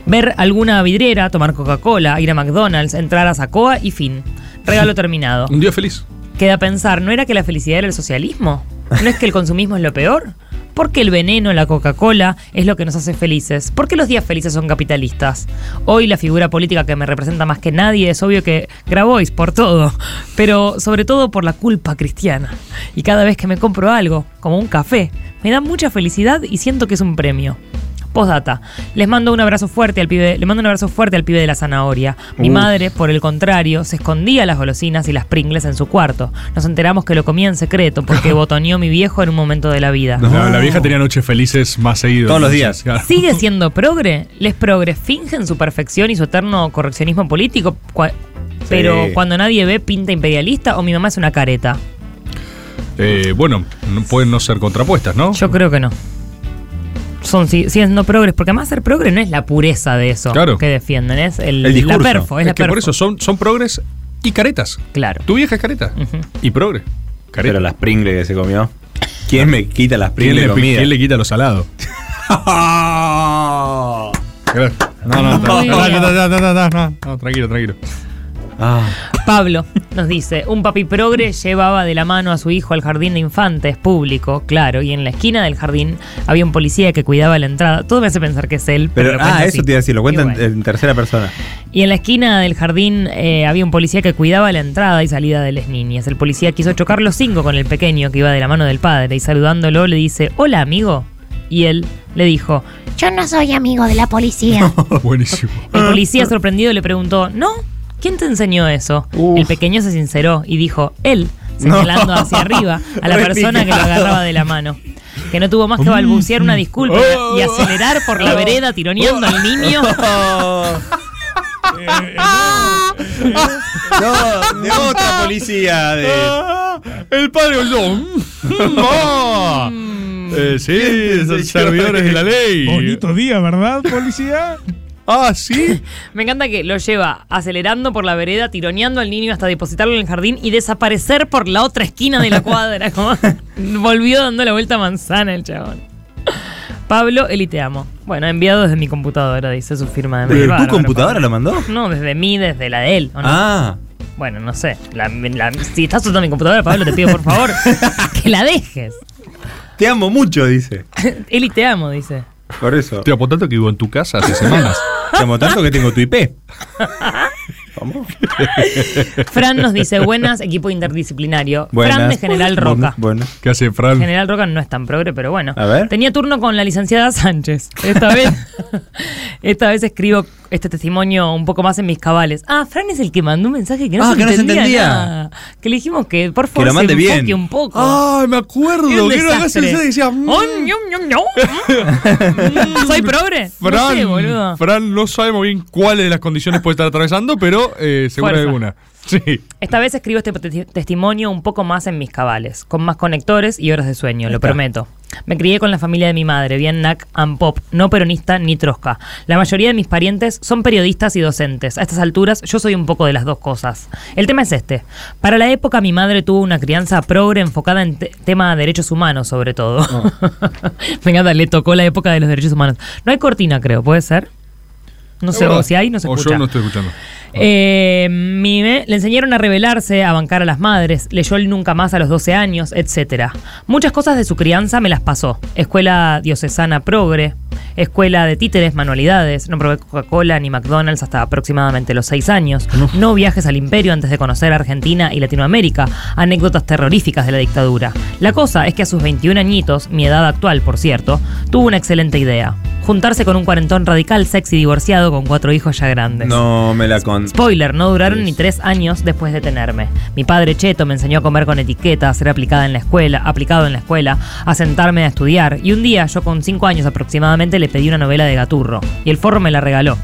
Speaker 10: Ver alguna vidriera, tomar Coca-Cola, ir a McDonald's, entrar a Sacoa y fin. Regalo terminado.
Speaker 6: Un día feliz.
Speaker 10: Queda pensar, ¿no era que la felicidad era el socialismo? ¿No es que el consumismo es lo peor? ¿Por qué el veneno, la Coca-Cola, es lo que nos hace felices? ¿Por qué los días felices son capitalistas? Hoy la figura política que me representa más que nadie es obvio que Grabois por todo, pero sobre todo por la culpa cristiana. Y cada vez que me compro algo, como un café, me da mucha felicidad y siento que es un premio. Postdata. Les mando un abrazo fuerte al pibe, le mando un abrazo fuerte al pibe de la zanahoria. Mi
Speaker 14: Uf.
Speaker 10: madre, por el contrario, se escondía las golosinas y las pringles en su cuarto. Nos enteramos que lo comía en secreto porque botoneó mi viejo en un momento de la vida.
Speaker 6: La, la vieja tenía noches felices más seguido.
Speaker 9: Todos los
Speaker 6: entonces, claro.
Speaker 10: ¿Sigue siendo progre? ¿Les progres fingen su perfección y su eterno correccionismo político? Cua- Pero
Speaker 6: Sí.
Speaker 10: cuando nadie ve, pinta imperialista o mi mamá es una careta.
Speaker 6: Eh, bueno, no- pueden no ser contrapuestas, ¿no?
Speaker 10: Yo creo que no. Son si- siendo progres, porque además ser progre no es la pureza de eso
Speaker 6: Claro.
Speaker 10: que defienden, es el,
Speaker 6: El
Speaker 10: la
Speaker 6: discurso.
Speaker 10: perfo, es,
Speaker 6: Es
Speaker 10: la
Speaker 6: que por
Speaker 10: perfo.
Speaker 6: eso son, son progres y caretas.
Speaker 10: Claro.
Speaker 6: Tu vieja es careta. Y progre.
Speaker 9: Pero las Pringles que se comió. ¿Quién me quita las
Speaker 6: ¿Quién
Speaker 9: Pringles
Speaker 6: le,
Speaker 9: de comida?
Speaker 6: quién le quita lo salado? No, no,
Speaker 10: Muy
Speaker 6: no, no, no,
Speaker 10: bien.
Speaker 6: no, no, no, no, no, tranquilo, tranquilo.
Speaker 10: Pablo nos dice, un papi progre llevaba de la mano a su hijo al jardín de infantes público, claro, y en la esquina del jardín había un policía que cuidaba la entrada. Todo me hace pensar que es él.
Speaker 9: Pero,
Speaker 10: lo cuenta
Speaker 9: ah,
Speaker 10: así.
Speaker 9: eso te iba a decir, lo cuentan
Speaker 10: Y bueno.
Speaker 9: en tercera persona.
Speaker 10: Y en la esquina del jardín eh, había un policía que cuidaba la entrada y salida de las niñas. El policía quiso chocar los cinco con el pequeño que iba de la mano del padre y saludándolo le dice, hola amigo. Y él le dijo,
Speaker 14: Yo no soy amigo de la policía.
Speaker 6: Buenísimo.
Speaker 10: el policía sorprendido le preguntó, ¿no? ¿Quién te enseñó eso? El pequeño se sinceró y dijo, él, señalando
Speaker 14: No.
Speaker 10: hacia arriba a la
Speaker 14: Re
Speaker 10: persona que lo
Speaker 14: picado.
Speaker 10: agarraba de la mano. Que no tuvo más que balbucear una disculpa
Speaker 14: Oh.
Speaker 10: y acelerar por la
Speaker 14: Oh.
Speaker 10: vereda tironeando al niño.
Speaker 6: Oh.
Speaker 9: Eh, No, de otra policía.
Speaker 6: Ah, El padre yo. Eh, sí, son servidores de la ley.
Speaker 7: Bonito día, ¿verdad, policía?
Speaker 6: ah, sí.
Speaker 10: Me encanta que lo lleva acelerando por la vereda, tironeando al niño hasta depositarlo en el jardín y desaparecer por la otra esquina de la cuadra. como volvió dando la vuelta a manzana el chabón. Pablo, Eli te amo. Bueno, enviado desde mi computadora, dice su firma de
Speaker 9: ¿Desde
Speaker 10: mail.
Speaker 9: tu
Speaker 10: Bárbaro,
Speaker 9: computadora
Speaker 10: Pablo.
Speaker 9: lo mandó?
Speaker 10: No, desde mí, desde la de él. ¿o no?
Speaker 9: Ah.
Speaker 10: Bueno, no sé. La- la- si estás usando mi computadora, Pablo, te pido por favor que la dejes.
Speaker 9: Te amo mucho, dice.
Speaker 10: Eli te amo, dice.
Speaker 9: Por eso.
Speaker 6: Te amo tanto que vivo en tu casa hace semanas.
Speaker 9: Te amo tanto que tengo tu IP.
Speaker 10: Fran nos dice, buenas, equipo interdisciplinario. Fran de General Roca.
Speaker 9: Bueno.
Speaker 6: ¿Qué hace Fran?
Speaker 10: General Roca no es tan progre, pero bueno.
Speaker 9: A ver.
Speaker 10: Tenía turno con la licenciada Sánchez. Esta vez, esta vez escribo este testimonio un poco más en mis cabales. Ah, Fran es el que mandó un mensaje que no,
Speaker 9: Ah,
Speaker 10: se,
Speaker 9: que no se
Speaker 10: entendía
Speaker 9: entendía.
Speaker 10: nada. Que le dijimos que por favor
Speaker 9: lo mande
Speaker 10: se enfoque
Speaker 9: bien. Ah,
Speaker 10: un poco.
Speaker 6: Ay, me acuerdo.
Speaker 10: Era un
Speaker 6: que era una
Speaker 10: desastre.
Speaker 6: cosa que decía, mm.
Speaker 10: Oh, ñom, ñom, ñom. Mm, ¿Soy progre? no
Speaker 6: Fran,
Speaker 10: sé, boludo.
Speaker 6: Fran no sabemos bien cuáles de las condiciones puede estar atravesando, pero eh, seguro
Speaker 10: Fuerza.
Speaker 6: hay alguna. Sí.
Speaker 10: Esta vez escribo este te- testimonio un poco más en mis cabales, con más conectores y horas de sueño, lo
Speaker 14: está.
Speaker 10: prometo. Me crié con la familia de mi madre, bien nac and pop, no peronista ni trosca. La mayoría de mis parientes son periodistas y docentes. A estas alturas yo soy un poco de las dos cosas. El tema es este. Para la época mi madre tuvo una crianza progre enfocada en te- tema de derechos humanos sobre todo. Me encanta, le tocó la época de los derechos humanos. No hay cortina creo, ¿puede ser? No sé, o si hay no se
Speaker 6: Eh, O
Speaker 10: escucha.
Speaker 6: Oh, yo no estoy escuchando.
Speaker 10: Eh, mi me- le enseñaron a rebelarse, a bancar a las madres, leyó el Nunca Más a los 12 años, etcétera Muchas cosas de su crianza me las pasó. Escuela diocesana progre, escuela de títeres, manualidades, no probé Coca-Cola ni McDonald's hasta aproximadamente los 6 años, no viajes al imperio antes de conocer Argentina y Latinoamérica, anécdotas terroríficas de la dictadura. La cosa es que a sus 21 añitos, mi edad actual por cierto, tuvo una excelente idea. Juntarse con un cuarentón radical, sexy, divorciado, con cuatro hijos ya grandes.
Speaker 9: No me la con.
Speaker 10: Spoiler, no duraron ni tres años después de tenerme. Mi padre Cheto me enseñó a comer con etiqueta, a ser aplicada en la escuela, aplicado en la escuela, a sentarme a estudiar. Y un día, yo con cinco años aproximadamente, le pedí una novela de Gaturro. Y el forro me la regaló.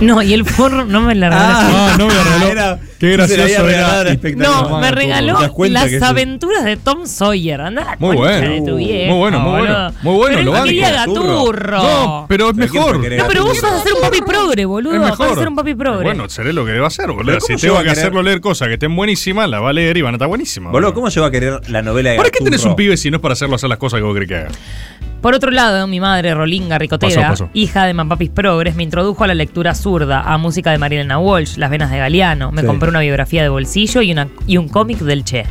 Speaker 10: No, y el forro no me la regaló.
Speaker 6: Ah,
Speaker 9: Ah, no me la regaló.
Speaker 7: Qué
Speaker 9: Sí, se la
Speaker 7: gracioso
Speaker 9: había
Speaker 7: era.
Speaker 9: regalado al espectador.
Speaker 10: No, me regaló
Speaker 9: ¿Te das cuenta
Speaker 10: las
Speaker 9: que es el-
Speaker 10: aventuras de Tom Sawyer. Andá a la
Speaker 6: Muy
Speaker 10: concha
Speaker 6: bueno.
Speaker 10: de tu vieja,
Speaker 6: Muy bueno, muy
Speaker 10: boludo.
Speaker 6: bueno. Muy bueno,
Speaker 10: Pero
Speaker 6: lo
Speaker 10: él
Speaker 6: banco.
Speaker 10: quería Gaturro.
Speaker 6: No, pero es mejor.
Speaker 10: No, pero vos vas a ser un papi progre, boludo.
Speaker 6: Es
Speaker 10: Vas a
Speaker 6: mejor.
Speaker 10: ser un papi progre.
Speaker 6: Bueno, seré lo que deba hacer, boludo.
Speaker 9: ¿Pero
Speaker 6: Si
Speaker 9: cómo
Speaker 6: tengo
Speaker 9: lleva a
Speaker 6: que
Speaker 9: querer-
Speaker 6: hacerlo leer cosas que estén buenísimas, las va a leer y van a estar buenísimas.
Speaker 9: Boludo, ¿cómo llegó a querer la novela de
Speaker 6: ¿Para qué tenés
Speaker 9: Gaturro?
Speaker 6: un pibe si no es para hacerlo hacer las cosas que vos querés que haga?
Speaker 10: Por otro lado, mi madre, Rolinga Ricotera,
Speaker 6: Pasó, pasó.
Speaker 10: hija de Mapapis Progres, me introdujo a la lectura zurda, a música de Marilena Walsh, Las Venas de Galeano. Me
Speaker 15: Sí.
Speaker 10: compré una biografía de bolsillo y, una, y un cómic del Che.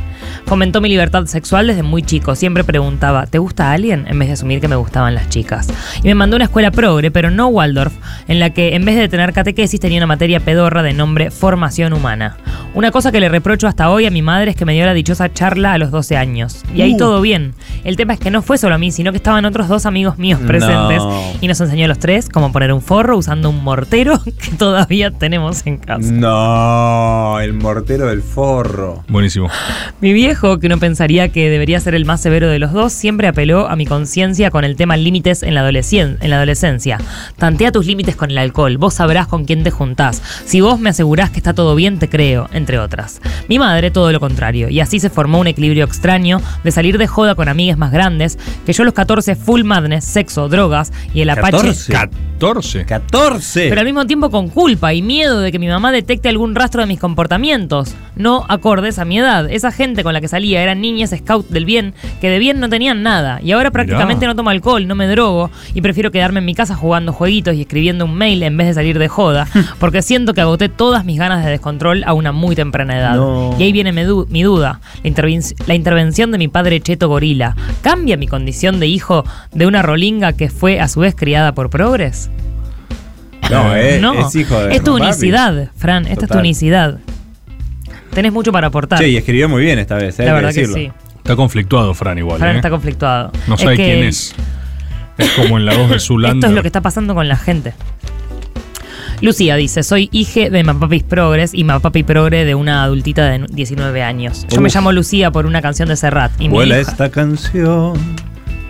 Speaker 10: Fomentó mi libertad sexual desde muy chico. Siempre preguntaba, ¿te gusta alguien? En vez de asumir que me gustaban las chicas. Y me mandó a una escuela progre, pero no Waldorf, en la que en vez de tener catequesis tenía una materia pedorra de nombre Formación Humana. Una cosa que le reprocho hasta hoy a mi madre es que me dio la dichosa charla a los 12 años. Y ahí
Speaker 15: Uh.
Speaker 10: todo bien. El tema es que no fue solo a mí, sino que estaban otros dos amigos míos
Speaker 15: No.
Speaker 10: presentes y nos enseñó a los tres cómo poner un forro usando un mortero que todavía tenemos en casa.
Speaker 9: No, el mortero del forro.
Speaker 6: Buenísimo.
Speaker 10: Mi viejo, que uno pensaría que debería ser el más severo de los dos, siempre apeló a mi conciencia con el tema límites en la, adolescien- en la adolescencia. Tantea tus límites con el alcohol, vos sabrás con quién te juntás. Si vos me asegurás que está todo bien, te creo, entre otras. Mi madre, todo lo contrario, y así se formó un equilibrio extraño de salir de joda con amigas más grandes, que yo a los 14 full madness, sexo, drogas y el apache.
Speaker 6: 14.
Speaker 9: 14.
Speaker 10: Pero al mismo tiempo con culpa y miedo de que mi mamá detecte algún rastro de mis comportamientos. No acordes a mi edad. Esa gente con la que salía eran niñas scout del bien, que de bien no tenían nada. Y ahora prácticamente no tomo alcohol, no me drogo y prefiero quedarme en mi casa jugando jueguitos y escribiendo un mail en vez de salir de joda, porque siento que agoté todas mis ganas de descontrol a una muy temprana edad.
Speaker 15: No.
Speaker 10: Y ahí viene mi, du- mi duda, la, intervin- la intervención de mi padre Cheto Gorila. ¿Cambia mi condición de hijo de una rolinga que fue a su vez criada por progres?
Speaker 9: No, eh,
Speaker 10: No,
Speaker 9: es hijo de.
Speaker 10: es tu
Speaker 9: Papi.
Speaker 10: unicidad, Fran. Esta es tu
Speaker 9: Total.
Speaker 10: unicidad. Tenés mucho para aportar.
Speaker 9: Che, y escribió muy bien esta vez, eh,
Speaker 10: La
Speaker 9: hay
Speaker 10: verdad que
Speaker 9: decirlo.
Speaker 10: sí.
Speaker 6: Está conflictuado, Fran, igual.
Speaker 10: Fran
Speaker 6: ¿eh?
Speaker 10: está conflictuado.
Speaker 6: No
Speaker 10: Es
Speaker 6: sabe
Speaker 10: que
Speaker 6: quién es. Es como en la voz de
Speaker 10: Esto es lo
Speaker 6: Zulander.
Speaker 10: que está pasando con la gente. Lucía dice, soy hija de Mapapis Progres y Mapapi Progre de una adultita de 19 años. Yo me
Speaker 9: Uf.
Speaker 10: llamo Lucía por una canción de Serrat y mi,
Speaker 9: Vuela
Speaker 10: hija,
Speaker 9: esta canción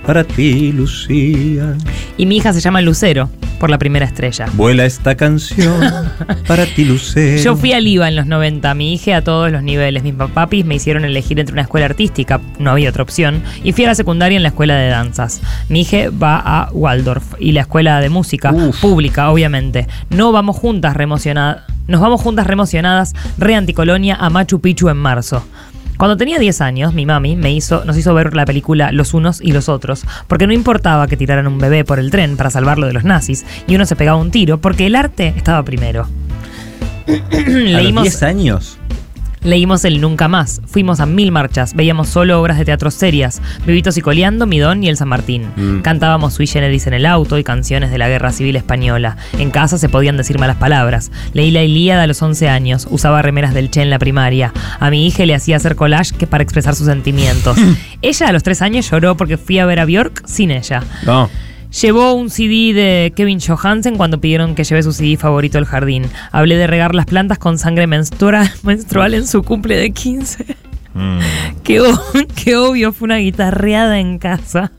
Speaker 9: para ti, Lucía.
Speaker 10: y mi hija se llama Lucero por la primera estrella.
Speaker 9: Vuela esta canción para ti, Lucero.
Speaker 10: Yo fui al IVA en los 90, mi hija a todos los niveles. Mis papapis me hicieron elegir entre una escuela artística, no había otra opción, y fui a la secundaria en la escuela de danzas. Mi hija va a Waldorf y la escuela de música, pública, obviamente. No vamos juntas remocionadas. Nos vamos juntas remocionadas, re anticolonia, a Machu Picchu en marzo. Cuando tenía 10 años, mi mami me hizo, nos hizo ver la película Los unos y los otros, porque no importaba que tiraran un bebé por el tren para salvarlo de los nazis y uno se pegaba un tiro, porque el arte estaba primero.
Speaker 9: a los
Speaker 10: leímos-
Speaker 9: 10 años.
Speaker 10: Leímos el Nunca Más, fuimos a mil marchas, veíamos solo obras de teatro serias, Vivitos y Coleando, Midón y El San Martín.
Speaker 15: Mm.
Speaker 10: Cantábamos Sui Generis en el auto y canciones de la Guerra Civil Española. En casa se podían decir malas palabras. Leí la Ilíada a los 11 años, usaba remeras del Che en la primaria. A mi hija le hacía hacer collage que para expresar sus sentimientos. ella a los 3 años lloró porque fui a ver a Bjork sin ella.
Speaker 9: No.
Speaker 10: Llevó un CD de Kevin Johansen cuando pidieron que lleve su CD favorito al jardín. Hablé de regar las plantas con sangre menstrua- menstrual en su cumple de 15.
Speaker 9: Mm.
Speaker 10: Qué, o- qué obvio, fue una guitarreada en casa.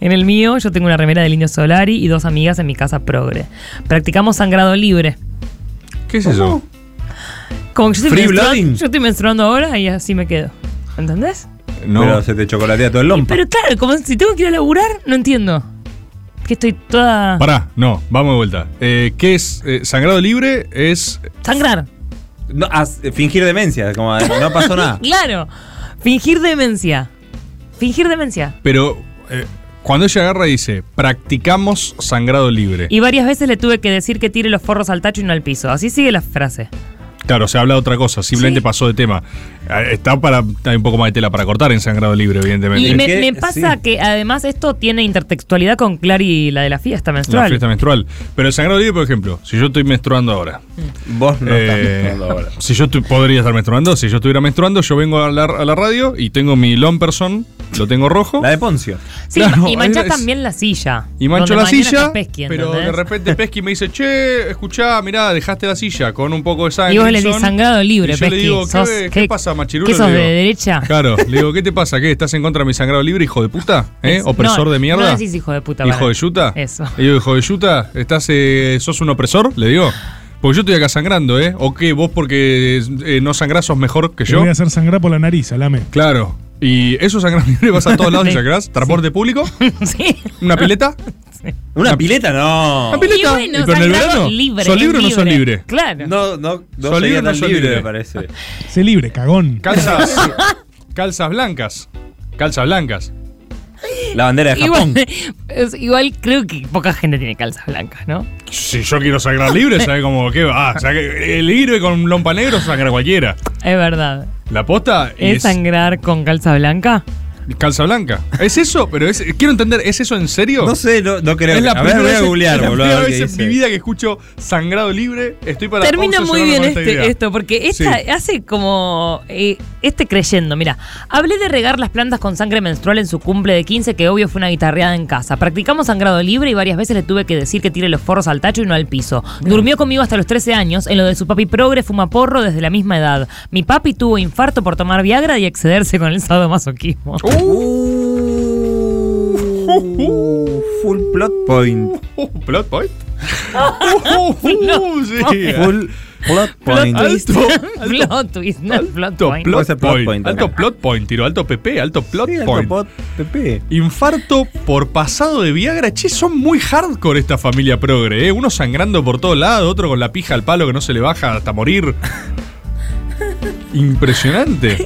Speaker 10: En el mío, yo tengo una remera del Indio Solari y dos amigas en mi casa progre. Practicamos sangrado libre.
Speaker 6: ¿Qué es eso?
Speaker 10: Como que yo estoy,
Speaker 9: Free
Speaker 10: menstruando,
Speaker 9: blooding.
Speaker 10: yo estoy menstruando ahora y así me quedo. ¿Entendés?
Speaker 9: No. Pero se te chocolatea todo el lompa.
Speaker 10: Pero claro, como si tengo que ir a laburar, no entiendo. Que estoy toda.
Speaker 6: Pará, no, vamos de vuelta. Eh, ¿Qué es eh, sangrado libre? Es.
Speaker 10: Sangrar.
Speaker 9: No, as- fingir demencia, como no pasó nada.
Speaker 10: Claro. Fingir demencia. Fingir demencia.
Speaker 6: Pero eh, cuando ella agarra y dice, practicamos sangrado libre.
Speaker 10: Y varias veces le tuve que decir que tire los forros al tacho y no al piso. Así sigue la frase.
Speaker 6: Claro, se habla de otra cosa, simplemente pasó de tema. Eh, Está para. Hay un poco más de tela para cortar en sangrado libre, evidentemente.
Speaker 10: Y me, me pasa que además esto tiene intertextualidad con Clary, la de la fiesta menstrual.
Speaker 6: La fiesta menstrual. Pero el sangrado libre, por ejemplo, si yo estoy menstruando ahora.
Speaker 9: Mm. Vos
Speaker 6: no
Speaker 9: menstruando ahora.
Speaker 6: Si yo tu- podría estar menstruando, si yo estuviera menstruando, yo vengo a la, a la radio y tengo mi Lomperson, lo tengo rojo. La
Speaker 9: de Poncio.
Speaker 10: Sí, y manchas también la silla.
Speaker 6: Y mancho
Speaker 10: donde
Speaker 6: la
Speaker 10: mañana
Speaker 6: silla,
Speaker 10: te pesquen,
Speaker 6: pero de
Speaker 10: ¿entendés?
Speaker 6: repente Pesky me dice, che, escuchá, mirá, dejaste la silla con un poco de sangre.
Speaker 10: Y vos le decís, "Sangrado libre,
Speaker 6: Y yo le
Speaker 10: Pesky,
Speaker 6: digo,
Speaker 10: sos-
Speaker 6: ¿qué,
Speaker 10: qué-
Speaker 6: qué pasa, machirulo?
Speaker 10: ¿Qué sos
Speaker 6: Le
Speaker 10: de
Speaker 6: digo.
Speaker 10: derecha?
Speaker 6: Claro, le digo, ¿qué te pasa? ¿Qué? ¿Estás en contra de mi sangrado libre, hijo de puta? ¿Eh?
Speaker 10: No,
Speaker 6: ¿Opresor de mierda?
Speaker 10: No decís hijo de puta.
Speaker 6: ¿Hijo
Speaker 10: para.
Speaker 6: de yuta?
Speaker 10: Eso.
Speaker 6: Le digo, hijo de yuta, estás, eh, ¿sos un opresor? Le digo. Porque yo estoy acá sangrando, ¿eh? ¿O qué? ¿Vos porque eh, no sangrás sos mejor que
Speaker 7: Te
Speaker 6: yo?
Speaker 7: voy a hacer sangrar por la nariz, alame.
Speaker 6: Claro. ¿Y eso sangrás libre? ¿Vas a todos lados y sangrás? ¿Transporte público?
Speaker 10: Sí.
Speaker 6: ¿Una pileta?
Speaker 9: ¿Una pileta? No.
Speaker 6: ¿Una pileta?
Speaker 10: Y bueno,
Speaker 6: ¿Y pero en el
Speaker 10: sangrado
Speaker 6: verano?
Speaker 10: libre,
Speaker 6: ¿Sos libre o no sos
Speaker 10: libre.
Speaker 6: libre?
Speaker 10: Claro.
Speaker 9: No, no, no
Speaker 6: ¿Sos libre
Speaker 9: sería
Speaker 6: o no
Speaker 9: tan
Speaker 6: sos
Speaker 9: libre,
Speaker 6: libre?
Speaker 9: me parece.
Speaker 7: Sé libre, cagón.
Speaker 6: Calzas. calzas blancas. Calzas blancas.
Speaker 9: La bandera
Speaker 10: Igual, es- igual creo que poca gente tiene calzas blancas, ¿no?
Speaker 6: Si yo quiero sangrar libre, ¿sabes cómo qué va? Ah, o sea, que el libre con lompa negro sangra cualquiera.
Speaker 10: Es verdad.
Speaker 6: La posta
Speaker 10: ¿Es,
Speaker 6: es,
Speaker 10: sangrar con calza blanca?
Speaker 6: calza blanca. ¿Es eso? Pero es- quiero entender, ¿es eso en serio?
Speaker 9: No sé, no, no creo.
Speaker 6: Es
Speaker 9: que-
Speaker 6: la
Speaker 9: a ver,
Speaker 6: primera
Speaker 9: voy a
Speaker 6: vez-
Speaker 9: googlear,
Speaker 6: es la
Speaker 9: boludo, a
Speaker 6: primera
Speaker 9: ver
Speaker 6: vez
Speaker 9: qué
Speaker 6: en
Speaker 9: dice.
Speaker 6: mi vida que escucho sangrado libre. Estoy para
Speaker 10: Termina
Speaker 6: obsesionarme
Speaker 10: muy
Speaker 6: con
Speaker 10: bien
Speaker 6: esta
Speaker 10: este-
Speaker 6: idea.
Speaker 10: esto, porque esta
Speaker 6: Sí.
Speaker 10: hace como eh, este creyendo. Mira, hablé de regar las plantas con sangre menstrual en su cumple de 15, que obvio fue una guitarreada en casa. Practicamos sangrado libre y varias veces le tuve que decir que tire los forros al tacho y no al piso. Durmió conmigo hasta los 13 años, en lo de su papi progre fuma porro desde la misma edad. Mi papi tuvo infarto por tomar Viagra y excederse con el sadomasoquismo.
Speaker 6: Uh,
Speaker 9: Uh, Full plot point.
Speaker 6: Uh, ¿Plot point? uh,
Speaker 9: Full plot point.
Speaker 6: Alto,
Speaker 10: Plot twist, no plot
Speaker 6: Alto
Speaker 10: point.
Speaker 6: plot, point.
Speaker 9: point
Speaker 6: Alto plot point, tiro. Alto PP, alto plot
Speaker 9: alto
Speaker 6: point.
Speaker 9: plot PP.
Speaker 6: Infarto por pasado de Viagra. Che, son muy hardcore esta familia progre, ¿eh? Uno sangrando por todo lado, otro con la pija al palo que no se le baja hasta morir. Impresionante.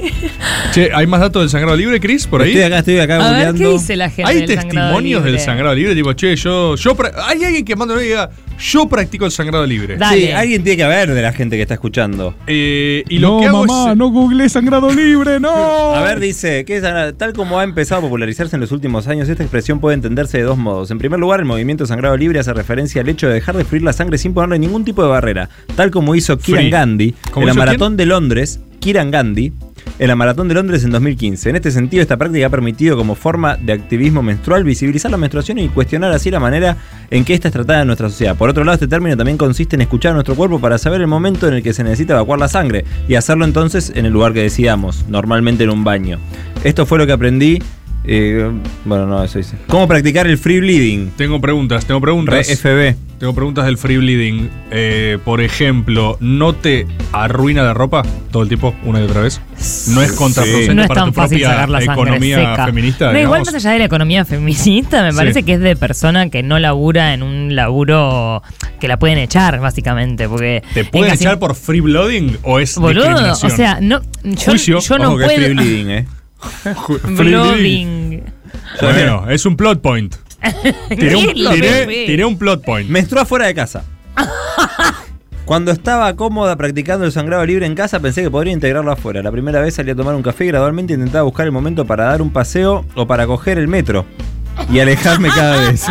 Speaker 6: Che, ¿hay más datos del sangrado libre, Chris? Por ahí.
Speaker 9: Estoy acá, estoy acá
Speaker 10: A ver, ¿qué
Speaker 9: googleando.
Speaker 10: dice la gente
Speaker 6: ¿Hay
Speaker 10: del sangrado
Speaker 6: testimonios del
Speaker 10: libre?
Speaker 6: sangrado libre? Tipo, che, yo. yo pra- ¿Hay alguien que manda una y diga, yo practico el sangrado libre?
Speaker 9: Sí, alguien tiene que haber de la gente que está escuchando.
Speaker 6: Eh, y lo
Speaker 7: no,
Speaker 6: que hago
Speaker 7: mamá,
Speaker 6: es.
Speaker 7: no googleé sangrado libre, no.
Speaker 9: A ver, dice, ¿qué es sangrado? tal como ha empezado a popularizarse en los últimos años, esta expresión puede entenderse de dos modos. En primer lugar, el movimiento sangrado libre hace referencia al hecho de dejar de fluir la sangre sin ponerle ningún tipo de barrera, tal como hizo Kiran
Speaker 6: Free.
Speaker 9: Gandhi
Speaker 6: ¿Cómo
Speaker 9: en la
Speaker 6: hizo
Speaker 9: maratón de Londres, Kiran Gandhi en la maratón de Londres en 2015. En este sentido, esta práctica ha permitido como forma de activismo menstrual visibilizar la menstruación y cuestionar así la manera en que esta es tratada en nuestra sociedad. Por otro lado, este término también consiste en escuchar a nuestro cuerpo para saber el momento en el que se necesita evacuar la sangre y hacerlo entonces en el lugar que decidamos, normalmente en un baño. Esto fue lo que aprendí. eh, bueno, no, eso dice. ¿Cómo practicar el free bleeding?
Speaker 6: Tengo preguntas, tengo preguntas.
Speaker 9: Re FB.
Speaker 6: Tengo preguntas del free bleeding. Eh, por ejemplo, ¿no te arruina la ropa todo el tiempo, una y otra vez? ¿No es contraproducente
Speaker 10: No es
Speaker 6: para
Speaker 10: tan
Speaker 6: tu
Speaker 10: fácil
Speaker 6: propia
Speaker 10: sacar la sangre
Speaker 6: economía
Speaker 10: seca.
Speaker 6: feminista?
Speaker 10: No, igual
Speaker 6: digamos?
Speaker 10: más allá de la economía feminista, me
Speaker 6: Sí.
Speaker 10: parece que es de persona que no labura en un laburo que la pueden echar, básicamente. Porque
Speaker 6: ¿Te pueden
Speaker 10: en casi-
Speaker 6: echar por free blooding o es
Speaker 10: Boludo, o
Speaker 6: discriminación?
Speaker 10: sea, no, yo,
Speaker 6: Juicio.
Speaker 10: yo no
Speaker 9: Ojo que es free
Speaker 10: puedo.
Speaker 9: bleeding, eh.
Speaker 6: Ju- free bleeding.
Speaker 10: Blobbing.
Speaker 6: Bueno, es un plot point. Tiré un,
Speaker 10: ¿Qué es lo
Speaker 6: tiré-
Speaker 10: que es?
Speaker 6: tiré un plot point.
Speaker 9: Menstruó afuera de casa. Cuando estaba cómoda practicando el sangrado libre en casa, pensé que podría integrarlo afuera. La primera vez salí a tomar un café y gradualmente intentaba buscar el momento para dar un paseo o para coger el metro y alejarme cada vez.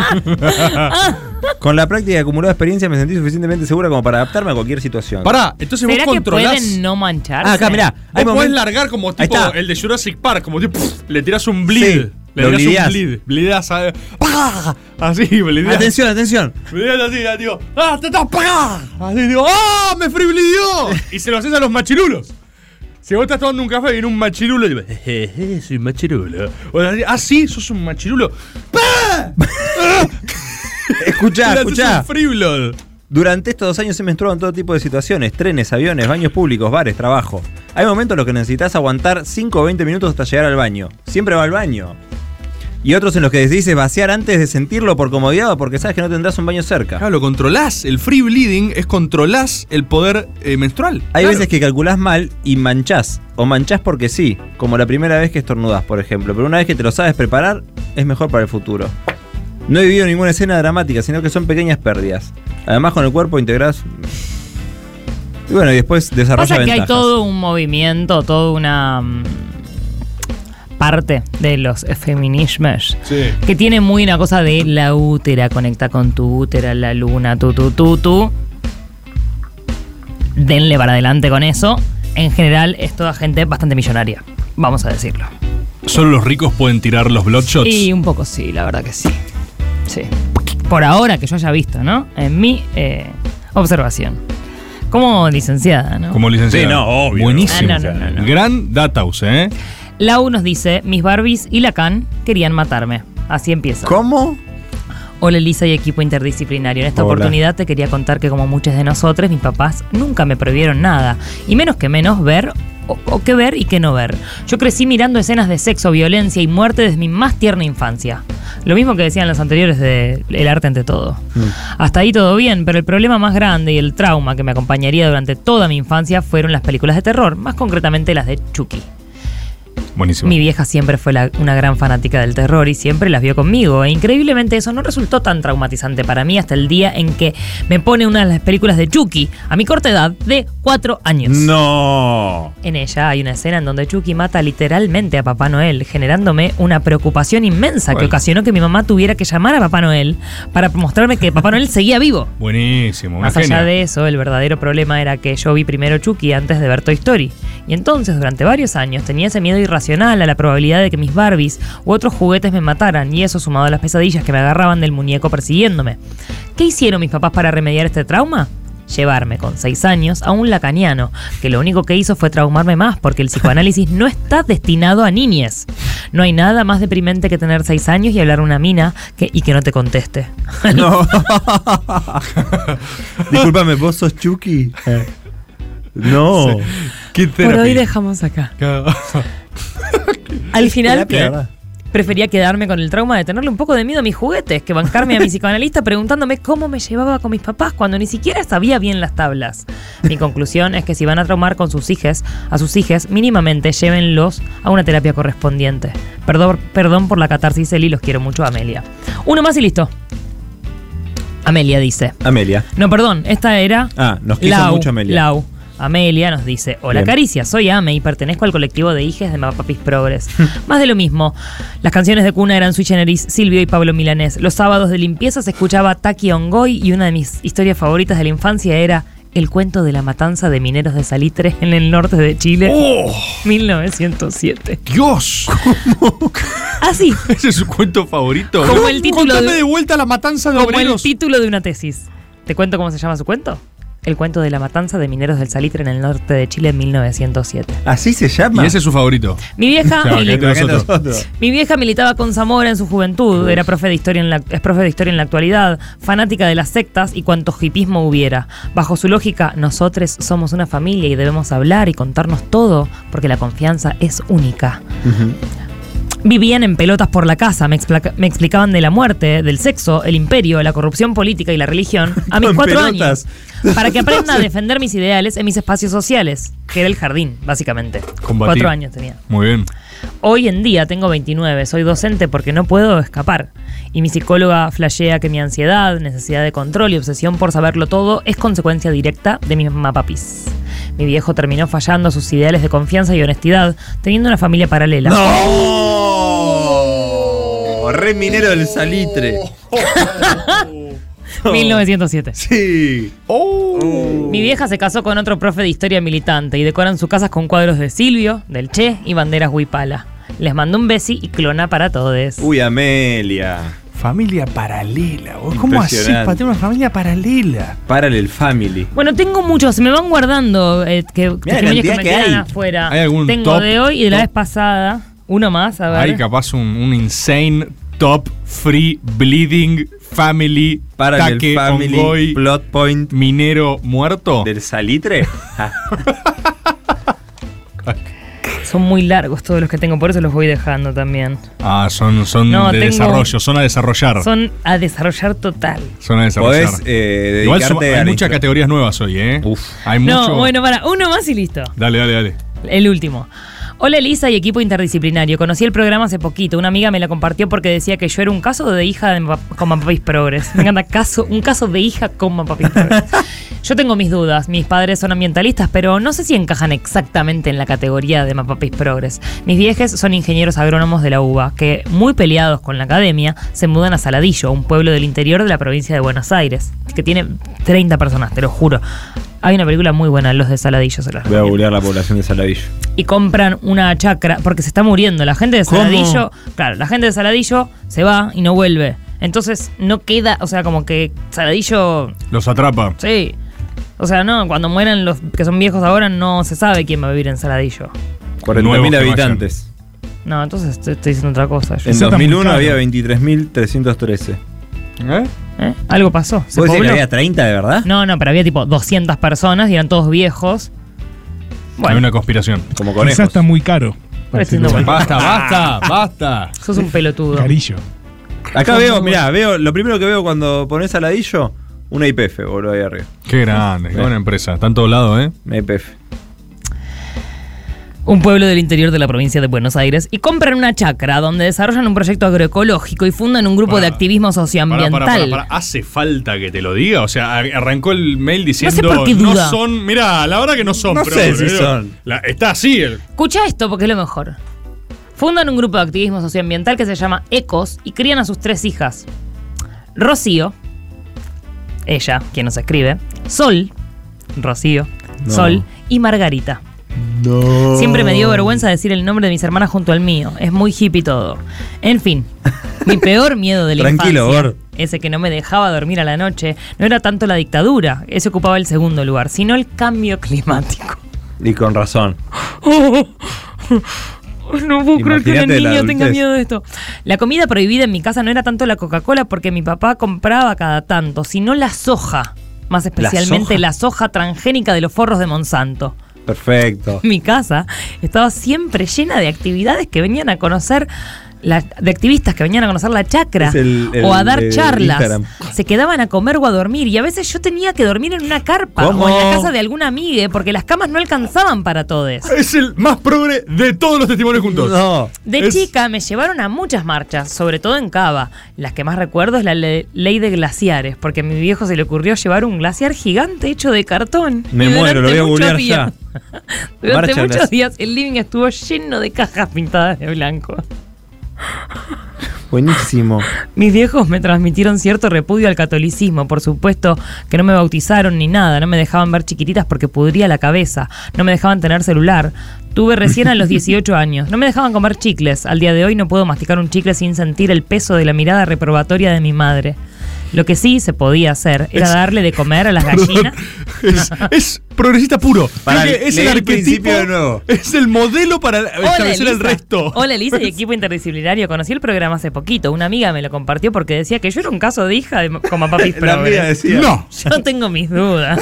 Speaker 9: Con la práctica y acumulada experiencia me sentí suficientemente segura como para adaptarme a cualquier situación.
Speaker 6: Pará, entonces vos
Speaker 10: ¿Será que
Speaker 6: controlás.
Speaker 10: pueden no mancharse?
Speaker 9: Ah, acá mirá,
Speaker 6: Vos
Speaker 9: hay
Speaker 6: podés
Speaker 9: momen-
Speaker 6: largar como
Speaker 9: Ahí
Speaker 6: tipo
Speaker 9: está.
Speaker 6: el de Jurassic Park, como tipo, pff, le tirás un bleed.
Speaker 9: Sí,
Speaker 6: le
Speaker 9: lo
Speaker 6: tirás
Speaker 9: bleedás.
Speaker 6: un bleed. Bleedás a- ¡Pah! Así, bleedás.
Speaker 9: Atención, atención.
Speaker 6: Bleedás así, ah, tipo, ¡ah, te estás pagada! Así, tipo, ¡ah, me free bleedió! y se lo haces a los machirulos. Si vos estás tomando un café y viene un machirulo y te jeje, eh, soy machirulo. O así, ah, sí, sos un machirulo. ¡Pah!
Speaker 9: Escuchá,
Speaker 6: Le haces
Speaker 9: escuchá.
Speaker 6: un free blood.
Speaker 9: Durante estos dos años he menstruado en todo tipo de situaciones, trenes, aviones, baños públicos, bares, trabajo. Hay momentos en los que necesitas aguantar 5 o 20 minutos hasta llegar al baño. Siempre va al baño. Y otros en los que decidís vaciar antes de sentirlo por comodidad o porque sabes que no tendrás un baño cerca.
Speaker 6: Claro, lo controlás. El free bleeding es controlás el poder eh, menstrual.
Speaker 9: Hay
Speaker 6: Claro.
Speaker 9: veces que calculás mal y manchás. O manchás porque sí, como la primera vez que estornudás, por ejemplo. Pero una vez que te lo sabes preparar, es mejor para el futuro. No he vivido ninguna escena dramática, sino que son pequeñas pérdidas. Además, con el cuerpo integrás. Y bueno, y después desarrolla
Speaker 10: Pasa que hay
Speaker 9: ventajas.
Speaker 10: todo un movimiento, toda una mm, parte de los feminismos
Speaker 6: Sí.
Speaker 10: que tiene muy una cosa de la útera, conecta con tu útera, la luna, tu, tu, tu, tu. Denle para adelante con eso. En general es toda gente bastante millonaria, vamos a decirlo.
Speaker 6: Solo los ricos pueden tirar los bloodshots.
Speaker 10: Y un poco sí, la verdad que sí. Sí. Por ahora que yo haya visto, ¿no? En mi eh, observación. Como licenciada, ¿no?
Speaker 6: Como licenciado.
Speaker 9: Sí, no, obvio.
Speaker 6: Buenísimo.
Speaker 10: Ah, no, no, no, no.
Speaker 6: Gran Dataus, ¿eh?
Speaker 10: Lau nos dice, mis Barbies y Lacan querían matarme. Así empieza.
Speaker 9: ¿Cómo?
Speaker 10: Hola Elisa y equipo interdisciplinario. En esta
Speaker 15: Hola.
Speaker 10: oportunidad te quería contar que como muchos de nosotros, mis papás nunca me prohibieron nada. Y menos que menos ver o, o qué ver y qué no ver. Yo crecí mirando escenas de sexo, violencia y muerte desde mi más tierna infancia. Lo mismo que decían los anteriores de El arte ante todo. Hasta ahí todo bien, pero el problema más grande y el trauma que me acompañaría durante toda mi infancia fueron las películas de terror, más concretamente las de Chucky.
Speaker 6: Buenísimo.
Speaker 10: Mi vieja siempre fue la- una gran fanática del terror y siempre las vio conmigo. E increíblemente eso no resultó tan traumatizante para mí hasta el día en que me pone una de las películas de Chucky a mi corta edad de 4 años.
Speaker 4: No.
Speaker 10: En ella hay una escena en donde Chucky mata literalmente a Papá Noel, generándome una preocupación inmensa que
Speaker 6: Bueno.
Speaker 10: ocasionó que mi mamá tuviera que llamar a Papá Noel para mostrarme que Papá Noel seguía vivo.
Speaker 6: Buenísimo. Una
Speaker 10: Más allá
Speaker 6: genia.
Speaker 10: de eso, el verdadero problema era que yo vi primero Chucky antes de ver Toy Story. Y entonces, durante varios años, tenía ese miedo irracional a la probabilidad de que mis Barbies u otros juguetes me mataran, y eso sumado a las pesadillas que me agarraban del muñeco persiguiéndome. ¿Qué hicieron mis papás para remediar este trauma? Llevarme con seis años a un lacaniano, que lo único que hizo fue traumarme más, porque el psicoanálisis no está destinado a niñez. No hay nada más deprimente que tener seis años y hablar a una mina que- y que no te conteste.
Speaker 9: No. Disculpame, vos sos Chucky. No.
Speaker 10: Por hoy dejamos acá. Al final eh,
Speaker 9: terapia, ¿verdad?
Speaker 10: prefería quedarme con el trauma de tenerle un poco de miedo a mis juguetes que bancarme a mi psicoanalista preguntándome cómo me llevaba con mis papás cuando ni siquiera sabía bien las tablas. Mi conclusión es que si van a traumar con sus hijas, a sus hijas, mínimamente llévenlos a una terapia correspondiente. Perdón, perdón por la catarsis, Eli, los quiero mucho, Amelia. Uno más y listo. Amelia dice.
Speaker 9: Amelia.
Speaker 10: No, perdón, esta era.
Speaker 9: Ah, nos quiso
Speaker 10: Lau,
Speaker 9: mucho Amelia.
Speaker 10: Lau. Amelia nos dice: Hola
Speaker 9: Bien.
Speaker 10: Caricia, soy Ame y pertenezco al colectivo de hijes de Mapapis Progres. Más de lo mismo. Las canciones de cuna eran Sui Generis, Silvio y Pablo Milanés. Los sábados de limpieza se escuchaba Taki Ongoy y una de mis historias favoritas de la infancia era. El cuento de la matanza de mineros de salitre en el norte de Chile. 1907.
Speaker 4: ¡Dios!
Speaker 10: Así.
Speaker 6: ¿Ese es su cuento favorito?
Speaker 10: Ah, Como el título
Speaker 4: Contame de vuelta la matanza de
Speaker 10: como el
Speaker 4: obreros.
Speaker 10: título de una tesis. ¿Te cuento cómo se llama su cuento? El cuento de la matanza de mineros del salitre en el norte de Chile en 1907.
Speaker 9: Así se llama.
Speaker 6: Y ese es su favorito.
Speaker 10: Mi vieja-
Speaker 6: Claro,
Speaker 10: Mili-
Speaker 6: acá tenés
Speaker 10: Acá
Speaker 6: otro.
Speaker 10: Mi vieja militaba con Zamora en su juventud, era profe de historia en la, es profe de historia en la actualidad, fanática de las sectas y cuanto hipismo hubiera. Bajo su lógica, nosotros somos una familia y debemos hablar y contarnos todo, porque la confianza es única. Vivían en pelotas por la casa, me, explaca- me explicaban de la muerte, del sexo, el imperio, la corrupción política y la religión a mis
Speaker 9: Con
Speaker 10: cuatro
Speaker 9: pelotas.
Speaker 10: años, para que aprenda a defender mis ideales en mis espacios sociales, que era el jardín, básicamente.
Speaker 6: Combatir.
Speaker 10: Cuatro años tenía.
Speaker 6: Muy bien.
Speaker 10: Hoy en día tengo 29, soy docente porque no puedo escapar. Y mi psicóloga flashea que mi ansiedad, necesidad de control y obsesión por saberlo todo es consecuencia directa de mis mapapis. Mi viejo terminó fallando sus ideales de confianza y honestidad, teniendo una familia paralela.
Speaker 9: ¡No! Oh, Re minero del salitre.
Speaker 6: Oh.
Speaker 10: 1907.
Speaker 9: Sí.
Speaker 10: Mi vieja se casó con otro profe de historia militante y decoran sus casas con cuadros de Silvio, del Che y banderas huipala. Les mando un besi y clona para todos.
Speaker 9: Uy, Amelia.
Speaker 4: Familia paralela, vos. ¿Cómo haces
Speaker 9: Impresionante.
Speaker 4: para tener una familia paralela?
Speaker 9: Parallel Family.
Speaker 10: Bueno, tengo muchos, se me van guardando eh, que, testimonios que
Speaker 9: cantidad
Speaker 10: me
Speaker 9: que
Speaker 10: quedan
Speaker 9: hay.
Speaker 10: afuera.
Speaker 6: ¿Hay algún
Speaker 10: tengo
Speaker 6: top?
Speaker 10: de hoy y de la
Speaker 6: Top.
Speaker 10: vez pasada. Uno más, a ver.
Speaker 6: Hay capaz un, un insane top free bleeding family
Speaker 9: Parallel
Speaker 6: taque,
Speaker 9: Family,
Speaker 6: Ongoy,
Speaker 9: plot point.
Speaker 6: Eh, minero muerto.
Speaker 9: ¿Del salitre?
Speaker 10: Son muy largos todos los que tengo, por eso los voy dejando también.
Speaker 6: Ah, son, son
Speaker 10: No,
Speaker 6: de
Speaker 10: tengo-
Speaker 6: desarrollo, son a desarrollar. Son,
Speaker 10: Son a desarrollar total.
Speaker 6: a desarrollar.
Speaker 9: Podés, eh,
Speaker 6: Igual son-
Speaker 9: dedicarte a
Speaker 6: hay
Speaker 9: la
Speaker 6: muchas
Speaker 9: instru-
Speaker 6: categorías nuevas hoy, ¿eh? Hay
Speaker 10: no,
Speaker 6: mucho.
Speaker 10: bueno, para, uno más y listo.
Speaker 6: Dale, dale, dale.
Speaker 10: El último. Hola Elisa y equipo interdisciplinario. Conocí el programa hace poquito. Una amiga me la compartió porque decía que yo era un caso de hija de Mapa- con Mapapis Progres. Me encanta caso, un caso de hija con Mapapis Progres. Yo tengo mis dudas. Mis padres son ambientalistas, pero no sé si encajan exactamente en la categoría de Mapapis Progres. Mis viejes son ingenieros agrónomos de la UBA, que muy peleados con la academia, se mudan a Saladillo, un pueblo del interior de la provincia de Buenos Aires, que tiene 30 personas, te lo juro. Hay una película muy buena, Los de Saladillo, se las
Speaker 9: Voy a googlear la población de Saladillo.
Speaker 10: y compran una chacra porque se está muriendo. La gente de
Speaker 9: ¿Cómo?
Speaker 10: Saladillo, claro, la gente de Saladillo se va y no vuelve. Entonces no queda, o sea, como que Saladillo,
Speaker 6: Los atrapa.
Speaker 10: sí. O sea, no, cuando mueran los que son viejos ahora no se sabe quién va a vivir en Saladillo.
Speaker 9: 40.000 habitantes.
Speaker 10: No, entonces te- estoy diciendo otra cosa. yo.
Speaker 9: En 2001 había 23.313.
Speaker 10: ¿Eh? Algo pasó. se
Speaker 9: ¿Vos decís que
Speaker 10: pobló.
Speaker 9: había 30 de verdad?
Speaker 10: No, no, pero había tipo 200 personas y eran todos viejos. Bueno.
Speaker 6: Hay una conspiración. Como
Speaker 7: Quizás está muy caro.
Speaker 10: Pareciendo
Speaker 7: Parece que-
Speaker 6: Basta,
Speaker 12: Ah.
Speaker 6: basta, basta.
Speaker 10: Sos un pelotudo.
Speaker 7: Carillo.
Speaker 9: Acá veo, mirá, veo, lo primero que veo cuando pones a ladillo, una IPF, boludo, ahí arriba.
Speaker 6: Qué grande, qué buena empresa. Está en todos lados, ¿eh?
Speaker 9: Una IPF.
Speaker 10: un pueblo del interior de la provincia de Buenos Aires, y compran una chacra donde desarrollan un proyecto agroecológico y fundan un grupo
Speaker 6: Pará.
Speaker 10: de activismo
Speaker 6: Pará,
Speaker 10: socioambiental.
Speaker 6: pará, pará, pará. ¿Hace falta que te lo diga? O sea, ar- arrancó el mail diciendo
Speaker 10: por qué duda.
Speaker 6: son. Mirá, la verdad que no son,
Speaker 10: No
Speaker 6: pero.
Speaker 10: sé si
Speaker 6: boludo,
Speaker 10: son.
Speaker 6: la- está así el.
Speaker 10: Escucha esto porque es lo mejor. Fundan un grupo de activismo socioambiental que se llama Ecos y crían a sus tres hijas. Rocío, ella, quien nos escribe, Sol, Rocío,
Speaker 15: No.
Speaker 10: Sol y Margarita. Siempre me dio vergüenza decir el nombre de mis hermanas junto al mío. Es muy hippie todo. En fin, mi peor miedo de la
Speaker 9: Tranquilo,
Speaker 10: infancia,
Speaker 9: Gor.
Speaker 10: ese que no me dejaba dormir a la noche, no era tanto la dictadura, ese ocupaba el segundo lugar, sino el cambio climático. Oh,
Speaker 9: Y con razón.
Speaker 10: No puedo creer que una
Speaker 9: Imagínate la
Speaker 10: niña tenga
Speaker 9: adultez.
Speaker 10: miedo de esto. La comida prohibida en mi casa no era tanto la Coca-Cola porque mi papá compraba cada tanto, sino la soja. Más especialmente
Speaker 9: soja?
Speaker 10: la soja, transgénica de los forros de Monsanto.
Speaker 9: Perfecto.
Speaker 10: Mi casa estaba siempre llena de actividades que venían a conocer, la- de activistas que venían a conocer la chacra
Speaker 9: Es el- el
Speaker 10: o a dar
Speaker 9: de
Speaker 10: charlas.
Speaker 9: Instagram.
Speaker 10: Se quedaban a comer o a dormir y a veces yo tenía que dormir en una carpa o en la
Speaker 6: ¿Cómo?
Speaker 10: casa de alguna amiga porque las camas no alcanzaban para todos.
Speaker 6: Es el más progre de todos los testimonios juntos.
Speaker 9: No.
Speaker 10: De chica me llevaron a muchas marchas, sobre todo en Cava. Las que más recuerdo es la le- ley de glaciares, porque a mi viejo se le ocurrió llevar un glaciar gigante hecho de cartón.
Speaker 9: Me
Speaker 10: Y
Speaker 9: muero, lo voy
Speaker 10: durante
Speaker 9: a
Speaker 10: muchos
Speaker 9: googlear
Speaker 10: días-
Speaker 9: ya.
Speaker 10: Durante
Speaker 9: Marcha
Speaker 10: muchos
Speaker 9: glaciar.
Speaker 10: días el living estuvo lleno de cajas pintadas de blanco.
Speaker 9: Buenísimo.
Speaker 10: Mis viejos me transmitieron cierto repudio al catolicismo, por supuesto que no me bautizaron ni nada, no me dejaban ver chiquititas porque pudría la cabeza, no me dejaban tener celular. Tuve recién a los 18 años, no me dejaban comer chicles, al día de hoy no puedo masticar un chicle sin sentir el peso de la mirada reprobatoria de mi madre. Lo que sí se podía hacer era
Speaker 6: Es-
Speaker 10: darle de comer a las
Speaker 6: Perdón.
Speaker 10: gallinas.
Speaker 6: Es, es progresista puro.
Speaker 10: Pará,
Speaker 6: Creo que es
Speaker 10: leí
Speaker 6: el
Speaker 10: el
Speaker 6: arquetipo.
Speaker 10: principio de nuevo.
Speaker 6: Es el modelo para establecer el
Speaker 10: Elisa.
Speaker 6: resto.
Speaker 10: Hola Elisa y equipo interdisciplinario. Conocí el programa hace poquito. Una amiga me lo compartió porque decía que yo era un caso de hija de como papis
Speaker 6: La amiga decía. No.
Speaker 10: Yo tengo mis dudas.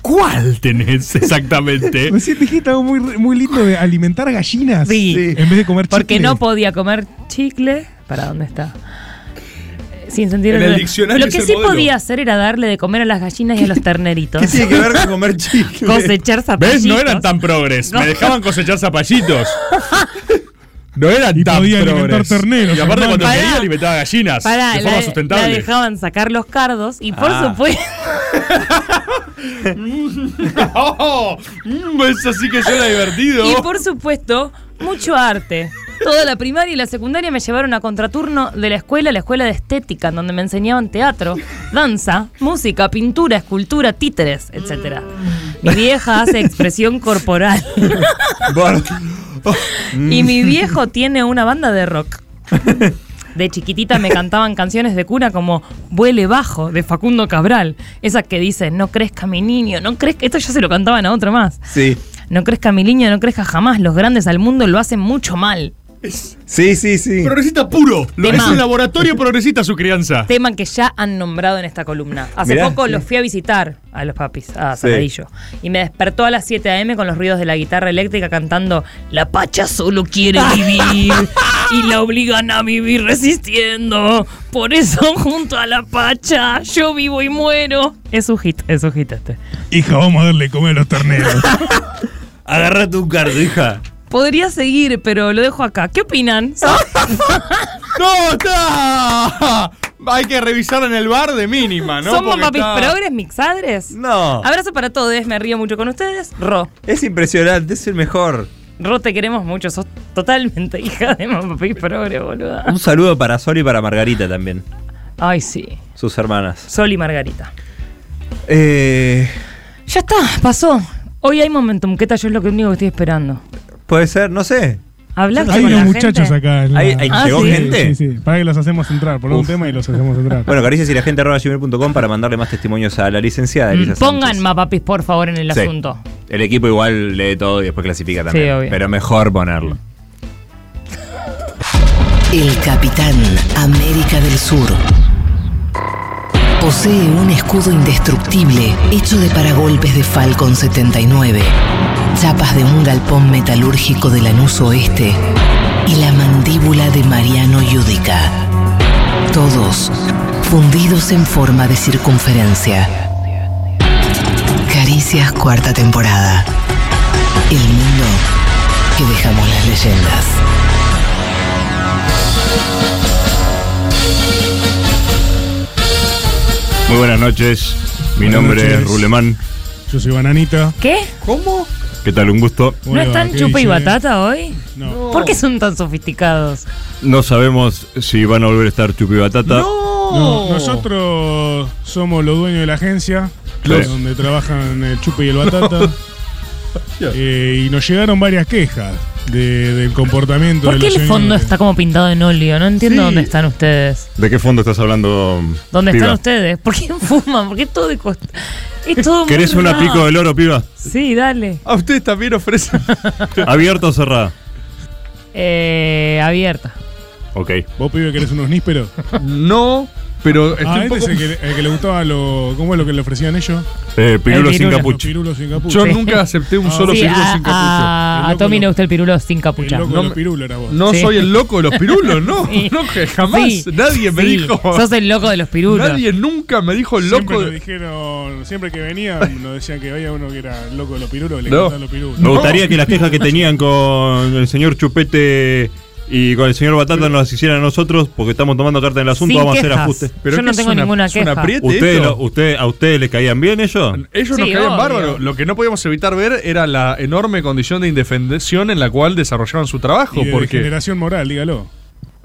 Speaker 6: ¿Cuál tenés exactamente?
Speaker 7: Recién dijiste algo muy, muy lindo de alimentar gallinas.
Speaker 10: Sí.
Speaker 7: En vez de comer
Speaker 10: Porque
Speaker 7: chicle.
Speaker 10: no podía comer chicle. ¿Para dónde está? Sin sentir
Speaker 7: En el
Speaker 10: olor.
Speaker 7: diccionario
Speaker 10: Lo que
Speaker 7: es el
Speaker 10: sí
Speaker 7: modelo.
Speaker 10: podía hacer era darle de comer a las gallinas y a los terneritos.
Speaker 6: ¿Qué tiene que ver con comer chicle?
Speaker 10: Cosechar zapallitos.
Speaker 6: ¿Ves? No eran tan progres.
Speaker 10: No.
Speaker 6: Me dejaban cosechar zapallitos. No eran tan
Speaker 7: podía alimentar
Speaker 6: progres.
Speaker 7: terneros,
Speaker 6: y aparte,
Speaker 7: hermano.
Speaker 6: cuando
Speaker 7: Pará.
Speaker 6: quería, alimentaba gallinas.
Speaker 10: Pará,
Speaker 6: de
Speaker 10: la,
Speaker 6: forma
Speaker 10: la
Speaker 6: sustentable.
Speaker 10: dejaban sacar los cardos y por
Speaker 6: Ah.
Speaker 10: supuesto.
Speaker 6: Oh, mm, eso sí que suena divertido.
Speaker 10: Y por supuesto, mucho arte. Toda la primaria y la secundaria me llevaron a contraturno de la escuela a la escuela de estética, en donde me enseñaban teatro, danza, música, pintura, escultura, títeres, etc. Mi vieja hace expresión corporal y
Speaker 6: Mm.
Speaker 10: mi viejo tiene una banda de rock. De chiquitita me cantaban canciones de cuna como Vuele bajo de Facundo Cabral, esa que dice No crezca mi niño, no crezca. Esto ya se lo cantaban a otro más.
Speaker 9: Sí.
Speaker 10: No crezca mi niño, no crezca jamás. Los grandes al mundo lo hacen mucho mal.
Speaker 9: Sí, sí, sí.
Speaker 6: Progresista puro. Lo
Speaker 10: Tema.
Speaker 6: es un laboratorio progresista su crianza.
Speaker 10: Tema que ya han nombrado en esta columna. Hace
Speaker 6: Mirá,
Speaker 10: poco
Speaker 6: sí.
Speaker 10: los fui a visitar a los papis, a
Speaker 6: Sí.
Speaker 10: Saladillo. Y me despertó a las 7 a.m. con los ruidos de la guitarra eléctrica cantando La Pacha solo quiere vivir y la obligan a vivir resistiendo. Por eso junto a La Pacha yo vivo y muero. Es un hit, es un hit este.
Speaker 7: Hija, vamos a darle comer a los terneros.
Speaker 9: Agárrate un cardo, hija.
Speaker 10: Podría seguir, pero lo dejo acá. ¿Qué opinan?
Speaker 6: ¡No, está! Hay que revisar en el bar de mínima, ¿no?
Speaker 10: ¿Somos
Speaker 6: Porque
Speaker 10: papis
Speaker 6: está-
Speaker 10: progres, mixadres?
Speaker 9: No.
Speaker 10: Abrazo para todos, me río mucho con ustedes. Ro,
Speaker 9: Es impresionante, es el mejor.
Speaker 10: Ro, te queremos mucho. Sos totalmente hija de papis progres, boluda.
Speaker 9: Un saludo para Sol y para Margarita también,
Speaker 10: Ay, sí.
Speaker 9: sus hermanas.
Speaker 10: Sol y Margarita.
Speaker 9: Eh,
Speaker 10: Ya está, pasó. Hoy hay momentum. ¿Qué tal? Yo es lo que único que estoy esperando.
Speaker 9: puede ser, no sé.
Speaker 10: ¿Hablaste
Speaker 7: Hay
Speaker 10: con
Speaker 7: unos
Speaker 10: la
Speaker 7: muchachos
Speaker 10: gente?
Speaker 7: acá. eh. en la-
Speaker 9: ¿Hay- hay- Ah, llegó ¿sí?
Speaker 7: Sí,
Speaker 9: gente?
Speaker 7: sí. Para que los hacemos entrar. Por un tema y los hacemos entrar.
Speaker 9: Bueno, caricias y la gente arroba gmail.com para mandarle más testimonios a la licenciada Elisa
Speaker 10: Mm, Pongan mapapis, por favor, en el
Speaker 9: Sí.
Speaker 10: asunto.
Speaker 9: Sánchez. El equipo igual lee todo y después clasifica también.
Speaker 10: Sí, obvio.
Speaker 9: Pero mejor ponerlo.
Speaker 5: El Capitán América del Sur. Posee un escudo indestructible hecho de paragolpes de Falcon 79, chapas de un galpón metalúrgico de Lanús Oeste y la mandíbula de Mariano Yudica. Todos fundidos en forma de circunferencia. Caricias cuarta temporada. El mundo que dejamos las leyendas.
Speaker 15: Muy buenas noches. Mi
Speaker 7: Buenas
Speaker 15: nombre
Speaker 7: noches.
Speaker 15: es Rulemán.
Speaker 7: Yo soy bananita.
Speaker 10: ¿Qué? ¿Cómo?
Speaker 15: ¿Qué tal? Un gusto.
Speaker 10: ¿No están chupa y batata hoy? No. ¿Por qué son tan sofisticados?
Speaker 15: No sabemos si van a volver a estar Chupi Batata.
Speaker 10: Oh.
Speaker 7: No, nosotros somos los dueños de la agencia,
Speaker 15: Claro.
Speaker 7: donde trabajan el chupe y el batata. Eh, y nos llegaron varias quejas de- del comportamiento
Speaker 10: ¿Por
Speaker 7: de
Speaker 10: qué
Speaker 7: los
Speaker 10: el
Speaker 7: señores.
Speaker 10: fondo está como pintado en óleo? No entiendo dónde están ustedes.
Speaker 15: ¿De qué fondo estás hablando?
Speaker 10: ¿Dónde
Speaker 15: piba?
Speaker 10: están ustedes? ¿Por qué fuman? ¿Por qué todo de cost- Es todo muy
Speaker 15: ¿Querés una
Speaker 10: raro.
Speaker 15: pico del oro, piba?
Speaker 10: Sí, dale.
Speaker 15: A ustedes también ofrecen. ¿Abierta o cerrada?
Speaker 10: Eh, abierta.
Speaker 15: Ok.
Speaker 7: ¿Vos, pibe, querés unos nísperos?
Speaker 4: No, pero
Speaker 7: Ah,
Speaker 4: estoy un
Speaker 7: este
Speaker 4: poco-
Speaker 7: es el que, el que le gustaba lo. ¿Cómo es lo que le ofrecían ellos?
Speaker 15: Eh, pirulo
Speaker 7: El
Speaker 15: sin
Speaker 7: pirulo.
Speaker 15: capucha.
Speaker 7: Pirulo sin capucha.
Speaker 4: Yo nunca acepté un solo
Speaker 10: Sí,
Speaker 4: pirulo
Speaker 10: a,
Speaker 4: sin
Speaker 10: a-
Speaker 4: capucha.
Speaker 10: a Tommy le gusta el pirulo sin capucha.
Speaker 4: loco de
Speaker 10: No
Speaker 4: los
Speaker 10: me-
Speaker 7: pirulos era vos.
Speaker 4: No
Speaker 10: Sí.
Speaker 4: soy el loco de los pirulos, no.
Speaker 10: Sí.
Speaker 4: no que jamás
Speaker 10: Sí.
Speaker 4: nadie me
Speaker 10: Sí.
Speaker 4: dijo.
Speaker 10: Sos el loco de los pirulos.
Speaker 4: Nadie nunca me dijo el
Speaker 7: Siempre
Speaker 4: loco
Speaker 7: nos
Speaker 4: de.
Speaker 7: dijeron, siempre que venían, nos decían que había uno que era loco de los pirulos, que le
Speaker 15: No.
Speaker 7: encantaban los pirulos.
Speaker 15: Me gustaría que las quejas que tenían con el señor Chupete y con el señor Batata nos las hicieran a nosotros porque estamos tomando carta en el asunto.
Speaker 10: Sin
Speaker 15: vamos a
Speaker 10: quejas.
Speaker 15: hacer ajustes.
Speaker 10: Pero Yo no ¿qué es tengo una- ninguna es un queja. apriete
Speaker 15: ¿Ustedes
Speaker 4: esto?
Speaker 15: lo- usted- ¿A ustedes les caían bien ellos?
Speaker 4: Ellos nos
Speaker 10: Sí,
Speaker 4: caían
Speaker 10: obvio.
Speaker 4: bárbaros. Lo que no podíamos evitar ver era la enorme condición de indefensión en la cual desarrollaron su trabajo.
Speaker 7: Y de
Speaker 4: Porque.
Speaker 7: generación moral, dígalo.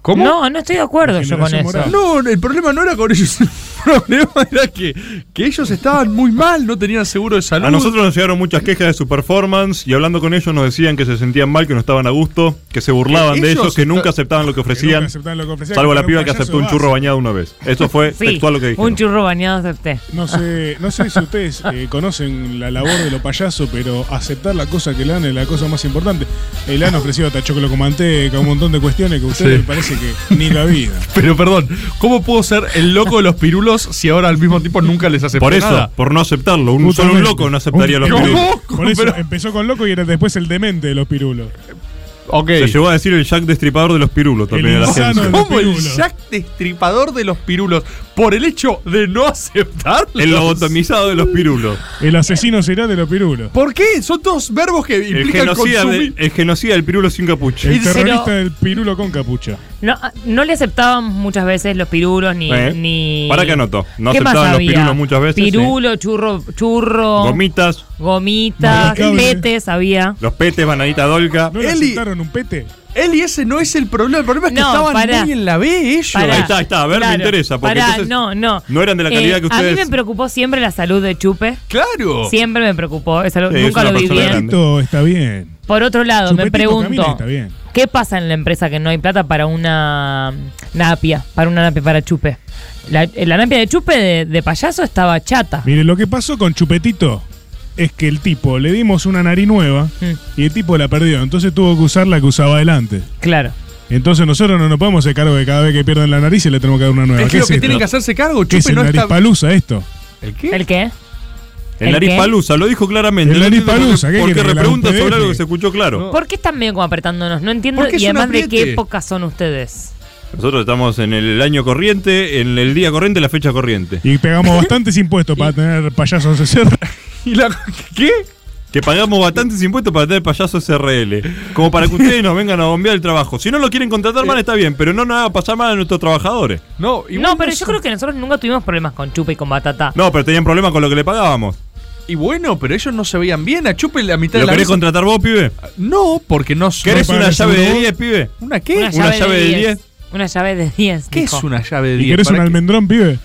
Speaker 4: ¿Cómo?
Speaker 10: No, no estoy de acuerdo yo con eso.
Speaker 4: No, el problema no era con ellos. El problema era que, que ellos estaban muy mal, no tenían seguro de salud.
Speaker 15: A nosotros nos llegaron muchas quejas de su performance y hablando con ellos nos decían que se sentían mal, que no estaban a gusto, que se burlaban de
Speaker 7: Ellos
Speaker 15: ellos, que nunca aceptaban lo que
Speaker 7: nunca
Speaker 15: ofrecían.
Speaker 7: aceptaban lo que ofrecían,
Speaker 15: Salvo
Speaker 7: que
Speaker 15: la
Speaker 7: era
Speaker 15: piba
Speaker 7: un
Speaker 15: que
Speaker 7: payaso
Speaker 15: aceptó un
Speaker 7: base.
Speaker 15: churro bañado una vez. Eso fue
Speaker 10: Sí,
Speaker 15: textual lo que dijeron.
Speaker 10: Un churro bañado acepté.
Speaker 7: No sé, no sé si ustedes eh, conocen la labor de los payasos, pero aceptar la cosa que le dan es la cosa más importante. Eh, le han ofrecido hasta chocolate con manteca, un montón de cuestiones que a ustedes
Speaker 4: Sí.
Speaker 7: les parece que ni la vida.
Speaker 4: Pero perdón, ¿cómo puedo ser el loco de los pirulos si ahora al mismo tiempo nunca les acepté
Speaker 15: Por eso,
Speaker 4: nada?
Speaker 15: por no aceptarlo. Un, solo un loco no aceptaría los pirulos.
Speaker 7: Por eso empezó con loco y era después el demente de los pirulos.
Speaker 15: Se llegó a decir el Jack destripador de los pirulos también
Speaker 7: El
Speaker 15: a la
Speaker 7: insano
Speaker 15: agencia.
Speaker 7: de los
Speaker 4: ¿Cómo el
Speaker 7: pirulos.
Speaker 4: Jack destripador de los pirulos? Por el hecho de no aceptarlos.
Speaker 15: El lobotomizado de los pirulos.
Speaker 7: El asesino será de los pirulos.
Speaker 4: ¿Por qué? Son todos verbos que
Speaker 15: El
Speaker 4: implican
Speaker 15: genocida, de-
Speaker 4: consumir.
Speaker 15: el genocida del pirulo sin capucha.
Speaker 7: El terrorista del pirulo con capucha.
Speaker 10: No, ah, no le aceptaban muchas veces los pirulos ni.
Speaker 15: Eh,
Speaker 10: ni...
Speaker 15: para que anoto. No
Speaker 10: ¿Qué más
Speaker 15: aceptaban los
Speaker 10: había?
Speaker 15: pirulos muchas veces.
Speaker 10: Pirulo, churro, churro
Speaker 15: sí. Gomitas,
Speaker 10: gomitas, petes había.
Speaker 15: los petes, bananita dolca.
Speaker 7: ¿No le
Speaker 4: Eli.
Speaker 7: aceptaron un pete?
Speaker 4: Eli, ese no es el problema. El problema es que
Speaker 10: No,
Speaker 4: estaban
Speaker 10: pará.
Speaker 4: muy en la B ellos.
Speaker 10: Pará,
Speaker 15: Ahí está, ahí está. A ver, me interesa, porque
Speaker 10: pará,
Speaker 15: entonces
Speaker 10: no, no. Eh,
Speaker 15: no eran de la calidad que
Speaker 10: A mí
Speaker 15: ustedes-
Speaker 10: me preocupó siempre la salud de Chupe.
Speaker 4: Claro.
Speaker 10: Siempre me preocupó. esa lo-
Speaker 15: Sí, es
Speaker 10: nunca
Speaker 15: una
Speaker 10: lo vi
Speaker 15: persona
Speaker 10: bien.
Speaker 15: grande.
Speaker 7: Todo está bien.
Speaker 10: Por otro lado, me
Speaker 7: Chupetito camina y
Speaker 10: pregunto,
Speaker 7: está bien.
Speaker 10: ¿qué pasa en la empresa que no hay plata para una napia? Para una napia para Chupe. La, la napia de Chupe de, de payaso estaba chata.
Speaker 7: Mire, lo que pasó con Chupetito es que el tipo le dimos una nariz nueva y el tipo la perdió. Entonces tuvo que usar la que usaba adelante.
Speaker 10: Claro.
Speaker 7: Entonces nosotros no nos podemos hacer cargo de cada vez que pierden la nariz y le tenemos que dar una nueva.
Speaker 4: Es que
Speaker 7: ¿Qué
Speaker 4: lo que
Speaker 7: esto?
Speaker 4: tienen que hacerse cargo,
Speaker 7: ¿Qué es
Speaker 4: Chupe
Speaker 7: el
Speaker 4: no
Speaker 7: nariz
Speaker 4: está.
Speaker 7: palusa esto?
Speaker 4: ¿El qué?
Speaker 10: ¿El qué?
Speaker 15: El,
Speaker 10: ¿El
Speaker 15: nariz
Speaker 10: qué?
Speaker 15: palusa, lo dijo claramente.
Speaker 7: El
Speaker 15: No
Speaker 7: nariz
Speaker 15: entiendo por qué-
Speaker 7: palusa, ¿qué
Speaker 15: Porque
Speaker 7: quiere que la
Speaker 15: repregunta sobre
Speaker 7: UPF?
Speaker 15: algo que se escuchó claro.
Speaker 10: ¿Por qué están medio como apretándonos? No entiendo.
Speaker 4: Porque es
Speaker 10: Y
Speaker 4: un
Speaker 10: además, ¿de qué
Speaker 4: apriete.
Speaker 10: época son ustedes?
Speaker 15: Nosotros estamos en el año corriente, en el día corriente, en la fecha corriente.
Speaker 7: Y pegamos bastantes impuestos para tener payasos de cerro.
Speaker 4: ¿Y la, ¿Qué?
Speaker 15: Que pagamos bastantes impuestos para tener payasos SRL. Como para que ustedes nos vengan a bombear el trabajo. Si no lo quieren contratar mal, está bien, pero no nos haga pasar mal a nuestros trabajadores.
Speaker 4: No, igual
Speaker 10: No, pero
Speaker 4: es-
Speaker 10: yo creo que nosotros nunca tuvimos problemas con Chupe y con Batata.
Speaker 15: No, pero tenían problemas con lo que le pagábamos.
Speaker 4: Y bueno, pero ellos no se veían bien. A Chupe la mitad
Speaker 15: ¿Lo
Speaker 4: de la
Speaker 15: querés
Speaker 4: mesa-
Speaker 15: contratar vos, pibe?
Speaker 4: No, porque no son-
Speaker 15: ¿Querés una llave de 10, pibe?
Speaker 4: ¿Una qué?
Speaker 10: Una llave, de 10. Una llave de 10.
Speaker 4: ¿Qué
Speaker 10: dijo.
Speaker 4: es una llave de
Speaker 7: ¿Y
Speaker 4: 10?
Speaker 7: querés un
Speaker 4: ¿Para
Speaker 7: almendrón, pibe?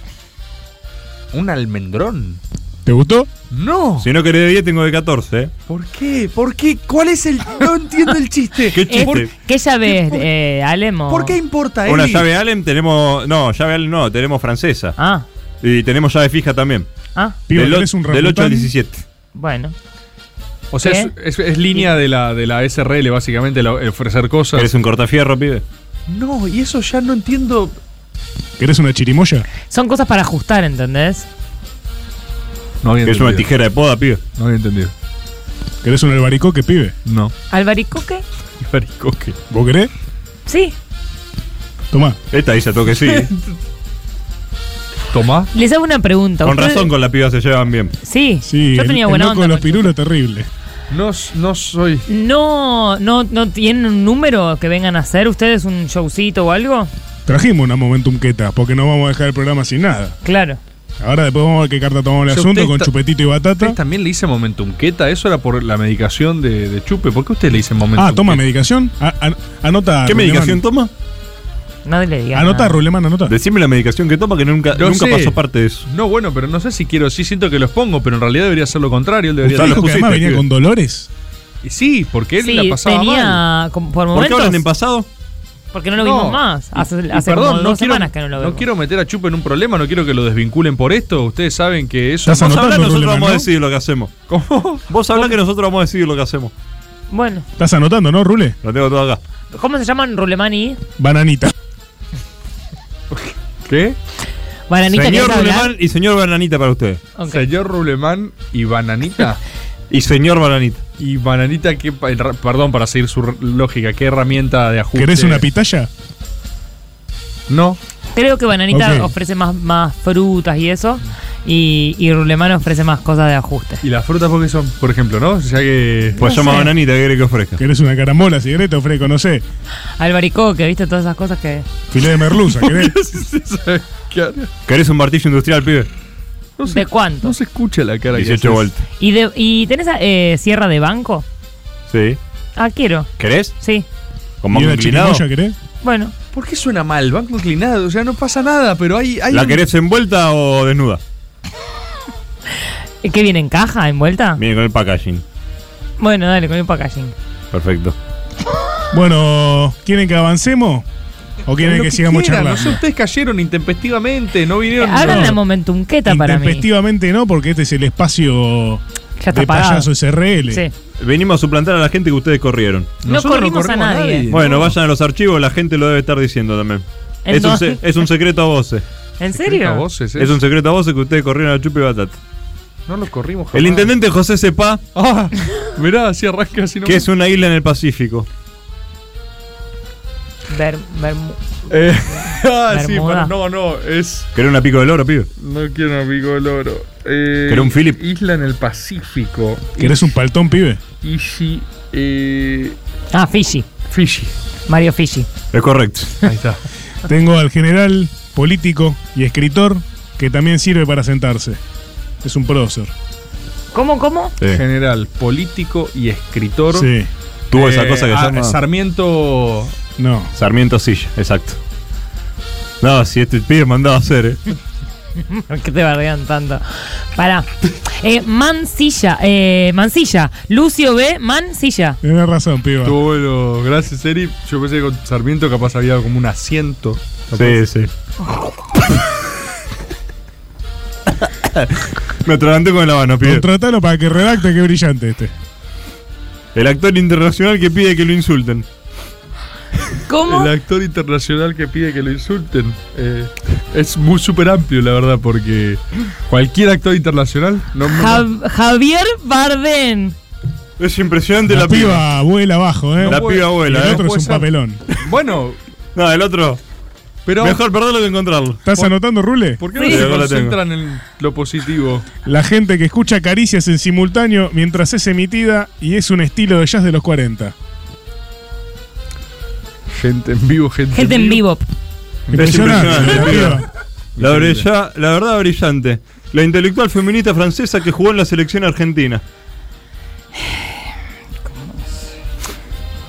Speaker 4: qué? ¿Un almendrón?
Speaker 7: ¿Te gustó?
Speaker 4: No.
Speaker 15: Si no querés de 10, tengo de 14. ¿eh?
Speaker 4: ¿Por qué? ¿Por qué? ¿Cuál es el.? No entiendo el chiste.
Speaker 15: ¿Qué
Speaker 10: Eh,
Speaker 15: chiste?
Speaker 10: ¿Qué llave es, eh, Alemo?
Speaker 4: ¿Por qué importa, Eli?
Speaker 15: Una llave Allen tenemos. No, llave Allen no, tenemos francesa.
Speaker 10: Ah.
Speaker 15: Y tenemos llave fija también.
Speaker 10: Ah,
Speaker 7: Pibe,
Speaker 15: del, o-
Speaker 7: ¿querés un
Speaker 15: del 8 al
Speaker 7: orangután?
Speaker 15: 17.
Speaker 10: bueno.
Speaker 4: O sea, es, es- es línea de la, de la SRL, básicamente, la- el ofrecer cosas.
Speaker 15: ¿Querés un cortafierro, pibe?
Speaker 4: No, y eso ya no entiendo.
Speaker 7: ¿Querés una chirimoya?
Speaker 10: Son cosas para ajustar, ¿entendés?
Speaker 7: No
Speaker 15: Es una tijera de poda, pibe.
Speaker 6: No había entendido.
Speaker 7: ¿Querés un albaricoque, pibe?
Speaker 6: No.
Speaker 10: ¿Albaricoque?
Speaker 6: Albaricoque.
Speaker 7: ¿Vos querés?
Speaker 10: Sí.
Speaker 7: Tomá.
Speaker 15: Esta dice todo que sí. ¿eh?
Speaker 6: Tomá.
Speaker 10: Les hago una pregunta.
Speaker 15: Con
Speaker 10: ¿Ustedes-
Speaker 15: razón con la piba se llevan bien.
Speaker 10: Sí,
Speaker 7: Sí,
Speaker 10: yo
Speaker 7: el-
Speaker 10: tenía
Speaker 7: el
Speaker 10: buena
Speaker 7: loco
Speaker 10: onda.
Speaker 7: de los pirulos terrible.
Speaker 6: No, s- no soy.
Speaker 10: No, no, no tienen un número que vengan a hacer ustedes un showcito o algo.
Speaker 7: Trajimos una Momentum Queta, porque no vamos a dejar el programa sin nada.
Speaker 10: Claro.
Speaker 7: Ahora después vamos a ver qué carta tomamos el
Speaker 6: O sea,
Speaker 7: asunto
Speaker 6: usted
Speaker 7: con Ah,
Speaker 6: está-
Speaker 7: chupetito y batata.
Speaker 6: Usted también le hice momentum queta. Eso era por la medicación de, de chupe. ¿Por qué usted le dice momentum
Speaker 7: Ah, toma
Speaker 6: Queta?
Speaker 7: medicación. A- a- anota.
Speaker 6: ¿Qué medicación
Speaker 15: toma?
Speaker 10: Nadie le diga.
Speaker 7: Anota,
Speaker 6: nada.
Speaker 7: Ruleman, anota.
Speaker 15: Decime la medicación que toma que nunca,
Speaker 6: Lo
Speaker 15: nunca
Speaker 6: sé.
Speaker 15: pasó parte de eso.
Speaker 6: No, bueno, pero no sé si quiero. Sí siento que los pongo, pero en realidad debería ser lo contrario. Él debería
Speaker 7: Usted dijo que además venía con dolores.
Speaker 6: Y sí, porque él
Speaker 10: Sí,
Speaker 6: la pasaba
Speaker 10: tenía
Speaker 6: mal.
Speaker 10: como por momentos.
Speaker 15: pasado?
Speaker 10: Porque no lo vimos más. Hace,
Speaker 6: Y
Speaker 10: hace
Speaker 6: perdón,
Speaker 10: como dos
Speaker 6: no quiero,
Speaker 10: semanas que no lo vemos.
Speaker 6: quiero meter a Chupe en un problema, no quiero que lo desvinculen por esto. Ustedes saben que eso.
Speaker 15: Vos hablá, nosotros vamos a decidir lo que hacemos. ¿Cómo? Vos hablá que nosotros vamos a decidir lo que hacemos.
Speaker 10: Bueno,
Speaker 7: Estás anotando, ¿no, Rule?
Speaker 15: Lo tengo todo acá.
Speaker 10: ¿cómo se llaman Rulemani?
Speaker 7: Bananita.
Speaker 6: ¿Qué?
Speaker 10: Bananita
Speaker 15: señor
Speaker 10: ¿querés hablar?
Speaker 15: Rulemán y señor Bananita para ustedes.
Speaker 10: Ok.
Speaker 6: Señor Rulemán y Bananita.
Speaker 15: y señor Bananita.
Speaker 6: Y Bananita, que, pa- ra- perdón, para seguir su r- lógica, ¿qué herramienta de ajuste?
Speaker 7: ¿Querés una pitaya?
Speaker 6: No.
Speaker 10: Creo que Bananita
Speaker 6: Ok.
Speaker 10: ofrece más, más frutas y eso. Y, y Rulemán ofrece más cosas de ajuste.
Speaker 6: ¿Y las frutas porque son? Por ejemplo, ¿no? Ya que.
Speaker 10: Pues No llama sé. a Bananita,
Speaker 15: ¿qué quiere que ofrezca?
Speaker 7: ¿Querés una carambola, cigareta? Ofrezco, no sé.
Speaker 10: Albaricoque, ¿viste? Todas esas cosas que.
Speaker 7: Filé de merluza, ¿querés?
Speaker 15: ¿Querés un martillo industrial, pibe?
Speaker 10: ¿De cuánto?
Speaker 6: No se escucha la cara
Speaker 15: 18 volts.
Speaker 10: ¿Y, de, y tenés eh, sierra de banco?
Speaker 15: Sí.
Speaker 10: Ah, quiero.
Speaker 15: ¿Querés?
Speaker 10: Sí.
Speaker 15: ¿Con mango inclinado?
Speaker 7: querés?
Speaker 10: Bueno.
Speaker 6: ¿Por qué suena mal? Banco inclinado, o sea, no pasa nada, pero hay. hay
Speaker 15: ¿La
Speaker 6: un-
Speaker 15: querés envuelta o desnuda?
Speaker 10: ¿Qué viene en caja, envuelta?
Speaker 15: Viene con el packaging.
Speaker 10: Bueno, dale, con el packaging.
Speaker 15: Perfecto.
Speaker 7: Bueno, ¿quieren que avancemos? ¿O quieren
Speaker 6: Lo
Speaker 7: que, sigamos
Speaker 6: quieran, No sé,
Speaker 7: charlando?
Speaker 6: ustedes cayeron intempestivamente, no vinieron.
Speaker 10: Hagan
Speaker 6: no.
Speaker 10: la momentum queta para mí.
Speaker 7: Efectivamente no, porque este es el espacio
Speaker 10: Ya está
Speaker 7: de
Speaker 10: pagado.
Speaker 7: payaso SRL.
Speaker 10: Sí.
Speaker 15: Venimos a suplantar a la gente que ustedes corrieron.
Speaker 10: No Nosotros no corrimos a corrimos a nadie. nadie.
Speaker 15: Bueno,
Speaker 10: No.
Speaker 15: vayan a los archivos, la gente lo debe estar diciendo también.
Speaker 10: ¿En
Speaker 15: Es un,
Speaker 10: dónde?
Speaker 15: se- es un secreto a voces.
Speaker 10: ¿En
Speaker 6: Secreto a
Speaker 10: serio?
Speaker 6: voces, ¿eh?
Speaker 15: Es un secreto a voces que ustedes corrieron a Chupi Batata.
Speaker 6: No lo corrimos jamás.
Speaker 15: El intendente José Sepa,
Speaker 6: Ah, mirá, así arranca así
Speaker 15: que es una isla en el Pacífico.
Speaker 10: Ver- vermu-
Speaker 6: Eh, ah, sí,
Speaker 10: Bermuda.
Speaker 6: pero no, no, es.
Speaker 15: ¿Querés una pico del oro, pibe?
Speaker 6: No quiero un amigo del oro. Eh,
Speaker 15: ¿Querés un Philip?
Speaker 6: Isla en el Pacífico.
Speaker 7: ¿Querés un paltón, pibe?
Speaker 6: Ishi. Eh,
Speaker 10: Ah, Fishy.
Speaker 6: Fishy.
Speaker 10: Mario Fishy.
Speaker 15: Es correcto.
Speaker 6: Ahí está.
Speaker 7: Tengo al general, político y escritor que también sirve para sentarse. Es un prócer.
Speaker 10: ¿Cómo, cómo?
Speaker 6: Eh, General, político y escritor.
Speaker 7: Sí.
Speaker 15: Tuvo esa cosa que
Speaker 6: ah,
Speaker 15: llama-
Speaker 6: Sarmiento.
Speaker 7: No.
Speaker 15: Sarmiento Silla, exacto. No, si este pibe mandaba a hacer, eh.
Speaker 10: ¿Por qué te bardean tanto? Pará. Eh, Mansilla. Eh, Mansilla. Lucio B. Mansilla.
Speaker 7: Tienes razón, piba.
Speaker 6: Estuvo bueno, gracias, Eri. Yo pensé que con Sarmiento capaz había como un asiento.
Speaker 15: Sí, sí. Me atraganté con la mano, pibe.
Speaker 7: Contratalo para que redacte, qué brillante este.
Speaker 15: El actor internacional que pide que lo insulten.
Speaker 10: ¿Cómo?
Speaker 6: El actor internacional que pide que lo insulten. eh, es muy súper amplio, la verdad, porque cualquier actor internacional no me-
Speaker 10: Jav- Javier Bardem.
Speaker 15: Es impresionante
Speaker 7: La,
Speaker 15: la,
Speaker 7: piba, vuela abajo, ¿eh?
Speaker 15: La
Speaker 6: puede-
Speaker 15: piba
Speaker 7: Y el
Speaker 15: abuela, ¿eh?
Speaker 7: otro es
Speaker 6: puede
Speaker 7: un
Speaker 6: ser.
Speaker 7: papelón.
Speaker 6: Bueno,
Speaker 15: No, el otro.
Speaker 6: pero.
Speaker 15: Mejor perderlo que encontrarlo.
Speaker 7: ¿Estás anotando, Rule?
Speaker 6: ¿Por qué no
Speaker 15: Sí.
Speaker 6: se
Speaker 15: Yo la tengo.
Speaker 6: concentran en lo positivo?
Speaker 7: La gente que escucha caricias en simultáneo mientras es emitida y es un estilo de jazz de los 40.
Speaker 6: Gente en vivo, gente,
Speaker 10: Gente en vivo.
Speaker 7: Impresionante,
Speaker 15: impresionante,
Speaker 7: la
Speaker 15: piba.
Speaker 7: piba.
Speaker 15: La, brilla- la verdad brillante. La intelectual feminista francesa que jugó en la selección argentina.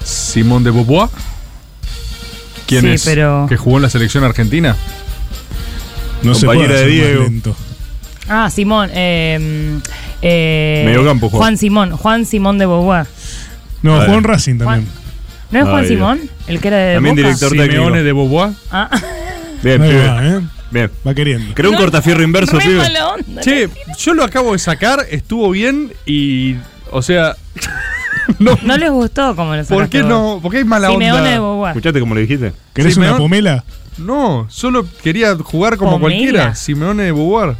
Speaker 6: Simón de Beauvoir. ¿Quién
Speaker 10: Sí,
Speaker 6: es?
Speaker 10: pero-
Speaker 6: Que jugó en la selección argentina.
Speaker 7: No se
Speaker 15: Compañera
Speaker 7: puede
Speaker 15: de
Speaker 7: hacer más
Speaker 15: Diego.
Speaker 7: lento.
Speaker 10: Ah, Simón. Eh, eh,
Speaker 15: Mediocampo juega.
Speaker 10: Juan Simón. Juan Simón de Beauvoir.
Speaker 7: No,
Speaker 15: Vale.
Speaker 7: Juan Racing también.
Speaker 10: ¿No es
Speaker 15: Ah,
Speaker 10: Juan
Speaker 15: bien.
Speaker 10: Simón? El que era de
Speaker 15: También
Speaker 10: Eh, Boca?
Speaker 15: director técnico.
Speaker 6: Simeone de Beauvoir.
Speaker 10: Ah,
Speaker 15: Bien,
Speaker 7: Ahí
Speaker 15: pibe.
Speaker 7: va, ¿eh?
Speaker 15: Bien.
Speaker 7: va queriendo.
Speaker 15: Creo un cortafierro inverso,
Speaker 10: re
Speaker 15: pibe.
Speaker 10: mala onda.
Speaker 6: Che, yo lo acabo de sacar, estuvo bien y. O sea.
Speaker 10: No, les gustó como lo
Speaker 6: ¿Por qué
Speaker 10: sacaste vos.
Speaker 6: no? ¿Por qué hay mala
Speaker 10: Simeone
Speaker 6: onda?
Speaker 10: de Boguar.
Speaker 15: Escuchate como le dijiste.
Speaker 7: ¿Querés una
Speaker 6: pomela? No, solo quería jugar como
Speaker 10: ¿Pomela?
Speaker 6: cualquiera. Simeone de Boguar.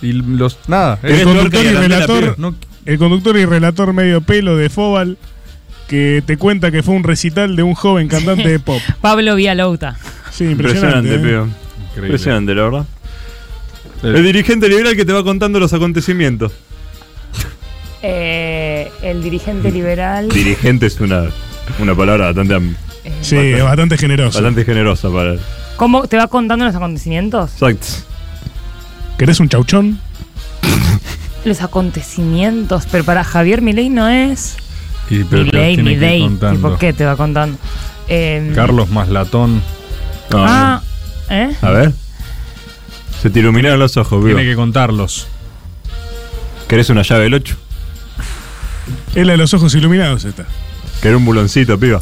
Speaker 6: Y los. Nada.
Speaker 7: El conductor y relator,
Speaker 6: No,
Speaker 7: el conductor y relator medio pelo de Fobal que te cuenta que fue un recital de un joven cantante de pop.
Speaker 10: Pablo Vialauta.
Speaker 7: Sí, impresionante.
Speaker 15: Impresionante,
Speaker 7: ¿eh?
Speaker 15: pío. Impresionante, la verdad. El dirigente liberal que te va contando los acontecimientos.
Speaker 10: Eh, el
Speaker 15: Mm.
Speaker 10: dirigente liberal.
Speaker 15: Dirigente es una, una palabra bastante. am-
Speaker 10: Eh,
Speaker 7: Sí, bastante, generoso.
Speaker 15: Bastante generosa para.
Speaker 10: ¿Cómo te va contando los acontecimientos?
Speaker 15: Exacto.
Speaker 7: ¿Querés un chauchón?
Speaker 10: Los acontecimientos, pero para Javier Milei no es.
Speaker 6: y, pero te los
Speaker 10: Milei,
Speaker 6: tiene que ir
Speaker 10: Milei.
Speaker 6: contando.
Speaker 10: ¿Por qué te va contando? Eh,
Speaker 6: Carlos Maslatón.
Speaker 10: Ah, ¿eh?
Speaker 15: A ver. Se te iluminaron los ojos, pío.
Speaker 6: Tiene que contarlos.
Speaker 15: ¿Querés una llave del 8?
Speaker 7: Es la de los ojos iluminados esta.
Speaker 15: ¿Querés un buloncito, piba?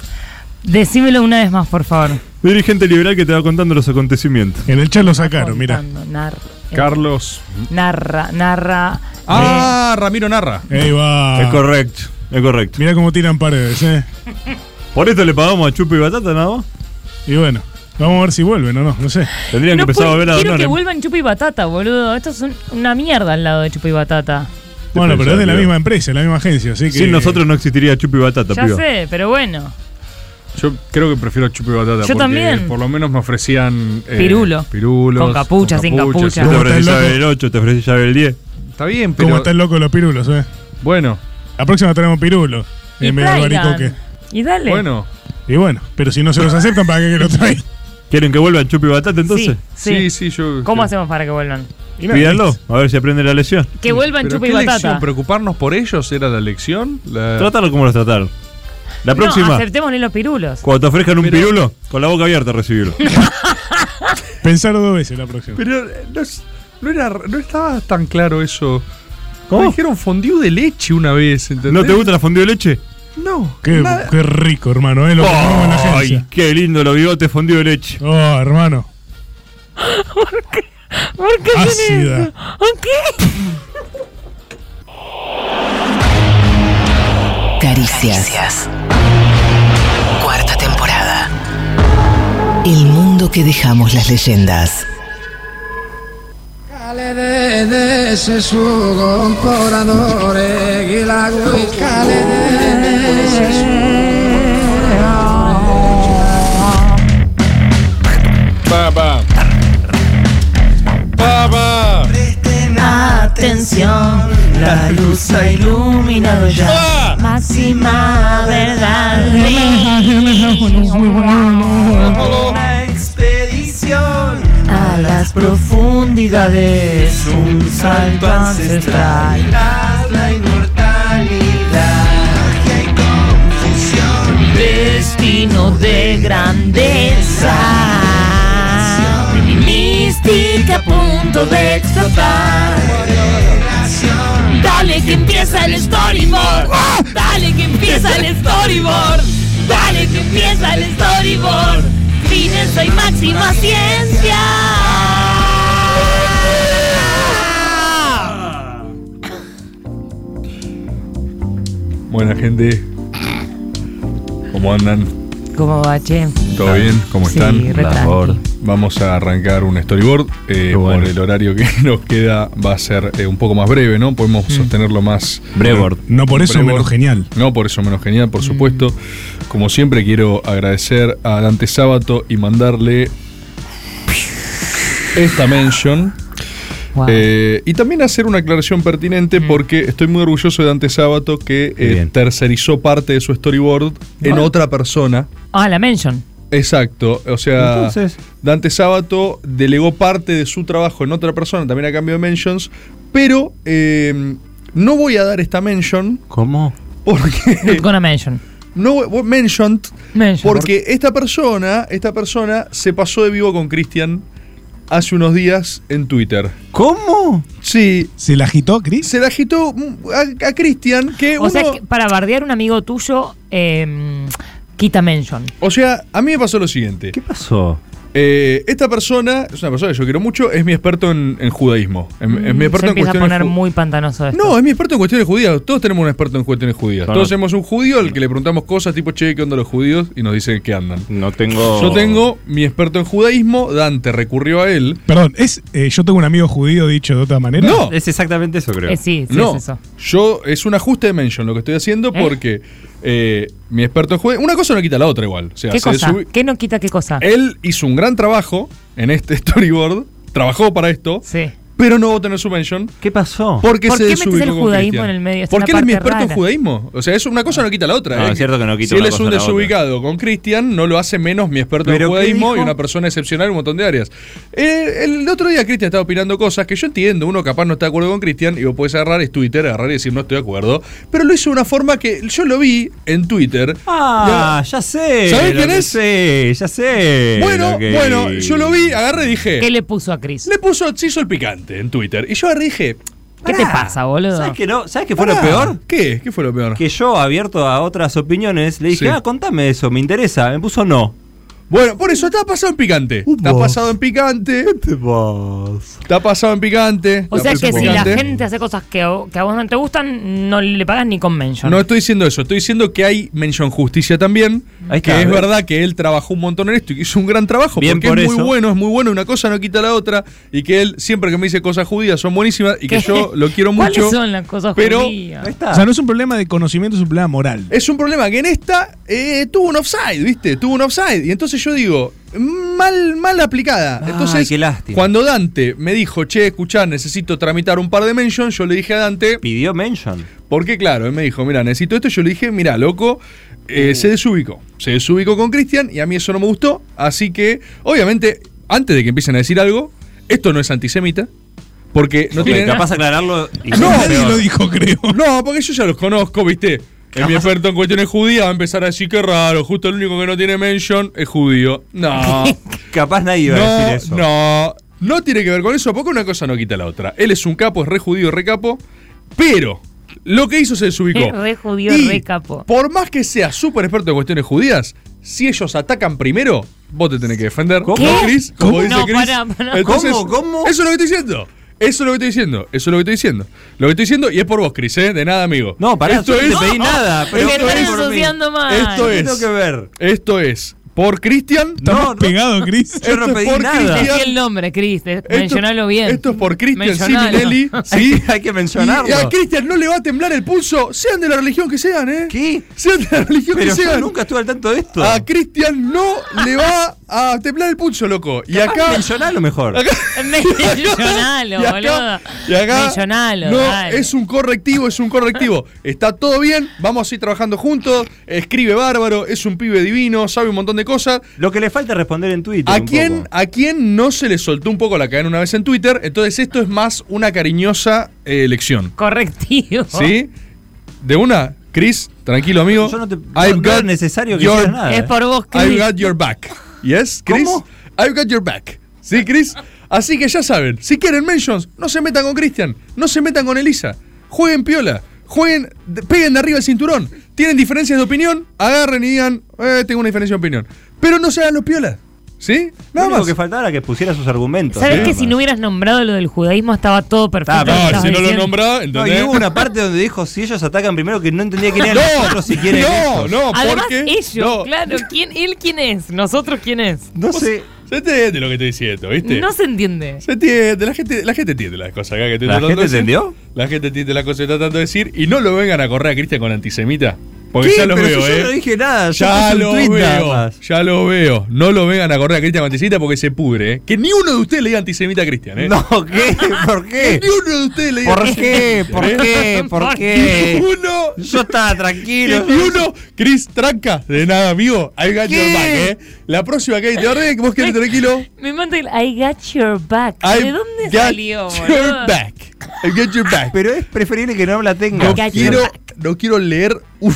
Speaker 10: Decímelo una vez más, por favor.
Speaker 15: Dirigente liberal que te va contando los acontecimientos.
Speaker 7: En el chat lo sacaron, mira.
Speaker 10: Nar- eh,
Speaker 6: Carlos.
Speaker 10: narra, narra. eh.
Speaker 6: Ah, Ramiro Narra.
Speaker 7: Ahí va.
Speaker 15: Es correcto, es correcto.
Speaker 7: Mira cómo tiran paredes, ¿eh?
Speaker 15: Por esto le pagamos a Chupa y Batata nada más.
Speaker 7: Y bueno, vamos a ver si vuelven o no, no sé.
Speaker 15: Tendrían
Speaker 10: No
Speaker 15: que empezar a
Speaker 10: puedo-
Speaker 15: volver a
Speaker 10: quiero que
Speaker 15: Donore.
Speaker 10: vuelvan Chupi Batata, boludo. Esto es un- una mierda al lado de Chupi Batata.
Speaker 7: Bueno, pero es de la
Speaker 15: Pío.
Speaker 7: misma empresa, la misma agencia, así que.
Speaker 15: Sin nosotros no existiría Chupi y Batata,
Speaker 10: Ya
Speaker 15: piba.
Speaker 10: sé, pero bueno.
Speaker 6: Yo creo que prefiero chupe batata.
Speaker 10: Yo
Speaker 6: porque
Speaker 10: también.
Speaker 6: Por lo menos me ofrecían. eh,
Speaker 10: Pirulo.
Speaker 6: Pirulos.
Speaker 10: Con capucha, sin capucha.
Speaker 15: Yo te
Speaker 10: ¿Cómo
Speaker 7: está
Speaker 15: ofrecí
Speaker 7: el
Speaker 15: llave
Speaker 7: loco?
Speaker 15: del 8, te ofrecí llave del 10.
Speaker 6: Está bien,
Speaker 7: ¿Cómo están locos los pirulos, eh?
Speaker 6: Bueno.
Speaker 7: La próxima traemos pirulo.
Speaker 10: Y
Speaker 7: En vez de
Speaker 10: traigan.
Speaker 7: albaricoque.
Speaker 10: Y dale.
Speaker 7: Y bueno, pero si no se los aceptan, ¿para qué que lo traen?
Speaker 15: ¿Quieren que vuelvan Chupi y Batata entonces?
Speaker 10: sí.
Speaker 6: sí, yo.
Speaker 10: ¿Cómo hacemos para que vuelvan?
Speaker 15: Pídanlo, a ver si aprende la lección.
Speaker 10: Que vuelvan
Speaker 6: ¿Pero
Speaker 10: Chupi
Speaker 6: qué
Speaker 10: Batata.
Speaker 6: lección? ¿Preocuparnos por ellos era la lección? La-
Speaker 15: Tratarlo como los trataron. La
Speaker 10: No,
Speaker 15: próxima,
Speaker 10: aceptémosle los pirulos.
Speaker 15: cuando te ofrezcan un pirulo, con la boca abierta recibirlo.
Speaker 7: Pensarlo dos veces la próxima.
Speaker 6: Pero eh, no, es- no era, no estaba tan claro eso. Me dijeron fondue de leche una vez, ¿entendés?
Speaker 15: ¿No te gusta la fondue de leche?
Speaker 6: No.
Speaker 7: Qué,
Speaker 6: nada.
Speaker 7: qué rico, hermano, ¿eh? Lo que comemos en la
Speaker 15: Ay,
Speaker 7: agencia.
Speaker 15: qué lindo los bigotes fondido de leche.
Speaker 7: Oh, hermano.
Speaker 10: ¿Por qué
Speaker 7: Ácida.
Speaker 10: eso? ¿Por qué?
Speaker 5: Caricias. Cuarta temporada. El mundo que dejamos las leyendas.
Speaker 4: Cale de ese suo comporatore che la cale de ese
Speaker 6: Papá. Papá.
Speaker 4: Atención, la luz ha iluminado ya. Máxima verdad. Una expedición a las profundidades. Un salto ancestral. Tras la inmortalidad. Magia y confusión. Destino de grandeza. Mística a punto de explotar. Dale que empieza el storyboard. Dale que empieza el storyboard. Dale que empieza el storyboard. Fineza y máxima ciencia.
Speaker 6: Buena gente. ¿Cómo andan?
Speaker 10: ¿Cómo va, che?
Speaker 6: ¿Todo bien? ¿Cómo
Speaker 10: Sí,
Speaker 6: están?
Speaker 10: re tranqui.
Speaker 6: Vamos a arrancar un storyboard. eh, Por el horario que nos queda va a ser eh, un poco más breve, ¿no? Podemos sostenerlo más. eh,
Speaker 7: Brevord. Mm. No por eso menos genial. Mm.
Speaker 6: No por eso menos genial, por supuesto. Como siempre, quiero agradecer a Dante Sábato y mandarle esta mention. Eh, y también hacer una aclaración pertinente
Speaker 7: Mm.
Speaker 6: porque estoy muy orgulloso de Dante Sábato que eh, tercerizó parte de su storyboard en otra persona.
Speaker 10: Ah, la mention.
Speaker 6: Exacto, o sea,
Speaker 10: Entonces-
Speaker 6: Dante Sábato delegó parte de su trabajo en otra persona, también a cambio de mentions, pero eh, no voy a dar esta mention.
Speaker 15: ¿Cómo?
Speaker 6: Porque.
Speaker 10: Con una mention.
Speaker 6: No, voy- voy- mentioned.
Speaker 10: Mention.
Speaker 6: Porque esta persona, esta persona se pasó de vivo con Cristian hace unos días en Twitter.
Speaker 15: ¿Cómo?
Speaker 6: Sí.
Speaker 7: ¿Se la agitó, Chris?
Speaker 6: Se la agitó mm, a, a Cristian que
Speaker 10: O
Speaker 6: Eh, uno-
Speaker 10: sea, que para bardear un amigo tuyo, eh, quita mention.
Speaker 6: O sea, a mí me pasó lo siguiente. ¿Qué
Speaker 15: pasó?
Speaker 6: Eh, esta persona, es una persona que yo quiero mucho, es mi experto en, en judaísmo. Es, mi- es mi experto
Speaker 10: Mm, Se
Speaker 6: en
Speaker 10: empieza a
Speaker 6: cuestiones
Speaker 10: poner
Speaker 6: ju-
Speaker 10: muy pantanoso esto.
Speaker 6: No, es mi experto en cuestiones judías. Todos tenemos un experto en cuestiones judías.
Speaker 10: No,
Speaker 6: Todos
Speaker 10: no.
Speaker 6: tenemos un judío al que le preguntamos cosas tipo, che, ¿qué onda los judíos? Y nos dice que andan.
Speaker 15: No tengo.
Speaker 6: Yo tengo mi experto en judaísmo, Dante recurrió a él.
Speaker 7: Perdón, ¿es eh, yo tengo un amigo judío dicho de otra manera?
Speaker 6: No.
Speaker 15: Es exactamente eso, creo.
Speaker 10: Eh, sí, sí,
Speaker 6: no,
Speaker 10: es eso.
Speaker 6: yo es un ajuste de mention lo que estoy haciendo porque eh, mi experto en judaísmo. Una cosa no quita la otra igual. O sea,
Speaker 10: ¿Qué
Speaker 6: se
Speaker 10: cosa?
Speaker 6: subi-
Speaker 10: ¿Qué no quita qué cosa?
Speaker 6: Él hizo un gran trabajo en este storyboard, trabajó para esto, pero no va a tener su mention.
Speaker 15: ¿Qué pasó?
Speaker 6: Porque
Speaker 10: ¿Por
Speaker 6: se
Speaker 10: qué metes el
Speaker 6: desubicó con
Speaker 10: judaísmo
Speaker 6: Cristian.
Speaker 10: en el medio? Es
Speaker 6: Porque él
Speaker 10: una
Speaker 6: es mi
Speaker 10: parte
Speaker 6: experto en
Speaker 10: rara.
Speaker 6: judaísmo. O sea, es una cosa no quita la otra.
Speaker 15: Ah. No,
Speaker 6: ¿eh?
Speaker 15: es cierto que no quita
Speaker 6: Si él
Speaker 15: una
Speaker 6: es
Speaker 15: cosa
Speaker 6: un
Speaker 15: a la otra.
Speaker 6: desubicado con Cristian, no lo hace menos mi experto en
Speaker 15: ¿Pero qué
Speaker 6: judaísmo y
Speaker 15: dijo?
Speaker 6: una persona excepcional en un montón de áreas. Eh, el otro día Cristian estaba opinando cosas que yo entiendo. Uno capaz no está de acuerdo con Cristian y vos podés agarrar, es Twitter, agarrar y decir no estoy de acuerdo. Pero lo hizo de una forma que yo lo vi en Twitter.
Speaker 15: Ah, ya sé.
Speaker 6: ¿Sabés
Speaker 15: lo
Speaker 6: quién
Speaker 15: que
Speaker 6: es?
Speaker 15: sé, ya sé.
Speaker 6: Bueno,
Speaker 15: lo que-
Speaker 6: bueno, yo lo vi, agarré y dije.
Speaker 10: ¿Qué le puso a Chris?
Speaker 6: Le puso, se hizo el picante en Twitter. Y yo agarré y dije.
Speaker 10: ¿Qué te pasa, boludo?
Speaker 15: ¿Sabes que no? ¿Sabes qué fue
Speaker 6: Pará.
Speaker 15: lo peor?
Speaker 6: Ah, ¿Qué? ¿Qué fue lo peor?
Speaker 15: Que yo, abierto a otras opiniones, le dije,
Speaker 6: Sí.
Speaker 15: ah, contame eso, me interesa. Me puso no. Uh,
Speaker 6: Bueno, por eso está pasado en picante. Está pasado en picante. Está pasado en picante.
Speaker 10: O sea
Speaker 6: Está
Speaker 10: que
Speaker 6: pasado en
Speaker 10: si la
Speaker 6: picante.
Speaker 10: gente hace cosas que, a- que a vos no te gustan, no le pagas ni con mention.
Speaker 6: No estoy diciendo eso, estoy diciendo que hay mención justicia también.
Speaker 15: Ahí
Speaker 6: que
Speaker 15: está,
Speaker 6: es
Speaker 15: ¿ves?
Speaker 6: verdad que él trabajó un montón en esto y que hizo un gran trabajo.
Speaker 15: Bien
Speaker 6: porque
Speaker 15: por
Speaker 6: es muy
Speaker 15: eso.
Speaker 6: bueno, es muy bueno, una cosa no quita la otra. Y que él, siempre que me dice cosas judías, son buenísimas y que
Speaker 10: ¿Qué?
Speaker 6: yo lo quiero
Speaker 10: ¿Cuáles
Speaker 6: mucho.
Speaker 10: son las cosas
Speaker 6: pero-
Speaker 10: judías?
Speaker 7: O sea, no es un problema de conocimiento, es un problema moral.
Speaker 6: Es un problema que en esta eh, tuvo un offside, ¿viste? Tuvo un offside. Y entonces yo digo, mal, mal aplicada. entonces,
Speaker 15: qué lástima.
Speaker 6: cuando Dante me dijo, che, escuchá, necesito tramitar un par de mentions, yo le dije a Dante.
Speaker 15: Pidió mention.
Speaker 6: Porque, claro, él me dijo, mira, necesito esto. Yo le dije, mira, loco, eh,
Speaker 15: Uh.
Speaker 6: se desubicó. Se desubicó con Cristian y a mí eso no me gustó. Así que, obviamente, antes de que empiecen a decir algo, esto no es antisemita. Porque no
Speaker 15: Porque
Speaker 6: tiene
Speaker 15: capaz aclararlo. y-
Speaker 6: No,
Speaker 15: Nadie lo
Speaker 6: dijo, creo. No, porque yo ya los conozco, ¿viste? Es mi experto en cuestiones judías va a empezar a decir que raro, justo el único que no tiene mention es judío. No.
Speaker 15: Capaz nadie iba
Speaker 6: no,
Speaker 15: a decir eso.
Speaker 6: No, no tiene que ver con eso, porque una cosa no quita la otra. Él es un capo, es re judío, re capo, pero lo que hizo se desubicó.
Speaker 10: re judío,
Speaker 6: Y
Speaker 10: re capo.
Speaker 6: Por más que sea súper experto en cuestiones judías, si ellos atacan primero, vos te tenés que defender. ¿Cómo? Chris? Como
Speaker 10: ¿Cómo?
Speaker 6: dice
Speaker 10: No,
Speaker 6: Chris.
Speaker 10: pará, pará.
Speaker 6: Entonces,
Speaker 10: ¿Cómo?
Speaker 6: Eso es lo que estoy diciendo. Eso es lo que estoy diciendo. Eso es lo que estoy diciendo. Lo que estoy diciendo, y es por vos, Chris, ¿eh? De nada, amigo. No,
Speaker 15: pará,
Speaker 6: esto
Speaker 15: yo no
Speaker 6: es,
Speaker 15: te pedí nada, pero
Speaker 10: Me
Speaker 15: esto
Speaker 10: están
Speaker 15: es por mí.
Speaker 10: ensuciando mal.
Speaker 6: Esto es.
Speaker 15: tengo que ver?
Speaker 6: Esto es. Por Cristian.
Speaker 15: Estamos no.
Speaker 6: pegado, Cris.
Speaker 15: Yo no pedí nada.
Speaker 10: Decí el nombre, Chris. de- Mencionalo bien.
Speaker 6: Esto es por Cristian, sí,
Speaker 10: Mencionalo.
Speaker 6: Minelli. Sí.
Speaker 15: Hay que
Speaker 6: Y a
Speaker 15: mencionarlo.
Speaker 6: Cristian no le va a temblar el pulso, sean de la religión que sean, ¿eh? ¿Qué? Sean de la religión
Speaker 15: Pero
Speaker 6: que
Speaker 15: yo
Speaker 6: sean.
Speaker 15: nunca estuve al tanto de esto.
Speaker 6: A Cristian no le va a temblar el pulso, loco. Y acá.
Speaker 15: Mencionalo mejor.
Speaker 6: Acá-
Speaker 10: Mencionalo,
Speaker 6: Y acá-
Speaker 10: boludo.
Speaker 6: Y acá,
Speaker 10: Mencionalo,
Speaker 6: no,
Speaker 10: dale.
Speaker 6: es un correctivo, es un correctivo. Está todo bien, vamos a ir trabajando juntos. Escribe bárbaro, es un pibe divino, sabe un montón de cosas.
Speaker 15: Lo que le falta es responder en Twitter.
Speaker 6: ¿A
Speaker 15: un
Speaker 6: quién,
Speaker 15: poco.
Speaker 6: ¿A quién no se le soltó un poco la cadena una vez en Twitter? Entonces esto es más una cariñosa eh, elección.
Speaker 10: Correctivo.
Speaker 6: ¿Sí? De una, Chris, tranquilo amigo.
Speaker 15: Yo no te- no-
Speaker 6: I've
Speaker 15: no
Speaker 6: got
Speaker 15: era necesario que
Speaker 6: your-
Speaker 15: hicieras nada. eh. Es por vos, Chris.
Speaker 6: I've got your back. Yes, Chris. I've got your back. ¿Sí, Chris? Así que ya saben, si quieren mentions, no se metan con Christian, no se metan con Elisa. Jueguen piola, jueguen, de- peguen de arriba el cinturón. Tienen diferencias de opinión, agarren y digan, eh, tengo una diferencia de opinión. Pero no sean los piolas. ¿Sí? Nada
Speaker 15: Lo único
Speaker 6: más.
Speaker 15: que faltaba era que pusiera sus argumentos.
Speaker 10: ¿Sabes
Speaker 15: nada
Speaker 10: que
Speaker 15: más.
Speaker 10: si no hubieras nombrado lo del judaísmo estaba todo
Speaker 6: Ah,
Speaker 10: perfecto?
Speaker 15: pero-
Speaker 10: Estabas diciendo-
Speaker 15: No, y hubo una parte donde dijo si ellos atacan primero que no entendía quién eran
Speaker 10: No,
Speaker 15: nosotros si quieren
Speaker 6: no,
Speaker 15: ellos.
Speaker 6: no,
Speaker 10: Además,
Speaker 6: porque-
Speaker 10: ellos,
Speaker 6: no.
Speaker 10: claro. ¿quién, ¿Él quién es? ¿Nosotros quién es?
Speaker 15: No sé.
Speaker 6: Se entiende lo que estoy diciendo, ¿viste?
Speaker 10: No se entiende.
Speaker 6: Se entiende, la gente, la gente entiende las cosas acá que estoy
Speaker 15: ¿La
Speaker 6: tratando
Speaker 15: gente
Speaker 6: de decir.
Speaker 15: entendió?
Speaker 6: La gente entiende las cosas que estoy tratando de decir y no lo vengan a correr a Cristian con antisemita. Porque
Speaker 15: ¿Qué?
Speaker 6: ya lo
Speaker 15: Pero
Speaker 6: veo,
Speaker 15: si
Speaker 6: ¿eh?
Speaker 15: Yo no dije nada. yo
Speaker 6: ya
Speaker 15: puse un
Speaker 6: lo
Speaker 15: tuit nada
Speaker 6: veo,
Speaker 15: más.
Speaker 6: ya lo veo. No lo vengan a correr a Cristian con antisemita porque se pudre, ¿eh? Que ni uno de ustedes le diga antisemita a Cristian, ¿eh?
Speaker 15: No, ¿qué? ¿Por qué?
Speaker 6: Que ni uno de ustedes le diga
Speaker 15: ¿Por
Speaker 6: antisemita,
Speaker 15: qué? ¿Por
Speaker 6: ¿eh?
Speaker 15: qué? ¿Por qué?
Speaker 6: Ni uno.
Speaker 15: Yo estaba tranquilo.
Speaker 6: Que ni uno. Chris, tranca. De nada, amigo. Ahí got your
Speaker 10: ¿Qué?
Speaker 6: back, ¿eh? La próxima que hay te orden, vos quedate tranquilo.
Speaker 10: Me manda el I got your back.
Speaker 6: I've
Speaker 10: ¿De dónde
Speaker 6: got
Speaker 10: salió, boludo?
Speaker 6: Your back. I got your back.
Speaker 15: Pero es preferible que no la tenga.
Speaker 6: No
Speaker 10: I got your
Speaker 6: quiero, no quiero leer un,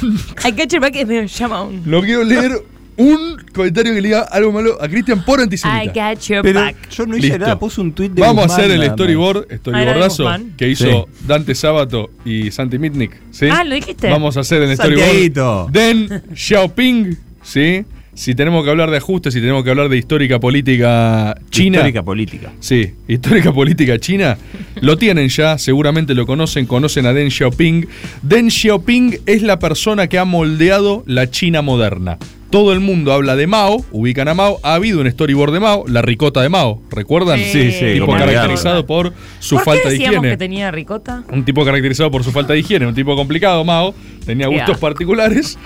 Speaker 10: I got your back es medio llama un.
Speaker 6: no quiero leer un comentario que le diga algo malo a Cristian por antisemita.
Speaker 10: I got your
Speaker 15: Pero
Speaker 10: back.
Speaker 15: yo no hice
Speaker 6: Listo.
Speaker 15: nada, puse un tuit de
Speaker 6: Vamos a
Speaker 15: Guzmán
Speaker 6: hacer el
Speaker 15: nada más.
Speaker 6: storyboard, storyboardazo
Speaker 10: Ah, era de Guzmán.
Speaker 6: que hizo Dante Sábato y Santi Mitnick. ¿sí?
Speaker 10: Ah, ¿lo dijiste?
Speaker 6: Vamos a hacer el
Speaker 15: Santiaguito.
Speaker 6: storyboard. Deng Xiaoping, ¿sí? si tenemos que hablar de ajustes, si tenemos que hablar de histórica política china.
Speaker 15: Histórica política.
Speaker 6: Sí, histórica política china. Lo tienen ya, seguramente lo conocen, conocen a Deng Xiaoping. Deng Xiaoping es la persona que ha moldeado la China moderna. Todo el mundo habla de Mao, ubican a Mao, ha habido un storyboard de Mao, la ricota de Mao, ¿recuerdan?
Speaker 15: Sí, sí,
Speaker 6: Tipo
Speaker 15: como el
Speaker 6: caracterizado por su
Speaker 10: ¿Por
Speaker 6: falta
Speaker 10: qué
Speaker 6: de
Speaker 10: decíamos
Speaker 6: higiene.
Speaker 10: que tenía ricota?
Speaker 6: Un tipo caracterizado por su falta de higiene, un tipo complicado, Mao. Tenía
Speaker 10: Qué
Speaker 6: gustos
Speaker 10: asco.
Speaker 6: particulares.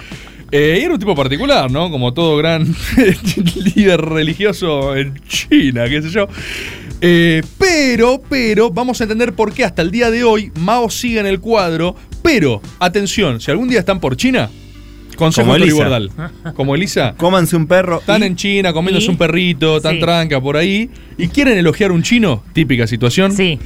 Speaker 6: Eh, y era un tipo particular, ¿no? Como todo gran líder religioso en China, qué sé yo. Eh, pero, pero, vamos a entender por qué hasta el día de hoy Mao sigue en el cuadro. Pero, atención, si algún día están por China, consejo
Speaker 9: Como
Speaker 6: Tony
Speaker 9: Elisa.
Speaker 6: Bordal. Como Elisa.
Speaker 9: Cómanse un perro.
Speaker 6: Están en China comiéndose
Speaker 9: ¿Y?
Speaker 6: un perrito, tan
Speaker 9: Sí.
Speaker 6: tranca por ahí. ¿Y quieren elogiar un chino? Típica situación.
Speaker 10: Sí.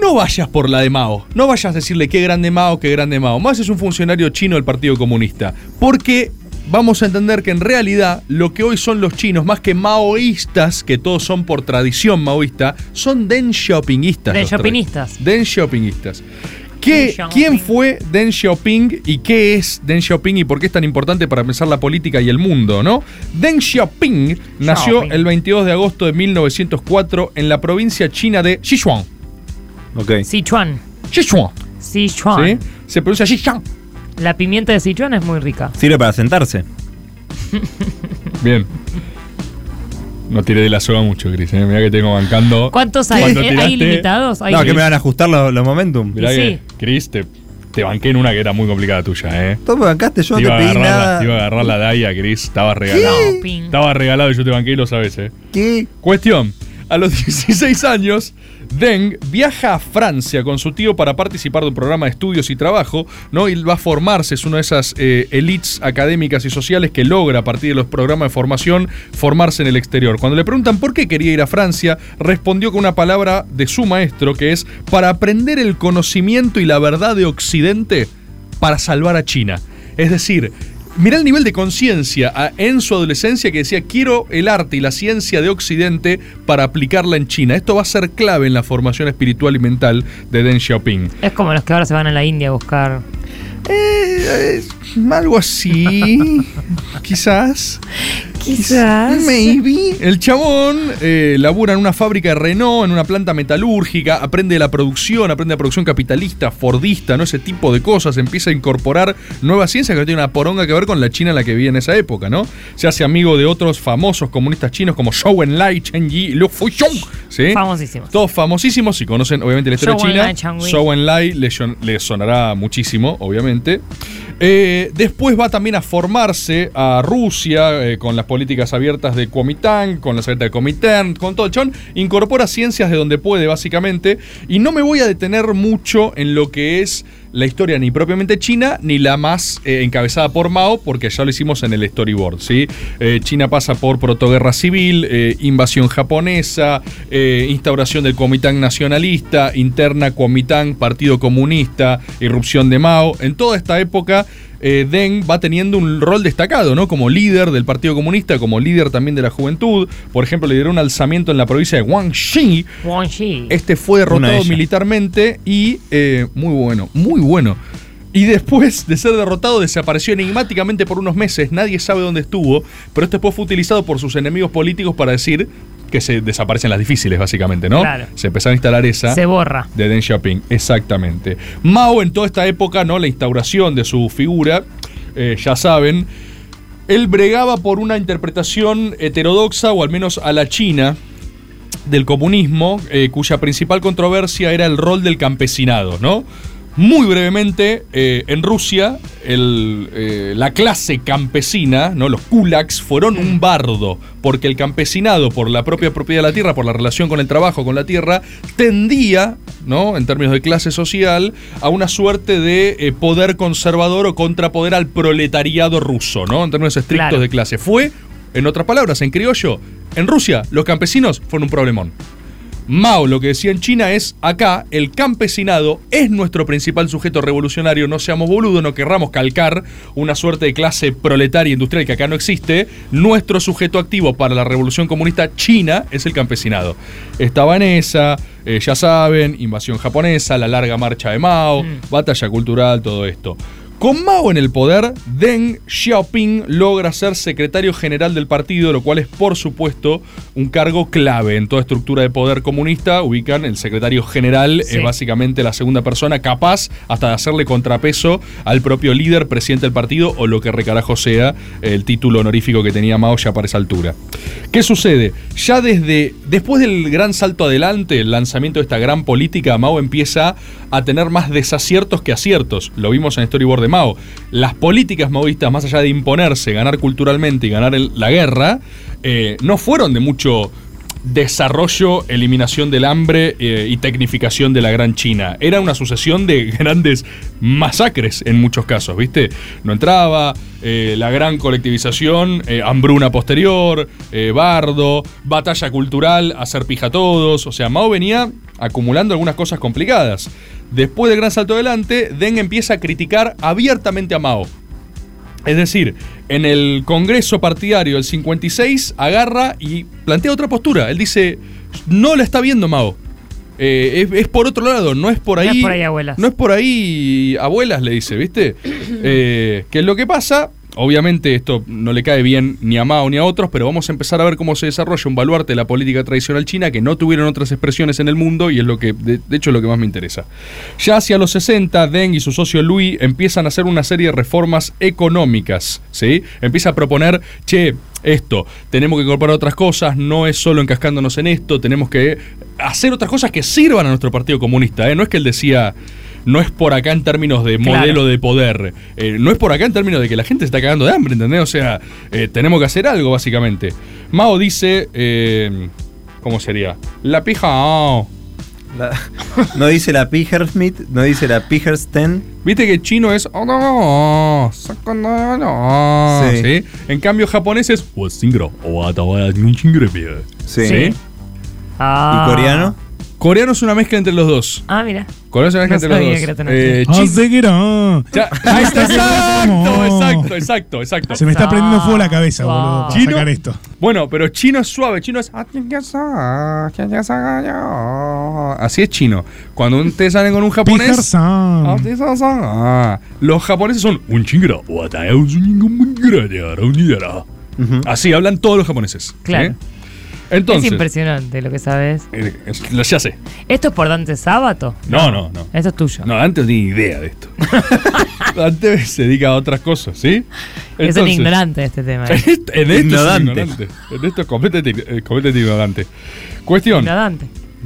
Speaker 6: No vayas por la de Mao. No vayas a decirle qué grande Mao, qué grande Mao. Mao es un funcionario chino del Partido Comunista. Porque vamos a entender que en realidad lo que hoy son los chinos, más que maoístas, que todos son por tradición maoísta, son den shoppingistas.
Speaker 10: Deng Xiaopingistas.
Speaker 6: Den shoppingistas. ¿Qué, ¿Quién fue Deng Xiaoping y qué es Deng Xiaoping y por qué es tan importante para pensar la política y el mundo, no? Deng Xiaoping nació
Speaker 9: Xiaoping.
Speaker 6: el 22 de agosto de 1904 en la provincia china de Sichuan.
Speaker 9: Ok.
Speaker 10: Sichuan.
Speaker 6: Sichuan.
Speaker 10: Sichuan.
Speaker 6: ¿Sí? Se pronuncia Sichuan.
Speaker 10: La pimienta de Sichuan es muy rica.
Speaker 9: Sirve para sentarse.
Speaker 6: Bien. No tiré de la soga mucho, Cris. ¿eh? Mirá que tengo bancando.
Speaker 10: ¿Cuántos hay?
Speaker 6: Cuando
Speaker 10: ¿Eh? ¿Hay
Speaker 6: tiraste-
Speaker 10: limitados? ¿Hay
Speaker 9: No, que me van a ajustar los, los momentum.
Speaker 6: Mirá que, Cris, te, te banqué en una que era muy complicada tuya, ¿eh?
Speaker 9: Tú me bancaste, yo
Speaker 6: te,
Speaker 9: no
Speaker 6: iba
Speaker 9: te
Speaker 6: a
Speaker 9: pedí
Speaker 6: agarrar
Speaker 9: nada.
Speaker 6: la, te iba a agarrar la Daya, Cris. Estaba regalado. Estaba regalado y yo te banqué y lo sabes, ¿eh?
Speaker 9: ¿Qué?
Speaker 6: Cuestión. A los 16 años, Deng viaja a Francia con su tío para participar de un programa de estudios y trabajo, ¿no? Y va a formarse, es una de esas eh, elites académicas y sociales que logra a partir de los programas de formación formarse en el exterior. Cuando le preguntan por qué quería ir a Francia, respondió con una palabra de su maestro que es para aprender el conocimiento y la verdad de Occidente para salvar a China. Es decir, mirá el nivel de conciencia a- en su adolescencia que decía, quiero el arte y la ciencia de Occidente para aplicarla en China. Esto va a ser clave en la formación espiritual y mental de Deng Xiaoping.
Speaker 10: Es como los que ahora se van a la India a buscar.
Speaker 6: Eh, algo así. Quizás.
Speaker 10: Quizás.
Speaker 6: Maybe. El chabón eh, labura en una fábrica de Renault, en una planta metalúrgica, aprende de la producción, aprende de la producción capitalista, fordista, ¿no? Ese tipo de cosas. Empieza a incorporar nuevas ciencias que no tienen una poronga que ver con la China en la que vivía en esa época, ¿no? Se hace amigo de otros famosos comunistas chinos como Zhou Enlai, Chen Yi, Liu Fuxiong. ¿sí?
Speaker 10: Famosísimos.
Speaker 6: Todos famosísimos, si conocen obviamente la historia
Speaker 10: Zhou
Speaker 6: china.
Speaker 10: Enlai, Chen Yi.
Speaker 6: Zhou Enlai le, son- le sonará muchísimo, obviamente. Eh, después va también a formarse a Rusia eh, con las políticas abiertas de Kuomintang, con la abiertas de Comintern, con todo el chon. Incorpora ciencias de donde puede, básicamente. Y no me voy a detener mucho en lo que es la historia ni propiamente china, ni la más eh, encabezada por Mao, porque ya lo hicimos en el storyboard. ¿sí? Eh, china pasa por protoguerra civil, eh, invasión japonesa, eh, instauración del Kuomintang nacionalista, interna Kuomintang, Partido Comunista, irrupción de Mao. En toda esta época, eh, Deng va teniendo un rol destacado, ¿no? Como líder del Partido Comunista, como líder también de la juventud. Por ejemplo, lideró un alzamiento en la provincia de Guangxi,
Speaker 10: Wang Xi.
Speaker 6: este fue
Speaker 10: Una de
Speaker 6: derrotado
Speaker 10: ellas.
Speaker 6: militarmente y eh, muy bueno, muy bueno. Y después de ser derrotado desapareció enigmáticamente por unos meses, nadie sabe dónde estuvo, pero esto después fue utilizado por sus enemigos políticos para decir que se desaparecen las difíciles, básicamente, ¿no?
Speaker 10: Claro.
Speaker 6: Se empezaba a instalar esa.
Speaker 10: Se borra.
Speaker 6: De Deng Xiaoping, exactamente. Mao en toda esta época, ¿no? La instauración de su figura, eh, ya saben, él bregaba por una interpretación heterodoxa o al menos a la China del comunismo, eh, cuya principal controversia era el rol del campesinado, ¿no? Muy brevemente, eh, en Rusia, el, eh, la clase campesina, ¿no? los kulaks, fueron un bardo, porque el campesinado, por la propia propiedad de la tierra, por la relación con el trabajo, con la tierra, tendía, ¿no? en términos de clase social, a una suerte de eh, poder conservador o contrapoder al proletariado ruso, ¿no? en términos estrictos
Speaker 10: Claro.
Speaker 6: de clase. Fue, en otras palabras, en criollo, en Rusia, los campesinos fueron un problemón. Mao lo que decía en China es, acá el campesinado es nuestro principal sujeto revolucionario, no seamos boludos, no querramos calcar una suerte de clase proletaria industrial que acá no existe, nuestro sujeto activo para la revolución comunista china es el campesinado. Estaba en esa, eh, ya saben, invasión japonesa, la larga marcha de Mao, batalla cultural, todo esto. Con Mao en el poder, Deng Xiaoping logra ser secretario general del partido, lo cual es, por supuesto, un cargo clave en toda estructura de poder comunista. Ubican el secretario general,
Speaker 15: Sí.
Speaker 6: es básicamente la segunda persona capaz hasta de hacerle contrapeso al propio líder, presidente del partido o lo que recarajo sea el título honorífico que tenía Mao ya para esa altura. ¿Qué sucede? Ya desde después del gran salto adelante, el lanzamiento de esta gran política, Mao empieza a tener más desaciertos que aciertos. Lo vimos en Storyboard de Mao. Las políticas maoístas, más allá de imponerse, ganar culturalmente y ganar el- la guerra, eh, no fueron de mucho desarrollo, eliminación del hambre eh, y tecnificación de la Gran China. Era una sucesión de grandes masacres en muchos casos, ¿viste? No entraba, eh, la gran colectivización, eh, hambruna posterior, eh, bardo, batalla cultural, hacer pija a todos. O sea, Mao venía acumulando algunas cosas complicadas. Después del gran salto adelante, Deng empieza a criticar abiertamente a Mao. Es decir, en el Congreso Partidario del 56 agarra y plantea otra postura. Él dice, no la está viendo Mao. Eh, es, es por otro lado, no es por
Speaker 10: No
Speaker 6: ahí.
Speaker 10: es por ahí, abuelas.
Speaker 6: No es por ahí, abuelas, le dice, ¿viste? Eh, que es lo que pasa. Obviamente esto no le cae bien ni a Mao ni a otros, pero vamos a empezar a ver cómo se desarrolla un baluarte de la política tradicional china que no tuvieron otras expresiones en el mundo y es lo que, de, de hecho, es lo que más me interesa. Ya hacia los 60, Deng y su socio Lui empiezan a hacer una serie de reformas económicas, ¿sí? Empieza a proponer, che, esto, tenemos que incorporar otras cosas, no es solo encascándonos en esto, tenemos que hacer otras cosas que sirvan a nuestro Partido Comunista, ¿eh? No es que él decía... No es por acá en términos de
Speaker 15: Claro.
Speaker 6: modelo de poder. Eh, no es por acá en términos de que la gente se está cagando de hambre, ¿entendés? O sea, eh, tenemos que hacer algo, básicamente. Mao dice. eh, ¿Cómo sería? La pija. ah.
Speaker 9: No dice la Pigersmith, no dice la Pigersten.
Speaker 6: Viste que chino es. "Oh, no, no, saco, no, no",
Speaker 9: Sí.
Speaker 6: ah, ¿sí? En cambio, japonés es. "Wa singro, wa ta wa ni chingre, pie".
Speaker 9: Sí.
Speaker 6: ¿Sí?
Speaker 10: Ah.
Speaker 6: Coreano es una mezcla entre los dos.
Speaker 10: Ah, mira.
Speaker 6: Coreano es una mezcla
Speaker 10: No sabía que
Speaker 6: entre
Speaker 10: era
Speaker 6: los dos.
Speaker 10: tan
Speaker 6: Eh,
Speaker 7: Ah,
Speaker 6: chi-
Speaker 7: sé que era.
Speaker 6: Ya, ahí está, exacto, exacto, exacto, exacto.
Speaker 7: Se me está prendiendo fuego la cabeza, boludo, para
Speaker 6: Chino-
Speaker 7: sacar esto.
Speaker 6: Bueno, pero chino es suave, chino es. Así es chino. Cuando ustedes salen con un japonés.
Speaker 7: Pijarsan.
Speaker 6: este Ah, los japoneses son un chingra. Así hablan todos los japoneses.
Speaker 10: Claro.
Speaker 6: ¿eh? Entonces.
Speaker 10: es impresionante lo que sabes.
Speaker 6: eh, es- lo- ya sé.
Speaker 10: ¿Esto es por Dante Sábato?
Speaker 6: No, no, no.
Speaker 10: Esto es tuyo.
Speaker 6: No, antes no tenía idea de esto. antes se dedica a otras cosas, ¿sí?
Speaker 10: es un
Speaker 6: Entonces-
Speaker 10: ignorante de este tema.
Speaker 6: En esto, en esto
Speaker 10: Ignorante.
Speaker 6: es ignorante. En esto es completamente, eh, completamente ignorante. Cuestión.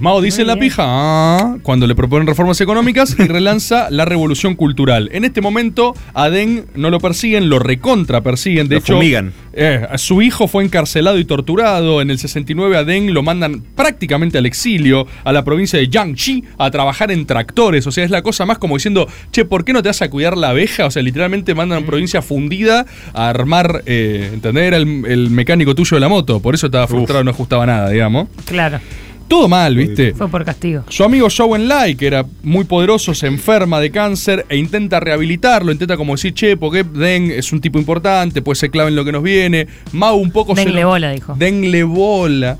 Speaker 6: Mao dice la pija ah, cuando le proponen reformas económicas y relanza la revolución cultural. En este momento, a Deng no lo persiguen, lo recontra persiguen. De
Speaker 9: Lo
Speaker 6: hecho,
Speaker 9: fumigan.
Speaker 6: eh, su hijo fue encarcelado y torturado. En el 69 a Deng lo mandan prácticamente al exilio, a la provincia de Jiangxi, a trabajar en tractores. O sea, es la cosa más como diciendo, che, ¿por qué no te vas a cuidar la abeja? O sea, literalmente mandan a provincia fundida a armar, eh, ¿entendés? Era el, el mecánico tuyo de la moto, por eso estaba frustrado, no ajustaba nada, digamos.
Speaker 10: Claro.
Speaker 6: Todo mal, ¿viste?
Speaker 10: Fue por castigo.
Speaker 6: Su amigo Zhou Enlai, que era muy poderoso, se enferma de cáncer e intenta rehabilitarlo. Intenta como decir, che, porque Deng es un tipo importante, pues se clave en lo que nos viene. Mao un poco se.
Speaker 10: Denle
Speaker 6: lo-
Speaker 10: bola, dijo.
Speaker 6: Denle bola.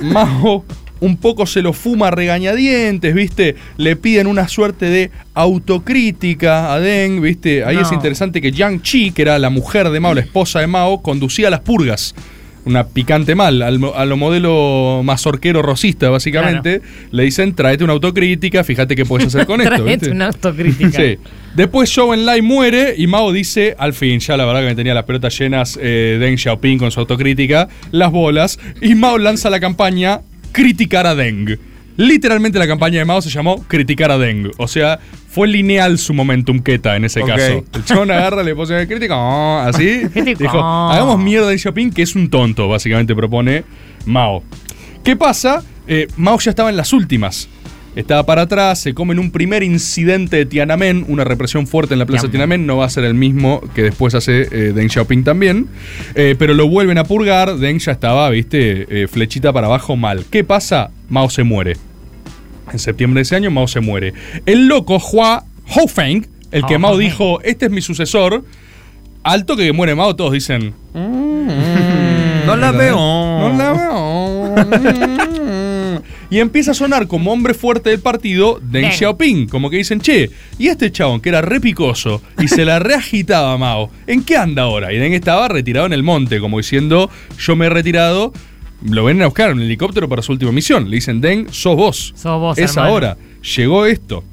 Speaker 6: Mao un poco se lo fuma a regañadientes, ¿viste? Le piden una suerte de autocrítica a Deng, ¿viste? Ahí
Speaker 15: No.
Speaker 6: es interesante que Yang Chi, que era la mujer de Mao, la esposa de Mao, conducía las purgas. Una picante mal, al, mo- a lo modelo mazorquero rosista, básicamente. Le dicen, tráete una autocrítica, fíjate qué puedes hacer con esto.
Speaker 10: Traete
Speaker 6: ¿viste?
Speaker 10: una autocrítica.
Speaker 6: Sí. Después Zhou Enlai muere y Mao dice, al fin, ya la verdad que me tenía las pelotas llenas eh, Deng Xiaoping con su autocrítica, las bolas, y Mao lanza la campaña Criticar a Deng. Literalmente la campaña de Mao se llamó Criticar a Deng. O sea, fue lineal su momentum queta en ese
Speaker 15: Ok.
Speaker 6: caso. El chabón agarra, le pone de crítica, oh, así.
Speaker 15: Crítica.
Speaker 6: Dijo, hagamos mierda a Deng Xiaoping, que es un tonto, básicamente propone Mao. ¿Qué pasa? Eh, Mao ya estaba en las últimas. Estaba para atrás, se come en un primer incidente de Tiananmen, una represión fuerte en la plaza de Tiananmen, no va a ser el mismo que después hace eh, Deng Xiaoping también, Eh, pero lo vuelven a purgar, Deng ya estaba, viste, eh, flechita para abajo mal. ¿Qué pasa? Mao se muere. En septiembre de ese año Mao se muere. El loco Hua Hofeng, el que
Speaker 15: Ah,
Speaker 6: Mao
Speaker 15: Hofeng.
Speaker 6: dijo, este es mi sucesor, alto que muere Mao, todos dicen, no Mm.
Speaker 15: la veo.
Speaker 6: No la veo. Y empieza a sonar como hombre fuerte del partido Deng
Speaker 4: Deng.
Speaker 6: Xiaoping. Como que dicen, che, y este chabón que era re picoso y se la reagitaba Mao, ¿en qué anda ahora? Y Deng estaba retirado en el monte, como diciendo, yo me he retirado. Lo ven a buscar en el helicóptero para su última misión. Le dicen, Deng, sos vos.
Speaker 10: Sos vos,
Speaker 6: Es
Speaker 10: hermano.
Speaker 6: ahora. Llegó esto.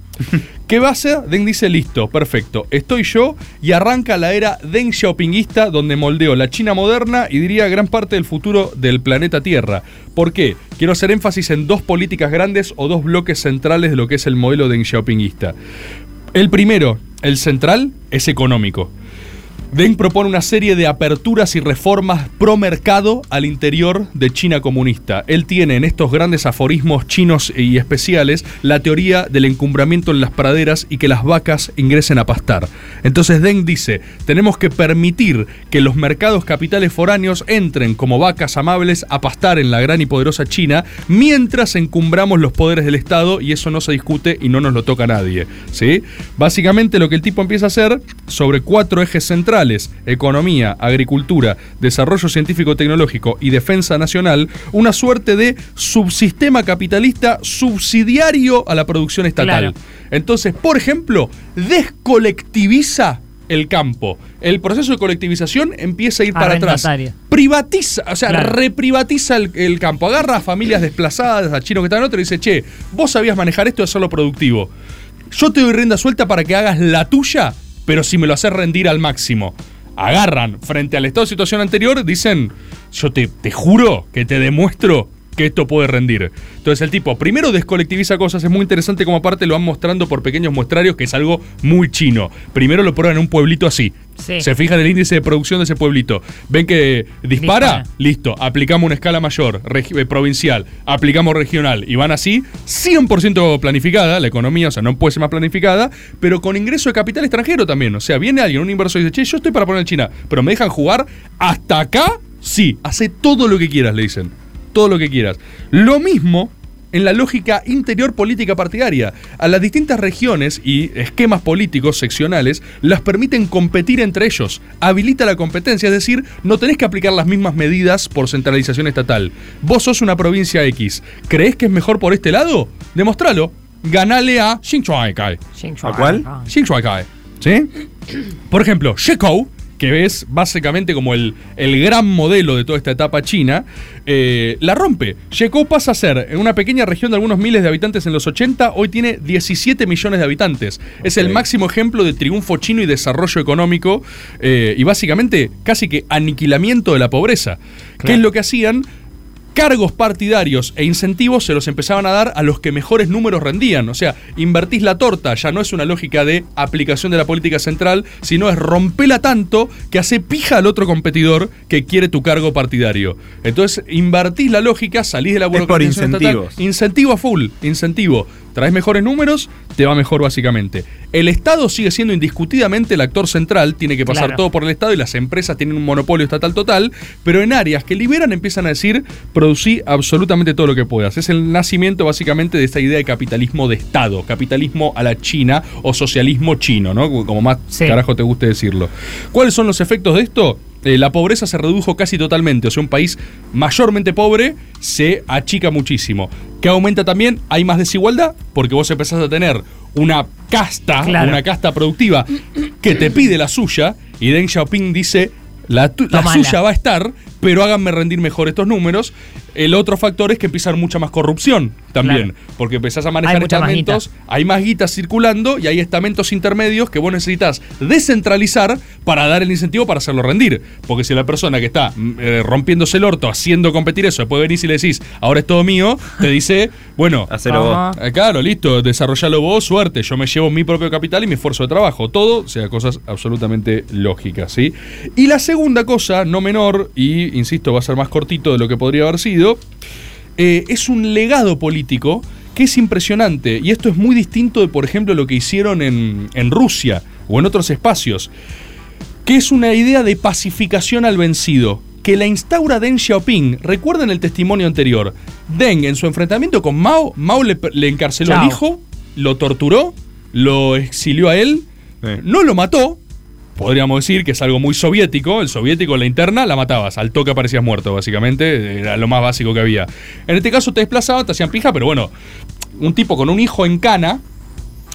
Speaker 6: ¿Qué va a hacer? Deng dice, listo, perfecto, estoy yo y arranca la era Deng Xiaopingista donde moldeo la China moderna y diría gran parte del futuro del planeta Tierra. ¿Por qué? Quiero hacer énfasis en dos políticas grandes o dos bloques centrales de lo que es el modelo Deng Xiaopingista. El primero, el central, es económico. Deng propone una serie de aperturas y reformas pro mercado al interior de China comunista. Él tiene en estos grandes aforismos chinos y especiales la teoría del encumbramiento en las praderas y que las vacas ingresen a pastar. Entonces Deng dice, tenemos que permitir que los mercados capitales foráneos entren como vacas amables a pastar en la gran y poderosa China mientras encumbramos los poderes del Estado y eso no se discute y no nos lo toca nadie. ¿sí? Básicamente lo que el tipo empieza a hacer sobre cuatro ejes centrales, economía, agricultura, desarrollo científico-tecnológico y defensa nacional, una suerte de subsistema capitalista subsidiario a la producción estatal.
Speaker 4: Claro.
Speaker 6: Entonces, por ejemplo, descolectiviza el campo. El proceso de colectivización empieza a ir para atrás.
Speaker 10: Arrendatario.
Speaker 6: Privatiza, o sea,
Speaker 10: Claro.
Speaker 6: reprivatiza el, el campo. Agarra a familias desplazadas, a chinos que están en otro y dice, che, vos sabías manejar esto y hacerlo productivo. Yo te doy rienda suelta para que hagas la tuya, pero si me lo haces rendir al máximo. Agarran frente al estado de situación anterior, dicen, yo te, te juro que te demuestro que esto puede rendir. Entonces el tipo primero descolectiviza cosas, es muy interesante como aparte lo van mostrando por pequeños muestrarios, que es algo muy chino. Primero lo prueban en un pueblito así.
Speaker 4: Sí.
Speaker 6: Se fijan el índice de producción de ese pueblito. Ven que dispara,
Speaker 4: Dispara.
Speaker 6: listo, aplicamos una escala mayor, regi- eh, provincial, aplicamos regional y van así, 100% planificada la economía, o sea, no puede ser más planificada, pero con ingreso de capital extranjero también. O sea, viene alguien, un inversor y dice, che, yo estoy para poner en China, pero me dejan jugar hasta acá, sí, hace todo lo que quieras, le dicen, todo lo que quieras. Lo mismo en la lógica interior política partidaria. A las distintas regiones y esquemas políticos seccionales las permiten competir entre ellos. Habilita la competencia, es decir, no tenés que aplicar las mismas medidas por centralización estatal. Vos sos una provincia X. ¿Crees que es mejor por este lado? Demostralo. Ganale a Xinchuaikai.
Speaker 10: ¿A
Speaker 6: cuál? Xinchuaikai. ¿Sí? Por ejemplo, Shekou, que es básicamente como el, el gran modelo de toda esta etapa china, eh, la rompe. Shekou pasa a ser, en una pequeña región de algunos miles de habitantes en los 80, hoy tiene 17 millones de habitantes. Es el máximo ejemplo de triunfo chino y desarrollo económico eh, y básicamente casi que aniquilamiento de la pobreza. ¿Qué es lo que hacían? cargos partidarios e incentivos se los empezaban a dar a los que mejores números rendían. O sea, invertís la torta, ya no es una lógica de aplicación de la política central, sino es rompela tanto que hace pija al otro competidor que quiere tu cargo partidario. Entonces, invertís la lógica, salís de la
Speaker 9: por
Speaker 6: burocratización estatal,
Speaker 9: incentivos.
Speaker 6: Incentivo a full, incentivo. Traes mejores números, te va mejor básicamente. El Estado sigue siendo indiscutidamente el actor central, tiene que pasar
Speaker 4: Claro.
Speaker 6: todo por el Estado y las empresas tienen un monopolio estatal total, pero en áreas que liberan empiezan a decir, producí absolutamente todo lo que puedas. Es el nacimiento básicamente de esta idea de capitalismo de Estado, capitalismo a la China o socialismo chino, ¿no? Como más carajo te guste decirlo. ¿Cuáles son los efectos de esto? Eh, la pobreza se redujo casi totalmente, o sea, un país mayormente pobre se achica muchísimo. ¿Qué aumenta también? Hay más desigualdad porque vos empezás a tener una casta,
Speaker 4: Claro.
Speaker 6: una casta productiva que te pide la suya y Deng Xiaoping dice, la, tu- la
Speaker 4: Tomala.
Speaker 6: suya va a estar, pero háganme rendir mejor estos números. El otro factor es que empieza a haber mucha más corrupción también, porque empezás a manejar
Speaker 4: Hay mucha más
Speaker 6: estamentos, hay más guitas circulando y hay estamentos intermedios que vos necesitas descentralizar para dar el incentivo para hacerlo rendir. Porque si la persona que está mm, eh, rompiéndose el orto, haciendo competir eso, después venís y le decís, ahora es todo mío, te dice, bueno,
Speaker 9: Hacelo vos. Ajá.
Speaker 6: eh, Claro, listo, desarrollalo vos, suerte. Yo me llevo mi propio capital y mi esfuerzo de trabajo. Todo, o sea, cosas absolutamente lógicas, ¿sí? Y la segunda cosa, no menor, y insisto, va a ser más cortito de lo que podría haber sido, eh, es un legado político que es impresionante. Y esto es muy distinto de, por ejemplo, lo que hicieron en, en Rusia o en otros espacios que es una idea de pacificación al vencido, que la instaura Deng Xiaoping. Recuerden el testimonio anterior. Deng, en su enfrentamiento con Mao, Mao le, le encarceló
Speaker 4: Chao.
Speaker 6: al hijo, lo torturó, lo exilió a él, no lo mató, podríamos decir que es algo muy soviético. El soviético, la interna, la matabas. Al toque aparecías muerto, básicamente. Era lo más básico que había. En este caso te desplazaban, te hacían pija, pero bueno, un tipo con un hijo en cana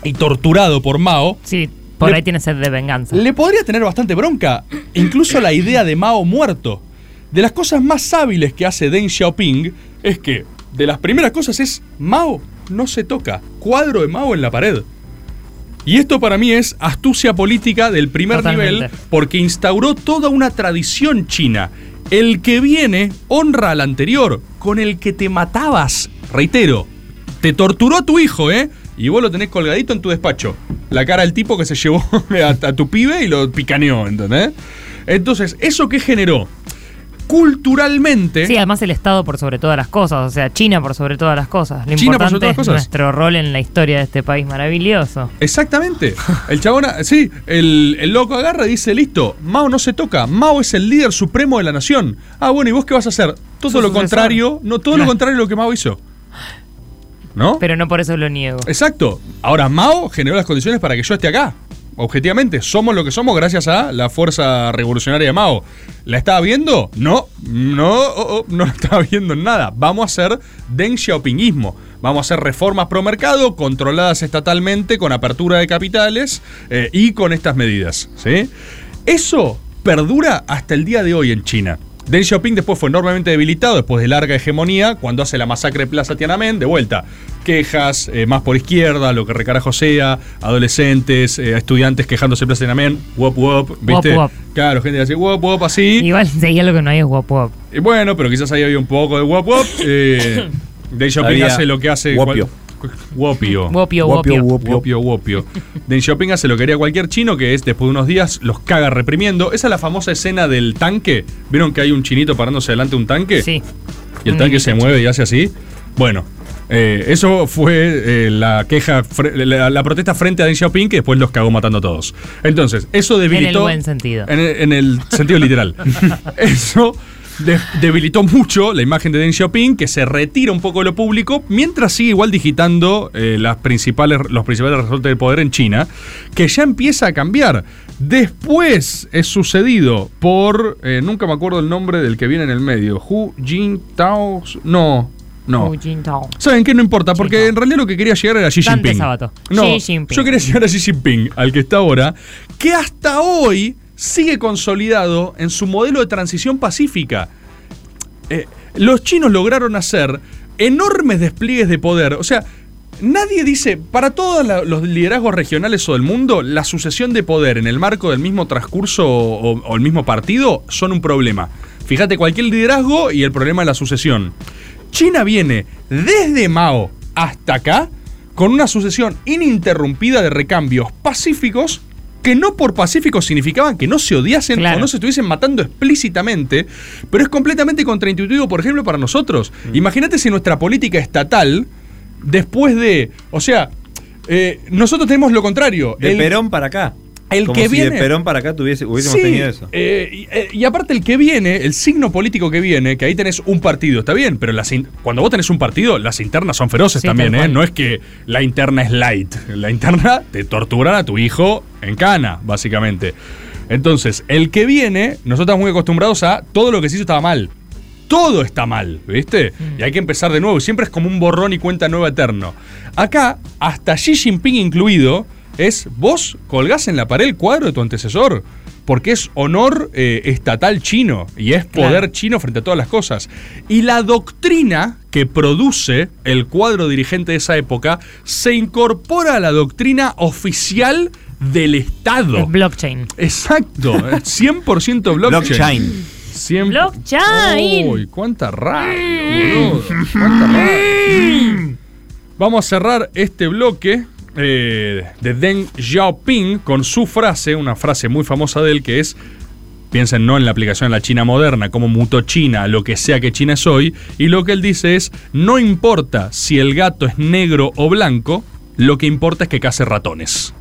Speaker 6: y torturado por Mao.
Speaker 10: Sí, por
Speaker 6: Le-
Speaker 10: ahí tiene sed de venganza.
Speaker 6: Le podría tener bastante bronca, incluso la idea de Mao muerto. De las cosas más hábiles que hace Deng Xiaoping es que, de las primeras cosas es, Mao no se toca, cuadro de Mao en la pared. Y esto para mí es astucia política del primer
Speaker 4: Totalmente.
Speaker 6: nivel porque instauró toda una tradición china. El que viene honra al anterior, con el que te matabas. Reitero, te torturó a tu hijo, ¿eh? Y vos lo tenés colgadito en tu despacho. La cara del tipo que se llevó a, a tu pibe y lo picaneó, ¿entendés? Entonces, ¿eso qué generó? Culturalmente.
Speaker 10: Sí, además el Estado por sobre todas las cosas, o sea, China por sobre todas las cosas. Lo
Speaker 6: China por sobre todas
Speaker 10: importante es
Speaker 6: las cosas.
Speaker 10: nuestro rol en la historia de este país maravilloso.
Speaker 6: Exactamente. El chabón, ah, sí, el, el loco agarra y dice, listo, Mao no se toca, Mao es el líder supremo de la nación. Ah, bueno, ¿y vos qué vas a hacer? Todo
Speaker 10: Sos
Speaker 6: lo
Speaker 10: sucesor.
Speaker 6: contrario, no, todo lo
Speaker 10: Claro.
Speaker 6: contrario a lo que Mao hizo. ¿No?
Speaker 10: Pero no por eso lo niego.
Speaker 6: Exacto. Ahora, Mao generó las condiciones para que yo esté acá. Objetivamente, somos lo que somos gracias a la fuerza revolucionaria de Mao. ¿La estaba viendo? No, no, oh, oh, no la estaba viendo en nada. Vamos a hacer Deng Xiaopingismo. Vamos a hacer reformas pro mercado controladas estatalmente con apertura de capitales eh, y con estas medidas. ¿sí? Eso perdura hasta el día de hoy en China. Deng Xiaoping después fue enormemente debilitado después de larga hegemonía cuando hace la masacre de Plaza Tiananmen. De vuelta, quejas, eh, más por izquierda, lo que recarajo sea, adolescentes, eh, estudiantes quejándose de Plaza Tiananmen, wop wop, ¿viste?
Speaker 10: Wop, wop.
Speaker 6: Claro, gente que hace wop wop así.
Speaker 10: Igual seguía lo que no hay es guapo. guapo.
Speaker 6: Y bueno, pero quizás ahí había un poco de wop wop. Eh, Deng Xiaoping
Speaker 10: Había
Speaker 6: hace lo que hace.
Speaker 10: wopio.
Speaker 6: cual- Wopio.
Speaker 10: Wopio, wopio.
Speaker 6: wopio. wopio, wopio. Deng Xiaoping hace lo que haría cualquier chino, que es después de unos días los caga reprimiendo. Esa es la famosa escena del tanque. ¿Vieron que hay un chinito parándose delante de un tanque? Sí. Y el
Speaker 4: Un
Speaker 6: tanque se mueve y hace así. Bueno, eh, eso fue eh, la queja, fre- la, la protesta frente a Deng Xiaoping, que después los cagó matando a todos. Entonces, eso debilitó.
Speaker 10: En el buen sentido.
Speaker 6: En el, en el sentido literal. Eso de- debilitó mucho la imagen de Deng Xiaoping, que se retira un poco de lo público, mientras sigue igual digitando eh, las principales, los principales resortes del poder en China, que ya empieza a cambiar. Después es sucedido por, eh, nunca me acuerdo el nombre del que viene en el medio, Hu Jintao, no, no.
Speaker 10: Hu Jintao.
Speaker 6: ¿Saben qué? No importa, porque en realidad lo que quería llegar era Xi
Speaker 10: Dante
Speaker 6: Jinping.
Speaker 10: Sabato.
Speaker 6: No,
Speaker 10: Xi Jinping.
Speaker 6: yo quería llegar a Xi Jinping, al que está ahora, que hasta hoy sigue consolidado en su modelo de transición pacífica. Eh, los chinos lograron hacer enormes despliegues de poder. O sea, nadie dice, para todos la- los liderazgos regionales o del mundo, la sucesión de poder en el marco del mismo transcurso o, o- o el mismo partido son un problema. Fíjate, cualquier liderazgo y el problema de la sucesión. China viene desde Mao hasta acá con una sucesión ininterrumpida de recambios pacíficos que no por pacíficos significaban que no se odiasen o no se estuviesen matando explícitamente, pero es completamente contraintuitivo, por ejemplo, para nosotros.
Speaker 9: Mm.
Speaker 6: Imagínate si nuestra política estatal, después de, o sea, eh, nosotros tenemos lo contrario.
Speaker 9: De
Speaker 6: El-
Speaker 9: Perón para acá.
Speaker 6: el
Speaker 9: Como
Speaker 6: que
Speaker 9: si
Speaker 6: viene.
Speaker 9: de Perón para acá tuviese, hubiésemos
Speaker 6: Sí,
Speaker 9: tenido eso.
Speaker 6: eh, y- eh, y, aparte el que viene, el signo político que viene, que ahí tenés un partido, está bien, pero las in- cuando vos tenés un partido, las internas son feroces
Speaker 4: Sí,
Speaker 6: también, ¿eh?
Speaker 4: tal cual.
Speaker 6: No es que la interna es light. La interna te torturan a tu hijo en cana, básicamente. Entonces, el que viene, nosotros estamos muy acostumbrados a todo lo que se hizo estaba mal. Todo está mal, ¿viste?
Speaker 10: Mm.
Speaker 6: Y hay que empezar de nuevo. y Siempre es como un borrón y cuenta nueva eterno. Acá, hasta Xi Jinping incluido, es vos colgás en la pared el cuadro de tu antecesor. Porque es honor eh, estatal chino y es
Speaker 4: Claro.
Speaker 6: poder chino frente a todas las cosas. Y la doctrina que produce el cuadro dirigente de esa época se incorpora a la doctrina oficial del Estado.
Speaker 10: Es blockchain.
Speaker 6: Exacto, eh, 100% blockchain. Blockchain.
Speaker 10: Blockchain. Blockchain.
Speaker 6: Uy, cuánta radio, boludo. Cuánta radio. Vamos a cerrar este bloque eh, de Deng Xiaoping con su frase, una frase muy famosa de él que es Piensen no en la aplicación de la China moderna, cómo mutó China, lo que sea que China es hoy. Y lo que él dice es, no importa si el gato es negro o blanco, lo que importa es que case ratones.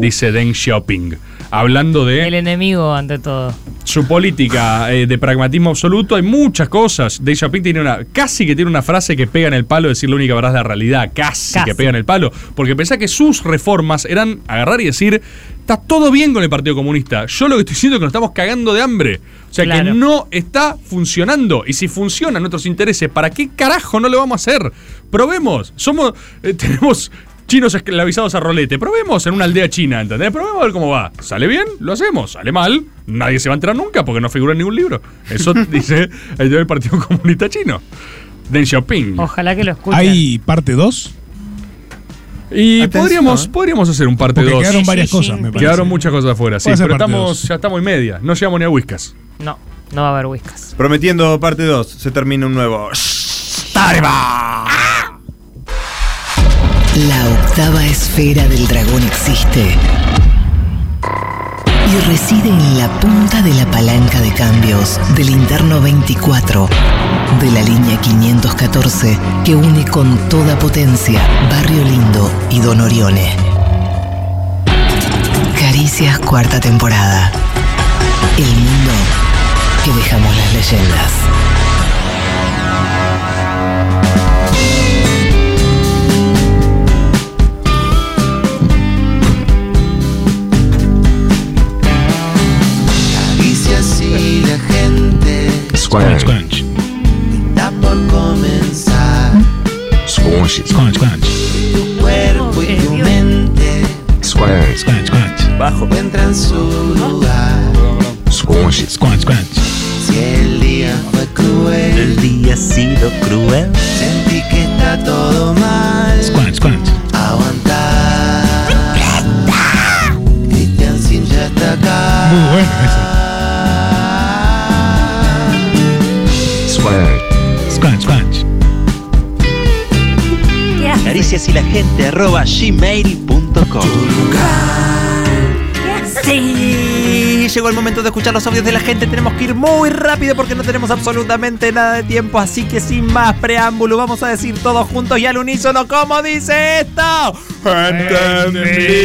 Speaker 6: dice Deng Xiaoping. Hablando de...
Speaker 10: El enemigo ante todo.
Speaker 6: su política eh, de pragmatismo absoluto, hay muchas cosas. Dave Chappelle tiene una, casi que tiene una frase que pega en el palo, decir la única verdad es la realidad, casi,
Speaker 10: Casi.
Speaker 6: que pega en el palo. Porque pensá que sus reformas eran agarrar y decir, está todo bien con el Partido Comunista, yo lo que estoy diciendo es que nos estamos cagando de hambre. O sea, que
Speaker 10: Claro.
Speaker 6: no está funcionando. Y si funcionan nuestros intereses, ¿para qué carajo no lo vamos a hacer? Probemos. Somos, eh, tenemos chinos esclavizados a rolete. Probemos en una aldea china, ¿entendés? Probemos a ver cómo va. ¿Sale bien? Lo hacemos. ¿Sale mal? Nadie se va a enterar nunca porque no figura en ningún libro. Eso dice el del Partido Comunista Chino. Deng Xiaoping.
Speaker 7: Oh,
Speaker 10: Ojalá que lo escuchen.
Speaker 7: ¿Hay parte 2?
Speaker 6: Y
Speaker 7: Atención,
Speaker 6: podríamos,
Speaker 7: ¿eh?
Speaker 6: podríamos hacer un parte
Speaker 7: Porque
Speaker 6: 2.
Speaker 7: quedaron varias cosas, me parece.
Speaker 6: Quedaron muchas cosas afuera, sí.
Speaker 7: Puede ser
Speaker 6: Pero
Speaker 7: parte
Speaker 6: estamos,
Speaker 7: dos.
Speaker 6: ya estamos y media. No llegamos ni a Whiskas.
Speaker 10: No, no va a haber whiskas.
Speaker 9: Prometiendo parte 2, se termina un nuevo. ¡Starba!
Speaker 5: La octava esfera del dragón existe y reside en la punta de la palanca de cambios del interno 24 de la línea 514 que une con toda potencia Barrio Lindo y Don Orione. Caricias cuarta temporada. El mundo que dejamos las leyendas.
Speaker 13: Dice así la gente.
Speaker 1: Squanch.
Speaker 13: Está por comenzar.
Speaker 1: Squanch. Squanch.
Speaker 13: Tu cuerpo y tu mente
Speaker 1: Squanch. Squanch.
Speaker 13: bajo entran su lugar.
Speaker 1: Squanch. Squanch.
Speaker 13: Si el día fue cruel, el día ha sido cruel. Sentí que está todo mal.
Speaker 1: Squanch. Squanch.
Speaker 13: Aguantar. Cristian Sin ya está acá.
Speaker 7: Muy bueno eso.
Speaker 1: Squanch. Squanch.
Speaker 13: Caricias y la gente arroba gmail.com
Speaker 16: Sí, llegó el momento de escuchar los audios de la gente. Tenemos que ir muy rápido porque no tenemos absolutamente nada de tiempo. Así que sin más preámbulo, vamos a decir todos juntos y al unísono cómo dice esto. Gente en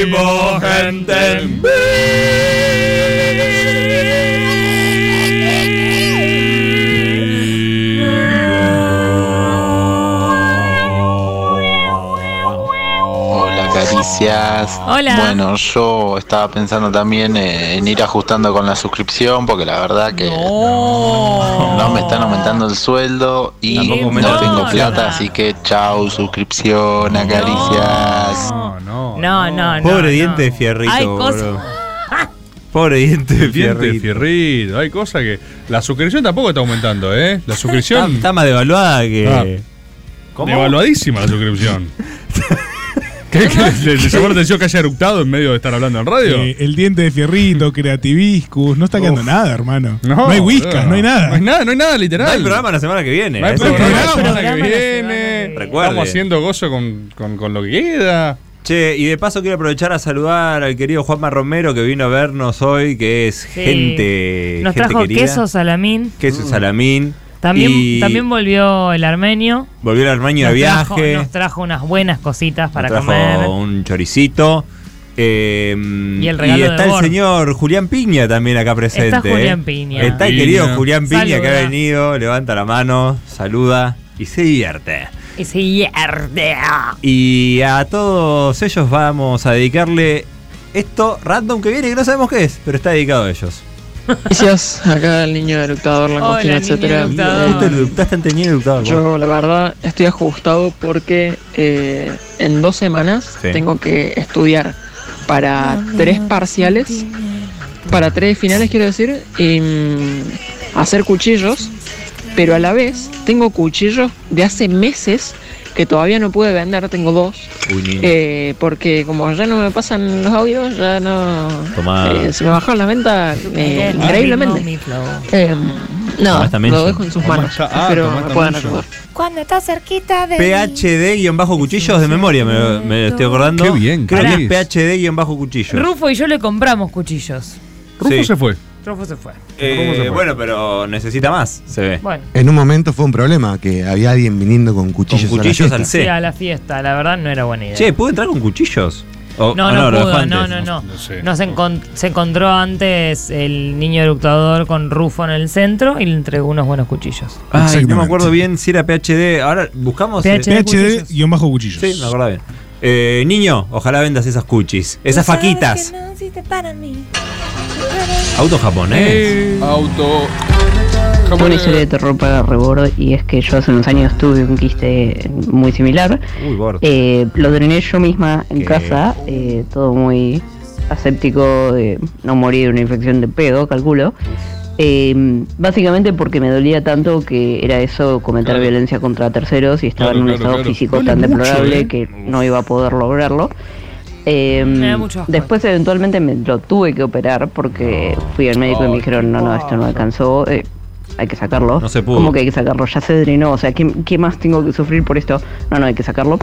Speaker 16: vivo, gente en vivo.
Speaker 17: Hola, caricias.
Speaker 6: Ah,
Speaker 10: Hola.
Speaker 17: Bueno, yo estaba pensando también eh, en ir ajustando con la suscripción porque la verdad que no, me están aumentando el sueldo y
Speaker 9: Tampoco
Speaker 17: no
Speaker 9: me la-
Speaker 17: tengo
Speaker 9: no,
Speaker 17: plata, así que chao, suscripción, a caricias.
Speaker 10: No, Ah, no, no.
Speaker 9: Pobre
Speaker 10: no.
Speaker 9: diente de fierrito,
Speaker 10: Hay
Speaker 9: boludo.
Speaker 10: cosas.
Speaker 9: Pobre diente de
Speaker 6: Diente de
Speaker 9: fierrito.
Speaker 6: fierrito. Hay cosas que. La suscripción tampoco está aumentando, ¿eh? La
Speaker 9: Está,
Speaker 6: suscripción.
Speaker 9: está más devaluada que.
Speaker 6: Ah.
Speaker 9: ¿Cómo?
Speaker 6: Devaluadísima la suscripción. ¿Qué? qué le- ¿Le llamó la atención que haya eructado en medio de estar hablando en radio?
Speaker 7: Eh, el diente de fierrito, creativiscus, no está quedando nada, hermano. No, hay whiskas, no hay nada.
Speaker 6: No hay nada, no hay nada, literal.
Speaker 7: No hay programa
Speaker 9: la semana que viene.
Speaker 6: No hay
Speaker 7: Eso
Speaker 6: programa
Speaker 7: es verdad.
Speaker 6: la semana que
Speaker 7: Programa la
Speaker 6: viene.
Speaker 9: Recuerde.
Speaker 6: Estamos haciendo gozo con, con- con lo que queda.
Speaker 9: Che, y de paso quiero aprovechar a saludar al querido Juanma Romero que vino a vernos hoy, que es gente.
Speaker 10: Nos
Speaker 9: gente
Speaker 10: trajo
Speaker 9: querida.
Speaker 10: queso, salamín.
Speaker 9: Queso y salamín.
Speaker 10: También,
Speaker 9: Y
Speaker 10: también volvió el armenio.
Speaker 9: volvió el armaño de
Speaker 10: Nos
Speaker 9: viaje.
Speaker 10: trajo- nos trajo unas buenas cositas para
Speaker 9: trajo
Speaker 10: comer.
Speaker 9: un choricito. eh, y,
Speaker 10: el regalo de
Speaker 9: está el
Speaker 10: Bor.
Speaker 9: señor Julián Piña también acá presente.
Speaker 10: Está Julián
Speaker 9: eh.
Speaker 10: Piña.
Speaker 9: Está el
Speaker 10: Piña.
Speaker 9: querido Julián Piña que ha
Speaker 10: Saluda.
Speaker 9: venido, levanta la mano, saluda y se divierte.
Speaker 10: Y se hierde.
Speaker 9: Y a todos ellos vamos a dedicarle esto random que viene, que no sabemos qué es, pero está dedicado a ellos.
Speaker 4: Gracias, acá el niño eructador, la
Speaker 10: Hola,
Speaker 4: costina,
Speaker 10: niño
Speaker 4: etcétera.
Speaker 10: eructador.
Speaker 4: Eh,
Speaker 9: Te eructaste ante Este el niño eructador, vos.
Speaker 4: Yo la verdad estoy ajustado porque eh, en dos semanas
Speaker 9: Sí.
Speaker 4: tengo que estudiar para tres parciales, para tres finales quiero decir, y mm, hacer cuchillos, pero a la vez tengo cuchillos de hace meses que todavía no pude vender, tengo dos,
Speaker 9: Uy, niño.
Speaker 4: eh, porque como ya no me pasan los audios, ya no...
Speaker 9: Tomá.
Speaker 4: eh, se me bajaron las ventas eh, increíblemente. Eh,
Speaker 9: Tomá
Speaker 4: no,
Speaker 9: esta
Speaker 4: lo
Speaker 9: mention.
Speaker 4: dejo en sus
Speaker 9: Tomá
Speaker 4: manos,
Speaker 9: esta- ah,
Speaker 4: espero
Speaker 9: tomá
Speaker 4: me
Speaker 9: esta
Speaker 4: puedan
Speaker 9: mention.
Speaker 4: ayudar.
Speaker 18: Cuando estás cerquita de.
Speaker 9: PHD-bajo cuchillos de memoria, me, lo- me lo estoy acordando. Qué bien, Creo que es PHD-bajo cuchillos.
Speaker 10: Rufo y yo le compramos cuchillos.
Speaker 9: Rufo Sí. se fue.
Speaker 10: Rufo se fue.
Speaker 9: Eh, bueno, pero necesita más, se ve.
Speaker 10: Bueno.
Speaker 2: En un momento fue un problema que había alguien viniendo con cuchillos,
Speaker 9: cuchillos
Speaker 2: a la
Speaker 9: al
Speaker 2: fiesta.
Speaker 9: C.
Speaker 10: Sí, a la fiesta, la verdad no era buena idea.
Speaker 9: Che, ¿puedo entrar con cuchillos? O-
Speaker 10: No,
Speaker 9: o lo
Speaker 10: no,
Speaker 9: de
Speaker 10: pudo,
Speaker 9: Juantes.
Speaker 10: no, no, no.
Speaker 9: No sé.
Speaker 10: No se, encon- se encontró antes el niño eructador con Rufo en el centro y le entregó unos buenos cuchillos.
Speaker 9: Ay, no me acuerdo bien si era PHD. Ahora buscamos. eh,
Speaker 7: PHD-bajo cuchillos.
Speaker 9: Sí, me acuerdo bien. Eh, niño, ojalá vendas esas cuchis. Esas
Speaker 14: Tú sabes
Speaker 9: faquitas.
Speaker 14: que no hiciste para mí.
Speaker 9: Auto japonés.
Speaker 4: Auto.
Speaker 19: Tengo una historia de terror para Rebord y es que yo hace unos años tuve un quiste muy similar.
Speaker 9: Uy, gordo.
Speaker 19: Eh, lo drené yo misma en casa, eh, todo muy aséptico, de no morir de una infección de pedo, calculo. Eh, básicamente porque me dolía tanto que era eso, cometer violencia contra terceros y estaba
Speaker 20: Claro,
Speaker 19: en un
Speaker 20: claro,
Speaker 19: estado
Speaker 20: claro.
Speaker 19: físico
Speaker 20: Duele
Speaker 19: tan
Speaker 20: mucho,
Speaker 19: deplorable
Speaker 20: ¿eh?
Speaker 19: que no iba a poder lograrlo. Eh,
Speaker 20: Me da mucho asco.
Speaker 19: después eventualmente me lo tuve que operar porque fui al médico y me dijeron, no, no, esto no alcanzó, eh, hay que sacarlo.
Speaker 9: No se pudo.
Speaker 19: ¿Cómo que hay que sacarlo? Ya se drenó, o sea, ¿qué, qué más tengo que sufrir por esto? No, no, hay que sacarlo.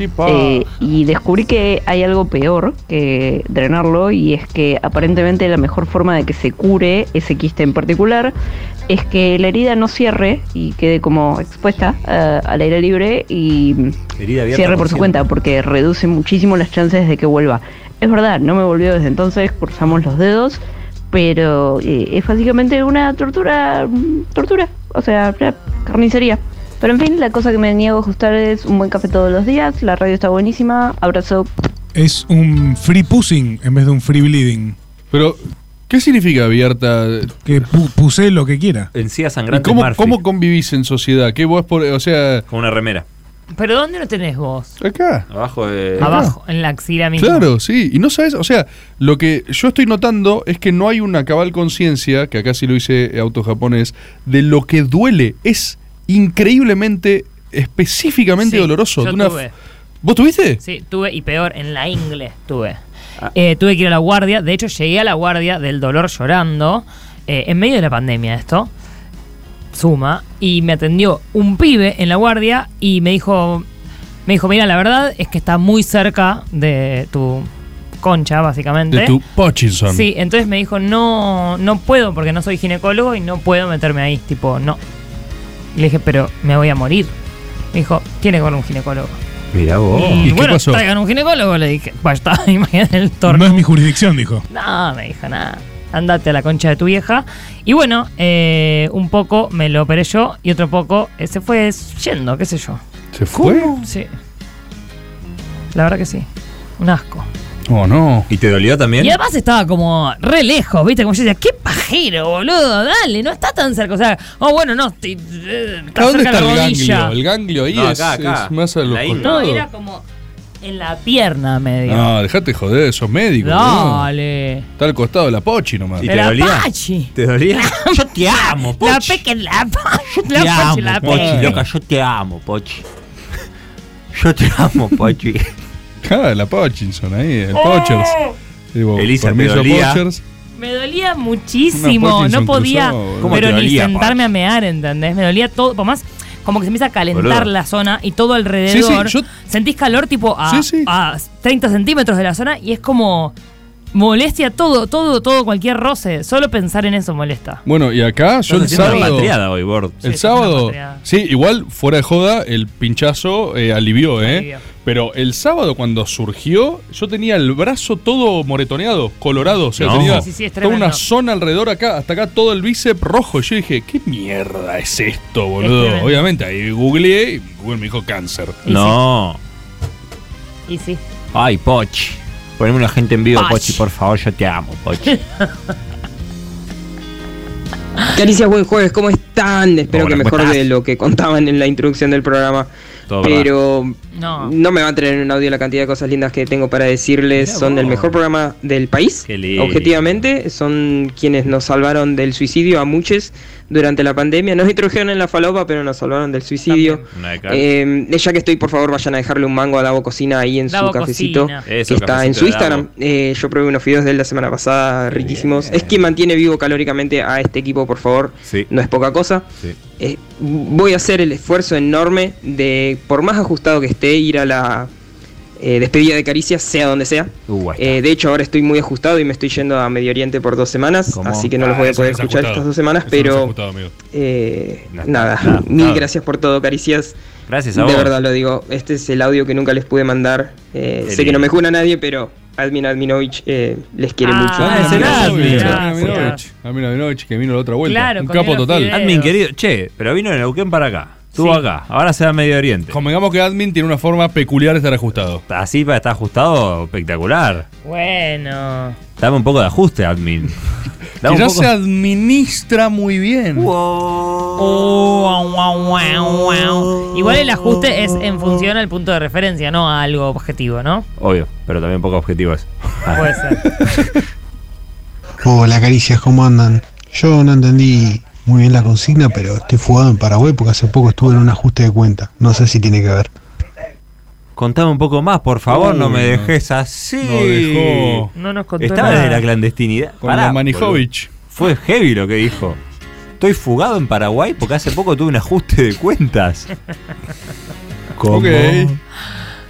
Speaker 19: Eh, y descubrí que hay algo peor que drenarlo y es que aparentemente la mejor forma de que se cure ese quiste en particular es que la herida no cierre y quede como expuesta eh, al aire libre y
Speaker 9: Herida abierta
Speaker 19: cierre por
Speaker 9: por
Speaker 19: su
Speaker 9: siempre.
Speaker 19: cuenta porque reduce muchísimo las chances de que vuelva. Es verdad, no me volvió desde entonces, cruzamos los dedos, pero eh, es básicamente una tortura, mm, tortura, o sea, una carnicería. Pero en fin, la cosa que me niego a ajustar es un buen café todos los días, la radio está buenísima, abrazo.
Speaker 7: Es un free pushing en vez de un free bleeding.
Speaker 6: Pero, ¿qué significa abierta?
Speaker 7: Que pu- puse lo que quiera.
Speaker 9: Encía
Speaker 6: ¿Y
Speaker 9: sangrante
Speaker 6: cómo,
Speaker 9: Murphy.
Speaker 6: cómo convivís en sociedad? ¿Qué vos por, o sea,
Speaker 9: con una remera?
Speaker 10: ¿Pero dónde lo tenés vos?
Speaker 6: Acá.
Speaker 9: Abajo de.
Speaker 10: Abajo, en la axila misma.
Speaker 6: Ah, Claro, sí. Y no sabes, o sea, lo que yo estoy notando es que no hay una cabal conciencia, que acá sí lo hice eh, auto japonés, de lo que duele. Es increíblemente, específicamente
Speaker 10: Sí,
Speaker 6: doloroso.
Speaker 10: yo
Speaker 6: De una-
Speaker 10: tuve.
Speaker 6: ¿Vos tuviste? Ah.
Speaker 10: Sí, tuve, y peor, en la ingle tuve. Eh, tuve que ir a la guardia. De hecho, llegué a la guardia del dolor llorando. eh, en medio de la pandemia, esto. Suma. Y me atendió un pibe en la guardia y me dijo. Me dijo, mira, la verdad es que está muy cerca de tu concha, básicamente.
Speaker 6: De tu Parkinson.
Speaker 10: Sí, entonces me dijo, no, no puedo porque no soy ginecólogo y no puedo meterme ahí. Tipo, no. Y le dije, pero me voy a morir. Me dijo, tiene que ver un ginecólogo.
Speaker 9: Mirá
Speaker 7: Oh.
Speaker 9: vos.
Speaker 10: Y Mm, bueno, traigan un ginecólogo, le dije. Basta, imagínate el torno.
Speaker 7: No es mi jurisdicción, dijo.
Speaker 10: No, me dijo nada. Andate a la concha de tu vieja. Y bueno, eh, un poco me lo operé yo y otro poco eh, se fue yendo, qué sé yo.
Speaker 6: ¿Se fue?
Speaker 10: Sí. La verdad que sí. Un asco.
Speaker 6: Oh, no.
Speaker 9: ¿Y te dolió también?
Speaker 10: Y además estaba como re lejos, ¿viste? Como yo decía, qué pajero, boludo, dale, no está tan cerca. O sea, oh, bueno, no, te- eh, está
Speaker 6: ¿Dónde
Speaker 10: cerca
Speaker 6: está
Speaker 10: la
Speaker 6: el
Speaker 10: rodilla.
Speaker 6: ganglio? El ganglio ahí
Speaker 10: No,
Speaker 6: es,
Speaker 10: acá, acá.
Speaker 6: es más a los
Speaker 10: No,
Speaker 6: costados.
Speaker 10: era como en la pierna medio.
Speaker 6: No, dejate joder, sos médico. boludo.
Speaker 10: Dale.
Speaker 6: Está al costado de la pochi nomás.
Speaker 10: ¿Y te La dolía? Pachi.
Speaker 9: ¿Te dolía? Yo te amo,
Speaker 10: La peca en la
Speaker 9: Yo te
Speaker 10: la
Speaker 9: amo,
Speaker 10: pochi, la
Speaker 9: Pochi,
Speaker 10: peca.
Speaker 9: loca, yo te amo, Pochi. Yo te amo, Pochi.
Speaker 6: Claro, la Pochinson ahí, el Pochers. Digo,
Speaker 9: Elisa, ¿te
Speaker 6: permiso,
Speaker 9: dolía?
Speaker 6: Pochers.
Speaker 10: Me dolía muchísimo,
Speaker 6: Una Parkinson
Speaker 10: no podía,
Speaker 6: cruzado, boludo. ¿Cómo
Speaker 10: pero
Speaker 6: te dolía,
Speaker 10: ni sentarme a mear, ¿entendés? Me dolía todo, por más como que se empieza a calentar
Speaker 6: Boludo.
Speaker 10: la zona y todo alrededor.
Speaker 6: Sí, sí,
Speaker 10: Sentís calor tipo a,
Speaker 6: Sí, sí.
Speaker 10: a 30 centímetros de la zona y es como molestia todo, todo, todo, cualquier roce. Solo pensar en eso molesta.
Speaker 6: Bueno, y acá yo
Speaker 9: Estás
Speaker 6: el
Speaker 9: haciendo una
Speaker 6: sábado.
Speaker 9: patriada hoy, Bord.
Speaker 6: El sábado. Sí, igual, fuera de joda, el pinchazo eh, alivió, ¿eh?
Speaker 10: Alivió.
Speaker 6: Pero el sábado, cuando surgió, yo tenía el brazo todo moretoneado, colorado. O sea,
Speaker 10: No.
Speaker 6: tenía
Speaker 10: Sí, sí, sí, es
Speaker 6: toda
Speaker 10: tremendo.
Speaker 6: una zona alrededor acá, hasta acá todo el bíceps rojo. Y yo dije, ¿qué mierda es esto,
Speaker 10: Es
Speaker 6: boludo?
Speaker 10: tremendo.
Speaker 6: Obviamente, ahí googleé y Google me dijo cáncer.
Speaker 9: No.
Speaker 10: Y sí.
Speaker 9: Ay, Pochi. Poneme una gente en vivo,
Speaker 10: Pochi.
Speaker 9: Pochi, por favor, yo te amo, Pochi.
Speaker 21: Caricias, buen jueves, ¿cómo están? Espero
Speaker 9: Hola,
Speaker 21: que
Speaker 9: ¿cómo
Speaker 21: mejor
Speaker 9: estás?
Speaker 21: de lo que contaban en la introducción del programa.
Speaker 9: Todo
Speaker 21: Pero
Speaker 10: no.
Speaker 21: me va a tener en audio la cantidad de cosas lindas que tengo para decirles. Son del mejor programa del país.
Speaker 9: lindo.
Speaker 21: Objetivamente, son quienes nos salvaron del suicidio a muchos durante la pandemia. Nos introdujeron en la falopa, pero nos salvaron del suicidio.
Speaker 9: Una de cada-
Speaker 21: Eh, ya que estoy, por favor, vayan a dejarle un mango a Davo Cocina ahí en
Speaker 9: Davo
Speaker 21: su cafecito.
Speaker 9: Cocina. Eso,
Speaker 21: que está
Speaker 9: cafecito
Speaker 21: en su
Speaker 9: de Davo.
Speaker 21: Instagram. Eh, yo probé unos fideos de él la semana pasada, riquísimos. Es quien mantiene vivo calóricamente a este equipo, por favor. No es poca cosa. Eh, voy a hacer el esfuerzo enorme de, por más ajustado que esté, ir a la eh, despedida de caricias, sea donde sea.
Speaker 9: Uh, ahí
Speaker 21: Eh, de hecho, ahora estoy muy ajustado y me estoy yendo a Medio Oriente por dos semanas, así que no los
Speaker 9: Ah,
Speaker 21: voy a
Speaker 9: eso
Speaker 21: poder
Speaker 9: no es
Speaker 21: escuchar
Speaker 9: ajustado.
Speaker 21: estas dos semanas,
Speaker 9: Eso no es
Speaker 21: pero
Speaker 9: ajustado, amigo.
Speaker 21: eh,
Speaker 9: No,
Speaker 21: nada,
Speaker 9: nada,
Speaker 21: mil
Speaker 9: nada.
Speaker 21: gracias por todo, Caricias.
Speaker 9: Gracias a
Speaker 21: De
Speaker 9: vos.
Speaker 21: verdad lo digo, este es el audio que nunca les pude mandar. Eh,
Speaker 9: Qué
Speaker 21: sé que
Speaker 9: lindo.
Speaker 21: no me juna nadie, pero Admin Adminovich eh, les quiere
Speaker 6: Ah,
Speaker 21: mucho.
Speaker 6: es el admin. Ah,
Speaker 21: Sí.
Speaker 6: mira. Ah, mira, de noche que vino la otra vuelta.
Speaker 10: Claro,
Speaker 6: un
Speaker 10: con
Speaker 6: capo
Speaker 10: los
Speaker 6: total.
Speaker 10: videos. Admin,
Speaker 6: querido, che, pero vino de Neuquén para acá.
Speaker 9: Estuvo acá, ahora se da Medio Oriente.
Speaker 6: Convengamos que Admin tiene una forma peculiar de estar ajustado.
Speaker 9: Así para estar ajustado, espectacular.
Speaker 10: Bueno.
Speaker 9: Dame un poco de ajuste, admin.
Speaker 6: Que
Speaker 9: Dame un
Speaker 6: ya
Speaker 9: poco-
Speaker 6: se administra muy bien.
Speaker 10: Oh, guau, guau, guau. Igual el ajuste es en función al punto de referencia, no a algo objetivo, ¿no?
Speaker 9: Obvio, pero también poco objetivo es. Ah,
Speaker 10: Puede ser.
Speaker 1: Hola, caricias, ¿cómo andan? Yo no entendí muy bien la consigna, pero estoy fugado en Paraguay porque hace poco estuve en un ajuste de cuenta. No sé si tiene que ver.
Speaker 9: Contame un poco más, por favor,
Speaker 1: Uy,
Speaker 9: no me
Speaker 1: no.
Speaker 9: dejes así.
Speaker 6: No dejó. No nos contó
Speaker 9: Estaba
Speaker 6: nada.
Speaker 9: en la clandestinidad.
Speaker 6: Con la Manijovich.
Speaker 9: boludo. Fue heavy lo que dijo. Estoy fugado en Paraguay porque hace poco tuve un ajuste de cuentas. ¿Cómo?
Speaker 10: Ok.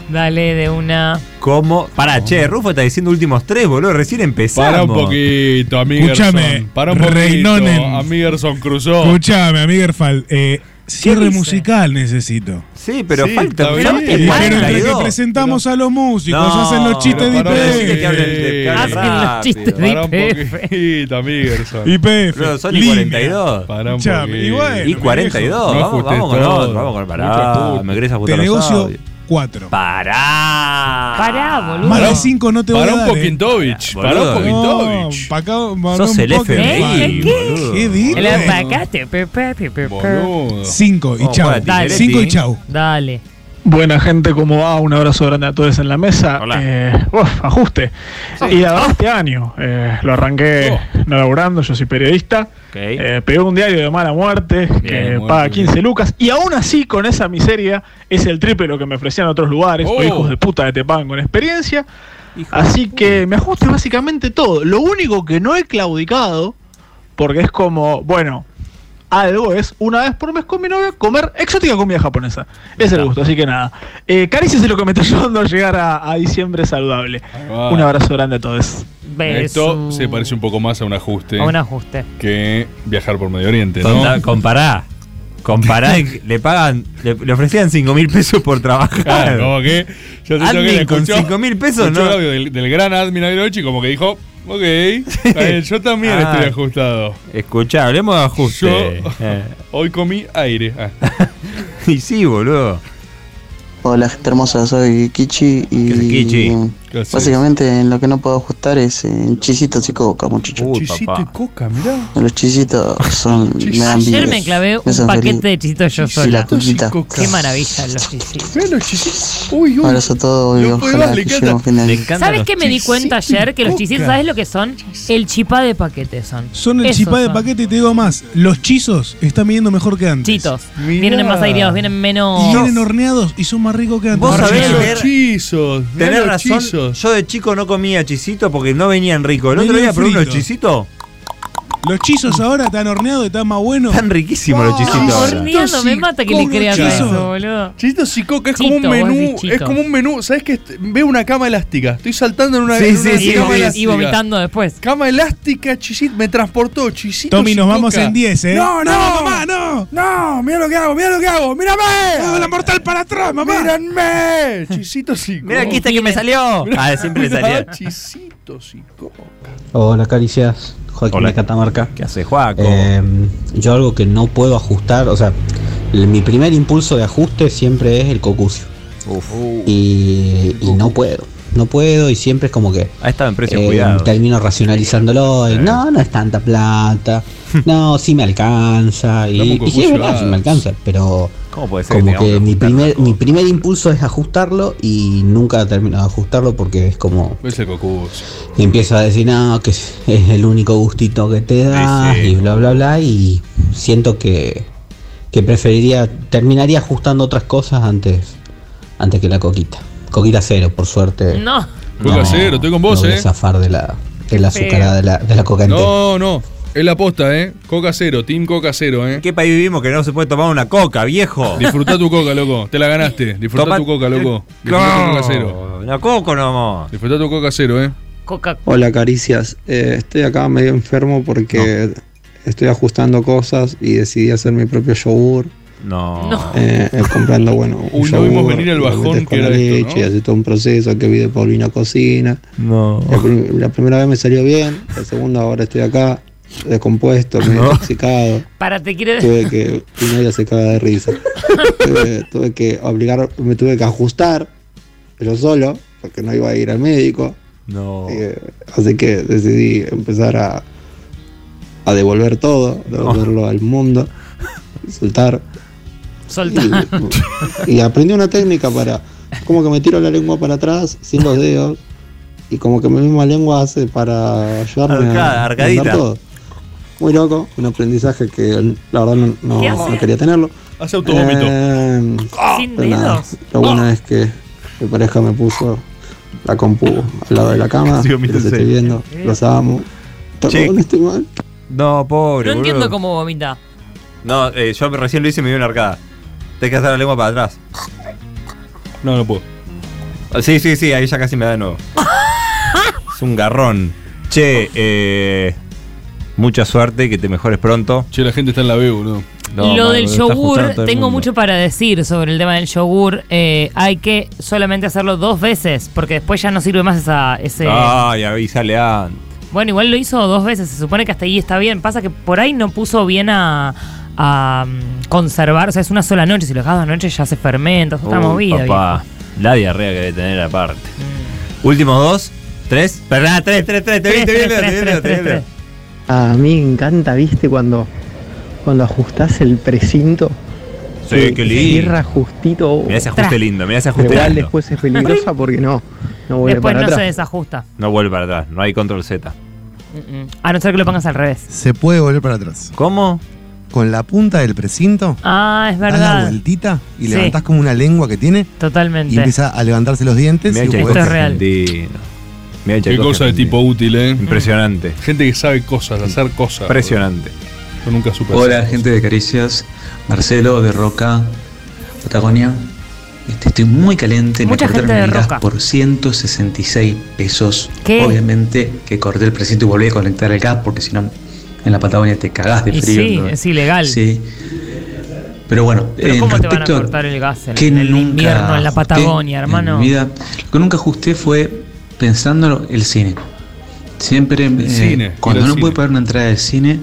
Speaker 10: Dale de una.
Speaker 9: ¿Cómo? Pará, che, Rufo está diciendo últimos tres, boludo. Recién empezamos.
Speaker 6: Para un poquito, amigo.
Speaker 7: Escúchame,
Speaker 6: Para un poquito.
Speaker 7: Reinonen.
Speaker 6: Amigerson cruzó.
Speaker 7: Escuchame, Amigerfal. Eh, cierre
Speaker 6: dice?
Speaker 7: musical necesito.
Speaker 9: Sí,
Speaker 6: pero Sí, falta- está falta bien.
Speaker 7: Pero
Speaker 6: 42.
Speaker 7: entre que presentamos a los músicos,
Speaker 6: No,
Speaker 7: hacen los chistes de
Speaker 6: Ah, pero pará, decirle que hablen- que
Speaker 7: IP.
Speaker 6: hablen rápido. Pará un poquito, Amigerson.
Speaker 7: IPF. Pero son y
Speaker 9: Línea. 42.
Speaker 6: Para un
Speaker 7: Escuchame,
Speaker 6: poquito.
Speaker 7: y bueno,
Speaker 9: Y 42.
Speaker 6: No
Speaker 9: vamos,
Speaker 6: ajustes
Speaker 9: vamos con
Speaker 6: todo.
Speaker 9: otro, vamos con
Speaker 6: Mucho
Speaker 9: Pará,
Speaker 6: ajuste.
Speaker 9: me querés ajustar
Speaker 7: Te
Speaker 9: los
Speaker 7: negocio
Speaker 9: audios.
Speaker 7: 4.
Speaker 9: Pará.
Speaker 10: Pará, boludo.
Speaker 7: Más de 5 no te voy a
Speaker 6: Para
Speaker 7: dar.
Speaker 6: un
Speaker 7: eh.
Speaker 6: poquitovich. Para un poquitovich.
Speaker 7: No, pa' acá, pa'
Speaker 6: Sos
Speaker 7: un
Speaker 6: el
Speaker 7: poco.
Speaker 6: FBI,
Speaker 10: ¿Eh?
Speaker 7: Ey,
Speaker 6: boludo.
Speaker 7: ¿Qué dices?
Speaker 10: El apacate. pe, pe, pe, pe, pe.
Speaker 7: Boludo. Cinco y
Speaker 10: Vamos,
Speaker 7: chau.
Speaker 10: para ti,
Speaker 7: Dale.
Speaker 10: Giretti.
Speaker 7: Cinco y chau.
Speaker 10: Dale.
Speaker 4: Buena gente, ¿cómo va? Un abrazo grande a todos en la mesa. Eh, uf, ajuste. Y la verdad, este año eh, lo arranqué no laburando, yo soy periodista. Eh, pegué un diario de mala muerte que
Speaker 16: muy
Speaker 4: paga 15 lucas. Y aún así, con esa miseria, es el triple lo que me ofrecían en otros lugares. O
Speaker 16: Oh.
Speaker 4: hijos de puta que te pagan con experiencia. Así que me ajuste básicamente todo. Lo único que no he claudicado, porque es como, bueno, algo es una vez por mes con mi novia comer exótica comida japonesa. Es el gusto, así que nada. Eh, Caricias es lo que me está ayudando a llegar a, a diciembre saludable.
Speaker 6: va.
Speaker 4: Un abrazo grande a todos.
Speaker 6: Esto se parece un poco más a un ajuste.
Speaker 4: A un
Speaker 10: ajuste.
Speaker 6: Que viajar por Medio Oriente, ¿no?
Speaker 9: Conta- Compará. Compará, que le pagan, le, le ofrecían 5 mil pesos por trabajar.
Speaker 6: Claro, como que. Yo siento que
Speaker 9: Admin
Speaker 6: le
Speaker 9: con
Speaker 6: escuchó-
Speaker 9: 5 mil pesos,
Speaker 6: escuchó
Speaker 9: ¿no?
Speaker 6: el audio del, del gran admin Airochi, como que dijo, ok, está bien, yo también
Speaker 9: Ah.
Speaker 6: estoy ajustado.
Speaker 9: Escuchá, hablemos de ajuste.
Speaker 6: Yo-
Speaker 9: Eh,
Speaker 6: Hoy comí aire. Ah.
Speaker 9: y sí, boludo.
Speaker 22: Hola gente hermosa, soy Kichi y
Speaker 6: ¿Qué haces?
Speaker 22: básicamente en lo que no puedo ajustar es en chisitos y coca, muchachos.
Speaker 6: Chisito y coca, mirá.
Speaker 22: Los chisitos son me dan
Speaker 10: Ayer
Speaker 22: vida.
Speaker 10: me clavé
Speaker 22: Me
Speaker 10: un
Speaker 22: hacen feliz.
Speaker 10: paquete de chisitos yo
Speaker 22: Y la
Speaker 10: sola.
Speaker 22: coquita.
Speaker 10: Qué maravilla los chisitos.
Speaker 22: Un abrazo a todos y
Speaker 10: No puedo,
Speaker 22: ojalá
Speaker 10: le
Speaker 22: que
Speaker 10: encanta.
Speaker 22: lleguemos a fin de año.
Speaker 10: ¿Sabes qué me di cuenta ayer? Que los chisitos,
Speaker 22: coca.
Speaker 10: ¿sabes lo que son? El chipá de paquete son.
Speaker 7: Son el
Speaker 10: Esos
Speaker 7: chipá de
Speaker 10: son.
Speaker 7: paquete y te digo más, los chizos están midiendo mejor que antes.
Speaker 10: Chitos. Vienen más aireados, vienen menos.
Speaker 7: Y vienen horneados y son más ricos que antes.
Speaker 9: Vos sabés
Speaker 7: Horneados.
Speaker 9: leer- Tenés razón, yo de chico no comía chisitos porque no venían ricos. El otro
Speaker 7: Venían
Speaker 9: día probé unos
Speaker 7: fritos.
Speaker 9: chisitos.
Speaker 7: Los chizos ahora están horneados y están más buenos.
Speaker 9: Están riquísimos los chisitos ahora.
Speaker 10: Horneando, me mata que le creas a eso, boludo.
Speaker 6: Chisitos y coca es como un
Speaker 10: Chito, vos
Speaker 6: menú,
Speaker 10: decís
Speaker 6: es
Speaker 10: chito.
Speaker 6: como un menú, ¿sabes qué? Est- Veo una cama elástica, estoy saltando en una,
Speaker 10: Sí,
Speaker 6: en
Speaker 10: sí,
Speaker 6: una
Speaker 10: sí,
Speaker 6: cama
Speaker 10: sí.
Speaker 6: elástica.
Speaker 10: Y vomitando después.
Speaker 6: Cama elástica, chisit, me transportó, chisito.
Speaker 7: Tommy, nos vamos en 10, ¿eh?
Speaker 6: No, no,
Speaker 7: No,
Speaker 6: mamá, no. No, mira lo que hago, mira lo que hago, mírame. la mortal para atrás, mamá. Mírenme, chisitos y coca.
Speaker 9: Mira aquí
Speaker 4: este
Speaker 9: está que me salió. Ah, siempre le salía.
Speaker 6: Chisitos y coca.
Speaker 3: Hola, caricias. Joaquín
Speaker 9: Hola.
Speaker 3: de Catamarca. ¿Qué
Speaker 9: hace, Joaco?
Speaker 3: yo algo que no puedo ajustar, o sea, l- mi primer impulso de ajuste siempre es el cocucio. Y, y no puedo. No puedo y siempre es como que...
Speaker 9: Ha estado en precio
Speaker 3: eh,
Speaker 9: cuidado.
Speaker 3: termino racionalizándolo. y, no, no es tanta plata. no, sí me alcanza.
Speaker 9: Dame
Speaker 3: Y,
Speaker 9: un
Speaker 3: y sí, es verdad,
Speaker 9: cocucio,
Speaker 3: sí me
Speaker 9: ah.
Speaker 3: alcanza. Pero
Speaker 9: ¿Cómo puede ser que
Speaker 3: como
Speaker 9: tengamos
Speaker 3: que
Speaker 9: que
Speaker 3: mi primer, mi primer impulso es ajustarlo y nunca termino de ajustarlo porque es como...
Speaker 6: Es el cocus.
Speaker 3: Y empieza a decir, no, que es es el único gustito que te da y bla, bla, bla. Y siento que, que preferiría, terminaría ajustando otras cosas antes, antes que la coquita. Coquita cero, por suerte.
Speaker 10: No.
Speaker 6: Coca cero, estoy con vos,
Speaker 3: no voy a
Speaker 6: eh.
Speaker 3: zafar de la, de la azucarada, de la, de la coca entera.
Speaker 6: No, no. Es la posta, ¿eh? Coca cero, Team Coca cero, ¿eh?
Speaker 9: ¿En qué país vivimos que no se puede tomar una coca, viejo?
Speaker 6: Disfrutá tu coca, loco. Te la ganaste. Disfrutá
Speaker 9: Toma-
Speaker 6: tu coca, loco. Disfrutá tu
Speaker 9: No,
Speaker 6: coca cero.
Speaker 9: Una coca nomás.
Speaker 6: Disfrutá tu coca cero, eh.
Speaker 10: Coca.
Speaker 3: Hola Caricias, Eh, estoy acá medio enfermo porque estoy ajustando cosas y decidí hacer mi propio yogur
Speaker 9: No.
Speaker 17: Eh, eh, comprando, bueno.
Speaker 6: Uy, no vimos venir el
Speaker 17: lo metes
Speaker 6: bajón
Speaker 17: con
Speaker 6: que
Speaker 17: la
Speaker 6: era esto,
Speaker 17: leche, hace todo un proceso que vi de Paulina Cocina.
Speaker 9: No.
Speaker 17: La, prim- la primera vez me salió bien, la segunda ahora estoy acá, descompuesto, medio intoxicado.
Speaker 10: Para, te quiere.
Speaker 17: Tuve que. Y nadie se caga de risa. tuve, tuve que obligar, me tuve que ajustar, yo solo, porque no iba a ir al médico.
Speaker 9: No.
Speaker 17: Eh, así que decidí empezar a, a devolver todo, devolverlo al mundo, soltar.
Speaker 10: Soltar.
Speaker 17: Y, y aprendí una técnica para, como que me tiro la lengua para atrás, sin los dedos, y como que mi misma lengua hace para ayudarme
Speaker 9: Arcada,
Speaker 17: a
Speaker 9: arcadita.
Speaker 17: mandar todo. Muy loco, un aprendizaje que la verdad no, no-
Speaker 9: ¿Qué hace?
Speaker 17: no quería tenerlo.
Speaker 6: Hace autovómito.
Speaker 17: Eh,
Speaker 10: Sin
Speaker 17: pero nada,
Speaker 10: dedos.
Speaker 17: Lo bueno es que mi pareja me puso la compu al lado de la cama.
Speaker 9: Sí,
Speaker 17: y los estoy viendo, los amo. Perdón, estoy mal.
Speaker 9: No, pobre.
Speaker 10: No
Speaker 9: boludo.
Speaker 10: entiendo cómo vomita.
Speaker 9: No, eh, yo recién lo hice y me dio una arcada. Tenés que hacer la lengua para atrás. Ah,
Speaker 6: No, no puedo.
Speaker 9: Sí, sí, sí, ahí ya casi me da de nuevo. es un garrón. Che, eh, mucha suerte, que te mejores pronto.
Speaker 6: Che, la gente está en la B, boludo.
Speaker 10: lo del yogur, tengo mucho para decir sobre el tema del yogur. Eh, hay que solamente hacerlo dos veces, porque después ya no sirve más esa, ese...
Speaker 7: Ah,
Speaker 9: Ay, avísale a.
Speaker 10: Bueno, igual lo hizo dos veces, se supone que hasta ahí está bien. Pasa que por ahí no puso bien a, a, mm, conservar, o sea, es una sola noche, si lo dejas dos noches ya se fermenta, es otra
Speaker 9: Uy,
Speaker 10: movida.
Speaker 9: papá, la diarrea que debe tener aparte.
Speaker 2: Mm.
Speaker 9: Últimos dos, tres. Perdón, ah, tres, tres, tres. Te vi, te vi, Leo, te vi, Leo, te vi, Leo.
Speaker 23: A mí me encanta, viste, cuando, cuando ajustás el precinto.
Speaker 9: Sí,
Speaker 23: que
Speaker 9: qué lindo.
Speaker 23: Cierra justito.
Speaker 9: Mirá
Speaker 2: oh.
Speaker 9: ese ajuste
Speaker 23: Tra.
Speaker 9: lindo, mirá ese ajuste
Speaker 23: Igual
Speaker 9: lindo.
Speaker 23: después es peligrosa porque no, no vuelve
Speaker 10: Después
Speaker 23: para
Speaker 10: no se
Speaker 23: atrás.
Speaker 10: desajusta,
Speaker 9: No vuelve para atrás, no hay control Z.
Speaker 10: Mm, mm. a no ser que lo pongas al revés.
Speaker 2: Se puede volver para atrás.
Speaker 9: ¿Cómo?
Speaker 2: Con la punta del precinto,
Speaker 10: Ah, es
Speaker 2: das la
Speaker 10: verdad.
Speaker 2: vueltita y
Speaker 10: Sí.
Speaker 2: levantás como una lengua que tiene
Speaker 10: Totalmente.
Speaker 2: y empieza a levantarse los dientes.
Speaker 10: Mirá
Speaker 2: y
Speaker 10: que
Speaker 2: volvés.
Speaker 10: esto es real.
Speaker 6: Qué cosa de tipo útil, eh.
Speaker 9: Impresionante.
Speaker 6: Gente que sabe cosas, hacer cosas.
Speaker 9: Impresionante.
Speaker 6: boludo. Yo nunca supe.
Speaker 24: Hola gente de Caricias, Marcelo de Roca, Patagonia. Este, estoy muy caliente,
Speaker 10: Mucha
Speaker 24: me cortaron
Speaker 10: gente de
Speaker 24: el gas
Speaker 10: Roca.
Speaker 24: por 166 pesos.
Speaker 10: ¿Qué?
Speaker 24: Obviamente que corté el precinto y volví a conectar el gas porque si no en la Patagonia te cagás de
Speaker 10: Y
Speaker 24: frío.
Speaker 10: sí,
Speaker 24: ¿no?
Speaker 10: es ilegal.
Speaker 24: Sí. Pero bueno,
Speaker 10: Pero
Speaker 24: en
Speaker 10: ¿cómo te van a
Speaker 24: respecto a
Speaker 10: cortar el gas en
Speaker 24: que
Speaker 10: en el
Speaker 24: nunca
Speaker 10: invierno en la
Speaker 24: ajusté
Speaker 10: Patagonia, hermano?
Speaker 24: mi vida, lo que nunca ajusté fue pensándolo el cine. Siempre eh,
Speaker 6: cine, ir
Speaker 24: cuando
Speaker 6: al
Speaker 24: no
Speaker 6: cine.
Speaker 24: pude pagar una entrada de cine,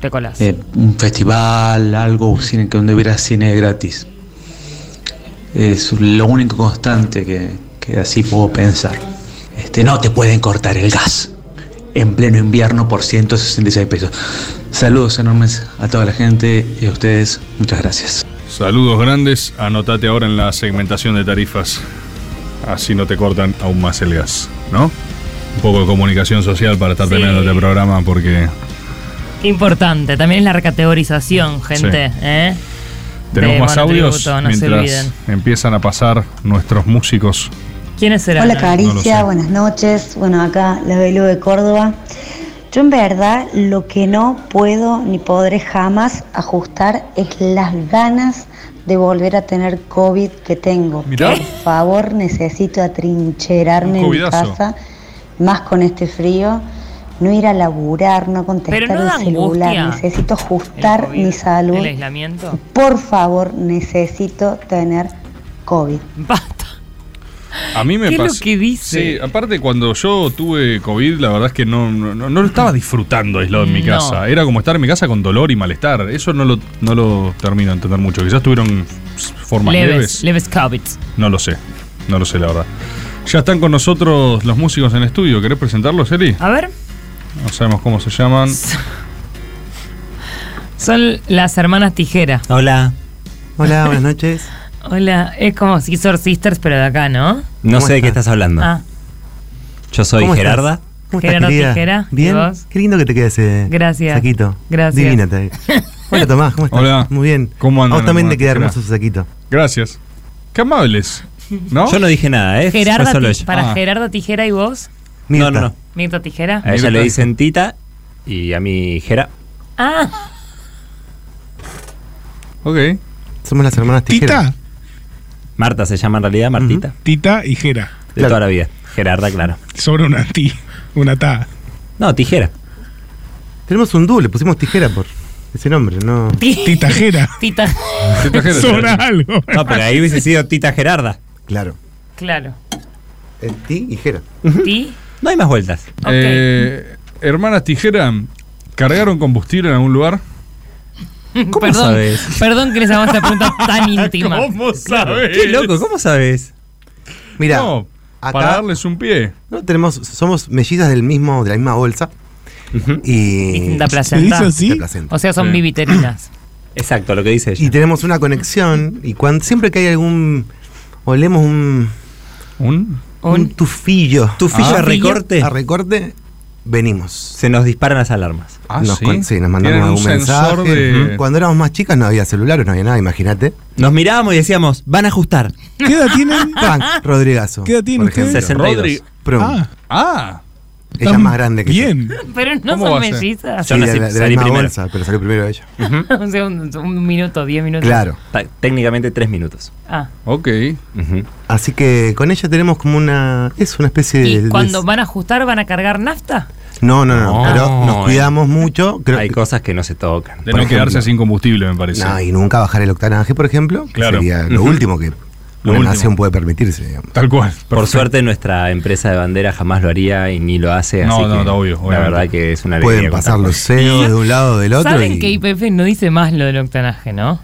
Speaker 10: Te colas.
Speaker 24: eh, un festival, algo cine, que donde hubiera cine gratis. Es lo único constante que, que así puedo pensar. Este, no te pueden cortar el gas en pleno invierno por 166 pesos. Saludos enormes a toda la gente y a ustedes. Muchas gracias.
Speaker 6: Saludos grandes, anotate ahora en la segmentación de tarifas. Así no te cortan aún más el gas, ¿no? Un poco de comunicación social para estar
Speaker 10: Sí.
Speaker 6: teniendo este programa porque
Speaker 10: Importante, también es la recategorización, gente. ¿eh?
Speaker 6: tenemos
Speaker 10: De
Speaker 6: más audios
Speaker 10: monotributo, no se
Speaker 6: mientras
Speaker 10: olviden.
Speaker 6: empiezan a pasar nuestros músicos.
Speaker 10: ¿Quiénes serán?
Speaker 25: Hola
Speaker 6: No lo sé.
Speaker 25: Caricia, buenas noches. Bueno, acá la Belu de Córdoba. Yo en verdad lo que no puedo ni podré jamás ajustar es las ganas de volver a tener COVID que tengo.
Speaker 19: Mirá.
Speaker 25: Por favor, necesito atrincherarme
Speaker 19: Un
Speaker 25: en mi
Speaker 19: covidazo.
Speaker 25: casa, más con este frío, no ir a laburar, no contestar
Speaker 10: Pero no da
Speaker 25: el celular,
Speaker 10: angustia
Speaker 25: necesito ajustar
Speaker 10: COVID,
Speaker 25: mi salud.
Speaker 10: ¿El aislamiento?
Speaker 25: Por favor, necesito tener COVID.
Speaker 6: A mí me
Speaker 25: ¿Qué es lo
Speaker 6: pasó-
Speaker 25: que dice?
Speaker 6: Sí, aparte cuando yo tuve COVID, la verdad es que no, no, no- no lo estaba disfrutando aislado en mi
Speaker 10: No.
Speaker 6: casa. Era como estar en mi casa con dolor y malestar. Eso no lo, no lo termino de entender mucho. Quizás tuvieron formas
Speaker 10: Leves,
Speaker 6: leves.
Speaker 10: leves cavits.
Speaker 6: No lo sé. No lo sé, la verdad. Ya están con nosotros los músicos en estudio. ¿Querés presentarlos, Eli?
Speaker 10: A ver,
Speaker 6: No sabemos cómo se llaman.
Speaker 10: son las hermanas Tijera.
Speaker 2: Hola. Hola, buenas noches.
Speaker 10: Hola, es como Scissor Sisters, pero de acá, ¿no?
Speaker 9: No sé de qué estás hablando.
Speaker 10: Ah,
Speaker 9: Yo soy
Speaker 2: ¿Cómo estás?
Speaker 9: Gerarda.
Speaker 2: ¿Cómo estás,
Speaker 10: Gerardo
Speaker 2: querida?
Speaker 10: Tijera, ¿y
Speaker 2: ¿Bien?
Speaker 10: vos?
Speaker 2: Qué lindo que te quedes ese
Speaker 10: Gracias.
Speaker 2: saquito.
Speaker 10: Gracias.
Speaker 2: Divina te- Hola Tomás, ¿cómo estás?
Speaker 6: Hola.
Speaker 2: Muy bien.
Speaker 6: ¿Cómo andan,
Speaker 2: A vos también te
Speaker 6: hermano?
Speaker 2: queda
Speaker 6: Tijera?
Speaker 2: hermoso ese saquito.
Speaker 6: Gracias. Qué amables. ¿No?
Speaker 2: Yo no dije nada, ¿eh?
Speaker 10: Gerarda Ti- para Gerarda Tijera y vos,
Speaker 2: No, no, no.
Speaker 10: Mirta Tijera.
Speaker 9: A ella le dicen Tita y a mí Gera.
Speaker 10: Ah,
Speaker 6: Ok.
Speaker 2: Somos las hermanas Tijera.
Speaker 7: Tita,
Speaker 9: Marta se llama en realidad Martita.
Speaker 7: Tita y Jera.
Speaker 9: De toda la vida. Gerarda, claro.
Speaker 7: Sobre una ti, una ta.
Speaker 2: No, tijera. Tenemos un dúo, le pusimos tijera por. Ese nombre, no.
Speaker 9: Titajera.
Speaker 10: Tita.
Speaker 9: Sobra algo.
Speaker 16: No, pero ahí hubiese sido Tita Gerarda.
Speaker 2: Claro.
Speaker 10: Claro.
Speaker 2: Eh, ti y Jera.
Speaker 10: Ti.
Speaker 16: No hay más vueltas.
Speaker 6: Eh, hermanas Tijera, ¿cargaron combustible en algún lugar?
Speaker 10: perdón,
Speaker 6: sabes?
Speaker 10: perdón que les hagamos esta pregunta tan íntima.
Speaker 6: ¿Cómo sabes?
Speaker 2: Qué loco, ¿cómo
Speaker 16: sabes?
Speaker 2: Mira,
Speaker 6: No, para darles un pie.
Speaker 2: No tenemos, somos mellizas del mismo, de la misma bolsa. Y.
Speaker 10: Distinta placenta.
Speaker 2: Distinta placenta.
Speaker 10: O sea, son
Speaker 2: Sí.
Speaker 10: viviterinas.
Speaker 16: Exacto, lo que dice ella.
Speaker 2: Y tenemos una conexión. Y cuando, siempre que hay algún. Olemos un.
Speaker 6: ¿Un?
Speaker 2: Un tufillo.
Speaker 9: Ah.
Speaker 16: ¿Tufillo a recorte?
Speaker 2: A recorte, venimos.
Speaker 16: Se nos disparan las alarmas.
Speaker 2: Ah, nos, con- sí, nos mandaron algún mensaje. Ujú. Cuando éramos más chicas no había celulares, no había nada, imagínate.
Speaker 16: Nos mirábamos y decíamos, van a ajustar.
Speaker 9: ¿Qué edad tienen?
Speaker 2: Frank Rodrigazo.
Speaker 9: ¿Qué edad tiene
Speaker 2: por ejemplo.
Speaker 16: usted? 62. Rodri-
Speaker 2: Prom.
Speaker 9: Ah.
Speaker 6: Ah.
Speaker 2: Ella es más grande que
Speaker 9: Bien.
Speaker 10: Pero no
Speaker 2: ¿Cómo
Speaker 10: son
Speaker 2: va a ser? yo.
Speaker 10: mellizas.
Speaker 2: Sí, de la, de la misma bolsa, pero salió primero ella.
Speaker 10: o sea, un, un minuto, diez minutos.
Speaker 16: Ta- Técnicamente tres minutos.
Speaker 10: Ah.
Speaker 6: Ok.
Speaker 2: Así que con ella tenemos como una. Es una especie de. de-
Speaker 10: Cuando van a ajustar, van a cargar nafta.
Speaker 2: No, no, no,
Speaker 6: No,
Speaker 2: pero
Speaker 6: eh.
Speaker 2: nos cuidamos mucho. Creo
Speaker 16: Hay cosas que no se tocan.
Speaker 6: De no quedarse sin combustible, me parece.
Speaker 2: No, y nunca bajar el octanaje, por ejemplo. que
Speaker 6: Claro.
Speaker 2: Sería lo
Speaker 6: Ujú.
Speaker 2: último que una
Speaker 6: Lo último.
Speaker 2: nación puede permitirse, digamos.
Speaker 6: Tal cual.
Speaker 16: Por suerte nuestra empresa de bandera jamás lo haría y ni lo hace.
Speaker 6: No,
Speaker 16: así
Speaker 6: no,
Speaker 16: que
Speaker 6: está obvio,
Speaker 16: La
Speaker 6: obviamente.
Speaker 16: verdad que es una alegría.
Speaker 2: Pueden pasar los CEOs de un lado o del otro.
Speaker 10: Saben
Speaker 2: y-
Speaker 10: que IPF no dice más lo del octanaje, ¿no?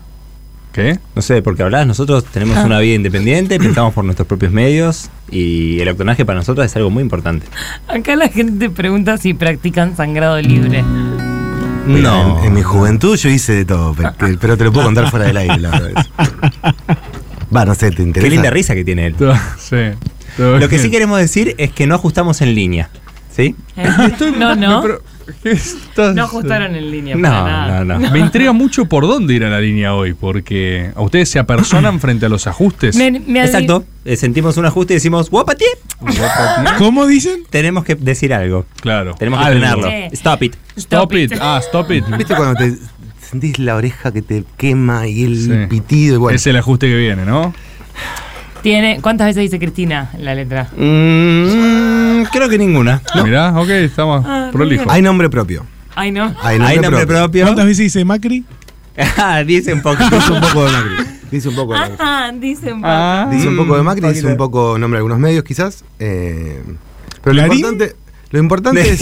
Speaker 6: ¿Qué?
Speaker 16: No sé, porque hablás, nosotros tenemos
Speaker 10: Ah.
Speaker 16: una vida independiente, pensamos por nuestros propios medios y el octonaje para nosotros es algo muy importante.
Speaker 10: Acá la gente pregunta si practican sangrado libre.
Speaker 2: Mira, En, en mi juventud yo hice de todo, pe- que- pero te lo puedo contar fuera del aire, la verdad. Va, no sé, ¿te interesa?
Speaker 16: Qué linda risa que tiene él.
Speaker 6: sí.
Speaker 16: Lo que sí queremos decir es que no ajustamos en línea. ¿Sí?
Speaker 10: Eh, no, no. No ajustaron en línea. para
Speaker 6: No,
Speaker 10: nada.
Speaker 6: no, no. Me intriga mucho por dónde irá la línea hoy, porque a ustedes se apersonan frente a los ajustes.
Speaker 10: Me- me advi-
Speaker 16: Exacto. Eh, sentimos un ajuste y decimos, guapati.
Speaker 9: ¿Cómo dicen?
Speaker 16: Tenemos que decir algo.
Speaker 6: Claro.
Speaker 16: Tenemos que
Speaker 6: Algo.
Speaker 16: frenarlo.
Speaker 6: Sí.
Speaker 16: Stop it.
Speaker 6: Stop it. Ah, stop it.
Speaker 2: ¿Viste cuando te sentís la oreja que te quema y el
Speaker 6: Sí.
Speaker 2: pitido? Y bueno,
Speaker 6: Es el ajuste que viene, ¿no?
Speaker 10: Tiene, ¿Cuántas veces dice Cristina la letra?
Speaker 2: Mm,
Speaker 16: creo que ninguna.
Speaker 6: Ah, Mirá, ok, estamos
Speaker 10: Ah,
Speaker 6: prolijos.
Speaker 10: mira. Hay
Speaker 2: nombre propio.
Speaker 10: Ay, no.
Speaker 2: Hay nombre, propio.
Speaker 9: ¿Cuántas veces dice Macri?
Speaker 16: Ah, dice un poco.
Speaker 2: Dice un poco de Macri. Dice un poco de Macri.
Speaker 10: Ah, dicen.
Speaker 2: Ah, dice un
Speaker 9: Mm,
Speaker 2: poco de Macri, dice
Speaker 10: poquito.
Speaker 2: un poco nombre de algunos medios, quizás. eh, pero lo
Speaker 9: ¿Clarín?
Speaker 2: importante, lo importante es.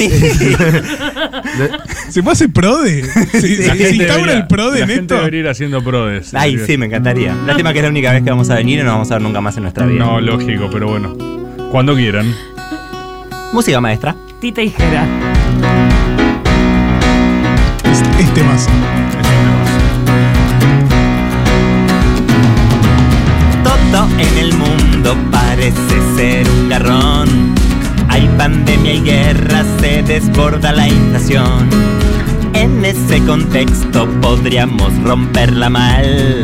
Speaker 9: ¿Se puede hacer prode? ¿Se,
Speaker 16: Sí.
Speaker 9: se-
Speaker 16: La
Speaker 9: se
Speaker 16: gente
Speaker 9: instaura
Speaker 16: debería-
Speaker 9: el prode
Speaker 16: la
Speaker 9: en
Speaker 16: gente
Speaker 9: esto?
Speaker 6: Debería ir haciendo prodes.
Speaker 16: Ay, sí, me encantaría. Lástima que es la única vez que vamos a venir y no vamos a ver nunca más en nuestra vida.
Speaker 6: No, lógico, pero bueno. Cuando quieran.
Speaker 16: Música maestra.
Speaker 10: Tita y Jera.
Speaker 9: Este más.
Speaker 16: Todo en el mundo parece ser un garrón. Hay pandemia y guerra, se desborda la inflación. En ese contexto podríamos romperla mal.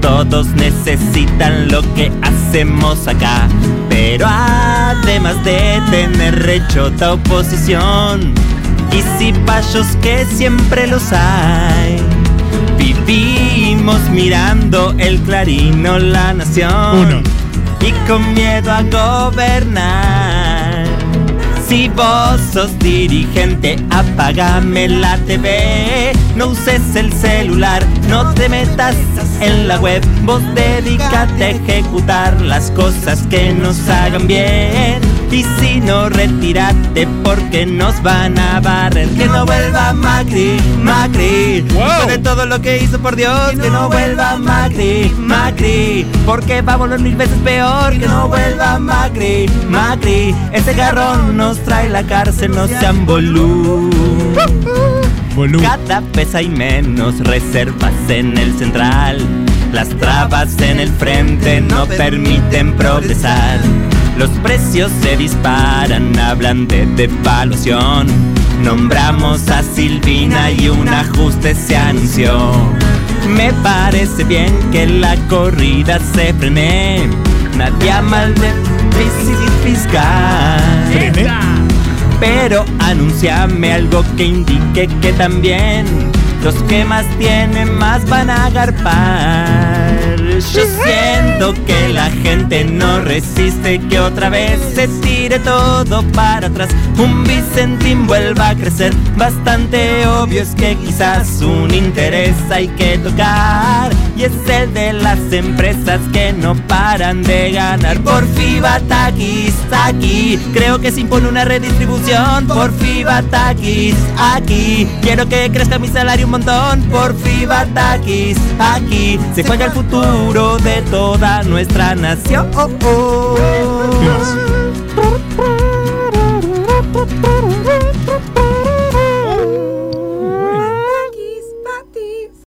Speaker 16: Todos necesitan lo que hacemos acá. Pero además de tener rechota oposición, y si payos que siempre los hay, vivimos mirando el clarín o la nación. Y con miedo a gobernar. Si vos sos dirigente, apagame la TV. No uses el celular, no te metas en la web. Vos dedícate a ejecutar las cosas que nos hagan bien. Y si no, retirate porque nos van a barrer. Que no vuelva Macri, Macri. Después de todo lo que hizo, por Dios, que no vuelva Macri, Macri. Porque va a volver mil veces peor. Que no vuelva Macri, Macri. Ese garrón nos trae la cárcel, no sean bolú. Cada vez hay menos reservas en el central. Las trabas en el frente no permiten progresar. Los precios se disparan, hablan de devaluación. Nombramos a Silvina y un ajuste se anunció. Me parece bien que la corrida se frene. Nadie ama el déficit fiscal. Pero anunciame algo que indique que también los que más tienen más van a agarpar. Yo siento que la gente no resiste que otra vez se tire todo para atrás. Un Vicentín vuelva a crecer. Bastante obvio es que quizás un interés hay que tocar. Y es el de las empresas que no paran de ganar. Por FIBA Taquis, aquí. Creo que se impone una redistribución. Por FIBA Taquis, aquí. Quiero que crezca mi salario un montón. Por FIBA Taquis, aquí. Se juega el futuro de toda nuestra nación.